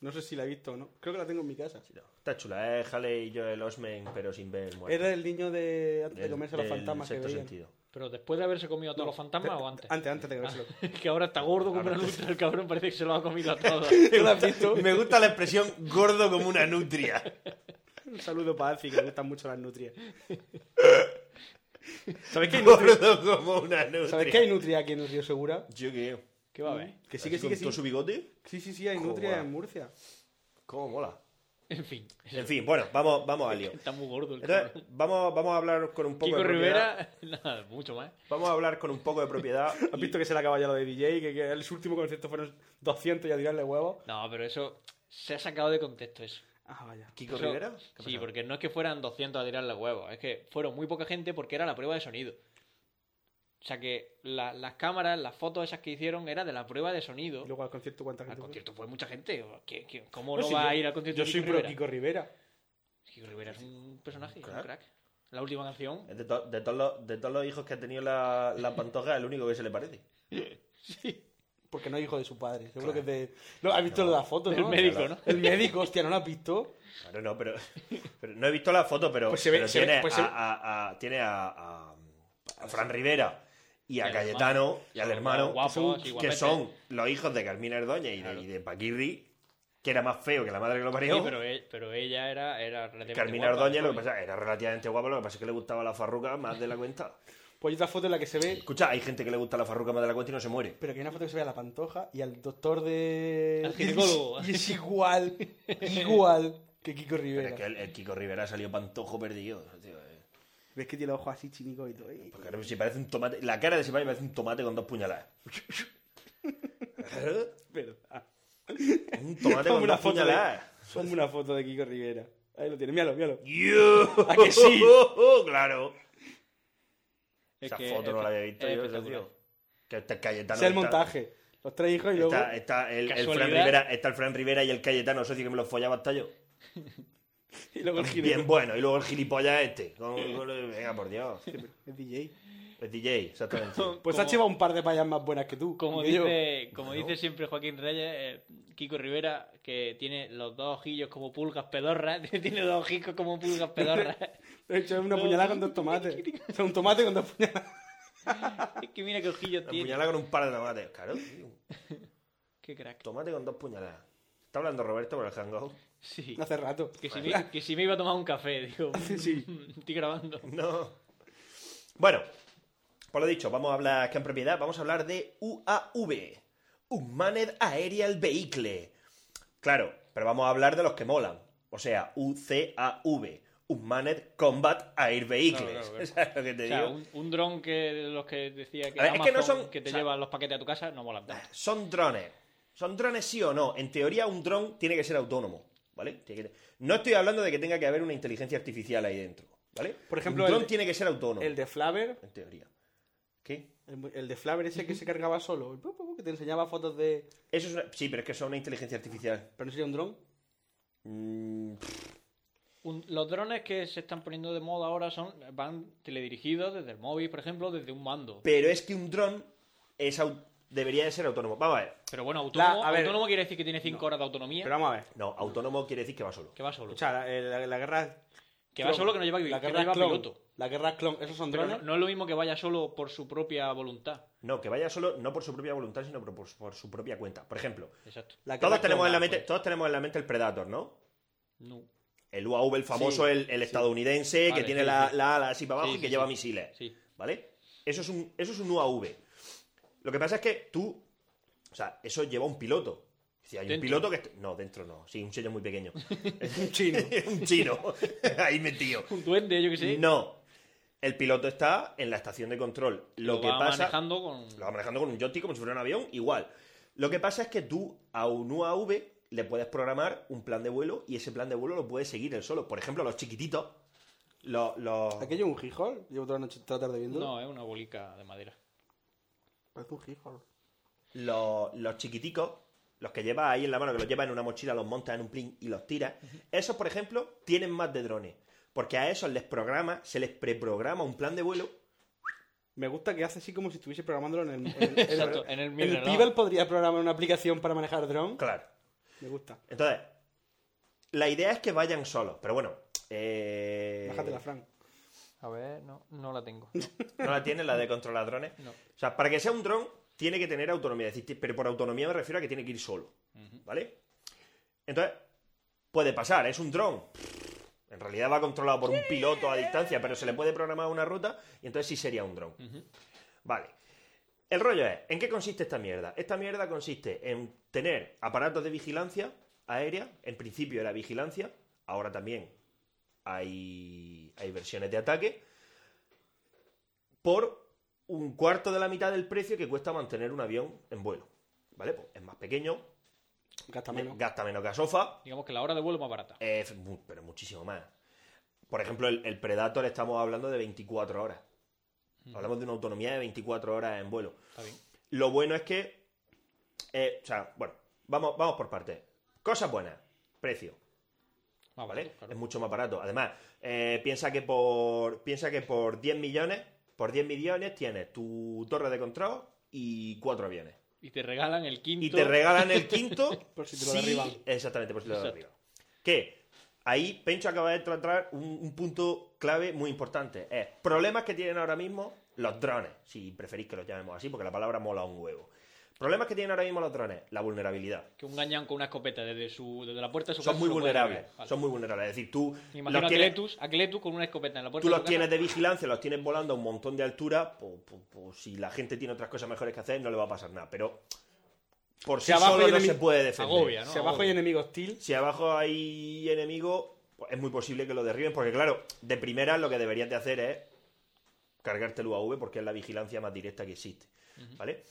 [SPEAKER 7] No sé si la he visto o no. Creo que la tengo en mi casa.
[SPEAKER 3] Está chula, ¿eh? Halley y Joel Osment, pero sin ver el muerto.
[SPEAKER 7] Era el niño de antes de comerse los
[SPEAKER 3] del
[SPEAKER 7] fantasmas que
[SPEAKER 3] sexto
[SPEAKER 7] veían.
[SPEAKER 3] sentido.
[SPEAKER 5] Pero después de haberse comido a todos los fantasmas o antes. Ah.
[SPEAKER 7] Antes, antes de comérselo.
[SPEAKER 5] Es que ahora está gordo como una lucha, el cabrón parece que se lo ha comido a todos.
[SPEAKER 7] ¿Tú lo has visto?
[SPEAKER 3] Me gusta la expresión gordo como una nutria.
[SPEAKER 7] Un saludo para Alfie, que le gustan mucho las nutrias. ¿Sabéis que hay nutrias?
[SPEAKER 3] gordo como una nutria.
[SPEAKER 7] ¿Sabéis que hay nutria aquí en Río Segura?
[SPEAKER 3] Yo qué.
[SPEAKER 5] ¿Qué va a
[SPEAKER 3] Mm.
[SPEAKER 5] ver?
[SPEAKER 7] Que sí, que
[SPEAKER 3] Así con
[SPEAKER 7] sí, que
[SPEAKER 3] todo
[SPEAKER 7] sí.
[SPEAKER 3] su bigote?
[SPEAKER 7] Sí, sí, sí, hay nutria
[SPEAKER 3] Joder.
[SPEAKER 7] en Murcia.
[SPEAKER 3] ¿Cómo mola?
[SPEAKER 5] En fin,
[SPEAKER 3] En fin, bueno, vamos, vamos al lío.
[SPEAKER 5] está muy gordo el cabrón.
[SPEAKER 3] Entonces, vamos, vamos a hablar con un poco
[SPEAKER 5] Kiko
[SPEAKER 3] de propiedad.
[SPEAKER 5] Rivera, nada, mucho más.
[SPEAKER 3] Vamos a hablar con un poco de propiedad.
[SPEAKER 7] ¿Has visto que se le acaba ya lo de DJ? Que, que el su último concierto fueron 200 y a tirarle huevos.
[SPEAKER 5] No, pero eso se ha sacado de contexto eso.
[SPEAKER 7] Ah, vaya.
[SPEAKER 3] Kiko
[SPEAKER 5] Eso-
[SPEAKER 3] Rivera? ¿Qué
[SPEAKER 5] Sí,
[SPEAKER 3] pasa?
[SPEAKER 5] porque no es que fueran 200 a tirarle huevos, es que fueron muy poca gente porque era la prueba de sonido. O sea que la- las cámaras, las fotos esas que hicieron era de la prueba de sonido.
[SPEAKER 7] Y luego al concierto, ¿cuánta
[SPEAKER 5] Al
[SPEAKER 7] gente? fue?
[SPEAKER 5] concierto fue mucha gente. ¿Qué- qué- ¿Cómo
[SPEAKER 7] No,
[SPEAKER 5] no,
[SPEAKER 7] sí,
[SPEAKER 5] va
[SPEAKER 7] yo-
[SPEAKER 5] a ir al concierto
[SPEAKER 7] Yo
[SPEAKER 5] de
[SPEAKER 7] soy
[SPEAKER 5] Kiko
[SPEAKER 7] pro
[SPEAKER 5] Rivera?
[SPEAKER 7] Kiko Rivera.
[SPEAKER 5] Kiko Rivera es un personaje, es un
[SPEAKER 3] Crack.
[SPEAKER 5] crack. La última canción.
[SPEAKER 3] Es De, to- de todos los, de todos los hijos que ha tenido la, la pantoja, el único que se le parece.
[SPEAKER 5] Sí.
[SPEAKER 7] Porque no es hijo de su padre. Seguro que es de. No, ¿Has visto lo de la foto?
[SPEAKER 5] Del
[SPEAKER 7] ¿no?
[SPEAKER 5] médico, ¿no?
[SPEAKER 7] El médico, hostia, ¿no lo has visto?
[SPEAKER 3] Claro, no, pero, pero no he visto la foto, pero,
[SPEAKER 7] Pues se ve-
[SPEAKER 3] pero
[SPEAKER 7] se ve-
[SPEAKER 3] tiene,
[SPEAKER 7] pues
[SPEAKER 3] a,
[SPEAKER 7] se ve-
[SPEAKER 3] a- a- tiene a, a- a Fran Rivera y a
[SPEAKER 5] Y al
[SPEAKER 3] Cayetano
[SPEAKER 5] hermano.
[SPEAKER 3] y al
[SPEAKER 5] Son
[SPEAKER 3] hermano,
[SPEAKER 5] guapos,
[SPEAKER 3] que son- que
[SPEAKER 5] igualmente.
[SPEAKER 3] son los hijos de Carmina Erdoña y de,
[SPEAKER 5] Claro.
[SPEAKER 3] y de Paquirri, que era más feo que la madre que lo
[SPEAKER 5] Sí,
[SPEAKER 3] parió.
[SPEAKER 5] pero, e- pero ella era, era relativamente
[SPEAKER 3] Carmina
[SPEAKER 5] guapa,
[SPEAKER 3] Ardoña, lo que
[SPEAKER 5] joven.
[SPEAKER 3] pasa, era relativamente guapa, lo que pasa es que le gustaba la farruca más de la cuenta.
[SPEAKER 7] Pues hay otra foto en la que se ve.
[SPEAKER 3] Escucha, hay gente que le gusta la farruca más de la cuenta y no se muere.
[SPEAKER 7] Pero que hay una foto que se ve a la pantoja y al doctor de.
[SPEAKER 5] Al ginecólogo.
[SPEAKER 7] Y es igual. Igual que Kiko
[SPEAKER 3] Pero
[SPEAKER 7] Rivera.
[SPEAKER 3] es que el, el Kiko Rivera salió pantojo perdido. tío, eh.
[SPEAKER 7] Ves que tiene los ojos así chinicos y todo. eh.
[SPEAKER 3] Porque ahora si parece un tomate. La cara de Sipahi parece un tomate con dos puñaladas.
[SPEAKER 7] Verdad.
[SPEAKER 3] Un tomate
[SPEAKER 7] Ponme
[SPEAKER 3] con
[SPEAKER 7] una
[SPEAKER 3] dos
[SPEAKER 7] foto de-
[SPEAKER 3] puñaladas.
[SPEAKER 7] ponme una foto de Kiko Rivera. Ahí lo tiene, míralo, míralo.
[SPEAKER 3] ¡Yo!
[SPEAKER 7] ¿A que sí?
[SPEAKER 3] claro.
[SPEAKER 5] Es
[SPEAKER 3] Esa
[SPEAKER 5] que-
[SPEAKER 3] foto no
[SPEAKER 5] es
[SPEAKER 3] la
[SPEAKER 5] que-
[SPEAKER 3] había visto
[SPEAKER 5] es
[SPEAKER 3] yo, ese
[SPEAKER 5] espectacular.
[SPEAKER 3] tío. Que este Cayetano.
[SPEAKER 7] Ese es el
[SPEAKER 3] está-
[SPEAKER 7] montaje. Los tres hijos y luego.
[SPEAKER 3] Está, está el, el Fran
[SPEAKER 5] Casualidad.
[SPEAKER 3] Rivera, está el Fran Rivera y el Cayetano, socio que me lo follaba hasta yo.
[SPEAKER 7] Y luego el
[SPEAKER 3] Bien
[SPEAKER 7] ginecólogo.
[SPEAKER 3] bueno, y luego el gilipollas este. Con- con- venga, por Dios.
[SPEAKER 7] El DJ.
[SPEAKER 3] El DJ, exactamente.
[SPEAKER 7] Pues
[SPEAKER 5] Como-
[SPEAKER 7] has llevado un par de payas más buenas que tú.
[SPEAKER 5] Como
[SPEAKER 7] y yo.
[SPEAKER 5] dice, como dice siempre Joaquín Reyes, eh, Kiko Rivera, que tiene los dos ojillos como pulgas pedorras, tiene dos ojitos como pulgas pedorras.
[SPEAKER 7] De hecho, es una puñalada con dos tomates. O sea, un tomate con dos puñaladas.
[SPEAKER 5] es que mira qué ojillos
[SPEAKER 3] Una
[SPEAKER 5] tiene.
[SPEAKER 3] puñalada con un par de tomates. Claro, tío.
[SPEAKER 5] Qué crack.
[SPEAKER 3] Tomate con dos puñaladas. Está hablando Roberto por el hangout.
[SPEAKER 5] Sí.
[SPEAKER 7] Hace rato.
[SPEAKER 5] Que si,
[SPEAKER 3] pues
[SPEAKER 5] me, que si me iba a tomar un café, digo.
[SPEAKER 7] Sí.
[SPEAKER 5] Estoy grabando.
[SPEAKER 3] No. Bueno, por lo dicho, vamos a hablar que en propiedad, vamos a hablar de UAV, Unmanned Aerial Vehicle. Claro, pero vamos a hablar de los que molan. O sea, UCAV, Unmanned Combat Air Vehicles.
[SPEAKER 5] Claro, claro, claro.
[SPEAKER 3] ¿Sabes lo que te
[SPEAKER 5] O sea,
[SPEAKER 3] digo?
[SPEAKER 5] un, un dron que los que decía que,
[SPEAKER 3] A ver, es que no
[SPEAKER 5] Amazon,
[SPEAKER 3] son-
[SPEAKER 5] que te
[SPEAKER 3] o sea-
[SPEAKER 5] lleva los paquetes a tu casa no molan tanto.
[SPEAKER 3] Son drones. Son drones sí o no. En teoría, un dron tiene que ser autónomo. ¿Vale? Tiene que- No estoy hablando de que tenga que haber una inteligencia artificial ahí dentro. ¿Vale?
[SPEAKER 7] Por ejemplo,
[SPEAKER 3] un dron
[SPEAKER 7] el-
[SPEAKER 3] tiene que ser autónomo.
[SPEAKER 7] El de Flaver.
[SPEAKER 3] En teoría. ¿Qué?
[SPEAKER 7] El, el de Flaver ese que se cargaba solo. el pu, pu, pu, Que te enseñaba fotos de.
[SPEAKER 3] Eso es una- Sí, pero es que eso es una inteligencia artificial.
[SPEAKER 7] Pero no sería un dron.
[SPEAKER 3] Mm, pff,
[SPEAKER 5] Un- los drones que se están poniendo de moda ahora son van teledirigidos desde el móvil, por ejemplo, desde un mando.
[SPEAKER 3] Pero es que un dron es au- debería de ser autónomo. Vamos a ver.
[SPEAKER 5] Pero bueno, autónomo,
[SPEAKER 7] La- a ver-
[SPEAKER 5] autónomo quiere decir que tiene 5 horas de autonomía,
[SPEAKER 7] Pero vamos a ver.
[SPEAKER 3] No, autónomo quiere decir que va solo.
[SPEAKER 5] que va solo.
[SPEAKER 7] Escucha, la, eh, la- la guerra.
[SPEAKER 5] Que va solo, que no lleva,
[SPEAKER 7] La
[SPEAKER 5] que no
[SPEAKER 7] guerra
[SPEAKER 5] lleva
[SPEAKER 7] clon.
[SPEAKER 5] piloto.
[SPEAKER 7] La guerra clon. Esos son
[SPEAKER 5] Pero
[SPEAKER 7] drones.
[SPEAKER 5] no, no es lo mismo que vaya solo por su propia voluntad.
[SPEAKER 3] No, que vaya solo no por su propia voluntad, sino por, por- por su propia cuenta. Por ejemplo,
[SPEAKER 5] Exacto.
[SPEAKER 7] La guerra
[SPEAKER 3] todos tenemos,
[SPEAKER 7] clon.
[SPEAKER 3] en la mente, todos tenemos en la mente el Predator, ¿no?
[SPEAKER 5] No.
[SPEAKER 3] El UAV, el famoso,
[SPEAKER 7] Sí,
[SPEAKER 3] el, el estadounidense,
[SPEAKER 5] Vale,
[SPEAKER 3] que tiene
[SPEAKER 5] sí,
[SPEAKER 3] la,
[SPEAKER 5] sí.
[SPEAKER 3] la ala así para abajo
[SPEAKER 5] Sí,
[SPEAKER 3] y
[SPEAKER 5] sí,
[SPEAKER 3] que lleva
[SPEAKER 5] sí.
[SPEAKER 3] misiles.
[SPEAKER 5] Sí.
[SPEAKER 3] ¿Vale? Eso es, un, eso es un UAV. Lo que pasa es que tú. O sea, eso lleva un piloto. Si hay un
[SPEAKER 5] Dentro.
[SPEAKER 3] piloto que. est- No, dentro no. Sí, un sello muy pequeño.
[SPEAKER 7] Un chino.
[SPEAKER 3] un chino. Ahí metido.
[SPEAKER 5] Un duende, yo que sé.
[SPEAKER 3] No. El piloto está en la estación de control. Lo, que
[SPEAKER 5] va
[SPEAKER 3] pasa.
[SPEAKER 5] manejando con...
[SPEAKER 3] Lo va manejando con un joystick como si fuera un avión, igual. Lo que pasa es que tú a un UAV le puedes programar un plan de vuelo y ese plan de vuelo lo puede seguir él solo. Por ejemplo, los chiquititos. Los. los...
[SPEAKER 7] Aquello es un gijol. Llevo toda la noche, toda la tarde viendo.
[SPEAKER 5] No, es una bolica de madera.
[SPEAKER 7] Parece un gijol.
[SPEAKER 3] los, los chiquiticos, los que llevas ahí en la mano, que los llevas en una mochila, los montas en un plin y los tiras, esos, por ejemplo, tienen más de drones. Porque a esos les programa, se les preprograma un plan de vuelo.
[SPEAKER 7] Me gusta que hace así como si estuviese programándolo en el. En el,
[SPEAKER 5] Exacto, en el
[SPEAKER 7] el
[SPEAKER 5] Mirror.
[SPEAKER 7] Pibel podría programar una aplicación para manejar dron.
[SPEAKER 3] Claro.
[SPEAKER 7] Me gusta.
[SPEAKER 3] Entonces, la idea es que vayan solos, pero bueno. Eh...
[SPEAKER 7] Bájatela, Fran.
[SPEAKER 5] A ver, no, no la tengo.
[SPEAKER 3] ¿No la tienes, la de controlar drones?
[SPEAKER 5] No.
[SPEAKER 3] O sea, para que sea un dron, tiene que tener autonomía. Es decir, pero por autonomía me refiero a que tiene que ir solo. ¿Vale? Entonces, puede pasar, es un dron. En realidad va controlado por un piloto a distancia, pero se le puede programar una ruta y entonces sí sería un dron. Vale. El rollo es, ¿en qué consiste esta mierda? Esta mierda consiste en tener aparatos de vigilancia aérea, en principio era vigilancia, ahora también hay, hay versiones de ataque, por un cuarto de la mitad del precio que cuesta mantener un avión en vuelo. ¿Vale? Pues es más pequeño,
[SPEAKER 7] Gasta
[SPEAKER 3] me-
[SPEAKER 7] menos.
[SPEAKER 3] gasta menos gasofa,
[SPEAKER 5] Digamos que la hora de vuelo es más barata.
[SPEAKER 3] eh, mu- pero muchísimo más. Por ejemplo, el, el Predator estamos hablando de 24 horas. Hablamos de una autonomía de 24 horas en vuelo.
[SPEAKER 5] Está bien.
[SPEAKER 3] Lo bueno es que. eh, o sea, bueno, vamos, vamos por partes. Cosas buenas. Precio.
[SPEAKER 5] Más
[SPEAKER 3] ¿vale?
[SPEAKER 5] barato, claro.
[SPEAKER 3] Es mucho más barato. Además, eh, piensa que por. Piensa que por 10 millones. Por 10 millones tienes tu torre de control y cuatro aviones.
[SPEAKER 5] Y te regalan el quinto.
[SPEAKER 3] Y te regalan el quinto.
[SPEAKER 7] Por si te lo derriban.
[SPEAKER 3] Exactamente, por si te lo
[SPEAKER 5] Exacto.
[SPEAKER 3] derriban. Que ahí Pencho acaba de tratar un, un punto clave muy importante. Es problemas que tienen ahora mismo los drones, si preferís que los llamemos así, porque la palabra mola un huevo. Problemas que tienen ahora mismo los drones, la vulnerabilidad.
[SPEAKER 5] Que un gañán con una escopeta desde, su, desde la puerta de su
[SPEAKER 3] Son
[SPEAKER 5] casa
[SPEAKER 3] muy
[SPEAKER 5] lo puede
[SPEAKER 3] vulnerables,
[SPEAKER 5] regalar. Vale.
[SPEAKER 3] son muy vulnerables. Es decir, tú
[SPEAKER 5] Imagino
[SPEAKER 3] los
[SPEAKER 5] a
[SPEAKER 3] tienes,
[SPEAKER 5] Cletus, a Cletus con una escopeta en la puerta
[SPEAKER 3] tú
[SPEAKER 5] de su
[SPEAKER 3] los
[SPEAKER 5] casa.
[SPEAKER 3] tienes de vigilancia, los tienes volando a un montón de altura, pues, pues- pues si la gente tiene otras cosas mejores que hacer, no le va a pasar nada. Pero por sí
[SPEAKER 7] Si abajo
[SPEAKER 3] solo
[SPEAKER 7] hay
[SPEAKER 3] no
[SPEAKER 7] enemi-
[SPEAKER 3] se puede defender.
[SPEAKER 5] Agobia, ¿no?
[SPEAKER 7] si abajo hay
[SPEAKER 5] Agobia.
[SPEAKER 7] enemigo hostil,
[SPEAKER 3] si abajo hay enemigo, pues es muy posible que lo derriben, porque claro, de primera lo que deberías de hacer es cargarte el UAV, porque es la vigilancia más directa que existe, ¿vale?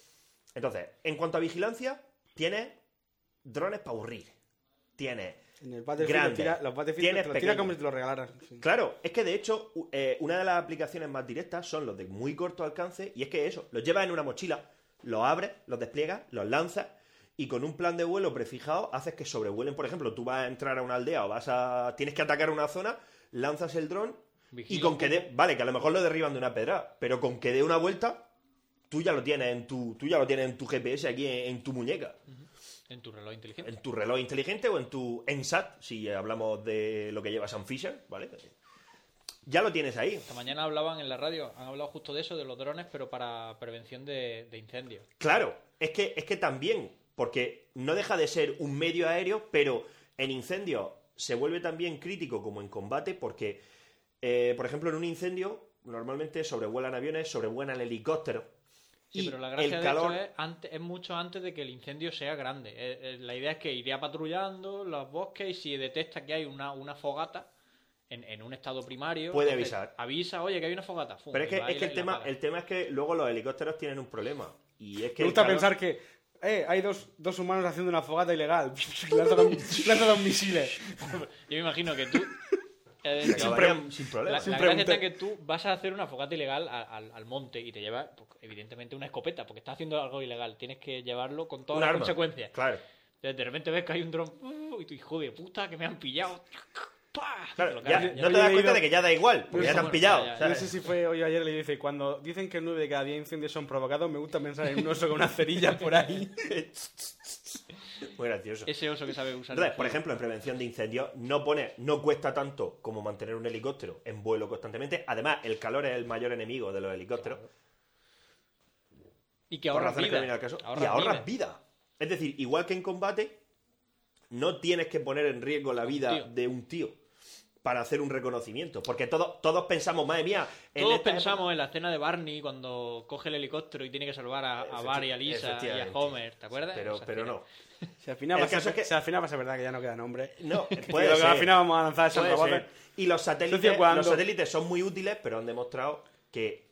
[SPEAKER 3] Entonces, en cuanto a vigilancia, tienes drones para aburrir, tienes...
[SPEAKER 7] en el Battlefield
[SPEAKER 3] Grande.
[SPEAKER 7] te tira, los Battlefield
[SPEAKER 3] Tienes
[SPEAKER 7] te los tira
[SPEAKER 3] pequeño.
[SPEAKER 7] como si te lo regalaran. Sí.
[SPEAKER 3] Claro, es que de hecho, u- eh, una de las aplicaciones más directas son los de muy corto alcance, y es que eso, los llevas en una mochila, los abres, los despliegas, los lanzas, y con un plan de vuelo prefijado haces que sobrevuelen. Por ejemplo, tú vas a entrar a una aldea o vas a. tienes que atacar una zona, lanzas el dron, y
[SPEAKER 5] Vigila
[SPEAKER 3] con
[SPEAKER 5] un
[SPEAKER 3] que
[SPEAKER 5] poco.
[SPEAKER 3] dé. Vale, que a lo mejor lo derriban de una pedra, pero con que dé una vuelta, tú ya lo tienes en tu. Tú ya lo tienes en tu GPS aquí en, en tu muñeca.
[SPEAKER 5] En tu reloj inteligente.
[SPEAKER 3] En tu reloj inteligente o en tu ENSAT, si hablamos de lo que lleva Sam Fisher, ¿vale? Ya lo tienes ahí.
[SPEAKER 5] Esta mañana hablaban en la radio, han hablado justo de eso, de los drones, pero para prevención de, de incendios.
[SPEAKER 3] Claro, es que, es que también, porque no deja de ser un medio aéreo, pero en incendio se vuelve también crítico como en combate, porque, eh, por ejemplo, en un incendio normalmente sobrevuelan aviones, sobrevuelan helicópteros.
[SPEAKER 5] Sí,
[SPEAKER 3] y
[SPEAKER 5] pero la gracia
[SPEAKER 3] el
[SPEAKER 5] de
[SPEAKER 3] calor,
[SPEAKER 5] esto es, ante- es mucho antes de que el incendio sea grande. Eh, eh, la idea es que iría patrullando los bosques y si detecta que hay una, una fogata en, en un estado primario...
[SPEAKER 3] Puede
[SPEAKER 5] entonces
[SPEAKER 3] avisar.
[SPEAKER 5] Avisa, oye, que hay una fogata. fum,
[SPEAKER 3] Pero es
[SPEAKER 5] y
[SPEAKER 3] que,
[SPEAKER 5] va
[SPEAKER 3] es
[SPEAKER 5] y
[SPEAKER 3] que el,
[SPEAKER 5] la- y la
[SPEAKER 3] tema,
[SPEAKER 5] apaga.
[SPEAKER 3] el tema es que luego los helicópteros tienen un problema. Y es que el
[SPEAKER 7] Me gusta
[SPEAKER 3] calor-
[SPEAKER 7] pensar que eh, hay dos, dos humanos haciendo una fogata ilegal. lanza, dos, lanza dos misiles.
[SPEAKER 5] Yo me imagino que tú... eh,
[SPEAKER 3] Se
[SPEAKER 5] tú-
[SPEAKER 3] acabarían sin problema.
[SPEAKER 5] La,
[SPEAKER 7] Sin
[SPEAKER 5] la gracia
[SPEAKER 7] preguntar.
[SPEAKER 5] está en que tú vas a hacer una fogata ilegal a- al, al monte y te llevas, pues, evidentemente, una escopeta, porque estás haciendo algo ilegal. Tienes que llevarlo con todas
[SPEAKER 3] Un
[SPEAKER 5] las
[SPEAKER 3] arma.
[SPEAKER 5] consecuencias.
[SPEAKER 3] Claro.
[SPEAKER 5] Entonces, de repente ves que hay un dron uh, y tú, hijo de puta, que me han pillado. ¡Pah! Te
[SPEAKER 3] Claro,
[SPEAKER 5] lo
[SPEAKER 3] ya-
[SPEAKER 5] cargas.
[SPEAKER 3] no te
[SPEAKER 7] había
[SPEAKER 3] das cuenta
[SPEAKER 7] leído-
[SPEAKER 3] de que ya da igual, porque ya te han
[SPEAKER 5] bueno,
[SPEAKER 3] pillado.
[SPEAKER 5] ya, ya.
[SPEAKER 7] No
[SPEAKER 3] ¿sabes?
[SPEAKER 7] sé si fue hoy o ayer, le dice, cuando dicen que 9 de cada 10 incendios son provocados, me gusta pensar en un oso con una cerilla por ahí.
[SPEAKER 3] Muy gracioso.
[SPEAKER 5] Ese oso que sabe usar.
[SPEAKER 3] Entonces, por ejemplo, en prevención de incendios, no pone, no cuesta tanto como mantener un helicóptero en vuelo constantemente. Además, el calor es el mayor enemigo de los helicópteros.
[SPEAKER 5] y que
[SPEAKER 3] por
[SPEAKER 5] ahorras
[SPEAKER 3] razones que
[SPEAKER 5] vida.
[SPEAKER 3] no viene al caso.
[SPEAKER 5] Ahorras
[SPEAKER 3] y ahorras
[SPEAKER 5] vida.
[SPEAKER 3] vida. Es decir, igual que en combate, no tienes que poner en riesgo la vida
[SPEAKER 5] tío.
[SPEAKER 3] de un tío para hacer un reconocimiento. Porque todos, todos pensamos, madre mía, en esta
[SPEAKER 5] Todos
[SPEAKER 3] época-
[SPEAKER 5] pensamos en la escena de Barney cuando coge el helicóptero y tiene que salvar a, a
[SPEAKER 3] Efecti-
[SPEAKER 5] Barry, a Lisa y a
[SPEAKER 3] efectivamente.
[SPEAKER 5] Homer, ¿te acuerdas?
[SPEAKER 3] Pero,
[SPEAKER 5] Esa
[SPEAKER 3] pero
[SPEAKER 5] escena.
[SPEAKER 3] no.
[SPEAKER 7] Si al final
[SPEAKER 3] El
[SPEAKER 7] va a
[SPEAKER 3] caso
[SPEAKER 7] ser,
[SPEAKER 3] es que-
[SPEAKER 7] si al final va a ser verdad que ya no queda nombre.
[SPEAKER 3] No,
[SPEAKER 7] Yo
[SPEAKER 3] puede
[SPEAKER 7] creo que al
[SPEAKER 3] ser.
[SPEAKER 7] final vamos a lanzar esos
[SPEAKER 3] Puede
[SPEAKER 7] robots.
[SPEAKER 3] ser. Y los satélites,
[SPEAKER 7] Entonces, cuando-
[SPEAKER 3] los satélites son muy útiles, pero han demostrado que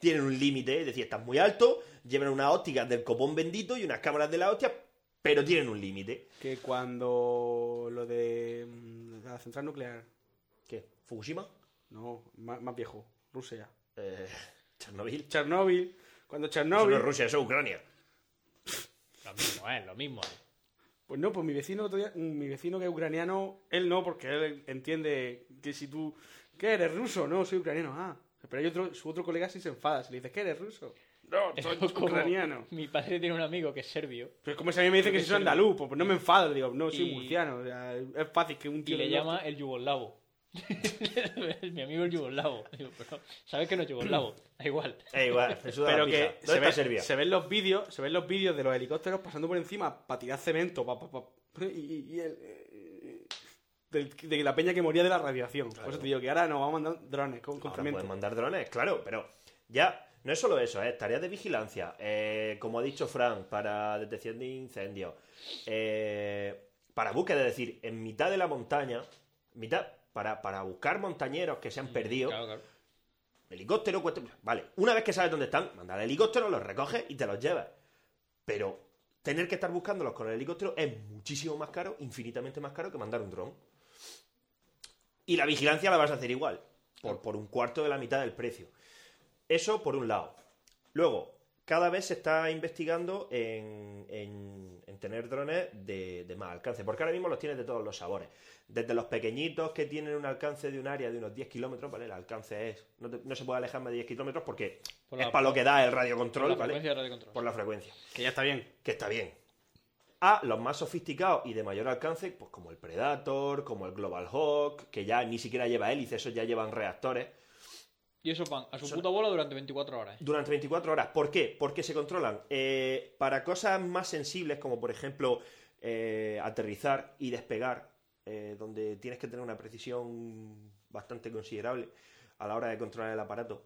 [SPEAKER 3] tienen un límite. Es decir, estás muy alto, llevan unas ópticas del copón bendito y unas cámaras de la hostia, pero tienen un límite.
[SPEAKER 7] Que cuando lo de mm, la central nuclear,
[SPEAKER 3] ¿Qué? ¿Fukushima?
[SPEAKER 7] no, más, más viejo, Rusia.
[SPEAKER 3] Eh, ¿Chernobyl? Eso
[SPEAKER 7] Chernóbil, cuando
[SPEAKER 3] no es
[SPEAKER 7] Chernóbil...
[SPEAKER 3] Rusia, eso es Ucrania.
[SPEAKER 5] Lo mismo, es lo mismo. eh.
[SPEAKER 7] Pues no, pues mi vecino, otro día- mi vecino que es ucraniano, él no, porque él entiende que si tú... ¿Qué eres ruso? No, soy ucraniano. Ah, pero hay otro, su otro colega sí se enfada, si le dices que eres ruso. No, soy
[SPEAKER 5] Como
[SPEAKER 7] ucraniano.
[SPEAKER 5] Mi padre tiene un amigo que es serbio.
[SPEAKER 7] Pero es como si a mí me dicen que soy andaluz, pues no me enfado, digo, no, soy
[SPEAKER 5] Y-
[SPEAKER 7] murciano. o sea, es fácil que un
[SPEAKER 5] Y
[SPEAKER 7] tío.
[SPEAKER 5] le
[SPEAKER 7] del
[SPEAKER 5] llama
[SPEAKER 7] norte-
[SPEAKER 5] el yugoslavo. mi amigo el yugoslavo. Digo, pero sabes que no es yugoslavo. Da igual.
[SPEAKER 3] Da igual, eso da
[SPEAKER 7] Pero
[SPEAKER 3] la pija.
[SPEAKER 7] que
[SPEAKER 3] ¿Dónde
[SPEAKER 7] se,
[SPEAKER 3] está
[SPEAKER 7] ve-
[SPEAKER 3] Serbia?
[SPEAKER 7] se ven los vídeos, se ven los vídeos de los helicópteros pasando por encima para tirar cemento, pa, pa, pa- y, y- y el- eh, del- de, la peña que moría de la radiación. Por eso te digo que ahora nos vamos a mandar drones con, con
[SPEAKER 3] Ahora
[SPEAKER 7] cemento.
[SPEAKER 3] pueden mandar drones, claro, pero ya no es solo eso, ¿eh? tareas de vigilancia, eh, como ha dicho Frank, para detección de incendios, eh, para búsqueda, es decir, en mitad de la montaña, mitad para, para buscar montañeros que se han perdido,
[SPEAKER 5] Claro, claro.
[SPEAKER 3] helicóptero, cuesta- vale, una vez que sabes dónde están, manda el helicóptero, los recoges y te los llevas. Pero tener que estar buscándolos con el helicóptero es muchísimo más caro, infinitamente más caro que mandar un dron. Y la vigilancia la vas a hacer igual, por, por un cuarto de la mitad del precio. Eso por un lado. Luego, cada vez se está investigando en, en- en tener drones de, de más alcance, porque ahora mismo los tienes de todos los sabores. Desde los pequeñitos que tienen un alcance de un área de unos 10 kilómetros, ¿vale? El alcance es... No, te- no se puede alejar más de 10 kilómetros porque
[SPEAKER 5] Por
[SPEAKER 3] es
[SPEAKER 5] la-
[SPEAKER 3] para lo que da el
[SPEAKER 5] Por
[SPEAKER 3] radiocontrol,
[SPEAKER 5] la
[SPEAKER 3] ¿vale?
[SPEAKER 5] frecuencia de radiocontrol.
[SPEAKER 3] Por la frecuencia
[SPEAKER 7] Que ya está bien.
[SPEAKER 3] que está bien. A los más sofisticados y de mayor alcance, pues como el Predator, como el Global Hawk, que ya ni siquiera lleva hélice, esos ya llevan reactores,
[SPEAKER 5] Y esos van a su puta bola durante 24 horas. ¿eh?
[SPEAKER 3] durante 24 horas. ¿Por qué? Porque se controlan eh, para cosas más sensibles, como por ejemplo eh, aterrizar y despegar, eh, donde tienes que tener una precisión bastante considerable a la hora de controlar el aparato,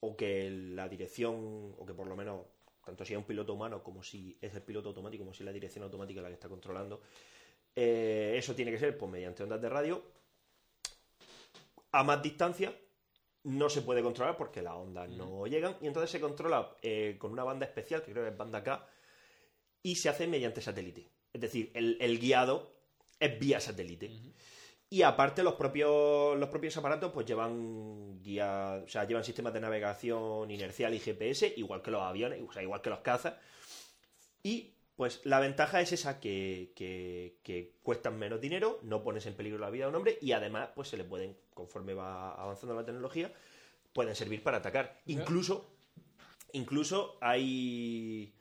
[SPEAKER 3] o que la dirección, o que por lo menos, tanto si es un piloto humano como si es el piloto automático, como si es la dirección automática la que está controlando, eh, eso tiene que ser pues, mediante ondas de radio. A más distancia no se puede controlar porque las ondas no llegan. Y entonces se controla eh, con una banda especial, que creo que es banda K, y se hace mediante satélite. Es decir, el, el guiado es vía satélite. Y aparte los propios, los propios aparatos pues llevan guía, o sea, llevan sistemas de navegación inercial y GPS, igual que los aviones, o sea, igual que los cazas. Y pues la ventaja es esa que, que- que cuestan menos dinero, no pones en peligro la vida de un hombre y además pues se le pueden, conforme va avanzando la tecnología, pueden servir para atacar. Incluso, incluso hay...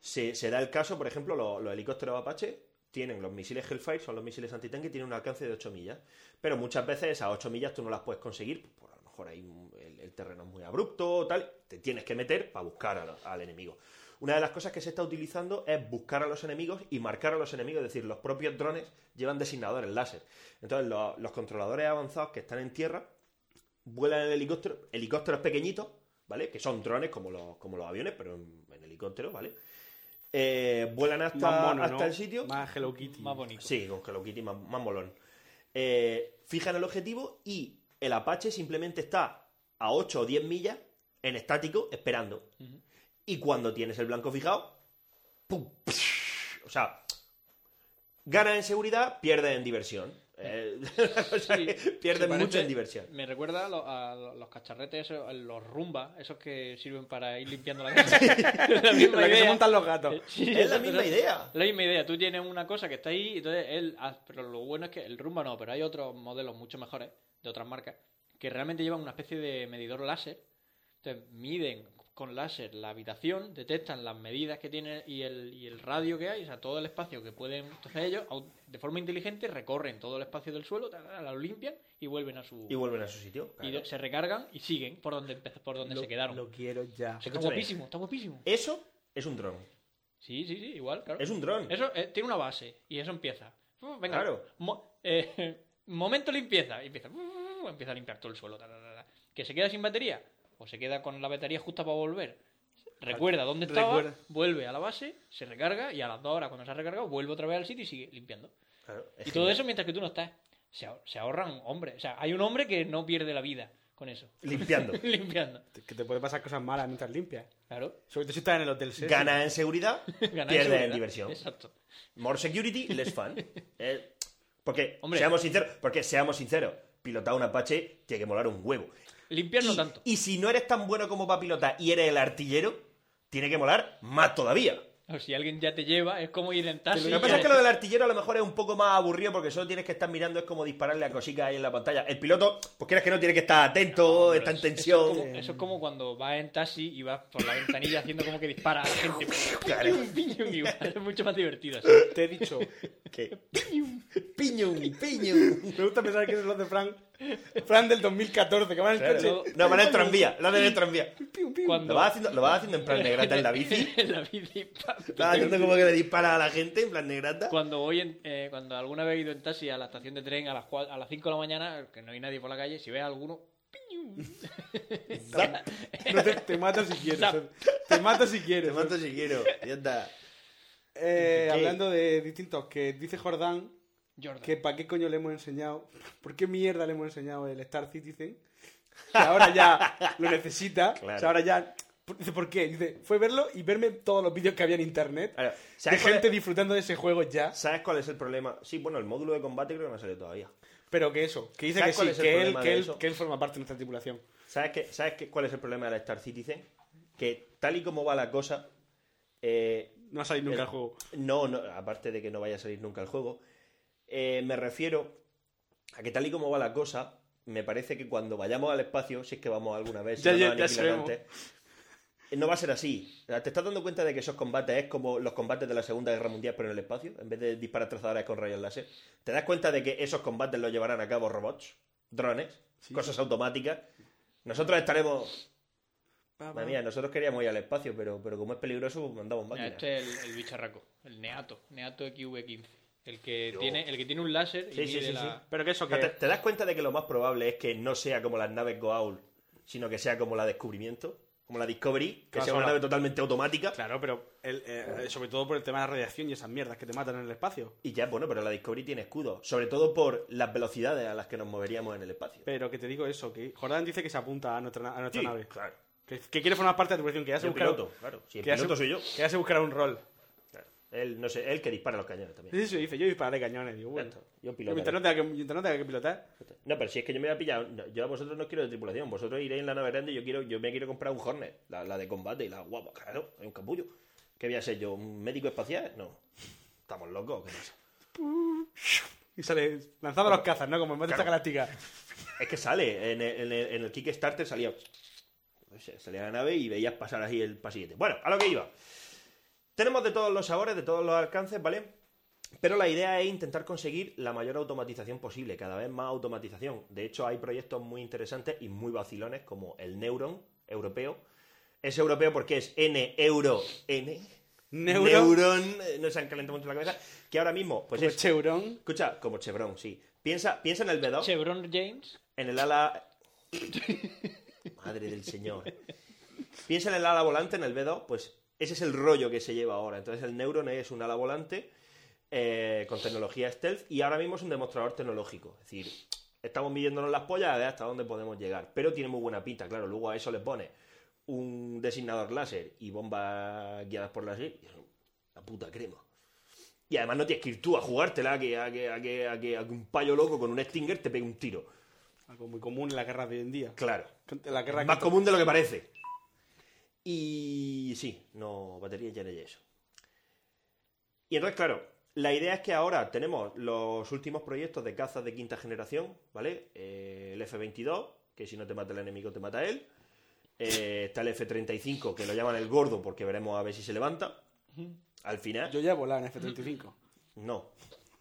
[SPEAKER 3] Se, se da el caso, por ejemplo, lo- los, helicópteros Apache tienen los misiles Hellfire, son los misiles antitanque, tienen un alcance de 8 millas. Pero muchas veces esas 8 millas tú no las puedes conseguir, pues, por a lo mejor ahí el, el terreno es muy abrupto o tal, te tienes que meter para buscar a los- al enemigo. Una de las cosas que se está utilizando es buscar a los enemigos y marcar a los enemigos, es decir, los propios drones llevan designadores láser. Entonces lo- los controladores avanzados que están en tierra vuelan en helicóptero, helicópteros pequeñitos, ¿vale? Que son drones como los, como los aviones, pero en, en helicóptero, ¿vale? Eh, vuelan hasta,
[SPEAKER 7] Más mono,
[SPEAKER 3] hasta
[SPEAKER 7] ¿no?
[SPEAKER 3] el sitio.
[SPEAKER 7] Más Hello Kitty.
[SPEAKER 5] Más bonito.
[SPEAKER 3] Sí, con Hello Kitty más, más molón. Eh, fijan el objetivo y el Apache simplemente está a 8 o 10 millas en estático esperando. Y cuando tienes el blanco fijado, ¡pum! O sea, gana en seguridad, pierde en diversión. Eh, o sea, que pierde
[SPEAKER 5] Se parece-
[SPEAKER 3] mucho en diversión.
[SPEAKER 5] Me recuerda a lo- a lo- los, cacharretes, esos, a los rumba, esos que sirven para ir limpiando la casa. Es la
[SPEAKER 7] Lo que se montan los gatos.
[SPEAKER 5] Sí,
[SPEAKER 3] Es la
[SPEAKER 5] exacto,
[SPEAKER 3] misma
[SPEAKER 5] exacto.
[SPEAKER 3] idea.
[SPEAKER 5] La misma idea. Tú tienes una cosa que está ahí, entonces él. haz- Pero lo bueno es que el Rumba no, pero hay otros modelos mucho mejores de otras marcas que realmente llevan una especie de medidor láser. Entonces miden con láser la habitación, detectan las medidas que tiene y el, y el radio que hay, o sea, todo el espacio que pueden. Entonces ellos, au- de forma inteligente, recorren todo el espacio del suelo, ta, ta, ta, lo limpian y vuelven a su.
[SPEAKER 3] Y vuelven a su sitio.
[SPEAKER 5] y
[SPEAKER 3] claro.
[SPEAKER 5] de- se recargan y siguen por donde, empe- por donde se quedaron.
[SPEAKER 7] Lo quiero ya.
[SPEAKER 5] está
[SPEAKER 3] escúchame.
[SPEAKER 5] guapísimo, está guapísimo.
[SPEAKER 3] Eso es un dron.
[SPEAKER 5] Sí, sí, sí, igual, claro.
[SPEAKER 3] Es un dron.
[SPEAKER 5] Eso eh, tiene una base y eso empieza. Uh, Venga,
[SPEAKER 3] Claro.
[SPEAKER 5] mo- eh, momento limpieza. y Empieza, uh, empieza a limpiar todo el suelo. ta, ta, ta, ta. ¿Que se queda sin batería? ¿O se queda con la batería justa para volver? Recuerda dónde estaba,
[SPEAKER 7] Recuerda.
[SPEAKER 5] vuelve a la base, se recarga y a las dos horas cuando se ha recargado vuelve otra vez al sitio y sigue limpiando.
[SPEAKER 3] Claro, es
[SPEAKER 5] Y todo
[SPEAKER 3] genial.
[SPEAKER 5] eso mientras que tú no estás. Se, ahor- se ahorran hombres. O sea, hay un hombre que no pierde la vida con eso.
[SPEAKER 3] Limpiando.
[SPEAKER 5] limpiando.
[SPEAKER 7] Que te puede pasar cosas malas mientras limpias.
[SPEAKER 5] Claro.
[SPEAKER 7] Sobre todo si estás en el hotel. Cecil.
[SPEAKER 3] Gana en seguridad,
[SPEAKER 5] Ganar
[SPEAKER 3] pierde en
[SPEAKER 5] seguridad.
[SPEAKER 3] diversión.
[SPEAKER 5] Exacto.
[SPEAKER 3] More security, less fun. Eh, porque,
[SPEAKER 5] Hombre.
[SPEAKER 3] seamos sinceros, porque seamos sinceros, pilotar un Apache tiene que molar un huevo.
[SPEAKER 5] Limpiar no
[SPEAKER 3] y,
[SPEAKER 5] tanto.
[SPEAKER 3] y si no eres tan bueno como para pilotar y eres el artillero, tiene que molar más todavía.
[SPEAKER 5] O si alguien ya te lleva, es como ir en taxi.
[SPEAKER 3] Lo que pasa es que lo del artillero a lo mejor es un poco más aburrido porque solo tienes que estar mirando, es como dispararle a cositas ahí en la pantalla. El piloto, pues quieres que no, tiene que estar atento, está en tensión.
[SPEAKER 5] Eso es, como, eso es como cuando vas en taxi y vas por la ventanilla haciendo como que dispara a la gente.
[SPEAKER 3] Claro.
[SPEAKER 5] Piñum, piñum, igual. Es mucho más divertido. así.
[SPEAKER 7] Te he dicho.
[SPEAKER 3] ¿Qué? Piñum, piñum.
[SPEAKER 7] Me gusta pensar que eso lo hace Fran. Fran del 2014, que va en el
[SPEAKER 3] Claro.
[SPEAKER 7] coche.
[SPEAKER 3] No, van en el tranvía, lo hacen en el tranvía. Lo
[SPEAKER 5] Cuando
[SPEAKER 3] vas haciendo, lo vas haciendo en plan negrata en la bici.
[SPEAKER 5] en la bici, pa, pa,
[SPEAKER 3] Estás haciendo como que le dispara a la gente en plan negrata.
[SPEAKER 5] Cuando voy en- eh, cuando alguna vez he ido en taxi a la estación de tren a las, cua- a las 5 de la mañana, que no hay nadie por la calle, si ves a alguno,
[SPEAKER 7] No te, te mata si quieres.
[SPEAKER 5] Zap.
[SPEAKER 7] Te mata si quieres.
[SPEAKER 3] Te mato si quiero. Ya está.
[SPEAKER 7] Eh,
[SPEAKER 3] ¿Qué?
[SPEAKER 7] hablando de distintos, que dice Jordán
[SPEAKER 5] Jordan.
[SPEAKER 7] que para qué coño le hemos enseñado, por qué mierda le hemos enseñado el Star Citizen, que ahora ya lo necesita,
[SPEAKER 3] Claro.
[SPEAKER 7] o sea, ahora ya... por- Dice, ¿por qué? Dice, fue verlo y verme todos los vídeos que había en internet
[SPEAKER 3] Ahora,
[SPEAKER 7] de
[SPEAKER 3] ¿sabes, cuál
[SPEAKER 7] gente
[SPEAKER 3] es,
[SPEAKER 7] disfrutando de ese juego ya,
[SPEAKER 3] sabes cuál es el problema? Sí, bueno, el módulo de combate creo que no salió todavía.
[SPEAKER 7] pero que eso, que dice que
[SPEAKER 3] ¿Sabes cuál
[SPEAKER 7] sí,
[SPEAKER 3] es el
[SPEAKER 7] que él,
[SPEAKER 3] problema
[SPEAKER 7] que,
[SPEAKER 3] de
[SPEAKER 7] él,
[SPEAKER 3] eso?
[SPEAKER 7] que él forma parte de nuestra tripulación.
[SPEAKER 3] ¿Sabes, qué, ¿sabes qué, cuál es el problema de la Star Citizen? Que tal y como va la cosa, eh,
[SPEAKER 7] No ha salido nunca
[SPEAKER 3] El-
[SPEAKER 7] el juego.
[SPEAKER 3] No, no, aparte de que no vaya a salir nunca el juego. eh, me refiero a que tal y como va la cosa, me parece que cuando vayamos al espacio, si es que vamos alguna vez, si
[SPEAKER 7] Ya,
[SPEAKER 3] no
[SPEAKER 7] ya,
[SPEAKER 3] nos
[SPEAKER 7] ya
[SPEAKER 3] aniquilan
[SPEAKER 7] sabemos.
[SPEAKER 3] eh, no va a ser así. O sea, ¿Te estás dando cuenta de que esos combates es como los combates de la Segunda Guerra Mundial, pero en el espacio? En vez de disparar trazadores con rayos láser. ¿Te das cuenta de que esos combates los llevarán a cabo robots, drones, cosas automáticas? Nosotros estaremos... Madre mía, nosotros queríamos ir al espacio, pero, pero como es peligroso, pues mandamos
[SPEAKER 5] Mira,
[SPEAKER 3] máquinas.
[SPEAKER 5] este es el, el bicharraco, el Neato, Neato XV15. El que, tiene, el que tiene un láser y
[SPEAKER 3] Sí, sí,
[SPEAKER 5] mide
[SPEAKER 3] sí,
[SPEAKER 5] la...
[SPEAKER 3] sí.
[SPEAKER 7] Pero que eso,
[SPEAKER 3] O sea,
[SPEAKER 7] que...
[SPEAKER 3] ¿Te, te das cuenta de que lo más probable es que no sea como las naves Goa'uld, sino que sea como la Descubrimiento, como la Discovery, que
[SPEAKER 7] Claro,
[SPEAKER 3] sea una
[SPEAKER 7] ahora-
[SPEAKER 3] nave totalmente automática?
[SPEAKER 7] Claro, pero el- eh, sobre todo por el tema de la radiación y esas mierdas que te matan en el espacio.
[SPEAKER 3] Y ya, bueno, pero la Discovery tiene escudo, sobre todo por las velocidades a las que nos moveríamos en el espacio.
[SPEAKER 7] Pero que te digo eso, que Jordán dice que se apunta a nuestra, na- a nuestra
[SPEAKER 3] Sí,
[SPEAKER 7] nave.
[SPEAKER 3] claro.
[SPEAKER 7] Que, que quiere formar parte de la tripulación, que ya se
[SPEAKER 3] Yo
[SPEAKER 7] buscará-
[SPEAKER 3] piloto, claro. Si el
[SPEAKER 7] que ya se-
[SPEAKER 3] piloto soy yo.
[SPEAKER 7] Que ya se buscará un rol.
[SPEAKER 3] Claro. Él, no sé, él que dispara los cañones también.
[SPEAKER 7] Sí, sí, dice, yo dispararé cañones. Digo, bueno,
[SPEAKER 3] Ya está, yo pilotaré.
[SPEAKER 7] Mientras no, tenga que, mientras no tenga que pilotar.
[SPEAKER 3] No, pero si es que yo me voy a pillar. no, yo a vosotros no quiero de tripulación. Vosotros iréis en la nave grande y yo quiero, yo me quiero comprar un Hornet, la, la de combate y la guapa. Claro, hay un capullo. ¿Qué voy a ser yo? ¿Un médico espacial? No. Estamos locos, ¿o ¿qué pasa?
[SPEAKER 7] Y sale lanzando los cazas, ¿no? Como en Battlestar
[SPEAKER 3] Claro.
[SPEAKER 7] Galáctica.
[SPEAKER 3] Es que sale, en el, en el- en el Kickstarter salía. no sé, Salía la nave y veías pasar así el pasillete. Bueno, a lo que iba. Tenemos de todos los sabores, de todos los alcances, ¿vale? Pero la idea es intentar conseguir la mayor automatización posible, cada vez más automatización. De hecho, hay proyectos muy interesantes y muy vacilones, como el Neuron europeo. Es europeo porque es N euro N.
[SPEAKER 7] Neuron.
[SPEAKER 3] Neuron, eh, no se han calentado mucho la cabeza. Que ahora mismo, pues
[SPEAKER 7] Pues
[SPEAKER 3] es.
[SPEAKER 7] Cheuron.
[SPEAKER 3] Escucha, como Chevron, sí. Piensa, piensa en el B2.
[SPEAKER 5] Chevron James.
[SPEAKER 3] En el ala. Madre del señor. Piensa en el ala volante, en el B2, pues ese es el rollo que se lleva ahora. Entonces el Neuron es un ala volante eh, con tecnología stealth y ahora mismo es un demostrador tecnológico. Es decir, estamos midiéndonos las pollas a ver hasta dónde podemos llegar. Pero tiene muy buena pinta, claro. Luego a eso le pone un designador láser y bombas guiadas por láser. y es La puta crema. Y además no tienes que ir tú a jugártela, a que, a que, a que, a que, a que un payo loco con un Stinger te pegue un tiro.
[SPEAKER 7] Algo muy común en las guerras de hoy en día.
[SPEAKER 3] Claro.
[SPEAKER 7] La guerra
[SPEAKER 3] Más
[SPEAKER 7] contra-
[SPEAKER 3] común de lo que parece. Y sí, no, batería ya de eso. Y entonces, claro, la idea es que ahora tenemos los últimos proyectos de cazas de quinta generación, ¿vale? Eh, el F-22, que si no te mata el enemigo te mata él. Eh, está el F-35, que lo llaman el gordo porque veremos a ver si se levanta. Al final,
[SPEAKER 7] Yo ya volaba en
[SPEAKER 3] Mm.
[SPEAKER 7] F-35.
[SPEAKER 3] no.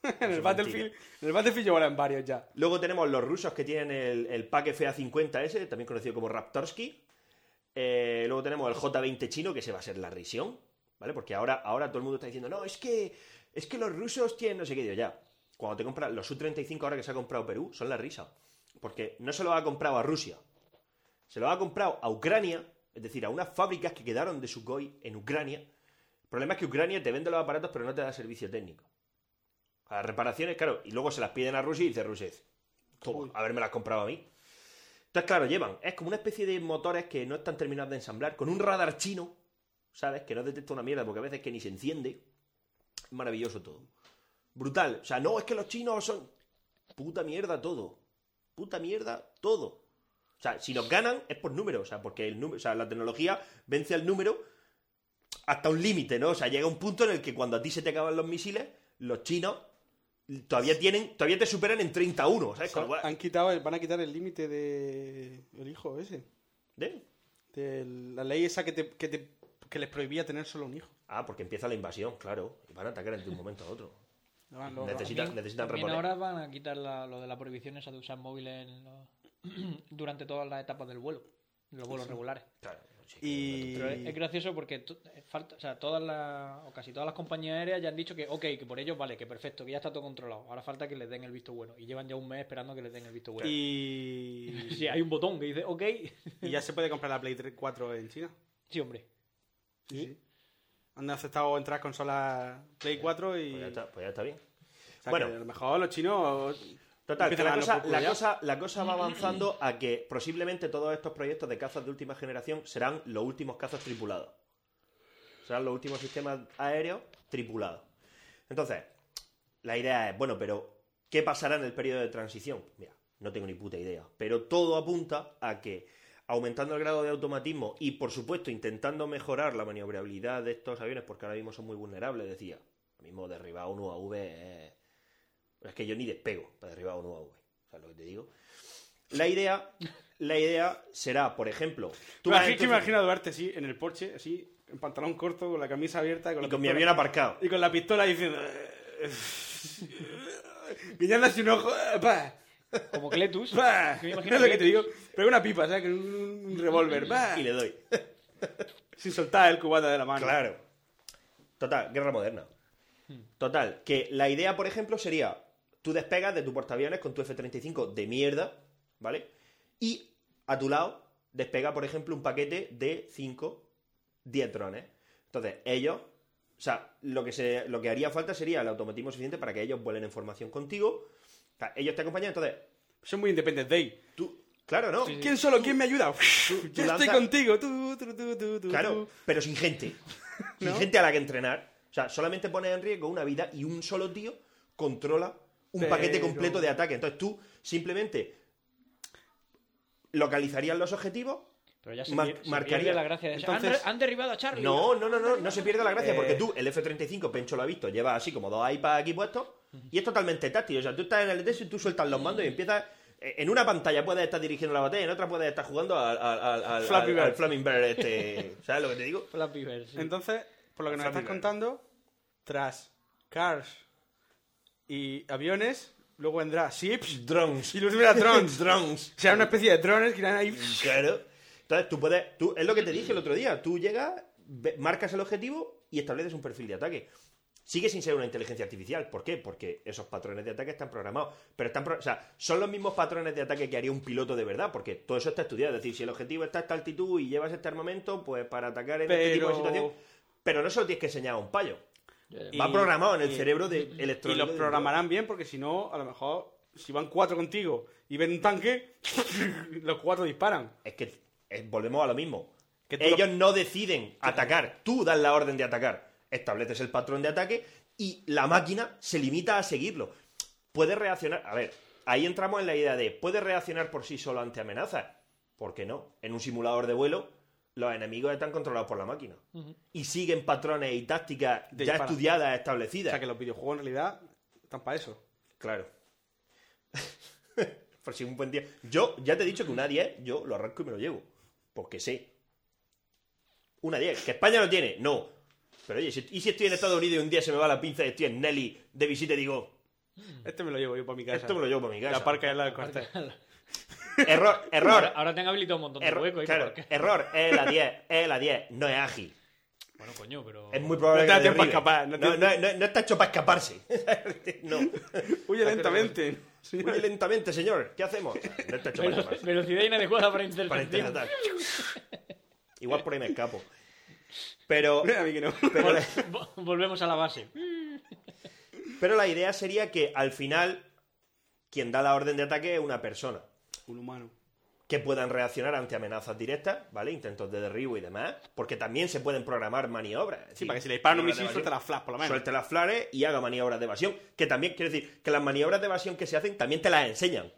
[SPEAKER 7] en, el Battlefield, en el Battlefield yo volaba en varios ya.
[SPEAKER 3] Luego tenemos los rusos que tienen el, el pack FA50S, también conocido como Raptorsky. Eh, luego tenemos el J20 chino, que se va a ser la risión, ¿vale? Porque ahora, ahora todo el mundo está diciendo, no, es que, es que los rusos tienen no sé qué, digo, ya. Cuando te compras los Su-35 ahora que se ha comprado Perú, son la risa. Porque no se lo ha comprado a Rusia, se lo ha comprado a Ucrania, es decir, a unas fábricas que quedaron de Sukhoi en Ucrania. El problema es que Ucrania te vende los aparatos pero no te da servicio técnico. A las reparaciones, claro, y luego se las piden a Rusia y dice Rusia, toma, haberme las comprado a mí. Entonces, claro, llevan, es como una especie de motores que no están terminados de ensamblar, con un radar chino, ¿sabes? Que no detecta una mierda porque a veces que ni se enciende. Maravilloso todo. Brutal. O sea, no, es que los chinos son... Puta mierda todo. Puta mierda todo. O sea, si nos ganan es por número, o sea, porque el número, o sea, la tecnología vence al número. hasta un límite, ¿no? O sea, llega un punto en el que cuando a ti se te acaban los misiles, los chinos todavía tienen, todavía te superan en 31, ¿sabes? Con lo cual-
[SPEAKER 7] Han quitado, el- van a quitar el límite de el hijo ese.
[SPEAKER 3] ¿De?
[SPEAKER 7] De la ley esa que, te, que, te- que les prohibía tener solo un hijo.
[SPEAKER 3] Ah, porque empieza la invasión, claro. Y van a atacar de un momento a otro.
[SPEAKER 7] Lo van- lo-
[SPEAKER 3] Necesitan-
[SPEAKER 7] a mí-
[SPEAKER 3] necesitan
[SPEAKER 5] También
[SPEAKER 3] reponer.
[SPEAKER 5] ahora van a quitar la- lo de la prohibición esa de usar móviles en los- durante todas las etapas del vuelo, en los vuelos
[SPEAKER 7] Sí.
[SPEAKER 5] regulares.
[SPEAKER 7] Y...
[SPEAKER 5] Pero es, es gracioso porque to- eh, falta, o sea, todas las, o casi todas las compañías aéreas ya han dicho que, ok, que por ellos vale, que perfecto, que ya está todo controlado. Ahora falta que les den el visto bueno. Y llevan ya un mes esperando que les den el visto bueno.
[SPEAKER 7] Y...
[SPEAKER 5] Sí, hay un botón que dice, ok.
[SPEAKER 7] y ya se puede comprar la Play 3 4 en China.
[SPEAKER 5] Sí, hombre.
[SPEAKER 7] Sí, sí. Han aceptado entrar consolas Play 4 y...
[SPEAKER 3] Pues ya está, pues ya está bien.
[SPEAKER 7] o sea,
[SPEAKER 3] Bueno.
[SPEAKER 7] que a lo mejor los chinos...
[SPEAKER 3] Total, que
[SPEAKER 7] empiezan
[SPEAKER 3] la,
[SPEAKER 7] a
[SPEAKER 3] cosa,
[SPEAKER 7] darnos
[SPEAKER 3] la,
[SPEAKER 7] por
[SPEAKER 3] cosa, la cosa va avanzando a que posiblemente todos estos proyectos de cazas de última generación serán los últimos cazas tripulados. Serán los últimos sistemas aéreos tripulados. Entonces, la idea es, bueno, pero ¿qué pasará en el periodo de transición? Mira, no tengo ni puta idea. Pero todo apunta a que aumentando el grado de automatismo y, por supuesto, intentando mejorar la maniobrabilidad de estos aviones, porque ahora mismo son muy vulnerables, decía. Lo mismo derribar un UAV es... eh, Es que yo ni despego para derribar un UAV. ¿Sabes lo que te digo? La idea, la idea será, por ejemplo...
[SPEAKER 7] Tú
[SPEAKER 3] vas
[SPEAKER 7] imagina,
[SPEAKER 3] entonces-
[SPEAKER 7] imagina verte así, en el Porsche, así, en pantalón corto, con la camisa abierta... y Con
[SPEAKER 3] Y
[SPEAKER 7] la
[SPEAKER 3] con mi
[SPEAKER 7] pistola-
[SPEAKER 3] avión aparcado.
[SPEAKER 7] Y con la pistola diciendo... Guiñando así un ojo... "Eh, ¡Pah!
[SPEAKER 5] Como Cletus.
[SPEAKER 7] ¡Bah!
[SPEAKER 5] que me imagino
[SPEAKER 7] ¿Sabes lo que
[SPEAKER 5] que-
[SPEAKER 7] te digo? Pero una pipa, ¿sabes? Con un, un revólver. ¡bah!
[SPEAKER 3] Y le doy.
[SPEAKER 7] Sin soltar el cubata de la mano.
[SPEAKER 3] Claro. Total, guerra moderna. Total, que la idea, por ejemplo, sería: tú despegas de tu portaaviones con tu F-35 de mierda, ¿vale? Y a tu lado despega, por ejemplo, un paquete de 5, 10 drones. Entonces, ellos. O sea, lo que, se, lo que haría falta sería el automatismo suficiente para que ellos vuelen en formación contigo. O sea, ellos te acompañan, entonces.
[SPEAKER 7] Son muy Independent Day.
[SPEAKER 3] Tú, claro, ¿no?
[SPEAKER 7] ¿Quién solo? ¿Quién me ayuda? Yo estoy
[SPEAKER 3] lanza-
[SPEAKER 7] contigo. Tú, tú, tú, tú, tú,
[SPEAKER 3] Claro,
[SPEAKER 7] tú.
[SPEAKER 3] pero sin gente. Sin gente a la que entrenar. O sea, solamente pones en riesgo una vida y un solo tío controla un
[SPEAKER 7] Pero-
[SPEAKER 3] paquete completo de ataque. Entonces tú simplemente localizarías los objetivos.
[SPEAKER 5] Pero ya se,
[SPEAKER 3] Mar-
[SPEAKER 5] pier- se
[SPEAKER 3] marcaría.
[SPEAKER 5] pierde la gracia de eso.
[SPEAKER 7] Entonces-
[SPEAKER 5] ¿Han, re- han derribado a Charlie.
[SPEAKER 3] No, no, no, no, no se pierde la gracia
[SPEAKER 7] Eh.
[SPEAKER 3] porque tú, el F-35, Pencho lo ha visto, lleva así como dos iPads aquí puestos y es totalmente táctil. O sea, tú estás en el ETS y tú sueltas los mandos y empiezas... eh, En una pantalla puedes estar dirigiendo la batalla, en otra puedes estar jugando al, al, al, al-
[SPEAKER 7] Flappy
[SPEAKER 3] al-
[SPEAKER 7] Bird.
[SPEAKER 3] al Flaming Bird este... ¿Sabes lo que te digo?
[SPEAKER 5] Flappy Bird, sí.
[SPEAKER 7] Entonces, por lo que nos estás
[SPEAKER 3] Familiar.
[SPEAKER 7] contando, tras cars y aviones, luego vendrá ships
[SPEAKER 3] Drones.
[SPEAKER 7] y luego vendrá drones.
[SPEAKER 3] Drones.
[SPEAKER 7] Será una especie de drones que irán ahí...
[SPEAKER 3] Claro. Entonces tú puedes. Tú, es lo que te dije el otro día. Tú llegas, ve- marcas el objetivo y estableces un perfil de ataque. Sigue sin ser una inteligencia artificial. ¿Por qué? Porque esos patrones de ataque están programados. Pero están. pro- o sea, son los mismos patrones de ataque que haría un piloto de verdad. Porque todo eso está estudiado. Es decir, si el objetivo está a esta altitud y llevas este armamento, pues para atacar en este tipo de
[SPEAKER 7] Pero-
[SPEAKER 3] situación. Pero no se lo tienes que enseñar a un payo.
[SPEAKER 7] Y-
[SPEAKER 3] Va programado en el
[SPEAKER 7] y-
[SPEAKER 3] cerebro de
[SPEAKER 7] Y
[SPEAKER 3] electrónico.
[SPEAKER 7] los programarán bien porque si no, a lo mejor, si van cuatro contigo y ven un tanque, los cuatro disparan.
[SPEAKER 3] Es que eh, volvemos a lo mismo.
[SPEAKER 7] Que tú
[SPEAKER 3] Ellos no deciden atacar, tú das la orden de atacar, estableces el patrón de ataque y la máquina se limita a seguirlo. Puede reaccionar, a ver, ahí entramos en la idea de, ¿puede reaccionar por sí solo ante amenazas? ¿Por qué no? En un simulador de vuelo, los enemigos están controlados por la máquina y siguen patrones y tácticas
[SPEAKER 7] De
[SPEAKER 3] ya
[SPEAKER 7] disparo.
[SPEAKER 3] estudiadas,
[SPEAKER 7] O
[SPEAKER 3] establecidas.
[SPEAKER 7] sea que los videojuegos en realidad están para eso.
[SPEAKER 3] Claro. Por si un buen día. Yo ya te he dicho que una 10, yo lo arranco y me lo llevo. Porque sé. Una 10. ¿Que España no tiene? No. Pero oye, si- ¿y si estoy en Estados Unidos y un día se me va la pinza y estoy en Nelly de visita y digo,
[SPEAKER 7] Este me lo llevo yo para mi casa.
[SPEAKER 3] esto me lo llevo para mi casa?
[SPEAKER 7] La parca y la del este. cuartel.
[SPEAKER 3] Error,
[SPEAKER 5] Ahora,
[SPEAKER 3] error.
[SPEAKER 5] ahora te han habilitado un montón de
[SPEAKER 3] error,
[SPEAKER 5] huecos. ¿eh?
[SPEAKER 3] claro,
[SPEAKER 5] Porque-
[SPEAKER 3] error, es la 10, es la 10, no es ágil.
[SPEAKER 5] Bueno, coño, pero.
[SPEAKER 3] Es muy probable
[SPEAKER 7] Oh. No te da
[SPEAKER 3] que
[SPEAKER 7] tiempo a
[SPEAKER 3] derribe.
[SPEAKER 7] escapar, no
[SPEAKER 3] No,
[SPEAKER 7] te-
[SPEAKER 3] no- no- no está hecho para escaparse. no.
[SPEAKER 7] Huye lentamente.
[SPEAKER 3] Muy lentamente, señor. ¿Qué hacemos? No está hecho para
[SPEAKER 5] Velo-
[SPEAKER 3] escaparse.
[SPEAKER 5] Velocidad inadecuada para
[SPEAKER 3] para
[SPEAKER 5] interceptar.
[SPEAKER 3] interpretar. Igual por ahí me escapo. Pero,
[SPEAKER 7] A mí que no.
[SPEAKER 3] pero,
[SPEAKER 5] Vol- Volvemos a la base.
[SPEAKER 3] pero la idea sería que al final quien da la orden de ataque es una persona.
[SPEAKER 7] Un humano.
[SPEAKER 3] Que puedan reaccionar ante amenazas directas, ¿vale? Intentos de derribo y demás. Porque también se pueden programar maniobras.
[SPEAKER 7] Sí, para que si le disparan un
[SPEAKER 3] maniobras
[SPEAKER 7] misil,
[SPEAKER 3] de
[SPEAKER 7] suelta
[SPEAKER 3] evasión.
[SPEAKER 7] las flash, por lo menos.
[SPEAKER 3] Suelte las flares y haga maniobras de evasión. Que también, quiero decir, que las maniobras de evasión que se hacen también te las enseñan.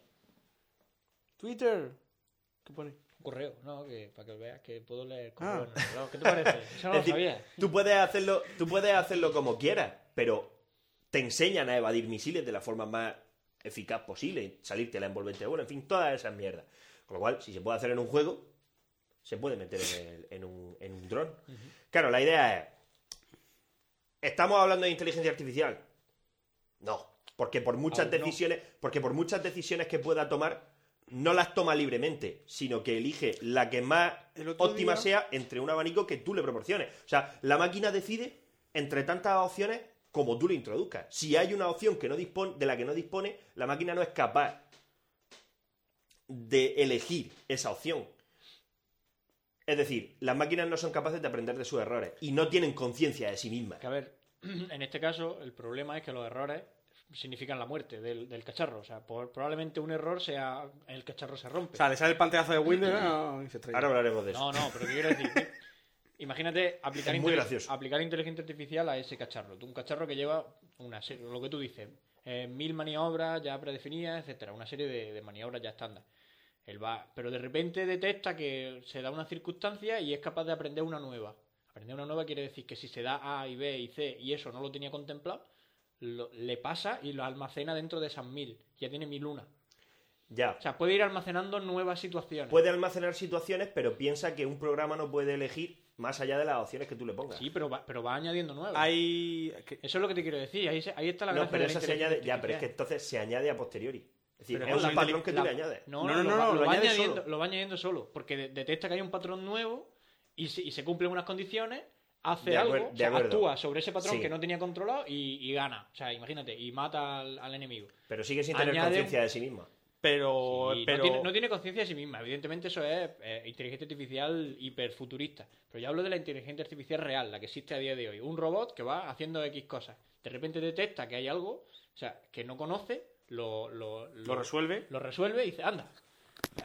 [SPEAKER 7] Twitter. ¿Qué pone?
[SPEAKER 5] correo, no, que, para que lo veas, que puedo leer
[SPEAKER 3] Ah.
[SPEAKER 5] correo. en el reloj. ¿Qué te parece? Eso no
[SPEAKER 3] Es
[SPEAKER 5] lo
[SPEAKER 3] decir,
[SPEAKER 5] sabía.
[SPEAKER 3] Tú puedes, hacerlo, tú puedes hacerlo como quieras, pero te enseñan a evadir misiles de la forma más eficaz posible, salirte la envolvente, bueno, en fin, todas esas mierdas. Con lo cual, si se puede hacer en un juego, se puede meter en, el- en un, en un dron. Claro, la idea es... Estamos hablando de inteligencia artificial. No, porque por muchas
[SPEAKER 13] Aún no.
[SPEAKER 3] decisiones, porque por muchas decisiones que pueda tomar, no las toma libremente, sino que elige la que más óptima
[SPEAKER 7] día-
[SPEAKER 3] sea entre un abanico que tú le proporciones. O sea, la máquina decide entre tantas opciones como tú le introduzcas. Si hay una opción que no dispone, de la que no dispone, la máquina no es capaz de elegir esa opción. Es decir, las máquinas no son capaces de aprender de sus errores y no tienen conciencia de sí mismas.
[SPEAKER 5] Que a ver, en este caso, el problema es que los errores significan la muerte del, del cacharro. O sea, por- probablemente un error sea. El cacharro se rompe.
[SPEAKER 7] O sea, le sale el pantallazo de Windows ah, y se estrella.
[SPEAKER 3] Ahora hablaremos de eso.
[SPEAKER 5] No, no, pero ¿qué quiero decir? Imagínate aplicar,
[SPEAKER 3] Es muy
[SPEAKER 5] intele-
[SPEAKER 3] gracioso.
[SPEAKER 5] aplicar inteligencia artificial a ese cacharro. Tú, Un cacharro que lleva una serie, lo que tú dices, eh, mil maniobras ya predefinidas, etcétera, una serie de, de maniobras ya estándar. Él va, pero de repente detecta que se da una circunstancia y es capaz de aprender una nueva. Aprender una nueva quiere decir que si se da A y B y C y eso no lo tenía contemplado, lo- le pasa y lo almacena dentro de esas mil. Ya tiene mil una.
[SPEAKER 3] Ya.
[SPEAKER 5] O sea, puede ir almacenando nuevas situaciones.
[SPEAKER 3] Puede almacenar situaciones, pero piensa que un programa no puede elegir más allá de las opciones que tú le pongas.
[SPEAKER 5] Sí, pero va, pero va añadiendo nuevas. Eso es lo que te quiero decir. Ahí, se- ahí está la
[SPEAKER 3] No,
[SPEAKER 5] gracia
[SPEAKER 3] pero
[SPEAKER 5] de la
[SPEAKER 3] eso se añade.
[SPEAKER 5] inteligencia
[SPEAKER 3] Ya, pero es que
[SPEAKER 5] artificial.
[SPEAKER 3] entonces se añade a posteriori. Es decir,
[SPEAKER 5] Pero
[SPEAKER 3] es
[SPEAKER 5] la
[SPEAKER 3] un patrón que tú
[SPEAKER 5] la-
[SPEAKER 3] le añades.
[SPEAKER 5] No, no, no,
[SPEAKER 3] lo va-
[SPEAKER 5] lo,
[SPEAKER 3] lo
[SPEAKER 5] va
[SPEAKER 3] añades
[SPEAKER 5] añadiendo,
[SPEAKER 3] solo.
[SPEAKER 5] lo va añadiendo solo. Porque de- detecta que hay un patrón nuevo y se, y se cumplen unas condiciones, hace
[SPEAKER 3] De
[SPEAKER 5] algo,
[SPEAKER 3] acuer-
[SPEAKER 5] o
[SPEAKER 3] de
[SPEAKER 5] sea,
[SPEAKER 3] acuerdo.
[SPEAKER 5] actúa sobre ese patrón
[SPEAKER 3] Sí.
[SPEAKER 5] que no tenía controlado y, y gana. O sea, imagínate, y mata al, al enemigo.
[SPEAKER 3] Pero sigue sin tener
[SPEAKER 5] Añade
[SPEAKER 3] conciencia
[SPEAKER 5] un-
[SPEAKER 3] de sí misma.
[SPEAKER 7] Pero,
[SPEAKER 5] Y
[SPEAKER 7] pero
[SPEAKER 5] no tiene, no tiene conciencia de sí misma. Evidentemente eso es eh, inteligencia artificial hiperfuturista. Pero yo hablo de la inteligencia artificial real, la que existe a día de hoy. Un robot que va haciendo X cosas. De repente detecta que hay algo, o sea, que no conoce, lo, lo,
[SPEAKER 7] lo resuelve.
[SPEAKER 5] lo resuelve y dice, anda,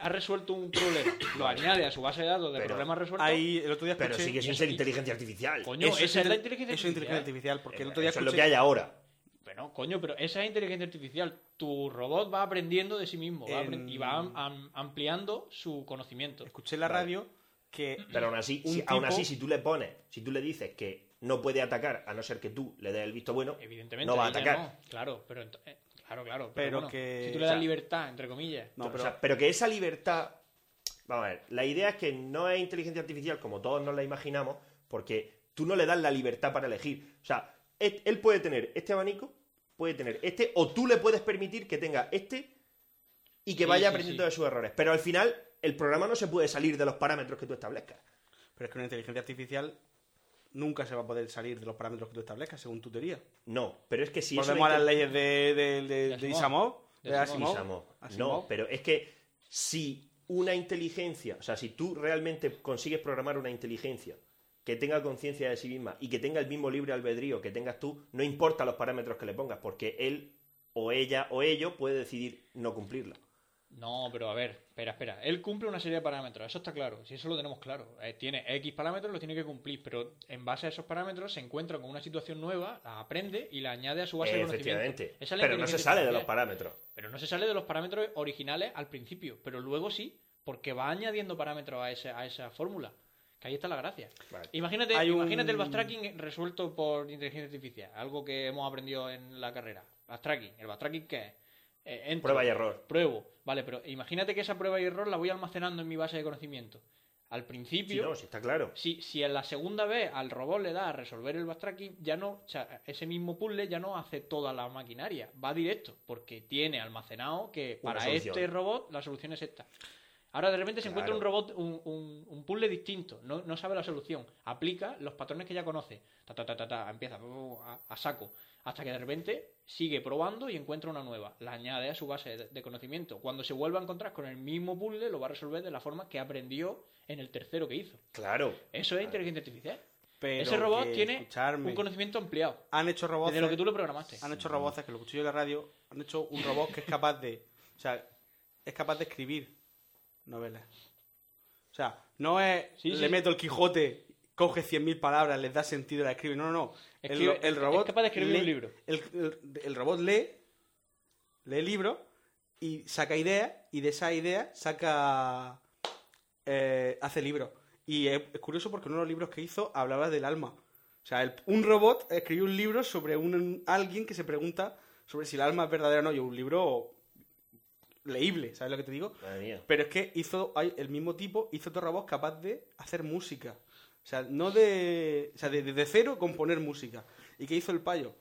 [SPEAKER 5] ha resuelto un problema. Lo añade a su base de datos de
[SPEAKER 3] Pero
[SPEAKER 5] problemas resueltos.
[SPEAKER 7] Ahí, el otro día
[SPEAKER 3] Pero
[SPEAKER 7] escuché-
[SPEAKER 3] sigue sin
[SPEAKER 7] Eso-
[SPEAKER 3] ser inteligencia artificial.
[SPEAKER 5] Coño,
[SPEAKER 7] Eso
[SPEAKER 5] esa es la
[SPEAKER 7] intel-
[SPEAKER 5] inteligencia
[SPEAKER 7] Eso es inteligencia artificial, porque el otro día
[SPEAKER 3] Eso es lo
[SPEAKER 7] escuché-
[SPEAKER 3] que hay ahora.
[SPEAKER 5] Bueno, coño, pero esa es inteligencia artificial. Tu robot va aprendiendo de sí mismo va
[SPEAKER 7] En-
[SPEAKER 5] apren- y va am- am- ampliando su conocimiento.
[SPEAKER 7] Escuché en la radio que.
[SPEAKER 3] Pero aún así,
[SPEAKER 7] un
[SPEAKER 3] si, aún
[SPEAKER 7] tipo-
[SPEAKER 3] así, si tú le pones, si tú le dices que no puede atacar a no ser que tú le des el visto bueno,
[SPEAKER 5] Evidentemente,
[SPEAKER 3] no va a
[SPEAKER 5] ahí ya
[SPEAKER 3] atacar.
[SPEAKER 5] no. Claro, pero ento- eh, claro, claro. Pero,
[SPEAKER 3] Pero
[SPEAKER 5] bueno,
[SPEAKER 3] que-
[SPEAKER 5] si tú le das
[SPEAKER 3] o sea,
[SPEAKER 5] libertad, entre comillas.
[SPEAKER 3] O sea, pero... que esa libertad. Vamos a ver, la idea es que no es inteligencia artificial como todos nos la imaginamos, porque tú no le das la libertad para elegir. O sea, et- él puede tener este abanico, puede tener este, o tú le puedes permitir que tenga este y que
[SPEAKER 7] Sí, sí,
[SPEAKER 3] vaya aprendiendo
[SPEAKER 7] sí.
[SPEAKER 3] de sus errores. Pero al final, el programa no se puede salir de los parámetros que tú establezcas.
[SPEAKER 7] Pero es que una inteligencia artificial nunca se va a poder salir de los parámetros que tú establezcas, según tu teoría.
[SPEAKER 3] No, pero es que si es
[SPEAKER 7] Volvemos
[SPEAKER 3] una
[SPEAKER 7] a las
[SPEAKER 3] inte-
[SPEAKER 7] leyes de, de, de, de Isamov. De Asimov.
[SPEAKER 3] Isamov.
[SPEAKER 5] ¿Ah,
[SPEAKER 7] Asimov.
[SPEAKER 3] No, pero es que si una inteligencia, o sea, si tú realmente consigues programar una inteligencia que tenga conciencia de sí misma y que tenga el mismo libre albedrío que tengas tú, no importa los parámetros que le pongas, porque él o ella o ello puede decidir no cumplirla.
[SPEAKER 5] No, pero a ver, espera, espera. Él cumple una serie de parámetros, eso está claro. Si eso lo tenemos claro. Eh, tiene X parámetros, los tiene que cumplir, pero en base a esos parámetros se encuentra con una situación nueva, la aprende y la añade a su base de conocimiento.
[SPEAKER 3] Efectivamente.
[SPEAKER 5] Esa es la
[SPEAKER 3] Pero no se
[SPEAKER 5] inteligencia
[SPEAKER 3] sale de los
[SPEAKER 5] artificial.
[SPEAKER 3] parámetros.
[SPEAKER 5] Pero no se sale de los parámetros originales al principio, pero luego sí, porque va añadiendo parámetros a, ese- a esa fórmula. Que ahí está la gracia. Imagínate,
[SPEAKER 7] Hay un-
[SPEAKER 5] imagínate el backtracking resuelto por inteligencia artificial, algo que hemos aprendido en la carrera. Backtracking, ¿el backtracking qué es? Eh, entro,
[SPEAKER 3] Prueba y error.
[SPEAKER 5] Pruebo, vale, pero imagínate que esa prueba y error la voy almacenando en mi base de conocimiento. Al principio,
[SPEAKER 3] Sí, no, sí, está claro.
[SPEAKER 5] si, si en la segunda vez al robot le da a resolver el backtracking, ya no, o sea, ese mismo puzzle ya no hace toda la maquinaria, va directo, porque tiene almacenado que
[SPEAKER 3] Una
[SPEAKER 5] para
[SPEAKER 3] solución.
[SPEAKER 5] este robot la solución es esta. Ahora de repente se encuentra un
[SPEAKER 3] Claro.
[SPEAKER 5] robot, un, un- un puzzle distinto, no, no sabe la solución, aplica los patrones que ya conoce, ta, ta, ta, ta, ta, empieza uh, a, a saco, hasta que de repente sigue probando y encuentra una nueva, la añade a su base de, de conocimiento. Cuando se vuelva a encontrar con el mismo puzzle, lo va a resolver de la forma que aprendió en el tercero que hizo.
[SPEAKER 3] Claro.
[SPEAKER 5] Eso es inteligencia artificial.
[SPEAKER 7] Pero
[SPEAKER 5] Ese robot
[SPEAKER 7] que,
[SPEAKER 5] tiene
[SPEAKER 7] escucharme.
[SPEAKER 5] un conocimiento ampliado.
[SPEAKER 7] Han hecho robots.
[SPEAKER 5] Desde lo que tú lo programaste.
[SPEAKER 7] Han hecho robots que lo escuché yo en la radio. Han hecho un robot que es capaz de. O sea, es capaz de escribir novelas. O sea, no es.
[SPEAKER 5] Sí,
[SPEAKER 7] le
[SPEAKER 5] sí.
[SPEAKER 7] meto el Quijote, coge 100.000 palabras, les da sentido, la escribe. No, no, no. El,
[SPEAKER 5] Escribe-
[SPEAKER 7] el robot.
[SPEAKER 5] es capaz de escribir un
[SPEAKER 7] lee-
[SPEAKER 5] libro.
[SPEAKER 7] El, el- el robot lee. Lee libros y saca ideas y de esa idea saca eh, hace libros. Y es, es curioso porque uno de los libros que hizo hablaba del alma. O sea, el- un robot escribió un libro sobre un, alguien que se pregunta sobre si el alma es verdadera o no. Y un libro leíble, ¿sabes lo que te digo?
[SPEAKER 3] Madre mía.
[SPEAKER 7] Pero es que hizo hay- el mismo tipo hizo otro robot capaz de hacer música. O sea, no de. O sea, desde cero componer música. ¿Y qué hizo el payo?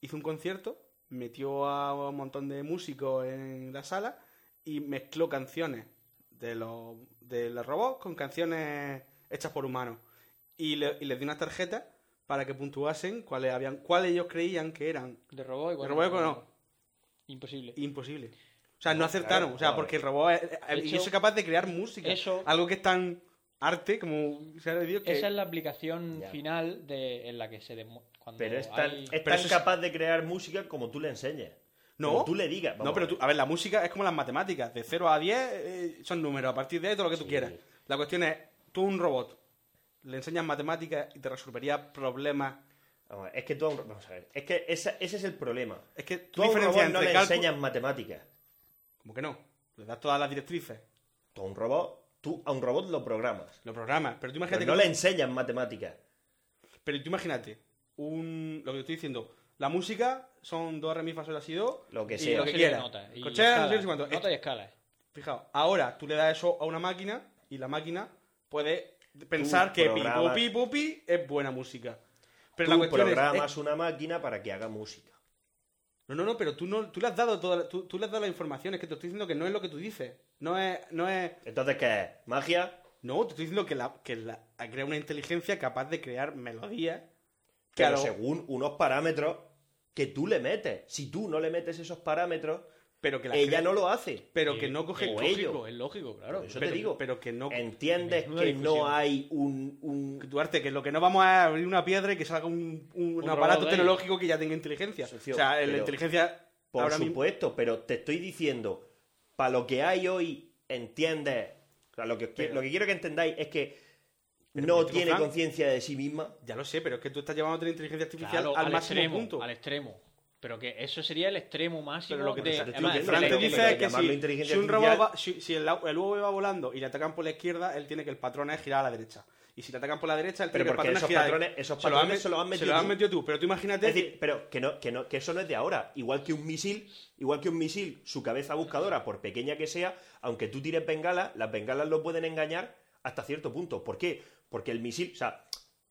[SPEAKER 7] Hizo un concierto, metió a un montón de músicos en la sala y mezcló canciones de los, de los robots con canciones hechas por humanos. Y, le- y les dio unas tarjetas para que puntuasen cuáles habían cuáles ellos creían que eran.
[SPEAKER 5] De robot y
[SPEAKER 7] De
[SPEAKER 5] cuál
[SPEAKER 7] robot y cuál no.
[SPEAKER 5] Imposible.
[SPEAKER 7] Imposible. O sea, no,
[SPEAKER 5] No,
[SPEAKER 7] acertaron.
[SPEAKER 5] claro,
[SPEAKER 7] o sea,
[SPEAKER 5] claro.
[SPEAKER 7] porque el robot es, es-
[SPEAKER 5] De
[SPEAKER 7] y
[SPEAKER 5] hecho,
[SPEAKER 7] eso es capaz de crear música.
[SPEAKER 5] eso-
[SPEAKER 7] Algo que es tan arte como se ha dicho que...
[SPEAKER 5] Esa es la aplicación
[SPEAKER 3] Ya.
[SPEAKER 5] final de, en la que se demu- cuando
[SPEAKER 3] Pero es tan,
[SPEAKER 5] hay-
[SPEAKER 3] es
[SPEAKER 7] Pero
[SPEAKER 3] tan
[SPEAKER 7] eso es-
[SPEAKER 3] capaz de crear música como tú le enseñes.
[SPEAKER 7] No.
[SPEAKER 3] Como tú le digas.
[SPEAKER 7] No, pero tú, a ver, la música es como las matemáticas. De 0 a 10 eh, son números. A partir de ahí todo lo que tú quieras. La cuestión es, tú a un robot le enseñas matemáticas y te resolvería problemas.
[SPEAKER 3] Vamos a ver, Es que tú a un- Vamos a ver. Es que esa- ese es el problema.
[SPEAKER 7] Es que tú
[SPEAKER 3] Tú a un
[SPEAKER 7] diferencias
[SPEAKER 3] robot no le
[SPEAKER 7] entre cálculo-
[SPEAKER 3] enseñas matemáticas.
[SPEAKER 7] Como que no. Le das todas las directrices.
[SPEAKER 3] Tú a un robot, tú a un robot lo programas.
[SPEAKER 7] Lo programas. Pero tú imagínate
[SPEAKER 3] Pero no
[SPEAKER 7] que
[SPEAKER 3] le
[SPEAKER 7] tú-
[SPEAKER 3] enseñas matemáticas.
[SPEAKER 7] Pero tú imagínate, un, lo que te estoy diciendo, la música son dos remifa sol así do
[SPEAKER 3] Lo que
[SPEAKER 7] y
[SPEAKER 3] sea.
[SPEAKER 7] lo que
[SPEAKER 5] serie de
[SPEAKER 7] quieras.
[SPEAKER 5] notas y
[SPEAKER 7] Cochea, no sé
[SPEAKER 5] escalas,
[SPEAKER 7] si cuánto.
[SPEAKER 5] notas y
[SPEAKER 7] Eh,
[SPEAKER 5] escalas.
[SPEAKER 7] Fijaos, ahora tú le das eso a una máquina y la máquina puede pensar que pi,
[SPEAKER 3] programas-
[SPEAKER 7] pi, pu, pi es buena música. Pero
[SPEAKER 3] tú
[SPEAKER 7] la cuestión es-
[SPEAKER 3] programas
[SPEAKER 7] es,
[SPEAKER 3] una máquina para que haga música.
[SPEAKER 7] no, no, no, pero tú no, tú le has dado toda, la- tú, tú le has dado la información, es que te estoy diciendo que no es lo que tú dices. No es, no es.
[SPEAKER 3] Entonces, ¿qué es? ¿Magia?
[SPEAKER 7] No, te estoy diciendo que la, que la crea una inteligencia capaz de crear melodías. que a
[SPEAKER 3] Pero
[SPEAKER 7] lo-
[SPEAKER 3] según unos parámetros que tú le metes. Si tú no le metes esos parámetros,
[SPEAKER 7] pero que la
[SPEAKER 3] ella
[SPEAKER 7] crea-
[SPEAKER 3] no lo hace.
[SPEAKER 7] pero que no coge
[SPEAKER 5] Es
[SPEAKER 3] o
[SPEAKER 5] lógico,
[SPEAKER 3] ello.
[SPEAKER 5] Pues es lógico, claro.
[SPEAKER 3] Por eso
[SPEAKER 7] pero-
[SPEAKER 3] te digo.
[SPEAKER 7] pero que no-
[SPEAKER 3] Entiendes
[SPEAKER 5] Menuda
[SPEAKER 3] que no
[SPEAKER 5] discusión.
[SPEAKER 3] hay un. un-
[SPEAKER 7] Duarte, que lo que no vamos a abrir una piedra y que salga un, un
[SPEAKER 5] robot
[SPEAKER 7] aparato
[SPEAKER 5] de ahí.
[SPEAKER 7] tecnológico que ya tenga inteligencia.
[SPEAKER 3] Socio,
[SPEAKER 7] o sea, la
[SPEAKER 3] pero-
[SPEAKER 7] inteligencia
[SPEAKER 3] Por
[SPEAKER 7] ahora mismo-
[SPEAKER 3] supuesto, pero te estoy diciendo. Para lo que hay hoy, entiendes. O sea, lo que, os qui-
[SPEAKER 7] Pero-
[SPEAKER 3] lo que quiero que entendáis es que
[SPEAKER 7] Pero
[SPEAKER 3] no
[SPEAKER 7] Francisco
[SPEAKER 3] tiene
[SPEAKER 7] Frank-
[SPEAKER 3] conciencia de sí misma.
[SPEAKER 7] Ya lo sé, pero es que tú estás llevando otra inteligencia artificial
[SPEAKER 5] Claro,
[SPEAKER 7] al,
[SPEAKER 5] al
[SPEAKER 7] máximo
[SPEAKER 5] extremo,
[SPEAKER 7] punto.
[SPEAKER 5] al extremo. Pero que eso sería el extremo máximo
[SPEAKER 7] Pero lo que te,
[SPEAKER 5] de...
[SPEAKER 7] te estoy
[SPEAKER 5] además,
[SPEAKER 7] diciendo,
[SPEAKER 5] de
[SPEAKER 7] Fran te
[SPEAKER 5] lo
[SPEAKER 3] pero-
[SPEAKER 7] dice
[SPEAKER 3] pero
[SPEAKER 7] que
[SPEAKER 3] llamarlo
[SPEAKER 7] si,
[SPEAKER 3] inteligencia
[SPEAKER 7] si un robot
[SPEAKER 3] artificial-
[SPEAKER 7] va- si- si el, au- el huevo va volando y le atacan por la izquierda, él tiene que el patrón es girar a la derecha. Y si le atacan por la derecha, él
[SPEAKER 3] Pero
[SPEAKER 7] tiene que
[SPEAKER 3] porque
[SPEAKER 7] el patrón es
[SPEAKER 3] esos
[SPEAKER 7] girar
[SPEAKER 3] patrones- esos
[SPEAKER 7] se los han
[SPEAKER 3] patrones
[SPEAKER 7] met-
[SPEAKER 3] se los han metido
[SPEAKER 7] Se los
[SPEAKER 3] tú.
[SPEAKER 7] has metido tú, pero tú
[SPEAKER 3] Es
[SPEAKER 7] imagínate...
[SPEAKER 3] decir, pero que no, que no, que eso no es de ahora. Igual que un misil, igual que un misil, su cabeza buscadora, por pequeña que sea, aunque tú tires bengalas, las bengalas lo pueden engañar hasta cierto punto. ¿Por qué? Porque el misil, o sea,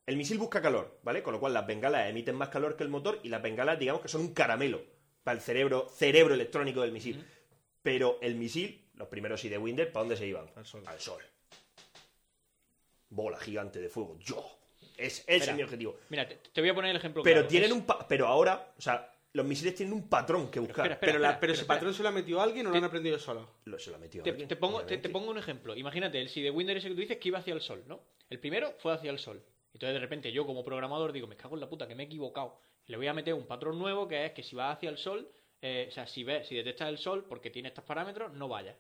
[SPEAKER 3] el misil busca calor, ¿vale? Con lo cual las bengalas emiten más calor que el motor y las bengalas, digamos que son un caramelo para el cerebro, cerebro electrónico del misil. Pero el misil, los primeros y de Winder, ¿para dónde se iban? Al sol. Al sol. Bola gigante de fuego. Yo. Es, ese es mi objetivo.
[SPEAKER 5] Mira, te, te voy a poner el ejemplo
[SPEAKER 3] Pero
[SPEAKER 5] claro.
[SPEAKER 3] tienen
[SPEAKER 5] Es-
[SPEAKER 3] un pa- pero ahora, o sea, los misiles tienen un patrón que buscar.
[SPEAKER 5] espera, espera.
[SPEAKER 7] pero la- pero ese
[SPEAKER 5] espera.
[SPEAKER 7] patrón se lo ha metido alguien o lo han aprendido solo.
[SPEAKER 3] Lo- se lo ha metido
[SPEAKER 5] Te,
[SPEAKER 3] alguien,
[SPEAKER 5] te pongo, te,
[SPEAKER 3] obviamente.
[SPEAKER 5] te pongo un ejemplo. Imagínate, el si de Winder ese que tú dices que iba hacia el sol, ¿no? El primero fue hacia el sol. Entonces, de repente, yo como programador digo, me cago en la puta, que me he equivocado. Le voy a meter un patrón nuevo que es que si vas hacia el sol, eh, o sea, si ves, si detectas el sol porque tiene estos parámetros, no vayas.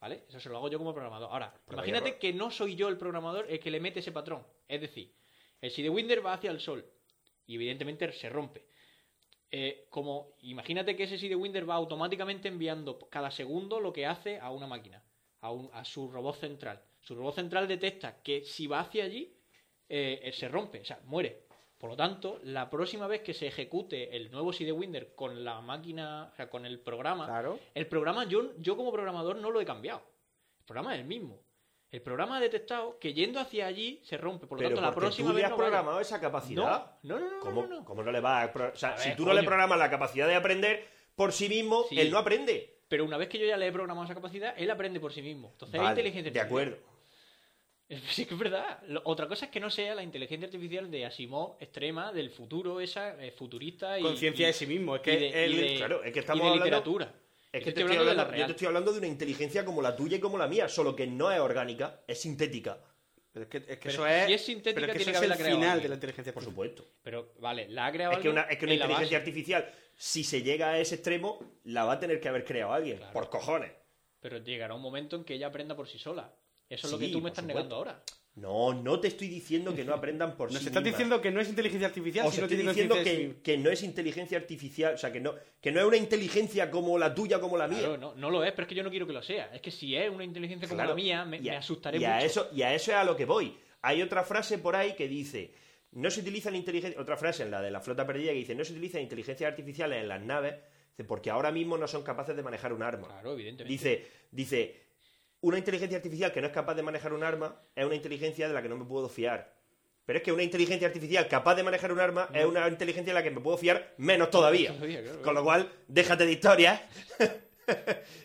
[SPEAKER 5] ¿Vale? Eso se lo hago yo como programador. Ahora,
[SPEAKER 3] Prueba y
[SPEAKER 5] imagínate
[SPEAKER 3] error.
[SPEAKER 5] que no soy yo el programador el que le mete ese patrón. Es decir, el si de Winder va hacia el sol y evidentemente se rompe. Eh, como imagínate que ese CD Winder va automáticamente enviando cada segundo lo que hace a una máquina, a, un- a su robot central. Su robot central detecta que si va hacia allí, eh, eh, se rompe, o sea, muere. Por lo tanto, la próxima vez que se ejecute el nuevo CD Winder con la máquina, o sea, con el programa,
[SPEAKER 7] Claro.
[SPEAKER 5] el programa yo, yo como programador no lo he cambiado. El programa es el mismo. El programa ha detectado que yendo hacia allí se rompe. Por lo
[SPEAKER 3] Pero
[SPEAKER 5] tanto, la
[SPEAKER 3] porque
[SPEAKER 5] próxima
[SPEAKER 3] tú le
[SPEAKER 5] vez
[SPEAKER 3] has
[SPEAKER 5] no vaya.
[SPEAKER 3] programado esa capacidad.
[SPEAKER 5] No, no, no, no,
[SPEAKER 3] ¿Cómo,
[SPEAKER 5] no, no.
[SPEAKER 3] cómo no le vas a pro- o sea,
[SPEAKER 5] A
[SPEAKER 3] si
[SPEAKER 5] ver,
[SPEAKER 3] tú no le
[SPEAKER 5] coño.
[SPEAKER 3] programas la capacidad de aprender por sí mismo,
[SPEAKER 5] Sí.
[SPEAKER 3] él no aprende.
[SPEAKER 5] Pero una vez que yo ya le he programado esa capacidad, él aprende por sí mismo. Entonces
[SPEAKER 3] Vale,
[SPEAKER 5] es inteligente.
[SPEAKER 3] de acuerdo.
[SPEAKER 5] Sí que es verdad. Lo- otra cosa es que no sea la inteligencia artificial de Asimov extrema, del futuro, esa eh, futurista y...
[SPEAKER 7] Conciencia
[SPEAKER 5] y-
[SPEAKER 7] de sí mismo, es
[SPEAKER 5] y
[SPEAKER 7] que
[SPEAKER 5] de- y
[SPEAKER 7] él-
[SPEAKER 5] de-
[SPEAKER 3] claro, es que
[SPEAKER 5] y
[SPEAKER 3] estamos
[SPEAKER 5] de
[SPEAKER 3] hablando-
[SPEAKER 5] literatura.
[SPEAKER 3] Es
[SPEAKER 5] Yo
[SPEAKER 3] que te
[SPEAKER 5] te estoy
[SPEAKER 3] estoy
[SPEAKER 5] hablando de la
[SPEAKER 3] hablando- yo
[SPEAKER 5] real.
[SPEAKER 3] te estoy hablando de una inteligencia como la tuya y como la mía, solo que no es orgánica, es sintética,
[SPEAKER 7] Pero es que, es que
[SPEAKER 5] Pero
[SPEAKER 7] eso
[SPEAKER 5] si
[SPEAKER 7] es...
[SPEAKER 5] es sintética,
[SPEAKER 7] pero es que
[SPEAKER 5] tiene que
[SPEAKER 7] eso es el
[SPEAKER 5] haberla creado
[SPEAKER 7] final
[SPEAKER 5] alguien.
[SPEAKER 7] de la inteligencia
[SPEAKER 3] por
[SPEAKER 7] artificial.
[SPEAKER 3] supuesto.
[SPEAKER 5] Pero, Pues, vale, la ha creado
[SPEAKER 3] Es que una,
[SPEAKER 5] alguien
[SPEAKER 3] es que una
[SPEAKER 5] en la
[SPEAKER 3] inteligencia
[SPEAKER 5] base.
[SPEAKER 3] artificial, si se llega a ese extremo, la va a tener que haber creado alguien,
[SPEAKER 5] Claro.
[SPEAKER 3] por cojones.
[SPEAKER 5] Pero llegará un momento en que ella aprenda por sí sola. Eso es lo
[SPEAKER 3] Sí,
[SPEAKER 5] que tú me
[SPEAKER 3] por
[SPEAKER 5] estás
[SPEAKER 3] supuesto.
[SPEAKER 5] negando ahora.
[SPEAKER 3] No, no te estoy diciendo que no aprendan por
[SPEAKER 7] Nos
[SPEAKER 3] sí
[SPEAKER 7] estás
[SPEAKER 3] mismas.
[SPEAKER 7] diciendo que no es inteligencia artificial,
[SPEAKER 3] Os
[SPEAKER 7] sino
[SPEAKER 3] estoy
[SPEAKER 7] que tiene
[SPEAKER 3] diciendo
[SPEAKER 7] inteligencia
[SPEAKER 3] que, que no es inteligencia artificial, o sea, que no, que no es una inteligencia como la tuya, como la mía.
[SPEAKER 5] Claro, no, no lo es, pero es que yo no quiero que lo sea. Es que si es una inteligencia como
[SPEAKER 3] Claro.
[SPEAKER 5] la mía, me,
[SPEAKER 3] Y a-
[SPEAKER 5] me asustaré
[SPEAKER 3] y
[SPEAKER 5] mucho.
[SPEAKER 3] A eso, y a eso es a lo que voy. Hay otra frase por ahí que dice, no se utiliza la inteligencia, otra frase en la de la flota perdida que dice, no se utilizan inteligencias artificiales en las naves, dice, porque ahora mismo no son capaces de manejar un arma.
[SPEAKER 5] Claro, evidentemente.
[SPEAKER 3] Dice, dice, una inteligencia artificial que no es capaz de manejar un arma es una inteligencia de la que no me puedo fiar. Pero es que una inteligencia artificial capaz de manejar un arma es una inteligencia de la que me puedo fiar menos todavía.
[SPEAKER 5] Todavía, claro,
[SPEAKER 3] Con
[SPEAKER 5] claro.
[SPEAKER 3] lo cual, déjate de historias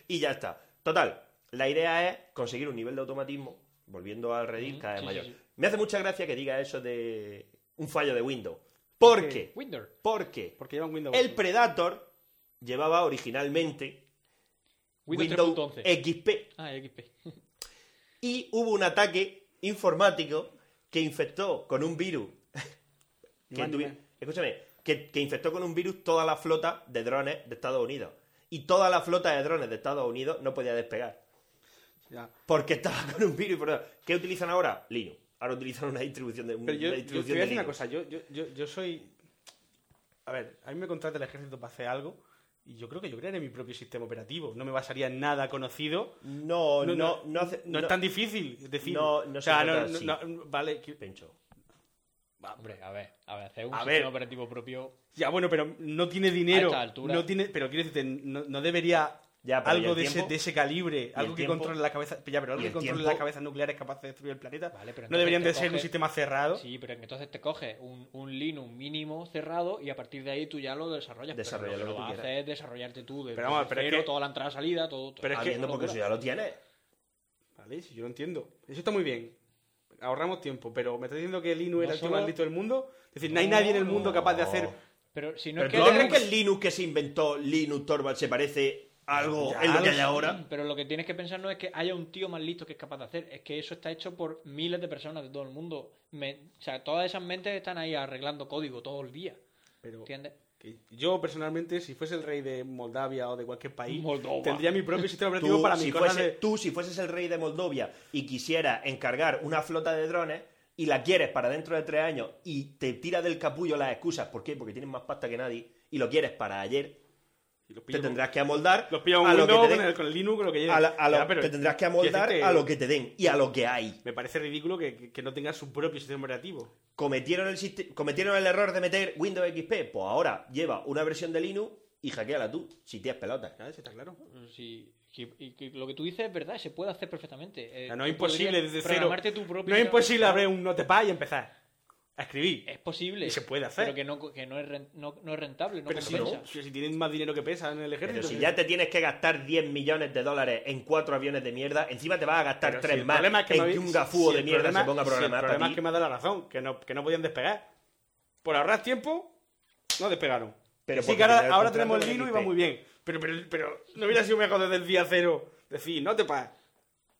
[SPEAKER 3] y ya está. Total, la idea es conseguir un nivel de automatismo, volviendo al Reddit,
[SPEAKER 5] Ujú,
[SPEAKER 3] cada vez
[SPEAKER 5] sí,
[SPEAKER 3] mayor.
[SPEAKER 5] sí, sí.
[SPEAKER 3] Me hace mucha gracia que diga eso de un fallo de Windows. ¿Por
[SPEAKER 7] Ok.
[SPEAKER 3] qué?
[SPEAKER 5] Windows.
[SPEAKER 3] Porque
[SPEAKER 7] Porque llevan Windows.
[SPEAKER 3] el Predator llevaba originalmente
[SPEAKER 5] Windows,
[SPEAKER 3] Windows
[SPEAKER 5] 3.11.
[SPEAKER 3] XP.
[SPEAKER 5] Ah, el XP.
[SPEAKER 3] Y hubo un ataque informático que infectó con un virus. que
[SPEAKER 7] Mándame.
[SPEAKER 3] tuvi- Escúchame, que, que infectó con un virus toda la flota de drones de Estados Unidos. Y toda la flota de drones de Estados Unidos no podía despegar.
[SPEAKER 7] Ya.
[SPEAKER 3] Porque estaba con un virus. Por... ¿Qué utilizan ahora? Linux. Ahora utilizan una distribución de,
[SPEAKER 7] Pero
[SPEAKER 3] una
[SPEAKER 7] yo, yo te voy
[SPEAKER 3] distribución de
[SPEAKER 7] a decir una
[SPEAKER 3] Linux.
[SPEAKER 7] cosa, yo, yo, yo, yo soy... A ver, a mí me contrata el ejército para hacer algo y yo creo que yo crearé mi propio sistema operativo. No me basaría en nada conocido.
[SPEAKER 3] No, no, no, hace-
[SPEAKER 7] no es tan difícil es decir.
[SPEAKER 3] no- no
[SPEAKER 7] o sea,
[SPEAKER 3] se
[SPEAKER 7] no,
[SPEAKER 3] trata
[SPEAKER 7] no-
[SPEAKER 3] así.
[SPEAKER 7] no- vale. que-
[SPEAKER 3] Pencho.
[SPEAKER 5] Hombre, a ver, a ver, hacer un
[SPEAKER 3] Ah. A
[SPEAKER 5] sistema
[SPEAKER 3] ver.
[SPEAKER 5] operativo propio.
[SPEAKER 7] Ya, bueno, pero no tiene dinero.
[SPEAKER 5] A esta altura.
[SPEAKER 7] No tiene, pero quiero decirte, no, no debería
[SPEAKER 3] Ya, pero ¿y
[SPEAKER 7] algo
[SPEAKER 3] el
[SPEAKER 7] de ese,
[SPEAKER 3] tiempo?
[SPEAKER 7] de ese calibre, algo
[SPEAKER 3] el
[SPEAKER 7] que
[SPEAKER 3] tiempo?
[SPEAKER 7] controle la cabeza, ya, pero algo
[SPEAKER 3] ¿Y
[SPEAKER 7] que
[SPEAKER 3] el
[SPEAKER 7] controle
[SPEAKER 3] tiempo?
[SPEAKER 7] las cabazas nucleares capaz de destruir el planeta.
[SPEAKER 5] Vale, pero
[SPEAKER 7] no
[SPEAKER 5] entonces
[SPEAKER 7] deberían
[SPEAKER 5] te
[SPEAKER 7] de ser un
[SPEAKER 5] coges-
[SPEAKER 7] sistema cerrado.
[SPEAKER 5] Sí, pero entonces te coges un, un Linux mínimo cerrado y a partir de ahí tú ya lo desarrollas.
[SPEAKER 3] Desarrolla
[SPEAKER 5] pero
[SPEAKER 3] lo que
[SPEAKER 5] lo que
[SPEAKER 3] tú
[SPEAKER 5] vas a
[SPEAKER 3] quieras.
[SPEAKER 5] hacer es desarrollarte tú. De
[SPEAKER 7] Pero vamos, pero es
[SPEAKER 5] cero,
[SPEAKER 7] que-
[SPEAKER 5] toda la entrada salida, todo. todo.
[SPEAKER 7] Pero es
[SPEAKER 3] Ah,
[SPEAKER 7] que-
[SPEAKER 3] viendo, porque eso ya lo tienes.
[SPEAKER 7] Vale, si yo lo entiendo. Eso está muy bien. Ahorramos tiempo, pero me estás diciendo que Linux
[SPEAKER 5] No
[SPEAKER 7] era el tío
[SPEAKER 5] solo-
[SPEAKER 7] maldito del mundo. Es decir, no, hay nadie en el mundo capaz de hacer.
[SPEAKER 5] Pero si no
[SPEAKER 3] ¿Pero
[SPEAKER 5] es
[SPEAKER 3] tú
[SPEAKER 5] que.
[SPEAKER 3] no crees
[SPEAKER 5] Linux-
[SPEAKER 3] que el Linux que se inventó, Linux Torvald, se parece a algo
[SPEAKER 7] Ya
[SPEAKER 3] en lo
[SPEAKER 7] lo
[SPEAKER 3] que hay
[SPEAKER 7] sé.
[SPEAKER 3] ahora?
[SPEAKER 5] Pero lo que tienes que pensar no es que haya un tío más listo que es capaz de hacer, es que eso está hecho por miles de personas de todo el mundo. Me- o sea, todas esas mentes están ahí arreglando código todo el día.
[SPEAKER 7] Pero
[SPEAKER 5] ¿Entiendes?
[SPEAKER 7] que yo personalmente, si fuese el rey de Moldavia o de cualquier país,
[SPEAKER 5] Moldova.
[SPEAKER 7] tendría mi propio sistema operativo
[SPEAKER 3] Tú
[SPEAKER 7] para mi
[SPEAKER 3] si,
[SPEAKER 7] cosa
[SPEAKER 3] fuese-
[SPEAKER 7] de-
[SPEAKER 3] tú, si fueses el rey de Moldovia y quisiera encargar una flota de drones y la quieres para dentro de tres años y te tira del capullo las excusas, ¿por qué? Porque tienes más pasta que nadie y lo quieres para ayer,
[SPEAKER 7] Y los
[SPEAKER 3] te
[SPEAKER 7] pillo-
[SPEAKER 3] tendrás que amoldar
[SPEAKER 7] Los pillo con
[SPEAKER 3] a lo que te
[SPEAKER 7] Windows,
[SPEAKER 3] den.
[SPEAKER 7] con, el, con el Linux, con lo que llegue.
[SPEAKER 3] a la- a lo-
[SPEAKER 7] Ya, pero-
[SPEAKER 3] te tendrás que
[SPEAKER 7] quiero
[SPEAKER 3] amoldar
[SPEAKER 7] decirte,
[SPEAKER 3] a lo que te den y a lo que hay.
[SPEAKER 7] Me parece ridículo que, que- que no tenga su propio sistema operativo.
[SPEAKER 3] cometieron el, siste- cometieron el error de meter Windows XP, pues ahora lleva una versión de Linux y hackeala tú, si tienes pelotas.
[SPEAKER 7] Claro, eso está claro.
[SPEAKER 5] Sí, y, y- y lo que tú dices es verdad, se puede hacer perfectamente. Eh,
[SPEAKER 7] O sea, no
[SPEAKER 5] tú
[SPEAKER 7] es imposible
[SPEAKER 5] podrías
[SPEAKER 7] desde cero.
[SPEAKER 5] programarte tu propio-
[SPEAKER 7] No es imposible abrir un Notepad y empezar a escribir.
[SPEAKER 5] Es posible.
[SPEAKER 7] Y se puede hacer.
[SPEAKER 5] Pero que no, que no, es, ren- no, no es rentable, no
[SPEAKER 7] pero si
[SPEAKER 5] compensa.
[SPEAKER 7] no, si si tienen más dinero que pesa en el ejército.
[SPEAKER 3] Pero si
[SPEAKER 7] que-
[SPEAKER 3] ya te tienes que gastar 10 millones de dólares en cuatro aviones de mierda, encima te vas a gastar
[SPEAKER 7] Pero si
[SPEAKER 3] tres
[SPEAKER 7] el
[SPEAKER 3] más
[SPEAKER 7] problema es que
[SPEAKER 3] en
[SPEAKER 7] me
[SPEAKER 3] que
[SPEAKER 7] habéis-
[SPEAKER 3] un
[SPEAKER 7] si-
[SPEAKER 3] gafúo
[SPEAKER 7] si
[SPEAKER 3] de
[SPEAKER 7] el
[SPEAKER 3] mierda
[SPEAKER 7] problema-
[SPEAKER 3] se ponga a
[SPEAKER 7] si
[SPEAKER 3] programar
[SPEAKER 7] el
[SPEAKER 3] para
[SPEAKER 7] problema
[SPEAKER 3] ti.
[SPEAKER 7] es que me ha dado la razón, que no, que no podían despegar. Por ahorrar tiempo, no despegaron.
[SPEAKER 3] Pero
[SPEAKER 7] sí
[SPEAKER 3] porque
[SPEAKER 7] que ahora,
[SPEAKER 3] tenía el
[SPEAKER 7] ahora
[SPEAKER 3] contrato
[SPEAKER 7] tenemos
[SPEAKER 3] de
[SPEAKER 7] Linux y
[SPEAKER 3] XP.
[SPEAKER 7] va muy bien. Pero, pero, pero no hubiera sido mejor desde el día cero decir, no te pagas.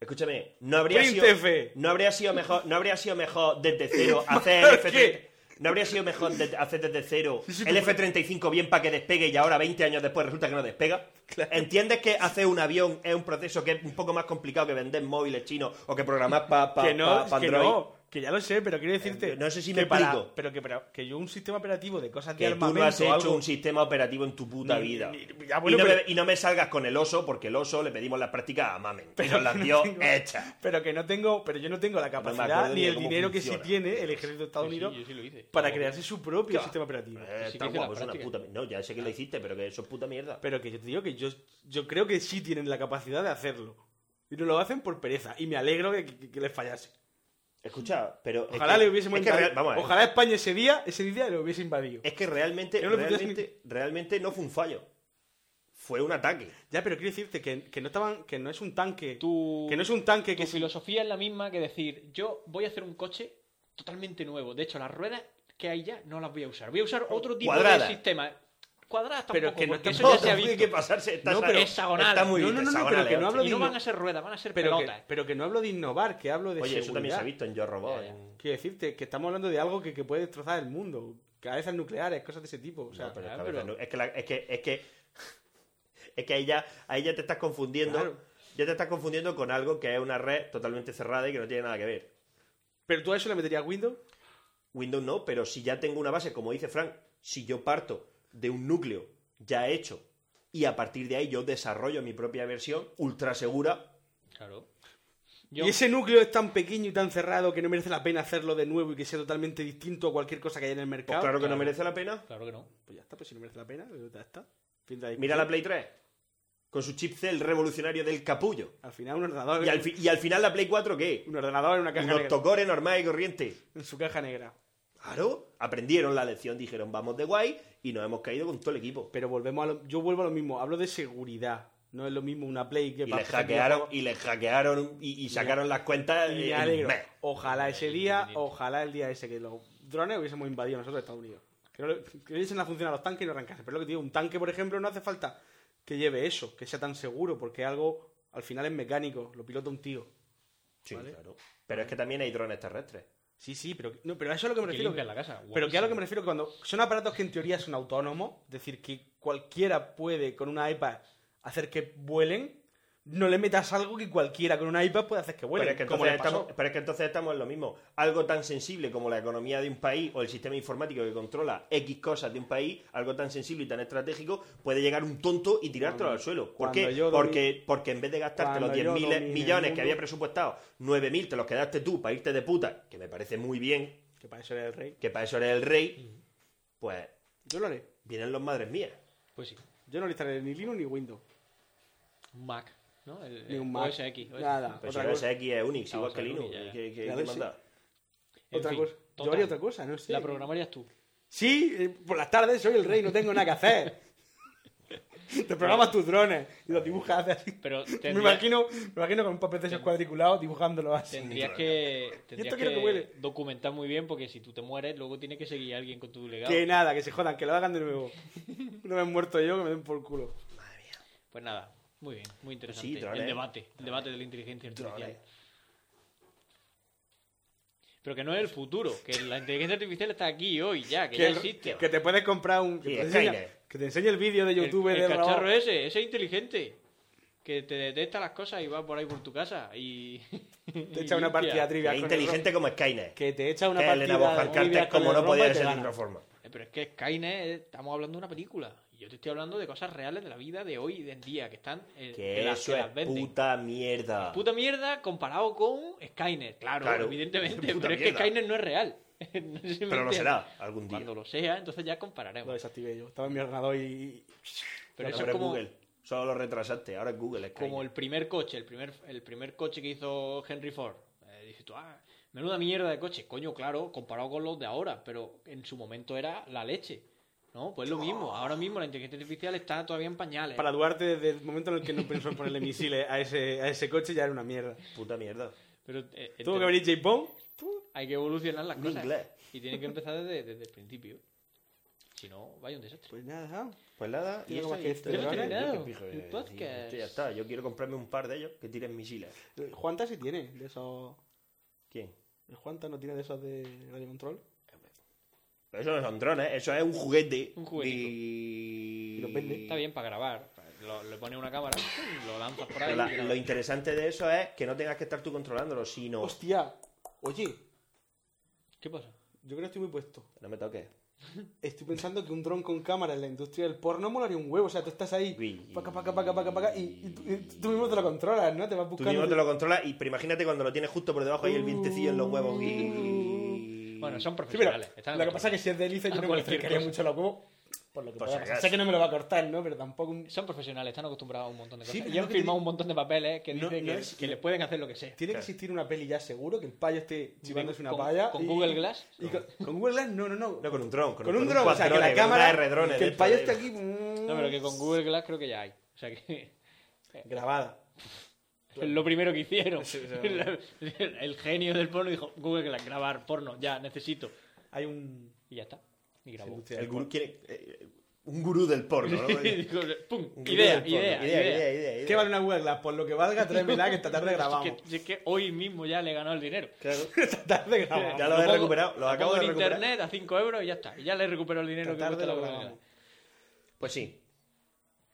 [SPEAKER 3] Escúchame, no habría sido,
[SPEAKER 7] Príncipe.
[SPEAKER 3] no habría sido mejor, no habría sido mejor desde cero hacer
[SPEAKER 7] ¿Por
[SPEAKER 3] el F30.
[SPEAKER 7] qué?
[SPEAKER 3] No habría sido mejor de- hacer desde cero el F-35 bien para que despegue y ahora 20 años después resulta que no despega. ¿Entiendes que hacer un avión es un proceso que es un poco más complicado que vender móviles chinos o que programar para
[SPEAKER 7] que no, que no, que ya lo sé, pero quiero decirte.
[SPEAKER 3] Eh, no sé si
[SPEAKER 7] que
[SPEAKER 3] me
[SPEAKER 7] para-
[SPEAKER 3] explico.
[SPEAKER 7] Pero que, pero que yo un sistema operativo de cosas de
[SPEAKER 3] Que tú
[SPEAKER 7] armamento.
[SPEAKER 3] no has hecho
[SPEAKER 7] algo-
[SPEAKER 3] un sistema operativo en tu puta
[SPEAKER 7] Ni-
[SPEAKER 3] vida.
[SPEAKER 7] ni- ya, bueno,
[SPEAKER 3] y, no
[SPEAKER 7] pero-
[SPEAKER 3] me, y no me salgas con el oso, porque el oso le pedimos las prácticas a Mamen. Pero las dio
[SPEAKER 7] tengo-
[SPEAKER 3] hechas.
[SPEAKER 7] Pero que no tengo, pero yo no tengo la
[SPEAKER 3] me
[SPEAKER 7] capacidad
[SPEAKER 3] acuerdo
[SPEAKER 7] ni
[SPEAKER 3] ni de
[SPEAKER 7] el
[SPEAKER 3] cómo
[SPEAKER 7] dinero que
[SPEAKER 3] funciona.
[SPEAKER 7] sí tiene el ejército de Estados
[SPEAKER 5] Sí, sí,
[SPEAKER 7] Unidos
[SPEAKER 5] yo sí lo hice.
[SPEAKER 7] para crearse su propio sistema operativo.
[SPEAKER 3] Eh,
[SPEAKER 5] que
[SPEAKER 3] está
[SPEAKER 5] hice
[SPEAKER 3] guapo,
[SPEAKER 5] las
[SPEAKER 3] es una
[SPEAKER 5] prácticas.
[SPEAKER 3] puta mi- No, ya sé que lo hiciste, pero que eso es puta mierda.
[SPEAKER 7] Pero que yo te digo que yo, yo creo que sí tienen la capacidad de hacerlo. Y no lo hacen por pereza. Y me alegro de que, que- que les fallase.
[SPEAKER 3] Escucha, pero. es
[SPEAKER 7] Ojalá
[SPEAKER 3] que-
[SPEAKER 7] le hubiésemos
[SPEAKER 3] es que,
[SPEAKER 7] invadido.
[SPEAKER 3] real- vamos a ver,
[SPEAKER 7] Ojalá España ese día, ese día lo hubiese invadido.
[SPEAKER 3] Es que realmente,
[SPEAKER 7] Yo no lo podía
[SPEAKER 3] realmente, realmente no fue un fallo. Fue un ataque.
[SPEAKER 7] Ya, pero quiero decirte que, que no estaban, que no es un tanque.
[SPEAKER 5] Tu-
[SPEAKER 7] que no es un tanque que
[SPEAKER 5] Tu
[SPEAKER 7] si-
[SPEAKER 5] filosofía es la misma que decir, yo voy a hacer un coche totalmente nuevo. De hecho, las ruedas que hay ya no las voy a usar. Voy a usar otro tipo
[SPEAKER 3] Cuadradas.
[SPEAKER 5] de sistema. Cuadradas tampoco,
[SPEAKER 7] Pero que no
[SPEAKER 5] porque eso
[SPEAKER 7] tampoco
[SPEAKER 5] ya se ha
[SPEAKER 3] tiene
[SPEAKER 5] visto.
[SPEAKER 3] que pasarse. Está,
[SPEAKER 7] No,
[SPEAKER 3] sa-
[SPEAKER 7] pero-
[SPEAKER 5] hexagonal.
[SPEAKER 3] Está muy
[SPEAKER 7] No,
[SPEAKER 3] bien,
[SPEAKER 7] no, no, no,
[SPEAKER 3] hexagonal,
[SPEAKER 7] pero que no
[SPEAKER 3] eh,
[SPEAKER 7] hablo
[SPEAKER 5] Y
[SPEAKER 3] hostia.
[SPEAKER 5] no
[SPEAKER 7] digo-
[SPEAKER 5] van a ser ruedas, van a ser
[SPEAKER 7] pero, que,
[SPEAKER 5] pelotas.
[SPEAKER 7] pero que no hablo de innovar, que hablo de
[SPEAKER 3] Oye, eso también
[SPEAKER 7] seguridad.
[SPEAKER 3] se ha visto en Yo Robot.
[SPEAKER 5] Ya, ya.
[SPEAKER 3] en-
[SPEAKER 7] Quiero decirte que estamos hablando de algo que, que puede destrozar el mundo. Cabezas nucleares, cosas de ese tipo. O sea,
[SPEAKER 3] No, pero
[SPEAKER 5] ah,
[SPEAKER 3] cabeza
[SPEAKER 5] pero-
[SPEAKER 3] no. Es que, la- es que, es que, es que ahí ya, ahí ya te estás confundiendo.
[SPEAKER 7] Claro.
[SPEAKER 3] Ya te estás confundiendo con algo que es una red totalmente cerrada y que no tiene nada que ver.
[SPEAKER 7] ¿Pero tú a eso le meterías Windows?
[SPEAKER 3] Windows no, pero si ya tengo una base, como dice Frank, si yo parto de un núcleo ya hecho y a partir de ahí yo desarrollo mi propia versión ultra segura, pues
[SPEAKER 5] Claro. Yo-
[SPEAKER 7] Y ese núcleo es tan pequeño y tan cerrado que no merece la pena hacerlo de nuevo y que sea totalmente distinto a cualquier cosa que haya en el mercado.
[SPEAKER 3] pues claro que no merece la pena.
[SPEAKER 5] Claro que no.
[SPEAKER 7] Pues ya está, pues si no merece la pena, pues ya está. Fin de
[SPEAKER 3] Mira la
[SPEAKER 7] discusión.
[SPEAKER 3] Play 3, con su chip cell revolucionario del capullo.
[SPEAKER 7] Al final un ordenador.
[SPEAKER 3] Y al, fi- y al final la Play 4, ¿qué?
[SPEAKER 7] Un ordenador en una caja
[SPEAKER 3] Unos
[SPEAKER 7] negra.
[SPEAKER 3] tocores normales y corrientes.
[SPEAKER 7] En su caja negra.
[SPEAKER 3] Claro, aprendieron la lección, dijeron vamos de guay y nos hemos caído con todo el equipo.
[SPEAKER 7] Pero volvemos a lo... Yo vuelvo a lo mismo. Hablo de seguridad. No es lo mismo una Play que...
[SPEAKER 3] Y
[SPEAKER 7] para
[SPEAKER 3] les
[SPEAKER 7] hacer
[SPEAKER 3] hackearon,
[SPEAKER 7] videojuegos.
[SPEAKER 3] y les hackearon y, y sacaron las cuentas.
[SPEAKER 7] Y me
[SPEAKER 3] en un
[SPEAKER 7] alegro.
[SPEAKER 3] mes.
[SPEAKER 7] Ojalá
[SPEAKER 3] Eh,
[SPEAKER 7] ese día, ojalá el día ese que los drones hubiésemos invadido nosotros Estados Unidos. Que, no, le- que hubiesen a funcionar los tanques y no arrancarse. Pero lo que te digo, un tanque, por ejemplo, no hace falta que lleve eso, que sea tan seguro, porque algo al final es mecánico, lo pilota un tío.
[SPEAKER 3] Sí, claro. Pero es que también hay drones terrestres.
[SPEAKER 7] Sí, sí, pero, no, pero a eso es lo que me
[SPEAKER 5] Que
[SPEAKER 7] refiero.
[SPEAKER 5] limpian la casa,
[SPEAKER 7] Pero que a lo
[SPEAKER 5] guapísimo.
[SPEAKER 7] que me refiero cuando son aparatos que en teoría son autónomos, es decir, que cualquiera puede con una iPad hacer que vuelen, no le metas algo que cualquiera con una iPad puede hacer que vuelen.
[SPEAKER 3] Pero es, que
[SPEAKER 7] como
[SPEAKER 3] entonces
[SPEAKER 7] le pasó.
[SPEAKER 3] estamos, pero es que entonces estamos en lo mismo. Algo tan sensible como la economía de un país o el sistema informático que controla X cosas de un país, algo tan sensible y tan estratégico, puede llegar un tonto y tirártelo al suelo. ¿Por
[SPEAKER 7] cuando
[SPEAKER 3] qué?
[SPEAKER 7] yo domi-
[SPEAKER 3] Porque, porque en vez de gastarte los
[SPEAKER 7] cuando yo
[SPEAKER 3] 10.000
[SPEAKER 7] domine el
[SPEAKER 3] millones
[SPEAKER 7] mundo-
[SPEAKER 3] que había presupuestado, 9.000 te los quedaste tú para irte de puta, que me parece muy bien,
[SPEAKER 7] Que para eso era el rey.
[SPEAKER 3] que para eso eres el rey, pues
[SPEAKER 7] Yo lo haré.
[SPEAKER 3] vienen los madres mías.
[SPEAKER 5] Pues sí.
[SPEAKER 7] Yo no le instalé ni Linux ni Windows.
[SPEAKER 5] Un Mac, ¿no? El,
[SPEAKER 7] Ni un
[SPEAKER 5] el
[SPEAKER 7] Mac.
[SPEAKER 5] OS X. OS.
[SPEAKER 7] Nada.
[SPEAKER 3] Pero si
[SPEAKER 7] otra
[SPEAKER 3] ahora
[SPEAKER 7] cosa.
[SPEAKER 3] ese X es Unix,
[SPEAKER 5] Ah,
[SPEAKER 3] igual
[SPEAKER 5] o
[SPEAKER 3] que
[SPEAKER 5] sea,
[SPEAKER 3] Linux.
[SPEAKER 5] Unix, ya, ya.
[SPEAKER 3] ¿Qué- qué-
[SPEAKER 7] Claro,
[SPEAKER 3] qué
[SPEAKER 7] sí.
[SPEAKER 3] manda?
[SPEAKER 5] En
[SPEAKER 7] Otra
[SPEAKER 5] fin,
[SPEAKER 7] cosa. Yo
[SPEAKER 5] total.
[SPEAKER 7] haría otra cosa, no sé.
[SPEAKER 5] La programarías tú.
[SPEAKER 7] Sí, eh, por las tardes soy el rey, no tengo nada que hacer. Te programas tus drones y los dibujas haces así.
[SPEAKER 5] Pero
[SPEAKER 7] Me
[SPEAKER 5] tendría-
[SPEAKER 7] imagino, me imagino con un papel de esos cuadriculado dibujándolo así.
[SPEAKER 5] Tendrías que, tendrías
[SPEAKER 7] quiero que huele.
[SPEAKER 5] que documentar muy bien porque si tú te mueres, luego tiene que seguir alguien con tu legado.
[SPEAKER 7] Que nada, que se jodan, que lo hagan de nuevo. No me he muerto yo, que me den por culo.
[SPEAKER 5] Pues nada, muy bien, muy
[SPEAKER 7] Pues
[SPEAKER 5] interesante.
[SPEAKER 3] Sí, drones.
[SPEAKER 5] el debate, el debate de la inteligencia artificial. Pero que no es el futuro, que la inteligencia artificial está aquí hoy ya, que, ya
[SPEAKER 7] el-
[SPEAKER 5] existe.
[SPEAKER 7] que te puedes comprar un. Que,
[SPEAKER 3] Sí,
[SPEAKER 7] te, enseña-
[SPEAKER 3] Skynet.
[SPEAKER 7] que te enseñe el vídeo de
[SPEAKER 5] El-
[SPEAKER 7] YouTube
[SPEAKER 5] el,
[SPEAKER 7] de la-
[SPEAKER 5] cacharro ese, ese es inteligente. Que te detecta las cosas y va por ahí por tu casa y...
[SPEAKER 7] Te echa una partida
[SPEAKER 3] Que
[SPEAKER 7] trivia.
[SPEAKER 3] es
[SPEAKER 7] con el
[SPEAKER 3] inteligente como Skynet.
[SPEAKER 7] ro- Que te echa una
[SPEAKER 3] que
[SPEAKER 7] partida.
[SPEAKER 3] Elena Bojan
[SPEAKER 7] trivia
[SPEAKER 3] Carter,
[SPEAKER 7] con
[SPEAKER 3] como
[SPEAKER 7] el
[SPEAKER 3] no
[SPEAKER 7] robo y
[SPEAKER 3] podía
[SPEAKER 7] te
[SPEAKER 3] ser de
[SPEAKER 7] gana.
[SPEAKER 3] otra forma.
[SPEAKER 5] Eh, Pero es que Skynet, eh, estamos hablando de una película. Y yo te estoy hablando de cosas reales de la vida de hoy y de en día, que están... eh, que
[SPEAKER 3] Que
[SPEAKER 5] las-
[SPEAKER 3] eso
[SPEAKER 5] que
[SPEAKER 3] es
[SPEAKER 5] las venden.
[SPEAKER 3] puta mierda.
[SPEAKER 5] Puta mierda comparado con Skynet, claro,
[SPEAKER 3] Claro.
[SPEAKER 5] evidentemente.
[SPEAKER 3] Puta
[SPEAKER 5] Pero es
[SPEAKER 3] mierda.
[SPEAKER 5] que Skynet no es real. No sé si me
[SPEAKER 3] Pero lo
[SPEAKER 5] entiendes.
[SPEAKER 3] será algún día.
[SPEAKER 5] Cuando lo sea, entonces ya
[SPEAKER 3] Ah,
[SPEAKER 7] Lo
[SPEAKER 5] compararemos.
[SPEAKER 7] desactivé yo. Estaba en mi ordenador y.
[SPEAKER 5] Pero
[SPEAKER 3] Pero
[SPEAKER 5] eso
[SPEAKER 3] ahora
[SPEAKER 5] es
[SPEAKER 3] es
[SPEAKER 5] como,
[SPEAKER 3] Google. Solo lo retrasaste. Ahora es Google. Skynet.
[SPEAKER 5] como el primer coche, el primer, el primer coche que hizo Henry Ford. Eh, dices tú, ah, menuda mierda de coche. Coño, claro, comparado con los de ahora, pero en su momento era la leche. ¿No? Pues lo
[SPEAKER 3] Oh.
[SPEAKER 5] mismo. Ahora mismo la inteligencia artificial está todavía en pañales.
[SPEAKER 7] Para Duarte, desde el momento en el que no pensó en ponerle misiles a ese, a ese coche, ya era una mierda.
[SPEAKER 3] Puta mierda.
[SPEAKER 5] Pero, eh,
[SPEAKER 7] Tuvo que
[SPEAKER 5] ente-
[SPEAKER 7] venir J-Bone.
[SPEAKER 5] Hay que evolucionar las
[SPEAKER 3] En
[SPEAKER 5] cosas.
[SPEAKER 3] inglés.
[SPEAKER 5] Y tiene que empezar desde, desde el principio. Si no, vaya un desastre.
[SPEAKER 7] Pues nada,
[SPEAKER 3] Pues nada.
[SPEAKER 7] Yo
[SPEAKER 3] eso
[SPEAKER 7] como
[SPEAKER 3] y
[SPEAKER 7] que
[SPEAKER 3] esto,
[SPEAKER 7] estoy
[SPEAKER 3] ¿no?
[SPEAKER 5] terminado.
[SPEAKER 3] Yo qué pijo,
[SPEAKER 5] Un
[SPEAKER 3] eh,
[SPEAKER 5] podcast.
[SPEAKER 3] esto ya está. Yo quiero comprarme un par de ellos que tiren misiles.
[SPEAKER 7] ¿no? Juanta sí tiene de esos.
[SPEAKER 3] ¿Quién?
[SPEAKER 7] ¿El Juanta no tiene de esos de radio control?
[SPEAKER 3] Pero Eso no son drones. Eso es un juguete.
[SPEAKER 5] Un juguetico.
[SPEAKER 3] Y...
[SPEAKER 7] Y los vende.
[SPEAKER 5] Está bien para grabar. Lo, le pones una cámara, lo lanzas por ahí.
[SPEAKER 3] Pero la-
[SPEAKER 5] y grabas.
[SPEAKER 3] lo interesante de eso es que no tengas que estar tú controlándolo, sino...
[SPEAKER 7] ¡Hostia! Oye,
[SPEAKER 5] ¿Qué pasa?
[SPEAKER 7] yo creo que estoy muy puesto.
[SPEAKER 3] No me toques.
[SPEAKER 7] Estoy pensando que un dron con cámara en la industria del porno molaría un huevo. O sea, tú estás ahí,
[SPEAKER 3] Uy.
[SPEAKER 7] paca, paca, paca, paca, paca, y, y tú- y tú mismo te lo controlas, ¿no? Te vas
[SPEAKER 3] Tú
[SPEAKER 7] buscando.
[SPEAKER 3] mismo te lo controlas y pero imagínate cuando lo tienes justo por debajo ahí el vientecillo en los huevos.
[SPEAKER 7] Uh.
[SPEAKER 3] Y...
[SPEAKER 5] Bueno, son
[SPEAKER 7] Sí, pero
[SPEAKER 5] profesionales. están
[SPEAKER 7] lo que pasa es que si es de
[SPEAKER 5] A
[SPEAKER 7] hélice, yo no me lo
[SPEAKER 5] cualquier
[SPEAKER 7] acercaría
[SPEAKER 5] cosa.
[SPEAKER 7] mucho a los huevos. Por lo que
[SPEAKER 3] Por
[SPEAKER 7] pueda
[SPEAKER 3] Pues si
[SPEAKER 7] pasar.
[SPEAKER 3] acaso.
[SPEAKER 7] Sé que no me lo va a cortar, ¿no? Pero tampoco. un-
[SPEAKER 5] Son profesionales, están acostumbrados a un montón de
[SPEAKER 7] Sí,
[SPEAKER 5] cosas.
[SPEAKER 7] pero
[SPEAKER 5] y
[SPEAKER 7] lo
[SPEAKER 5] han
[SPEAKER 7] que te
[SPEAKER 5] firmado
[SPEAKER 7] digo-
[SPEAKER 5] un montón de papeles que
[SPEAKER 7] No,
[SPEAKER 5] dicen
[SPEAKER 7] no
[SPEAKER 5] que,
[SPEAKER 7] es-
[SPEAKER 5] que le pueden hacer lo que sea.
[SPEAKER 7] Tiene que
[SPEAKER 3] Claro.
[SPEAKER 7] existir una peli ya seguro que el payo esté chivándose una
[SPEAKER 5] con-
[SPEAKER 7] palla.
[SPEAKER 5] con
[SPEAKER 7] y-
[SPEAKER 5] Google Glass.
[SPEAKER 7] y con, con Google Glass, no, no, no.
[SPEAKER 3] No, con un dron. Con,
[SPEAKER 7] Con un dron, o sea, que
[SPEAKER 3] cuadrone, con
[SPEAKER 7] la
[SPEAKER 3] una
[SPEAKER 7] cámara.
[SPEAKER 3] R-drone
[SPEAKER 7] que
[SPEAKER 3] de
[SPEAKER 7] el
[SPEAKER 3] esta
[SPEAKER 7] payo
[SPEAKER 3] de-
[SPEAKER 7] esté aquí. mm,
[SPEAKER 5] No, pero que con Google Glass creo que ya hay. O sea que
[SPEAKER 7] Grabada.
[SPEAKER 5] es lo primero que hicieron.
[SPEAKER 7] Sí, sí,
[SPEAKER 5] el genio del porno dijo, Google Glass, grabar porno, ya, necesito.
[SPEAKER 7] Hay un.
[SPEAKER 5] Y ya está. Y grabó.
[SPEAKER 7] industria
[SPEAKER 3] El
[SPEAKER 7] del
[SPEAKER 3] gurú quiere... eh, un gurú del porno, ¿no?
[SPEAKER 5] Y dijo, pum,
[SPEAKER 3] Un gurú del
[SPEAKER 5] idea,
[SPEAKER 3] porno.
[SPEAKER 5] idea, idea.
[SPEAKER 3] idea, idea.
[SPEAKER 7] ¿Qué vale una Google Glass? Por lo que valga, tráemela que esta tarde
[SPEAKER 5] Si es
[SPEAKER 7] grabamos.
[SPEAKER 5] que- si es que hoy mismo ya le ganó el dinero.
[SPEAKER 3] Claro.
[SPEAKER 7] Esta tarde grabamos.
[SPEAKER 3] Ya lo he
[SPEAKER 5] pongo-
[SPEAKER 3] recuperado, lo acabo
[SPEAKER 5] pongo
[SPEAKER 3] de
[SPEAKER 5] en
[SPEAKER 3] recuperar.
[SPEAKER 5] internet a 5 euros y ya está. Y ya le recupero el dinero
[SPEAKER 7] Esta
[SPEAKER 5] que cuesta
[SPEAKER 7] tarde
[SPEAKER 5] la
[SPEAKER 7] lo
[SPEAKER 5] Google
[SPEAKER 7] grabamos.
[SPEAKER 5] Glass.
[SPEAKER 3] Pues sí.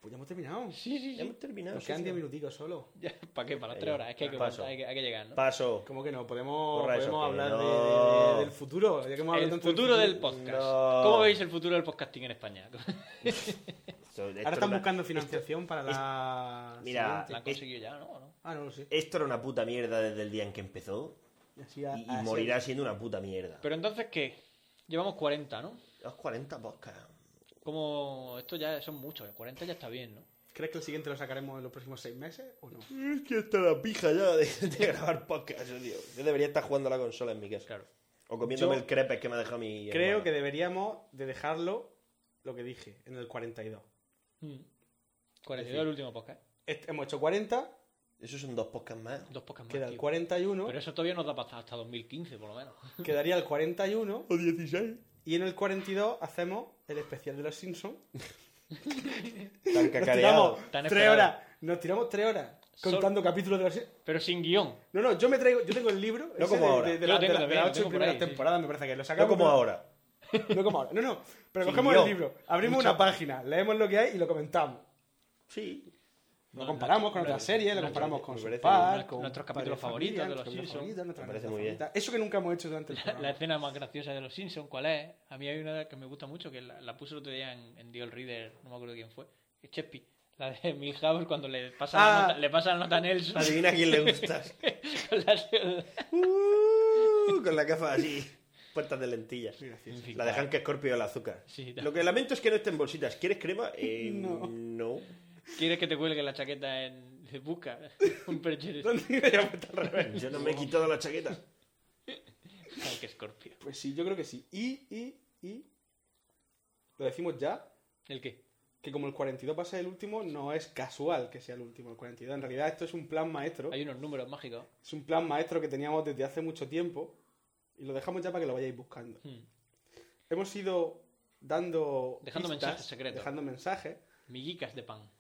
[SPEAKER 7] Pues ya hemos terminado.
[SPEAKER 5] Sí, sí,
[SPEAKER 7] Ya
[SPEAKER 5] sí.
[SPEAKER 7] hemos terminado. Nos
[SPEAKER 5] Sí,
[SPEAKER 7] quedan
[SPEAKER 5] sí.
[SPEAKER 7] 10 minuticos solo.
[SPEAKER 5] Ya, ¿Para qué? Para las tres horas. Es que hay que,
[SPEAKER 3] Paso.
[SPEAKER 5] aguantar, hay que, hay que llegar, ¿no?
[SPEAKER 3] Paso.
[SPEAKER 7] ¿Cómo que no? Podemos,
[SPEAKER 3] Corra eso,
[SPEAKER 7] podemos
[SPEAKER 3] que
[SPEAKER 7] hablar de-
[SPEAKER 3] no.
[SPEAKER 7] de- del futuro. Ya que hemos hablado
[SPEAKER 5] El
[SPEAKER 7] tanto del
[SPEAKER 5] futuro del
[SPEAKER 7] futuro.
[SPEAKER 5] podcast.
[SPEAKER 3] No.
[SPEAKER 5] ¿Cómo veis el futuro del podcasting en España?
[SPEAKER 3] Esto- esto
[SPEAKER 7] Ahora
[SPEAKER 3] era
[SPEAKER 7] están
[SPEAKER 3] una-
[SPEAKER 7] buscando financiación para la.
[SPEAKER 3] Mira,
[SPEAKER 5] ¿La han
[SPEAKER 3] es-
[SPEAKER 5] conseguido ya, no? ¿O no?
[SPEAKER 7] Ah, no lo sé.
[SPEAKER 3] esto era una puta mierda desde el día en que empezó.
[SPEAKER 7] Así,
[SPEAKER 3] Y, y morirá siendo una puta mierda.
[SPEAKER 5] Pero entonces, ¿qué? Llevamos 40, ¿no?
[SPEAKER 3] Los 40 podcasts.
[SPEAKER 5] Como esto ya son muchos, el 40 ya está bien, ¿no?
[SPEAKER 7] ¿Crees que el siguiente lo sacaremos en los próximos seis meses o no?
[SPEAKER 3] Es que está la pija ya de, de grabar podcast, tío. Yo debería estar jugando a la consola en mi casa.
[SPEAKER 5] Claro.
[SPEAKER 3] O comiéndome
[SPEAKER 7] Yo
[SPEAKER 3] el crepe que me ha dejado mi.
[SPEAKER 7] Creo
[SPEAKER 3] hermano.
[SPEAKER 7] que deberíamos de dejarlo, lo que dije, en el 42.
[SPEAKER 5] Mm. 42 el último podcast.
[SPEAKER 7] Est- hemos hecho 40,
[SPEAKER 3] Esos son dos podcasts más.
[SPEAKER 5] Dos podcasts
[SPEAKER 7] queda
[SPEAKER 5] más.
[SPEAKER 7] el
[SPEAKER 5] tío.
[SPEAKER 7] 41,
[SPEAKER 5] Pero eso todavía nos da para hasta 2015, por lo menos.
[SPEAKER 7] quedaría el 41,
[SPEAKER 3] O 16.
[SPEAKER 7] y en el 42 hacemos el especial de los Simpsons.
[SPEAKER 3] Tan
[SPEAKER 7] Nos
[SPEAKER 3] cacareado.
[SPEAKER 7] tiramos
[SPEAKER 5] Tan
[SPEAKER 7] 3
[SPEAKER 5] esperado.
[SPEAKER 7] horas, nos tiramos 3 horas contando capítulos de los Simpsons.
[SPEAKER 5] Pero sin guión.
[SPEAKER 7] No, no, yo me traigo, yo tengo el libro
[SPEAKER 3] No
[SPEAKER 7] ese
[SPEAKER 3] como
[SPEAKER 7] de-
[SPEAKER 3] ahora.
[SPEAKER 7] de, de
[SPEAKER 5] Yo
[SPEAKER 7] la-
[SPEAKER 5] lo tengo
[SPEAKER 7] de la- de
[SPEAKER 5] también,
[SPEAKER 7] las
[SPEAKER 5] lo
[SPEAKER 7] 8
[SPEAKER 5] tengo por
[SPEAKER 7] primeras
[SPEAKER 5] ahí, sí.
[SPEAKER 7] temporadas, me parece que lo
[SPEAKER 3] No
[SPEAKER 7] sacamos.
[SPEAKER 3] como
[SPEAKER 7] pero-
[SPEAKER 3] ahora.
[SPEAKER 7] No como ahora, no, no, pero
[SPEAKER 3] Sin
[SPEAKER 7] cogemos
[SPEAKER 3] guión.
[SPEAKER 7] el libro, abrimos una página, leemos lo que hay y lo comentamos.
[SPEAKER 3] Sí.
[SPEAKER 7] Lo comparamos con otras series, lo comparamos con
[SPEAKER 3] me
[SPEAKER 7] South
[SPEAKER 3] parece
[SPEAKER 7] Park,
[SPEAKER 5] bien.
[SPEAKER 7] con
[SPEAKER 5] Nuestros
[SPEAKER 7] Padre
[SPEAKER 5] capítulos
[SPEAKER 7] de
[SPEAKER 5] favoritos
[SPEAKER 7] Familia,
[SPEAKER 5] de los
[SPEAKER 7] nuestros capítulos
[SPEAKER 5] Simpsons.
[SPEAKER 7] favoritos, nuestras
[SPEAKER 3] Me parece
[SPEAKER 7] anécdotas
[SPEAKER 3] muy bien.
[SPEAKER 7] favoritas. Eso que nunca hemos hecho durante el programa.
[SPEAKER 5] La escena más graciosa de los Simpsons, ¿cuál es? A mí hay una que me gusta mucho, que la, la puse el otro día en, en The Old Reader, no me acuerdo quién fue. que es Chespi. La de Milhouse cuando le pasa,
[SPEAKER 7] Ah.
[SPEAKER 5] la, nota, le pasa la nota a Nelson.
[SPEAKER 3] Adivina a quién le gustas.
[SPEAKER 5] Con la-
[SPEAKER 3] Uh, con la gafa así. Puertas de lentillas.
[SPEAKER 5] En fin,
[SPEAKER 3] La
[SPEAKER 5] vale.
[SPEAKER 3] dejan que escorpio el azúcar.
[SPEAKER 5] Sí, da-
[SPEAKER 3] Lo que lamento es que no estén bolsitas. ¿Quieres crema? Eh,
[SPEAKER 7] No.
[SPEAKER 3] no.
[SPEAKER 5] ¿Quieres que te cuelgue la chaqueta en... de busca? Un perchero.
[SPEAKER 7] ¿Dónde me llamo tan raro?
[SPEAKER 3] Yo no me he quitado la chaqueta.
[SPEAKER 5] Ay, qué escorpio.
[SPEAKER 7] Pues sí, yo creo que sí. Y, y, y. Lo decimos ya,
[SPEAKER 5] ¿El qué?
[SPEAKER 7] que como el 42 va a ser el último, no es casual que sea el último, el 42. En realidad, esto es un plan maestro.
[SPEAKER 5] Hay unos números mágicos.
[SPEAKER 7] Es un plan maestro que teníamos desde hace mucho tiempo. Y lo dejamos ya para que lo vayáis buscando.
[SPEAKER 5] Hmm.
[SPEAKER 7] Hemos ido dando.
[SPEAKER 5] Dejando mensajes secretos.
[SPEAKER 7] Dejando mensajes.
[SPEAKER 5] Miguicas de pan.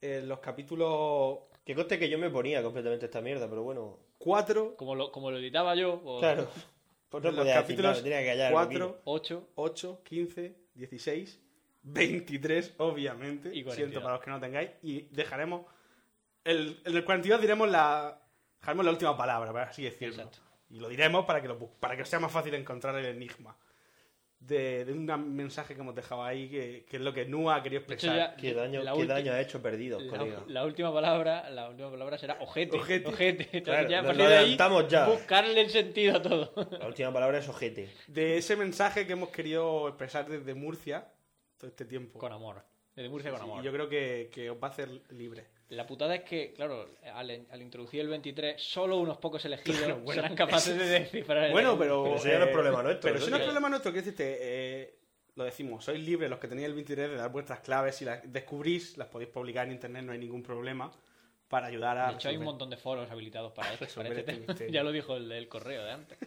[SPEAKER 7] En los capítulos
[SPEAKER 3] Que conste que yo me ponía completamente esta mierda, pero bueno.
[SPEAKER 7] 4.
[SPEAKER 5] Como lo, como lo editaba yo, o
[SPEAKER 3] Claro.
[SPEAKER 7] Por
[SPEAKER 3] Pues No
[SPEAKER 7] los
[SPEAKER 3] podía decir nada,
[SPEAKER 7] capítulos
[SPEAKER 3] tenía que callar.
[SPEAKER 7] 4,
[SPEAKER 5] 8,
[SPEAKER 7] 8, 15, 16, 23, obviamente.
[SPEAKER 5] Y 42.
[SPEAKER 7] Siento para los que no tengáis. Y dejaremos. El, el del 42 diremos la. Dejaremos la última palabra, para así decirlo.
[SPEAKER 5] Exacto.
[SPEAKER 7] Y lo diremos para que, lo, bu- para que sea más fácil encontrar el enigma. De, de un mensaje que hemos dejado ahí, que, que es lo que Nua ha querido
[SPEAKER 5] De hecho,
[SPEAKER 7] expresar.
[SPEAKER 5] ya-
[SPEAKER 3] Qué daño,
[SPEAKER 5] La
[SPEAKER 3] qué
[SPEAKER 5] última-
[SPEAKER 3] daño ha hecho perdido,
[SPEAKER 5] La,
[SPEAKER 3] colega.
[SPEAKER 5] la última palabra, la última palabra será ojete.
[SPEAKER 7] Ojete.
[SPEAKER 5] Entonces
[SPEAKER 3] Claro,
[SPEAKER 5] ya a
[SPEAKER 3] lo-
[SPEAKER 5] partir
[SPEAKER 3] lo
[SPEAKER 5] de ahí,
[SPEAKER 3] adelantamos ya.
[SPEAKER 5] buscarle el sentido a todo.
[SPEAKER 3] La última palabra es ojete.
[SPEAKER 7] De ese mensaje que hemos querido expresar desde Murcia todo este tiempo.
[SPEAKER 5] con amor. Desde Murcia con
[SPEAKER 7] Sí,
[SPEAKER 5] amor.
[SPEAKER 7] y yo creo que, que os va a hacer libre.
[SPEAKER 5] La putada es que, claro, al, al introducir el 23, solo unos pocos elegidos
[SPEAKER 7] Claro, bueno.
[SPEAKER 5] serán capaces de descifrar el
[SPEAKER 7] Bueno, Eh, pero.
[SPEAKER 3] Pero eso ya no es problema nuestro,
[SPEAKER 7] Pero eso no es
[SPEAKER 3] ¿no?
[SPEAKER 7] problema nuestro, que decirte. eh, lo decimos, sois libres los que tenéis el 23 de dar vuestras claves. Si las descubrís, las podéis publicar en internet, no hay ningún problema. Para ayudar a.
[SPEAKER 5] De hecho, hay un
[SPEAKER 7] resolver.
[SPEAKER 5] montón de foros habilitados para esto.
[SPEAKER 7] Resolver
[SPEAKER 5] para
[SPEAKER 7] este
[SPEAKER 5] este tema.
[SPEAKER 7] misterio.
[SPEAKER 5] ya lo dijo el, el correo de antes.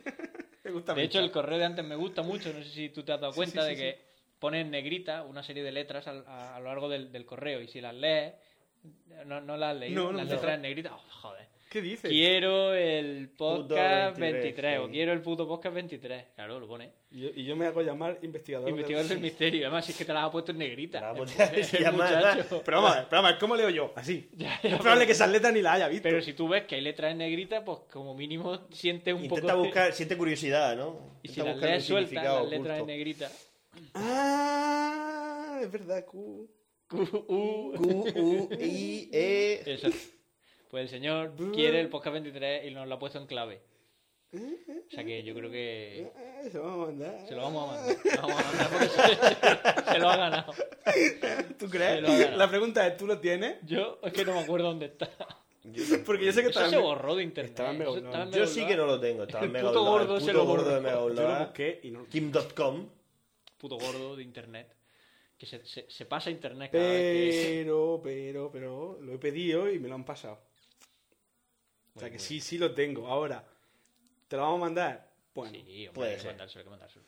[SPEAKER 7] Me gusta
[SPEAKER 5] De hecho,
[SPEAKER 7] mucho.
[SPEAKER 5] el correo de antes me gusta mucho. No sé si tú te has dado
[SPEAKER 7] Sí,
[SPEAKER 5] cuenta
[SPEAKER 7] sí,
[SPEAKER 5] de
[SPEAKER 7] sí,
[SPEAKER 5] que pone en negrita una serie de letras al- a, a lo largo del, del correo. Y si las lees, no, no las has leído,
[SPEAKER 7] No, no,
[SPEAKER 5] las
[SPEAKER 7] no.
[SPEAKER 5] letras en negrita, oh, joder.
[SPEAKER 7] ¿Qué dices?
[SPEAKER 5] Quiero el podcast
[SPEAKER 3] Puto
[SPEAKER 5] 23,
[SPEAKER 3] 23,
[SPEAKER 5] o
[SPEAKER 3] sí.
[SPEAKER 5] quiero el puto podcast 23. Claro, lo pone.
[SPEAKER 7] Y yo, y yo me hago llamar investigador. de-
[SPEAKER 5] Investigador del misterio. Además, si es que te las ha puesto en negrita.
[SPEAKER 3] La
[SPEAKER 5] El-
[SPEAKER 3] puta-
[SPEAKER 5] el
[SPEAKER 3] se llama-
[SPEAKER 5] muchacho.
[SPEAKER 7] Pero vamos, a ver, pero vamos a ver, ¿cómo leo yo? Así.
[SPEAKER 5] Ya, ya,
[SPEAKER 7] Es probable
[SPEAKER 5] pero-
[SPEAKER 7] que esas letras ni las haya visto.
[SPEAKER 5] Pero si tú ves que hay letras en negrita, pues como mínimo sientes un
[SPEAKER 3] Intenta
[SPEAKER 5] poco... de-
[SPEAKER 3] buscar, siente curiosidad, ¿no?
[SPEAKER 5] Y si
[SPEAKER 3] Intenta
[SPEAKER 5] las
[SPEAKER 3] buscar un
[SPEAKER 5] lees sueltas,
[SPEAKER 3] significado
[SPEAKER 5] las letras en
[SPEAKER 3] oculto.
[SPEAKER 5] negrita...
[SPEAKER 7] Ah, es verdad, Q.
[SPEAKER 5] Q, U,
[SPEAKER 3] Q, U, I, E.
[SPEAKER 5] Eso. Pues el señor quiere el podcast 23 y nos lo ha puesto en clave. O sea que yo creo que
[SPEAKER 7] Ah, Eso vamos a mandar.
[SPEAKER 5] se lo vamos a mandar. Se lo vamos a mandar porque se, se lo ha ganado. Se lo
[SPEAKER 7] ¿Tú
[SPEAKER 5] ha
[SPEAKER 7] crees?
[SPEAKER 5] ganado.
[SPEAKER 7] La pregunta es, ¿tú lo tienes?
[SPEAKER 5] Yo es que no me acuerdo dónde está.
[SPEAKER 7] Porque yo sé que
[SPEAKER 5] Eso
[SPEAKER 7] estaba-
[SPEAKER 5] se borró de internet.
[SPEAKER 7] estaba en
[SPEAKER 5] Eso
[SPEAKER 7] Megaupload.
[SPEAKER 5] estaba en
[SPEAKER 3] Yo sí
[SPEAKER 5] Megaupload.
[SPEAKER 3] que no lo tengo. Estaba
[SPEAKER 5] El
[SPEAKER 3] en Mega
[SPEAKER 5] puto
[SPEAKER 3] Upload,
[SPEAKER 5] gordo
[SPEAKER 3] el
[SPEAKER 5] se
[SPEAKER 3] puto
[SPEAKER 5] lo
[SPEAKER 3] gordo de
[SPEAKER 5] borró.
[SPEAKER 3] Mega
[SPEAKER 7] Yo lo
[SPEAKER 3] Upload.
[SPEAKER 7] busqué y no...
[SPEAKER 3] Kim.com.
[SPEAKER 5] Puto gordo de internet. Que se, se- se pasa internet cada vez que...
[SPEAKER 7] Pero, pero, pero, lo he pedido y me lo han pasado. O sea que sí, sí lo tengo. Ahora, ¿te lo vamos a mandar? Bueno,
[SPEAKER 5] Sí, hombre,
[SPEAKER 3] Puede
[SPEAKER 5] hay que
[SPEAKER 3] ser.
[SPEAKER 5] mandárselo, hay que mandárselo.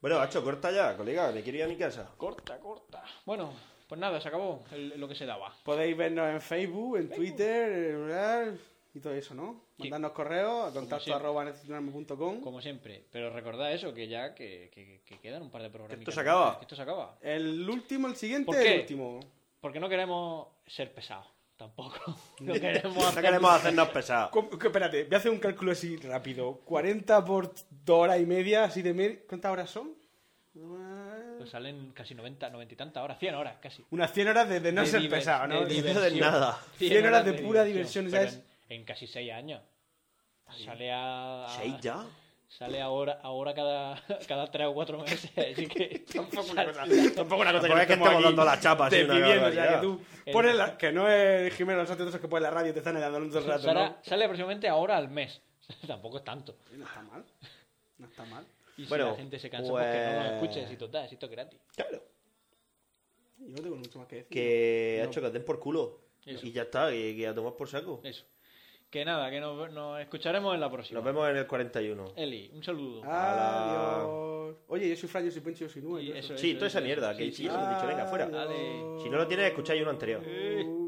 [SPEAKER 3] Bueno, Hacho, corta ya, colega. Me quiero ir a mi casa.
[SPEAKER 5] Corta, corta. Bueno, pues nada, se acabó el- lo que se daba.
[SPEAKER 7] podéis vernos en Facebook, en Twitter, en rural y todo eso, ¿no? Mandarnos correos a contacto
[SPEAKER 5] siempre.
[SPEAKER 7] arroba necesitonarme.com.
[SPEAKER 5] Como siempre. Pero recordad eso, que ya que, que- que quedan un par de programas.
[SPEAKER 3] se acaba.
[SPEAKER 5] Esto se acaba.
[SPEAKER 7] El último, el siguiente,
[SPEAKER 5] ¿Por qué?
[SPEAKER 7] el último.
[SPEAKER 5] Porque no queremos ser pesados, tampoco. No
[SPEAKER 3] No
[SPEAKER 5] queremos,
[SPEAKER 3] queremos hacernos pesados.
[SPEAKER 7] ¿Cómo- qué- Espérate, voy a hacer un cálculo así rápido. 40 por 2 horas y media, así de media. ¿Cuántas horas son?
[SPEAKER 5] Pues salen casi 90, 90 y tantas horas, 100 horas casi.
[SPEAKER 7] Unas 100 horas de, de no
[SPEAKER 5] De
[SPEAKER 7] ser
[SPEAKER 5] diver-
[SPEAKER 7] pesado, ¿no?
[SPEAKER 5] diversión.
[SPEAKER 7] 100 horas, de, pura diversión, ¿sabes?
[SPEAKER 5] Pero En, en casi 6 años. Sale a. a-
[SPEAKER 3] ¿Seis ya?
[SPEAKER 5] Sale ahora, ahora cada, cada 3 o 4 meses. Así que. tampoco
[SPEAKER 7] una cosa- tampoco una cosa
[SPEAKER 3] Tampoco es que
[SPEAKER 7] estemos
[SPEAKER 3] estemos
[SPEAKER 7] aquí
[SPEAKER 3] dando la chapa, así, una
[SPEAKER 7] desviviendo, o sea,
[SPEAKER 3] barbaridad.
[SPEAKER 7] que tú pones la- que no es Jimeno, los otros que pones la radio y te están dando un rato,
[SPEAKER 5] Sale,
[SPEAKER 7] ¿no?
[SPEAKER 5] sale aproximadamente ahora al mes. tampoco es tanto.
[SPEAKER 7] No está mal. No está mal.
[SPEAKER 5] Y si
[SPEAKER 3] Bueno,
[SPEAKER 5] la gente se cansa, pues que no
[SPEAKER 3] pues-
[SPEAKER 5] lo escuche. Si total, si esto es gratis.
[SPEAKER 3] Claro.
[SPEAKER 7] Yo no tengo mucho más que decir.
[SPEAKER 3] Que ha
[SPEAKER 7] No.
[SPEAKER 3] hecho que os den por culo.
[SPEAKER 5] Eso.
[SPEAKER 3] Y ya está, que, que a tomar por saco.
[SPEAKER 5] Eso. Que nada, que nos, nos escucharemos en la próxima.
[SPEAKER 3] Nos vemos Ah, en el 41.
[SPEAKER 5] Eli, un saludo.
[SPEAKER 7] Adiós. Oye, yo soy Fran, yo soy Pencho, yo soy Nue.
[SPEAKER 5] Y
[SPEAKER 7] yo
[SPEAKER 5] eso,
[SPEAKER 7] soy-
[SPEAKER 3] Sí, toda esa
[SPEAKER 5] eso,
[SPEAKER 3] mierda,
[SPEAKER 5] sí,
[SPEAKER 3] que
[SPEAKER 5] sí,
[SPEAKER 3] sí, os he dicho, venga, fuera.
[SPEAKER 5] Dale.
[SPEAKER 3] Si no lo tienes, escucháis uno anterior.
[SPEAKER 5] Eh.